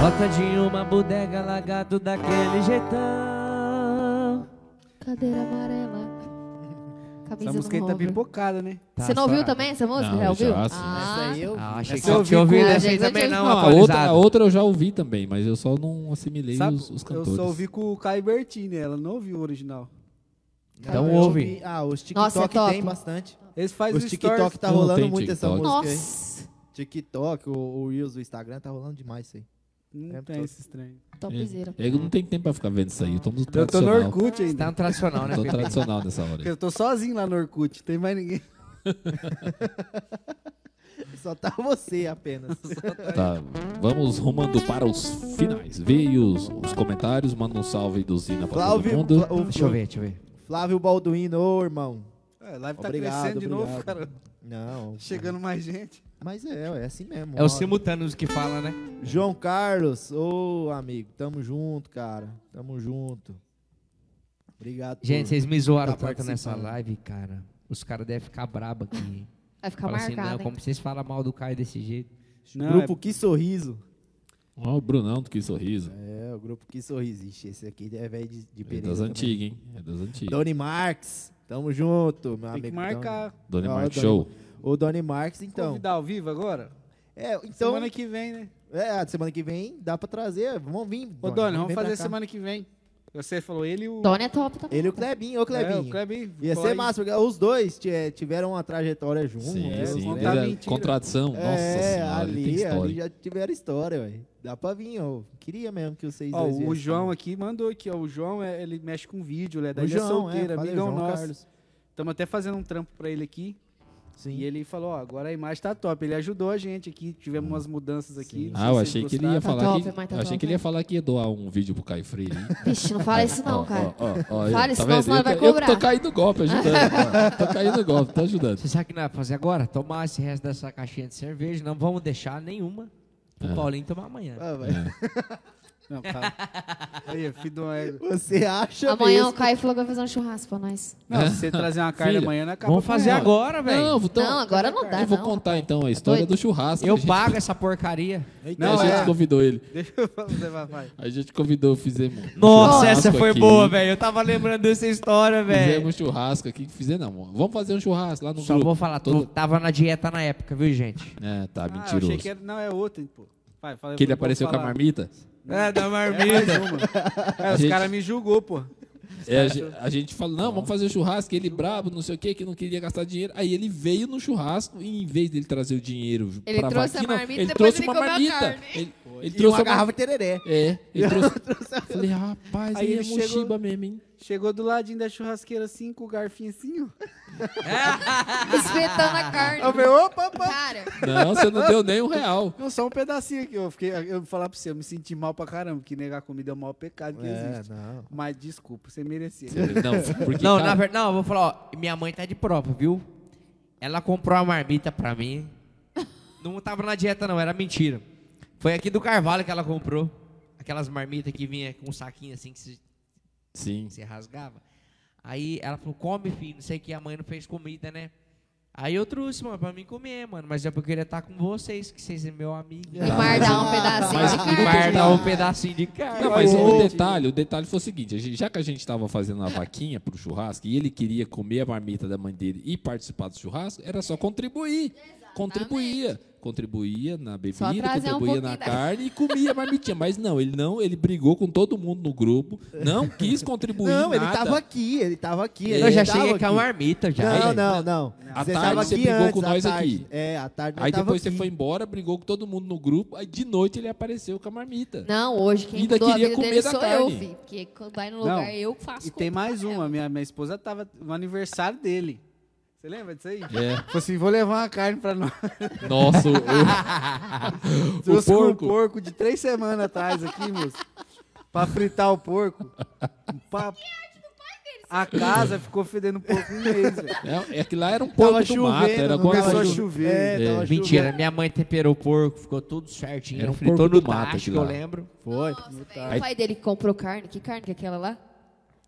[SPEAKER 5] Bota de uma bodega lagado daquele jeitão.
[SPEAKER 10] Cadeira amarela. Camisa
[SPEAKER 1] Essa
[SPEAKER 10] no
[SPEAKER 1] música aí tá
[SPEAKER 10] ombro.
[SPEAKER 1] pipocada, né?
[SPEAKER 10] Você não ouviu também essa música?
[SPEAKER 2] Não,
[SPEAKER 10] Já ouviu?
[SPEAKER 2] já, sim.
[SPEAKER 10] Ah,
[SPEAKER 3] Essa aí é eu...
[SPEAKER 5] Tá Ah, achei
[SPEAKER 1] Essa
[SPEAKER 5] que
[SPEAKER 1] eu
[SPEAKER 5] eu
[SPEAKER 1] ouvi
[SPEAKER 5] tinha ouvido
[SPEAKER 10] com-
[SPEAKER 5] essa aí
[SPEAKER 10] Ah, gente,
[SPEAKER 5] também
[SPEAKER 10] eu
[SPEAKER 5] não,
[SPEAKER 10] tinha-
[SPEAKER 2] Não, a, outra,
[SPEAKER 5] atualizada.
[SPEAKER 2] a outra eu já ouvi também, mas eu só não assimilei
[SPEAKER 1] Sabe,
[SPEAKER 2] os, os
[SPEAKER 1] eu
[SPEAKER 2] cantores.
[SPEAKER 1] só ouvi com o Caio Bertini, ela não ouviu o original.
[SPEAKER 5] Então
[SPEAKER 3] eu
[SPEAKER 5] ouve.
[SPEAKER 3] ouvi- Ah, os
[SPEAKER 10] Nossa, é
[SPEAKER 3] TikTok
[SPEAKER 10] top.
[SPEAKER 3] tem bastante.
[SPEAKER 1] Eles fazem
[SPEAKER 3] Os
[SPEAKER 1] o
[SPEAKER 3] TikTok
[SPEAKER 1] stories.
[SPEAKER 3] tá
[SPEAKER 2] Não
[SPEAKER 3] rolando
[SPEAKER 2] tem
[SPEAKER 3] muito essa
[SPEAKER 2] TikTok.
[SPEAKER 3] música aí.
[SPEAKER 10] nossa.
[SPEAKER 3] TikTok, o, o Reels do Instagram tá rolando demais isso aí. <laughs>
[SPEAKER 1] Não
[SPEAKER 3] É,
[SPEAKER 1] tem
[SPEAKER 3] tô-
[SPEAKER 1] esse estranho.
[SPEAKER 10] Topzera.
[SPEAKER 2] É, Eu não tenho tempo pra ficar vendo isso aí. Eu tô no
[SPEAKER 1] Eu tô no
[SPEAKER 2] tradicional.
[SPEAKER 1] Orkut ainda.
[SPEAKER 5] Tá no tradicional, né?
[SPEAKER 2] tô
[SPEAKER 5] Pepe?
[SPEAKER 2] tradicional nessa hora. aí.
[SPEAKER 1] Eu tô sozinho lá no Orkut, tem mais ninguém. <laughs>
[SPEAKER 3] Só tá você apenas. <laughs>
[SPEAKER 2] Tá, vamos rumando para os finais. Veio os, os comentários, manda um salve do Zina pra todo
[SPEAKER 3] Flávio,
[SPEAKER 2] mundo.
[SPEAKER 3] Fla- o-
[SPEAKER 5] Deixa eu ver, deixa eu ver.
[SPEAKER 3] Flávio Balduino, ô irmão.
[SPEAKER 1] A live tá
[SPEAKER 3] tá Obrigado,
[SPEAKER 1] crescendo de novo,
[SPEAKER 3] obrigado.
[SPEAKER 1] cara.
[SPEAKER 3] Não.
[SPEAKER 1] Chegando mais gente.
[SPEAKER 3] Mas é, é assim mesmo.
[SPEAKER 5] É o
[SPEAKER 3] ó.
[SPEAKER 5] simultâneos que fala, né?
[SPEAKER 3] João Carlos, ô amigo, tamo junto, cara. Tamo junto. Obrigado. por-
[SPEAKER 5] Gente, vocês me zoaram
[SPEAKER 3] Tá
[SPEAKER 5] tanto nessa
[SPEAKER 3] participando.
[SPEAKER 5] live, cara. Os caras devem ficar brabos aqui.
[SPEAKER 10] Vai ficar
[SPEAKER 5] Fala assim, não,
[SPEAKER 10] marcado. hein?
[SPEAKER 5] como vocês falam mal do Caio desse jeito?
[SPEAKER 1] Não, é,
[SPEAKER 3] grupo Que Sorriso.
[SPEAKER 2] Um Ó, o Brunão, que sorriso.
[SPEAKER 3] É, o grupo Que Sorriso. Ixi, esse aqui é velho de,
[SPEAKER 1] tá
[SPEAKER 3] de
[SPEAKER 2] É
[SPEAKER 3] Pereira.
[SPEAKER 2] das
[SPEAKER 3] também.
[SPEAKER 2] antigas, hein? É das antigas.
[SPEAKER 3] Doni Marques, tamo junto, meu
[SPEAKER 1] tem
[SPEAKER 3] amigo.
[SPEAKER 1] que marcar.
[SPEAKER 2] Dona
[SPEAKER 3] Ó,
[SPEAKER 2] Mark
[SPEAKER 3] Dona-
[SPEAKER 2] Show.
[SPEAKER 3] Tamo- O Doni Marques, então.
[SPEAKER 1] Convidar ao vivo agora?
[SPEAKER 3] É, então.
[SPEAKER 1] Semana que vem, né?
[SPEAKER 3] É, a semana que vem dá pra trazer. Vamos vir.
[SPEAKER 1] Ô,
[SPEAKER 3] Doni,
[SPEAKER 1] Dona, vamos
[SPEAKER 3] vem pra
[SPEAKER 1] fazer
[SPEAKER 3] cá.
[SPEAKER 1] semana que vem. Você falou ele e o...
[SPEAKER 10] Dona é top também.
[SPEAKER 3] Ele e o Clebinho, ô
[SPEAKER 1] É, o
[SPEAKER 3] Clebinho.
[SPEAKER 1] Kleber.
[SPEAKER 3] Ia
[SPEAKER 1] cola
[SPEAKER 3] ser
[SPEAKER 1] aí.
[SPEAKER 3] massa, porque os dois ti- tiveram uma trajetória juntos.
[SPEAKER 2] Sim,
[SPEAKER 3] né?
[SPEAKER 2] sim.
[SPEAKER 1] contar
[SPEAKER 2] Era
[SPEAKER 1] mentira.
[SPEAKER 2] contradição. Nossa
[SPEAKER 3] é,
[SPEAKER 2] senhora, ele tem
[SPEAKER 3] ali, ali
[SPEAKER 2] história.
[SPEAKER 3] já tiveram história, ué. Dá pra vir, ó. Queria mesmo que vocês
[SPEAKER 1] Ó,
[SPEAKER 3] dois
[SPEAKER 1] o
[SPEAKER 3] viessem.
[SPEAKER 1] João aqui mandou aqui, ó. O João, é- ele mexe com vídeo, ele é da
[SPEAKER 3] o
[SPEAKER 1] Ilha
[SPEAKER 3] João,
[SPEAKER 1] Solteira,
[SPEAKER 3] é, falei,
[SPEAKER 1] amigão
[SPEAKER 3] João
[SPEAKER 1] nosso.
[SPEAKER 3] Carlos.
[SPEAKER 1] Estamos até fazendo um trampo pra ele aqui.
[SPEAKER 3] Sim.
[SPEAKER 1] E ele falou, ó, agora a imagem tá top. Ele ajudou a gente aqui, tivemos umas mudanças aqui. não sei
[SPEAKER 2] Ah, eu
[SPEAKER 1] se vocês
[SPEAKER 2] achei que ele
[SPEAKER 1] gostaram.
[SPEAKER 2] ia
[SPEAKER 10] Tá
[SPEAKER 2] falar
[SPEAKER 10] top,
[SPEAKER 2] que,
[SPEAKER 10] mas tá
[SPEAKER 2] eu achei
[SPEAKER 10] top,
[SPEAKER 2] que ele
[SPEAKER 10] né?
[SPEAKER 2] ia falar que ia doar um vídeo pro Caio Freire.
[SPEAKER 10] Vixe, não fala isso não,
[SPEAKER 2] É, Ó,
[SPEAKER 10] cara.
[SPEAKER 2] ó, ó, ó, eu- tá
[SPEAKER 10] Fala isso,
[SPEAKER 2] vendo?
[SPEAKER 10] não, senão
[SPEAKER 2] eu,
[SPEAKER 10] vai
[SPEAKER 2] tô- eu
[SPEAKER 10] cobrar.
[SPEAKER 2] tô caindo golpe, ajudando.
[SPEAKER 10] <laughs>
[SPEAKER 2] ó. tô caindo golpe, tô ajudando.
[SPEAKER 5] Você sabe o que nós vamos fazer agora? Tomar esse resto dessa caixinha de cerveja. Não vamos deixar nenhuma pro
[SPEAKER 2] É.
[SPEAKER 5] Paulinho tomar amanhã.
[SPEAKER 3] Ah, vai.
[SPEAKER 1] Não, calma. <laughs> Aí, filho de uma égua.
[SPEAKER 3] Você acha
[SPEAKER 10] Amanhã
[SPEAKER 3] mesmo?
[SPEAKER 10] o Caio falou que vai fazer um churrasco pra nós.
[SPEAKER 1] Não, se você trazer uma carne
[SPEAKER 2] Filha,
[SPEAKER 1] amanhã, não acaba.
[SPEAKER 5] Vamos
[SPEAKER 1] com
[SPEAKER 5] fazer
[SPEAKER 1] ela.
[SPEAKER 5] agora, velho.
[SPEAKER 2] Não, então,
[SPEAKER 10] não, agora não dá,
[SPEAKER 2] eu vou
[SPEAKER 10] não.
[SPEAKER 2] contar então a história
[SPEAKER 10] Doido.
[SPEAKER 2] do churrasco.
[SPEAKER 5] Eu
[SPEAKER 2] que a gente-
[SPEAKER 5] pago essa porcaria.
[SPEAKER 2] a
[SPEAKER 1] Não,
[SPEAKER 2] gente
[SPEAKER 1] é.
[SPEAKER 2] convidou ele.
[SPEAKER 1] Deixa eu falar, vai.
[SPEAKER 2] A gente convidou, fizemos. um
[SPEAKER 5] Nossa,
[SPEAKER 2] churrasco
[SPEAKER 5] essa foi
[SPEAKER 2] aqui.
[SPEAKER 5] boa, velho. Eu tava lembrando dessa história, velho.
[SPEAKER 2] Fizemos um churrasco aqui. Fizemos, não. Vamos fazer um churrasco lá no
[SPEAKER 5] Só
[SPEAKER 2] grupo.
[SPEAKER 5] vou falar, tu
[SPEAKER 2] Todo-
[SPEAKER 5] tava na dieta na época, viu, gente?
[SPEAKER 2] É, tá,
[SPEAKER 1] Ah, eu achei
[SPEAKER 2] mentiroso.
[SPEAKER 1] que
[SPEAKER 2] que,
[SPEAKER 1] era, não, é outra, hein, pô. Vai, fala,
[SPEAKER 2] ele apareceu com a marmita.
[SPEAKER 5] É, da
[SPEAKER 1] marmita.
[SPEAKER 5] marmita.
[SPEAKER 1] É, os
[SPEAKER 2] Gente.
[SPEAKER 1] caras me julgou, pô.
[SPEAKER 2] É, a, ge- a gente falou, não, vamos fazer churrasco, ele brabo, não sei o que, que não queria gastar dinheiro. Aí ele veio no churrasco e em vez dele trazer o dinheiro
[SPEAKER 10] Ele
[SPEAKER 2] pra
[SPEAKER 10] trouxe a
[SPEAKER 2] vaquinha, não,
[SPEAKER 10] marmita,
[SPEAKER 2] ele
[SPEAKER 10] depois
[SPEAKER 2] trouxe
[SPEAKER 10] ele
[SPEAKER 2] uma
[SPEAKER 10] comeu a
[SPEAKER 2] marmita.
[SPEAKER 10] carne.
[SPEAKER 2] Ele, ele
[SPEAKER 3] E uma
[SPEAKER 2] trouxe
[SPEAKER 3] garrafa de tereré.
[SPEAKER 2] É, ele trouxe... Falei, rapaz,
[SPEAKER 1] Aí
[SPEAKER 2] aí é
[SPEAKER 1] ele chegou-
[SPEAKER 2] mochiba mesmo, hein?
[SPEAKER 1] Chegou do ladinho da churrasqueira assim, com o garfinho assim, ó.
[SPEAKER 10] Espetando a carne.
[SPEAKER 2] Ah,
[SPEAKER 1] Eu falei, opa, opa.
[SPEAKER 10] Cara,
[SPEAKER 2] Não, você não deu nem um
[SPEAKER 1] <laughs>
[SPEAKER 2] real.
[SPEAKER 1] Não, só um pedacinho aqui. Eu, fiquei, eu vou falar pra você, eu me senti mal pra caramba, que negar comida é o maior pecado que
[SPEAKER 3] É,
[SPEAKER 1] existe.
[SPEAKER 3] não.
[SPEAKER 1] Mas desculpa, você merecia.
[SPEAKER 2] Não, porque, tá-
[SPEAKER 5] Não,
[SPEAKER 2] cara,
[SPEAKER 5] na verdade, não, eu vou falar, ó, minha mãe tá de prova, viu? Ela comprou a marmita pra mim. Não tava na dieta, não, era mentira. Foi aqui do Carvalho que ela comprou. Aquelas marmitas que vinha com um saquinho assim que se,
[SPEAKER 2] Sim.
[SPEAKER 5] se rasgava. Aí ela falou, come, filho, não sei o que, a mãe não fez comida, né? Aí eu trouxe, mano, pra mim comer, mano. Mas é porque eu queria estar com vocês, que vocês é meu amigo.
[SPEAKER 10] e guardar um pedacinho
[SPEAKER 2] Ah, Mas
[SPEAKER 10] de
[SPEAKER 2] que
[SPEAKER 10] carne.
[SPEAKER 5] Guardar um pedacinho de carne.
[SPEAKER 2] Não, mas o
[SPEAKER 3] Gente.
[SPEAKER 2] detalhe, o detalhe foi o seguinte, a gente- já que a gente estava fazendo a vaquinha pro churrasco e ele queria comer a marmita da mãe dele e participar do churrasco, era só contribuir. Contribuía. Contribuía na bebida,
[SPEAKER 10] trazer um pouquinho
[SPEAKER 2] contribuía na
[SPEAKER 10] da-
[SPEAKER 2] carne e comia a marmitinha. Mas não, ele não, ele brigou com todo mundo no grupo, não quis contribuir
[SPEAKER 3] Não, ele
[SPEAKER 2] nada.
[SPEAKER 3] tava aqui, ele tava aqui.
[SPEAKER 2] Eu
[SPEAKER 5] Eu
[SPEAKER 3] ele
[SPEAKER 5] já
[SPEAKER 3] tava
[SPEAKER 5] cheguei com a
[SPEAKER 3] aqui.
[SPEAKER 5] marmita já.
[SPEAKER 3] Não,
[SPEAKER 5] velho.
[SPEAKER 3] não, não.
[SPEAKER 2] À
[SPEAKER 3] Você
[SPEAKER 2] tarde
[SPEAKER 3] tava
[SPEAKER 2] você
[SPEAKER 3] aqui
[SPEAKER 2] brigou
[SPEAKER 3] antes,
[SPEAKER 2] com
[SPEAKER 3] à
[SPEAKER 2] nós
[SPEAKER 3] tarde.
[SPEAKER 2] aqui.
[SPEAKER 3] É, à tarde nós
[SPEAKER 2] Aí
[SPEAKER 3] tava
[SPEAKER 2] depois você
[SPEAKER 3] aqui.
[SPEAKER 2] foi embora, brigou com todo mundo no grupo, aí de noite ele apareceu com a marmita.
[SPEAKER 10] Não, hoje quem
[SPEAKER 2] Ainda
[SPEAKER 10] mudou a
[SPEAKER 2] queria
[SPEAKER 10] vida
[SPEAKER 2] comer
[SPEAKER 10] dele
[SPEAKER 2] da
[SPEAKER 10] sou eu,
[SPEAKER 2] carne.
[SPEAKER 10] filho. Porque quando vai no
[SPEAKER 1] Não,
[SPEAKER 10] lugar, eu faço
[SPEAKER 1] E tem mais uma, minha, minha esposa tava no aniversário dele. Você lembra disso aí?
[SPEAKER 2] É.
[SPEAKER 1] Falei assim, vou levar uma carne pra nós.
[SPEAKER 10] <laughs>
[SPEAKER 2] Nossa, o, o, o
[SPEAKER 1] Trouxe um
[SPEAKER 2] porco.
[SPEAKER 1] porco de três semanas atrás aqui, moço. Pra fritar o porco. Pra- A casa ficou fedendo um porco um mês, velho.
[SPEAKER 2] É, é que lá era um
[SPEAKER 3] Tava
[SPEAKER 2] porco do mato,
[SPEAKER 3] chovendo,
[SPEAKER 2] era
[SPEAKER 3] não
[SPEAKER 2] alguma
[SPEAKER 3] tava
[SPEAKER 1] Começou a
[SPEAKER 2] coisa-
[SPEAKER 1] chover.
[SPEAKER 3] É,
[SPEAKER 2] É,
[SPEAKER 4] Então,
[SPEAKER 3] tava chovendo.
[SPEAKER 5] Mentira, minha mãe temperou o porco, ficou tudo certinho.
[SPEAKER 2] Era um
[SPEAKER 5] fritou
[SPEAKER 2] porco
[SPEAKER 5] no
[SPEAKER 2] do mato
[SPEAKER 5] tacho, que
[SPEAKER 2] aquilo
[SPEAKER 5] eu
[SPEAKER 2] lá.
[SPEAKER 5] lembro.
[SPEAKER 3] Foi.
[SPEAKER 10] né, O pai dele que comprou carne. Que carne que é aquela lá?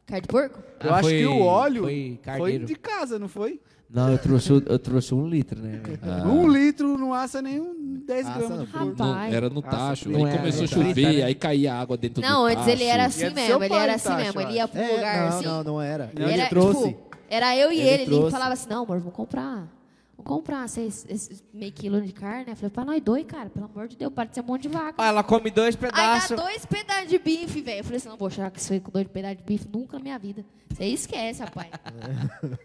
[SPEAKER 10] Carne de porco?
[SPEAKER 1] Eu
[SPEAKER 5] Ah,
[SPEAKER 1] acho
[SPEAKER 5] foi-
[SPEAKER 1] que o óleo
[SPEAKER 5] foi
[SPEAKER 1] foi,
[SPEAKER 5] carneiro.
[SPEAKER 1] de casa, não foi?
[SPEAKER 5] Não, eu trouxe, eu trouxe um litro, <laughs> né? velho?
[SPEAKER 1] Um litro não assa nem um 10
[SPEAKER 3] Assa
[SPEAKER 1] gramas
[SPEAKER 3] não,
[SPEAKER 1] de
[SPEAKER 3] pô.
[SPEAKER 1] porco.
[SPEAKER 2] No-
[SPEAKER 10] Pai.
[SPEAKER 2] era no tacho.
[SPEAKER 5] não é
[SPEAKER 2] Aí
[SPEAKER 5] era,
[SPEAKER 2] começou a
[SPEAKER 5] não era.
[SPEAKER 4] né?
[SPEAKER 2] chover, aí caía água dentro do
[SPEAKER 10] Não, antes ele
[SPEAKER 2] tacho.
[SPEAKER 10] era assim
[SPEAKER 1] Ia do seu
[SPEAKER 10] mesmo. Ele
[SPEAKER 1] pai,
[SPEAKER 10] era assim
[SPEAKER 1] tá,
[SPEAKER 10] mesmo.
[SPEAKER 1] acho.
[SPEAKER 10] Ele ia pro
[SPEAKER 3] É,
[SPEAKER 10] lugar
[SPEAKER 3] não,
[SPEAKER 10] assim.
[SPEAKER 3] não, não era.
[SPEAKER 10] era,
[SPEAKER 3] Ele trouxe.
[SPEAKER 10] tipo, era eu e
[SPEAKER 3] Ele
[SPEAKER 10] ele. Ele
[SPEAKER 3] trouxe.
[SPEAKER 10] falava assim: não, amor, vamos comprar
[SPEAKER 4] Vou comprar seis, esses meio quilo de carne. Eu falei, pra nós dois, cara, pelo amor de Deus, para de ser um monte de vaca.
[SPEAKER 5] Ah, ela come dois
[SPEAKER 4] Aí dá
[SPEAKER 5] pedaços.
[SPEAKER 4] dois pedaços de bife, velho. Eu falei assim, não vou achar que isso aí com dois pedaços de bife nunca na minha vida. Você esquece, rapaz.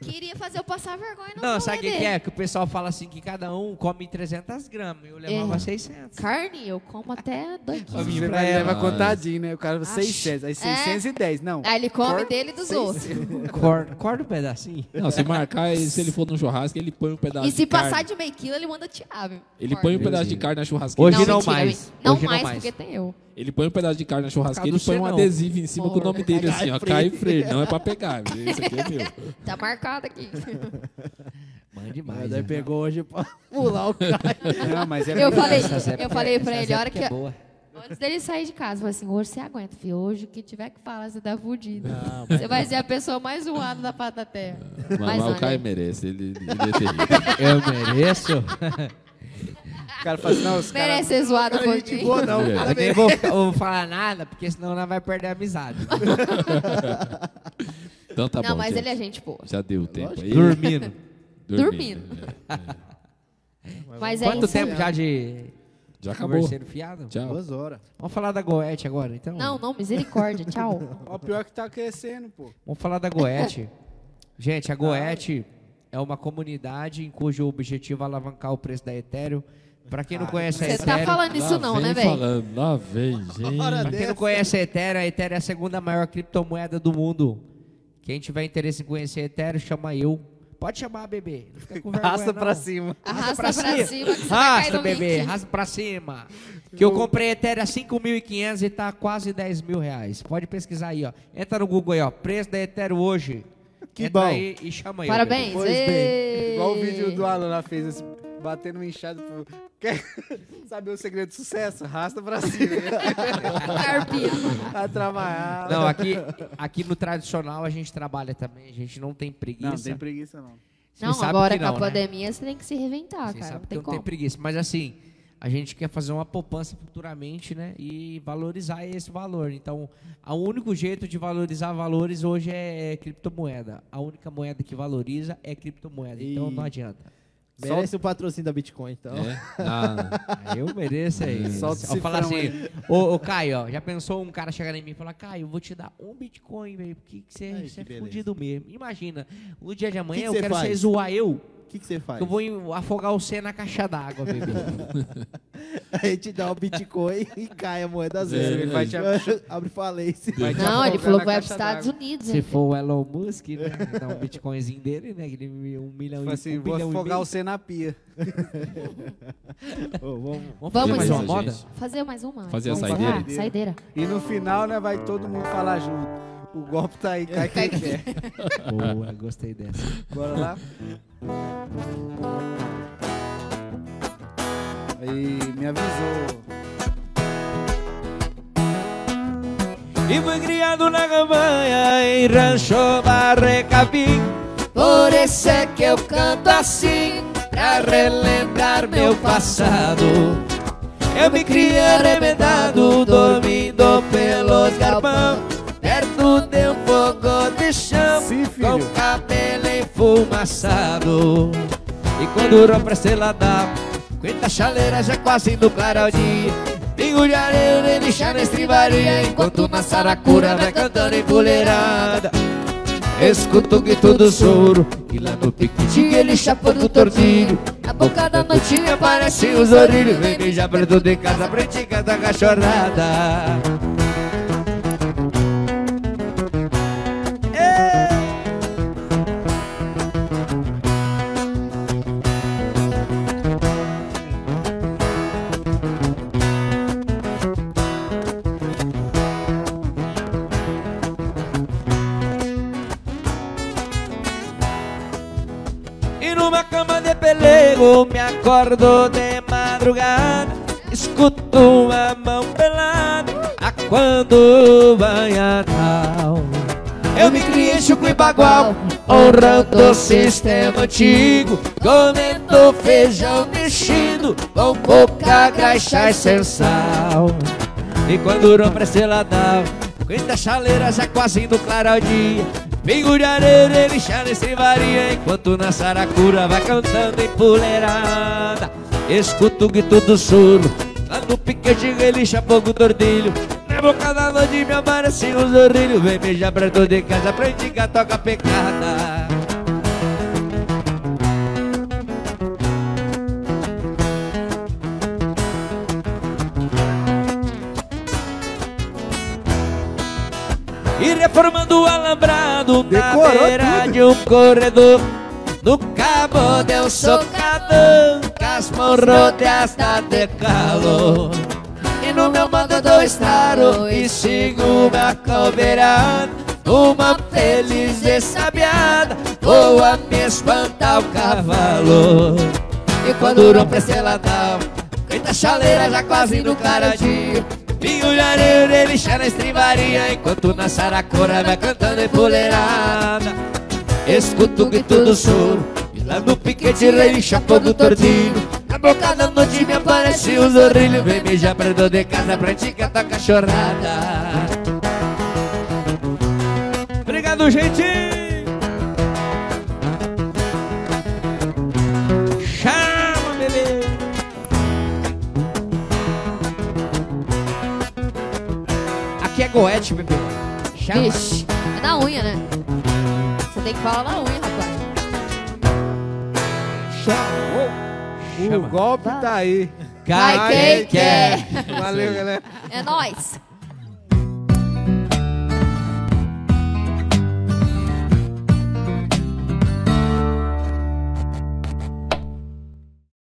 [SPEAKER 4] Queria fazer eu passar vergonha no
[SPEAKER 5] Não,
[SPEAKER 4] rolê
[SPEAKER 5] sabe o que, que
[SPEAKER 4] dele.
[SPEAKER 5] é? Que o pessoal fala assim que cada um come 300 gramas. Eu levava
[SPEAKER 4] É.
[SPEAKER 5] 600.
[SPEAKER 4] Carne, eu como até dois quilos.
[SPEAKER 1] Você
[SPEAKER 5] pra
[SPEAKER 1] vai,
[SPEAKER 5] ela.
[SPEAKER 1] leva contadinho, né? O cara
[SPEAKER 4] Acho. É.
[SPEAKER 1] 600, aí 610. Não. <laughs>
[SPEAKER 4] Aí ele come
[SPEAKER 1] Corta
[SPEAKER 4] dele e dos outros.
[SPEAKER 5] <laughs> Corta corta um pedacinho.
[SPEAKER 2] Não, se marcar, ele- se ele for no churrasco, ele põe um pedaço
[SPEAKER 4] E se
[SPEAKER 2] de carne.
[SPEAKER 4] passar de meio quilo, ele manda tirar, velho.
[SPEAKER 2] Ele
[SPEAKER 4] Corta.
[SPEAKER 2] põe um pedaço de carne na churrasqueira.
[SPEAKER 5] Hoje não
[SPEAKER 4] mentira,
[SPEAKER 5] mais.
[SPEAKER 4] eu- Não
[SPEAKER 5] Hoje não
[SPEAKER 4] mais,
[SPEAKER 5] mais.
[SPEAKER 4] porque tem eu.
[SPEAKER 2] Ele põe um pedaço de carne na churrasqueira e
[SPEAKER 5] Por causa
[SPEAKER 2] põe
[SPEAKER 5] do
[SPEAKER 2] um
[SPEAKER 5] senão.
[SPEAKER 2] adesivo em cima com o nome dele, assim, ó. Caio
[SPEAKER 3] Caio
[SPEAKER 2] Freire. Não é pra pegar,
[SPEAKER 5] <laughs>
[SPEAKER 2] viu? Esse aqui é meu.
[SPEAKER 4] Tá marcado aqui.
[SPEAKER 5] Mãe
[SPEAKER 3] Mas
[SPEAKER 5] demais.
[SPEAKER 3] daí
[SPEAKER 5] né?
[SPEAKER 3] pegou hoje pra <laughs> pular o cara.
[SPEAKER 1] Não, mas é
[SPEAKER 4] Eu falei,
[SPEAKER 5] Essas
[SPEAKER 4] eu
[SPEAKER 5] épocas-
[SPEAKER 4] falei pra
[SPEAKER 5] essas
[SPEAKER 4] ele, a hora que.
[SPEAKER 5] épocas
[SPEAKER 4] <laughs>
[SPEAKER 5] É boa.
[SPEAKER 4] Antes dele sair de casa, eu falei assim: hoje você aguenta, filho. Hoje o que tiver que falar, você tá fudido. Você vai ser a pessoa mais zoada da pata da terra.
[SPEAKER 2] Mas,
[SPEAKER 4] Mas
[SPEAKER 2] lá
[SPEAKER 4] olha.
[SPEAKER 2] o Caio merece. Ele, ele é terrível.
[SPEAKER 4] <laughs>
[SPEAKER 5] Eu mereço.
[SPEAKER 1] O cara fala assim, não, os
[SPEAKER 4] Merece
[SPEAKER 1] caras...
[SPEAKER 4] ser zoado um
[SPEAKER 3] Gente
[SPEAKER 4] pouquinho.
[SPEAKER 3] boa, não.
[SPEAKER 2] É.
[SPEAKER 5] Eu nem vou, vou falar nada, porque senão ela vai perder a amizade.
[SPEAKER 2] Então tá
[SPEAKER 4] Não,
[SPEAKER 2] bom,
[SPEAKER 4] mas
[SPEAKER 2] gente.
[SPEAKER 4] ele é gente boa.
[SPEAKER 2] Já deu o tempo aí.
[SPEAKER 5] Dormindo.
[SPEAKER 4] Dormindo.
[SPEAKER 2] É.
[SPEAKER 4] Mas é
[SPEAKER 5] Quanto
[SPEAKER 4] isso.
[SPEAKER 5] tempo já de
[SPEAKER 2] Já acabou.
[SPEAKER 5] converseiro fiado?
[SPEAKER 2] Tchau.
[SPEAKER 3] Duas horas.
[SPEAKER 5] Vamos falar da Goethe agora, então?
[SPEAKER 4] Não, não, misericórdia.
[SPEAKER 5] <laughs>
[SPEAKER 4] Tchau.
[SPEAKER 1] Ó, pior que tá crescendo, pô.
[SPEAKER 5] Vamos falar da Goethe. Gente, a Goethe é uma comunidade em cujo objetivo é alavancar o preço da Ethereum. Pra quem não conhece a
[SPEAKER 4] Você tá
[SPEAKER 5] Ethereum...
[SPEAKER 4] falando isso,
[SPEAKER 2] Lá
[SPEAKER 4] não,
[SPEAKER 2] vem
[SPEAKER 4] né, velho?
[SPEAKER 2] falando. Lá vem,
[SPEAKER 3] Hora
[SPEAKER 2] gente.
[SPEAKER 5] Pra quem não
[SPEAKER 3] dessa.
[SPEAKER 5] conhece a Ethereum, a Ethereum é a segunda maior criptomoeda do mundo. Quem tiver interesse em conhecer a Ethereum, chama eu. Pode chamar, bebê. Não fica com vergonha,
[SPEAKER 1] Arrasta
[SPEAKER 5] não.
[SPEAKER 1] pra cima.
[SPEAKER 4] Arrasta pra cima. que você vai cair
[SPEAKER 5] Arrasta,
[SPEAKER 4] no
[SPEAKER 5] bebê.
[SPEAKER 4] link.
[SPEAKER 5] Arrasta pra cima. Que eu comprei a Ethereum a 5.500 e tá quase 10 mil reais. Pode pesquisar aí, ó. Entra no Google aí, ó. Preço da Ethereum hoje.
[SPEAKER 3] Que
[SPEAKER 5] Entra
[SPEAKER 3] bom.
[SPEAKER 5] aí e chama eu.
[SPEAKER 4] Parabéns.
[SPEAKER 3] Pois bem.
[SPEAKER 4] Ê!
[SPEAKER 1] Igual o vídeo do Alan lá fez, assim, batendo uma enxada. Pro... <laughs> Quer saber o segredo do sucesso? Arrasta pra <laughs> cima.
[SPEAKER 4] Carpinho.
[SPEAKER 1] a trabalhar.
[SPEAKER 5] Não, aqui, aqui no tradicional a gente trabalha também. A gente não tem preguiça.
[SPEAKER 1] não tem preguiça, não.
[SPEAKER 5] Vocês
[SPEAKER 4] Não,
[SPEAKER 5] sabem
[SPEAKER 4] agora
[SPEAKER 5] que
[SPEAKER 4] com
[SPEAKER 5] não,
[SPEAKER 4] a
[SPEAKER 5] né?
[SPEAKER 4] pandemia você tem que se reventar,
[SPEAKER 5] Vocês
[SPEAKER 4] cara. Não
[SPEAKER 5] sabem que um
[SPEAKER 4] tem
[SPEAKER 5] eu não tenho
[SPEAKER 4] como.
[SPEAKER 5] preguiça. Mas assim, a gente quer fazer uma poupança futuramente, né? E valorizar esse valor. Então, o único jeito de valorizar valores hoje é criptomoeda. A única moeda que valoriza é criptomoeda. Então
[SPEAKER 3] E-
[SPEAKER 5] não adianta.
[SPEAKER 3] Merece o patrocínio da Bitcoin, então.
[SPEAKER 2] É. Ah,
[SPEAKER 5] Eu mereço aí.
[SPEAKER 1] Solta esse
[SPEAKER 5] eu É. falar
[SPEAKER 1] frão
[SPEAKER 5] assim, ô, ô Caio, ó, já pensou um cara chegar em mim e falar, Caio, eu vou te dar um Bitcoin, velho, porque você
[SPEAKER 3] Ai,
[SPEAKER 5] você
[SPEAKER 3] que
[SPEAKER 5] é
[SPEAKER 3] beleza.
[SPEAKER 5] fudido mesmo. Imagina, no dia de amanhã
[SPEAKER 3] que
[SPEAKER 5] eu
[SPEAKER 3] você
[SPEAKER 5] quero
[SPEAKER 3] faz?
[SPEAKER 5] você zoar eu,
[SPEAKER 3] O que que você faz?
[SPEAKER 5] que
[SPEAKER 3] <laughs>
[SPEAKER 5] eu vou em- afogar você na caixa d'água, bebê.
[SPEAKER 3] Aí te dá o Bitcoin e cai a moeda
[SPEAKER 1] Ele
[SPEAKER 3] zero.
[SPEAKER 1] vai
[SPEAKER 3] <laughs>
[SPEAKER 1] te-
[SPEAKER 3] Abre falência.
[SPEAKER 1] Vai te
[SPEAKER 4] Não, ele
[SPEAKER 1] afogar
[SPEAKER 4] falou
[SPEAKER 1] na
[SPEAKER 4] que vai pros
[SPEAKER 1] caixa
[SPEAKER 4] Estados
[SPEAKER 1] d'água.
[SPEAKER 4] Unidos.
[SPEAKER 5] <laughs> Se
[SPEAKER 4] hein?
[SPEAKER 5] for o Elon Musk, né? Dá um bitcoinzinho dele, né? Que ele um milhão
[SPEAKER 1] Tipo
[SPEAKER 5] e
[SPEAKER 1] assim,
[SPEAKER 5] um
[SPEAKER 1] vou
[SPEAKER 5] bilhão e
[SPEAKER 1] afogar
[SPEAKER 5] meio.
[SPEAKER 1] você na pia.
[SPEAKER 3] Ô, vamos.
[SPEAKER 4] Vamos,
[SPEAKER 5] fazer uma
[SPEAKER 4] gente.
[SPEAKER 5] moda?
[SPEAKER 4] Fazer mais uma.
[SPEAKER 2] Fazer a
[SPEAKER 4] Vamos
[SPEAKER 2] saideira?
[SPEAKER 4] lá? Saideira.
[SPEAKER 1] E no final, né, vai todo mundo falar junto. O golpe tá aí, cai <laughs> quem quer.
[SPEAKER 5] Boa, gostei dessa.
[SPEAKER 1] Bora lá? Aí, me avisou.
[SPEAKER 5] E fui criado na campanha em Rancho Barrecapi
[SPEAKER 11] Por isso é que eu canto assim,
[SPEAKER 5] Pra relembrar meu passado Eu me criei arremedado Dormindo pelos galpão Perto de um fogo de chão
[SPEAKER 1] Sim,
[SPEAKER 5] Com
[SPEAKER 1] filho.
[SPEAKER 5] cabelo enfumaçado E quando o pra estrelada Quinta chaleira já quase no claro dia Engulharei de lixar na estribaria Enquanto uma saracura vai cantando empoleirada Escuto o grito do soro E lá no piquitinho ele chapando o tortilho
[SPEAKER 11] A boca da noitinha parece
[SPEAKER 5] Aparece
[SPEAKER 11] os
[SPEAKER 5] os
[SPEAKER 11] orelhos
[SPEAKER 5] orelhos Vem mijar perto de casa pra gente cantar cachorrada E numa cama de pelego me acordo de madrugada Escuto uma mão pelada A quando vai a tal Eu me criei em Chuco e Bagual Honrando o sistema antigo Comendo feijão mexido Com pouca graxa é e sem sal E quando não presta ela dá Quinta chaleira já quase no claro ao dia Pingo de areia, lixada e sem varia Enquanto na saracura vai cantando empoleirada Escuto o grito do surdo Lá no piquete relixa pouco tordilho Na boca da noite me aparecem assim, os orrilhos Vem beijar pra dor de casa pra indicar toca pecada E reformando o alambrado
[SPEAKER 3] Decorou
[SPEAKER 5] Na beira
[SPEAKER 3] tudo.
[SPEAKER 5] de um corredor No cabo deu socadão Casmurrote hasta de calor E no meu mando dois taro E sigo a coberada Uma feliz dessabiada Voa me espantar o cavalo E quando o rompe ela dá Canta chaleira já quase no caradinho Pinho de areia, ele na estribaria Enquanto na saracora vai cantando empoleirada Escuto o grito do soro E lá no piquete relixa todo tordinho Na boca da noite me aparece os orrilhos Vem me já prendeu de casa pra te cantar cachorrada Obrigado, gente! Chama, bebê! Aqui é Goethe, bebê. Chama.
[SPEAKER 10] Vixe, é na unha, né? Você tem que falar na unha, rapaz.
[SPEAKER 1] O golpe tá aí. tá
[SPEAKER 10] Vai quem quer.
[SPEAKER 1] <laughs> Valeu, galera.
[SPEAKER 10] É nóis.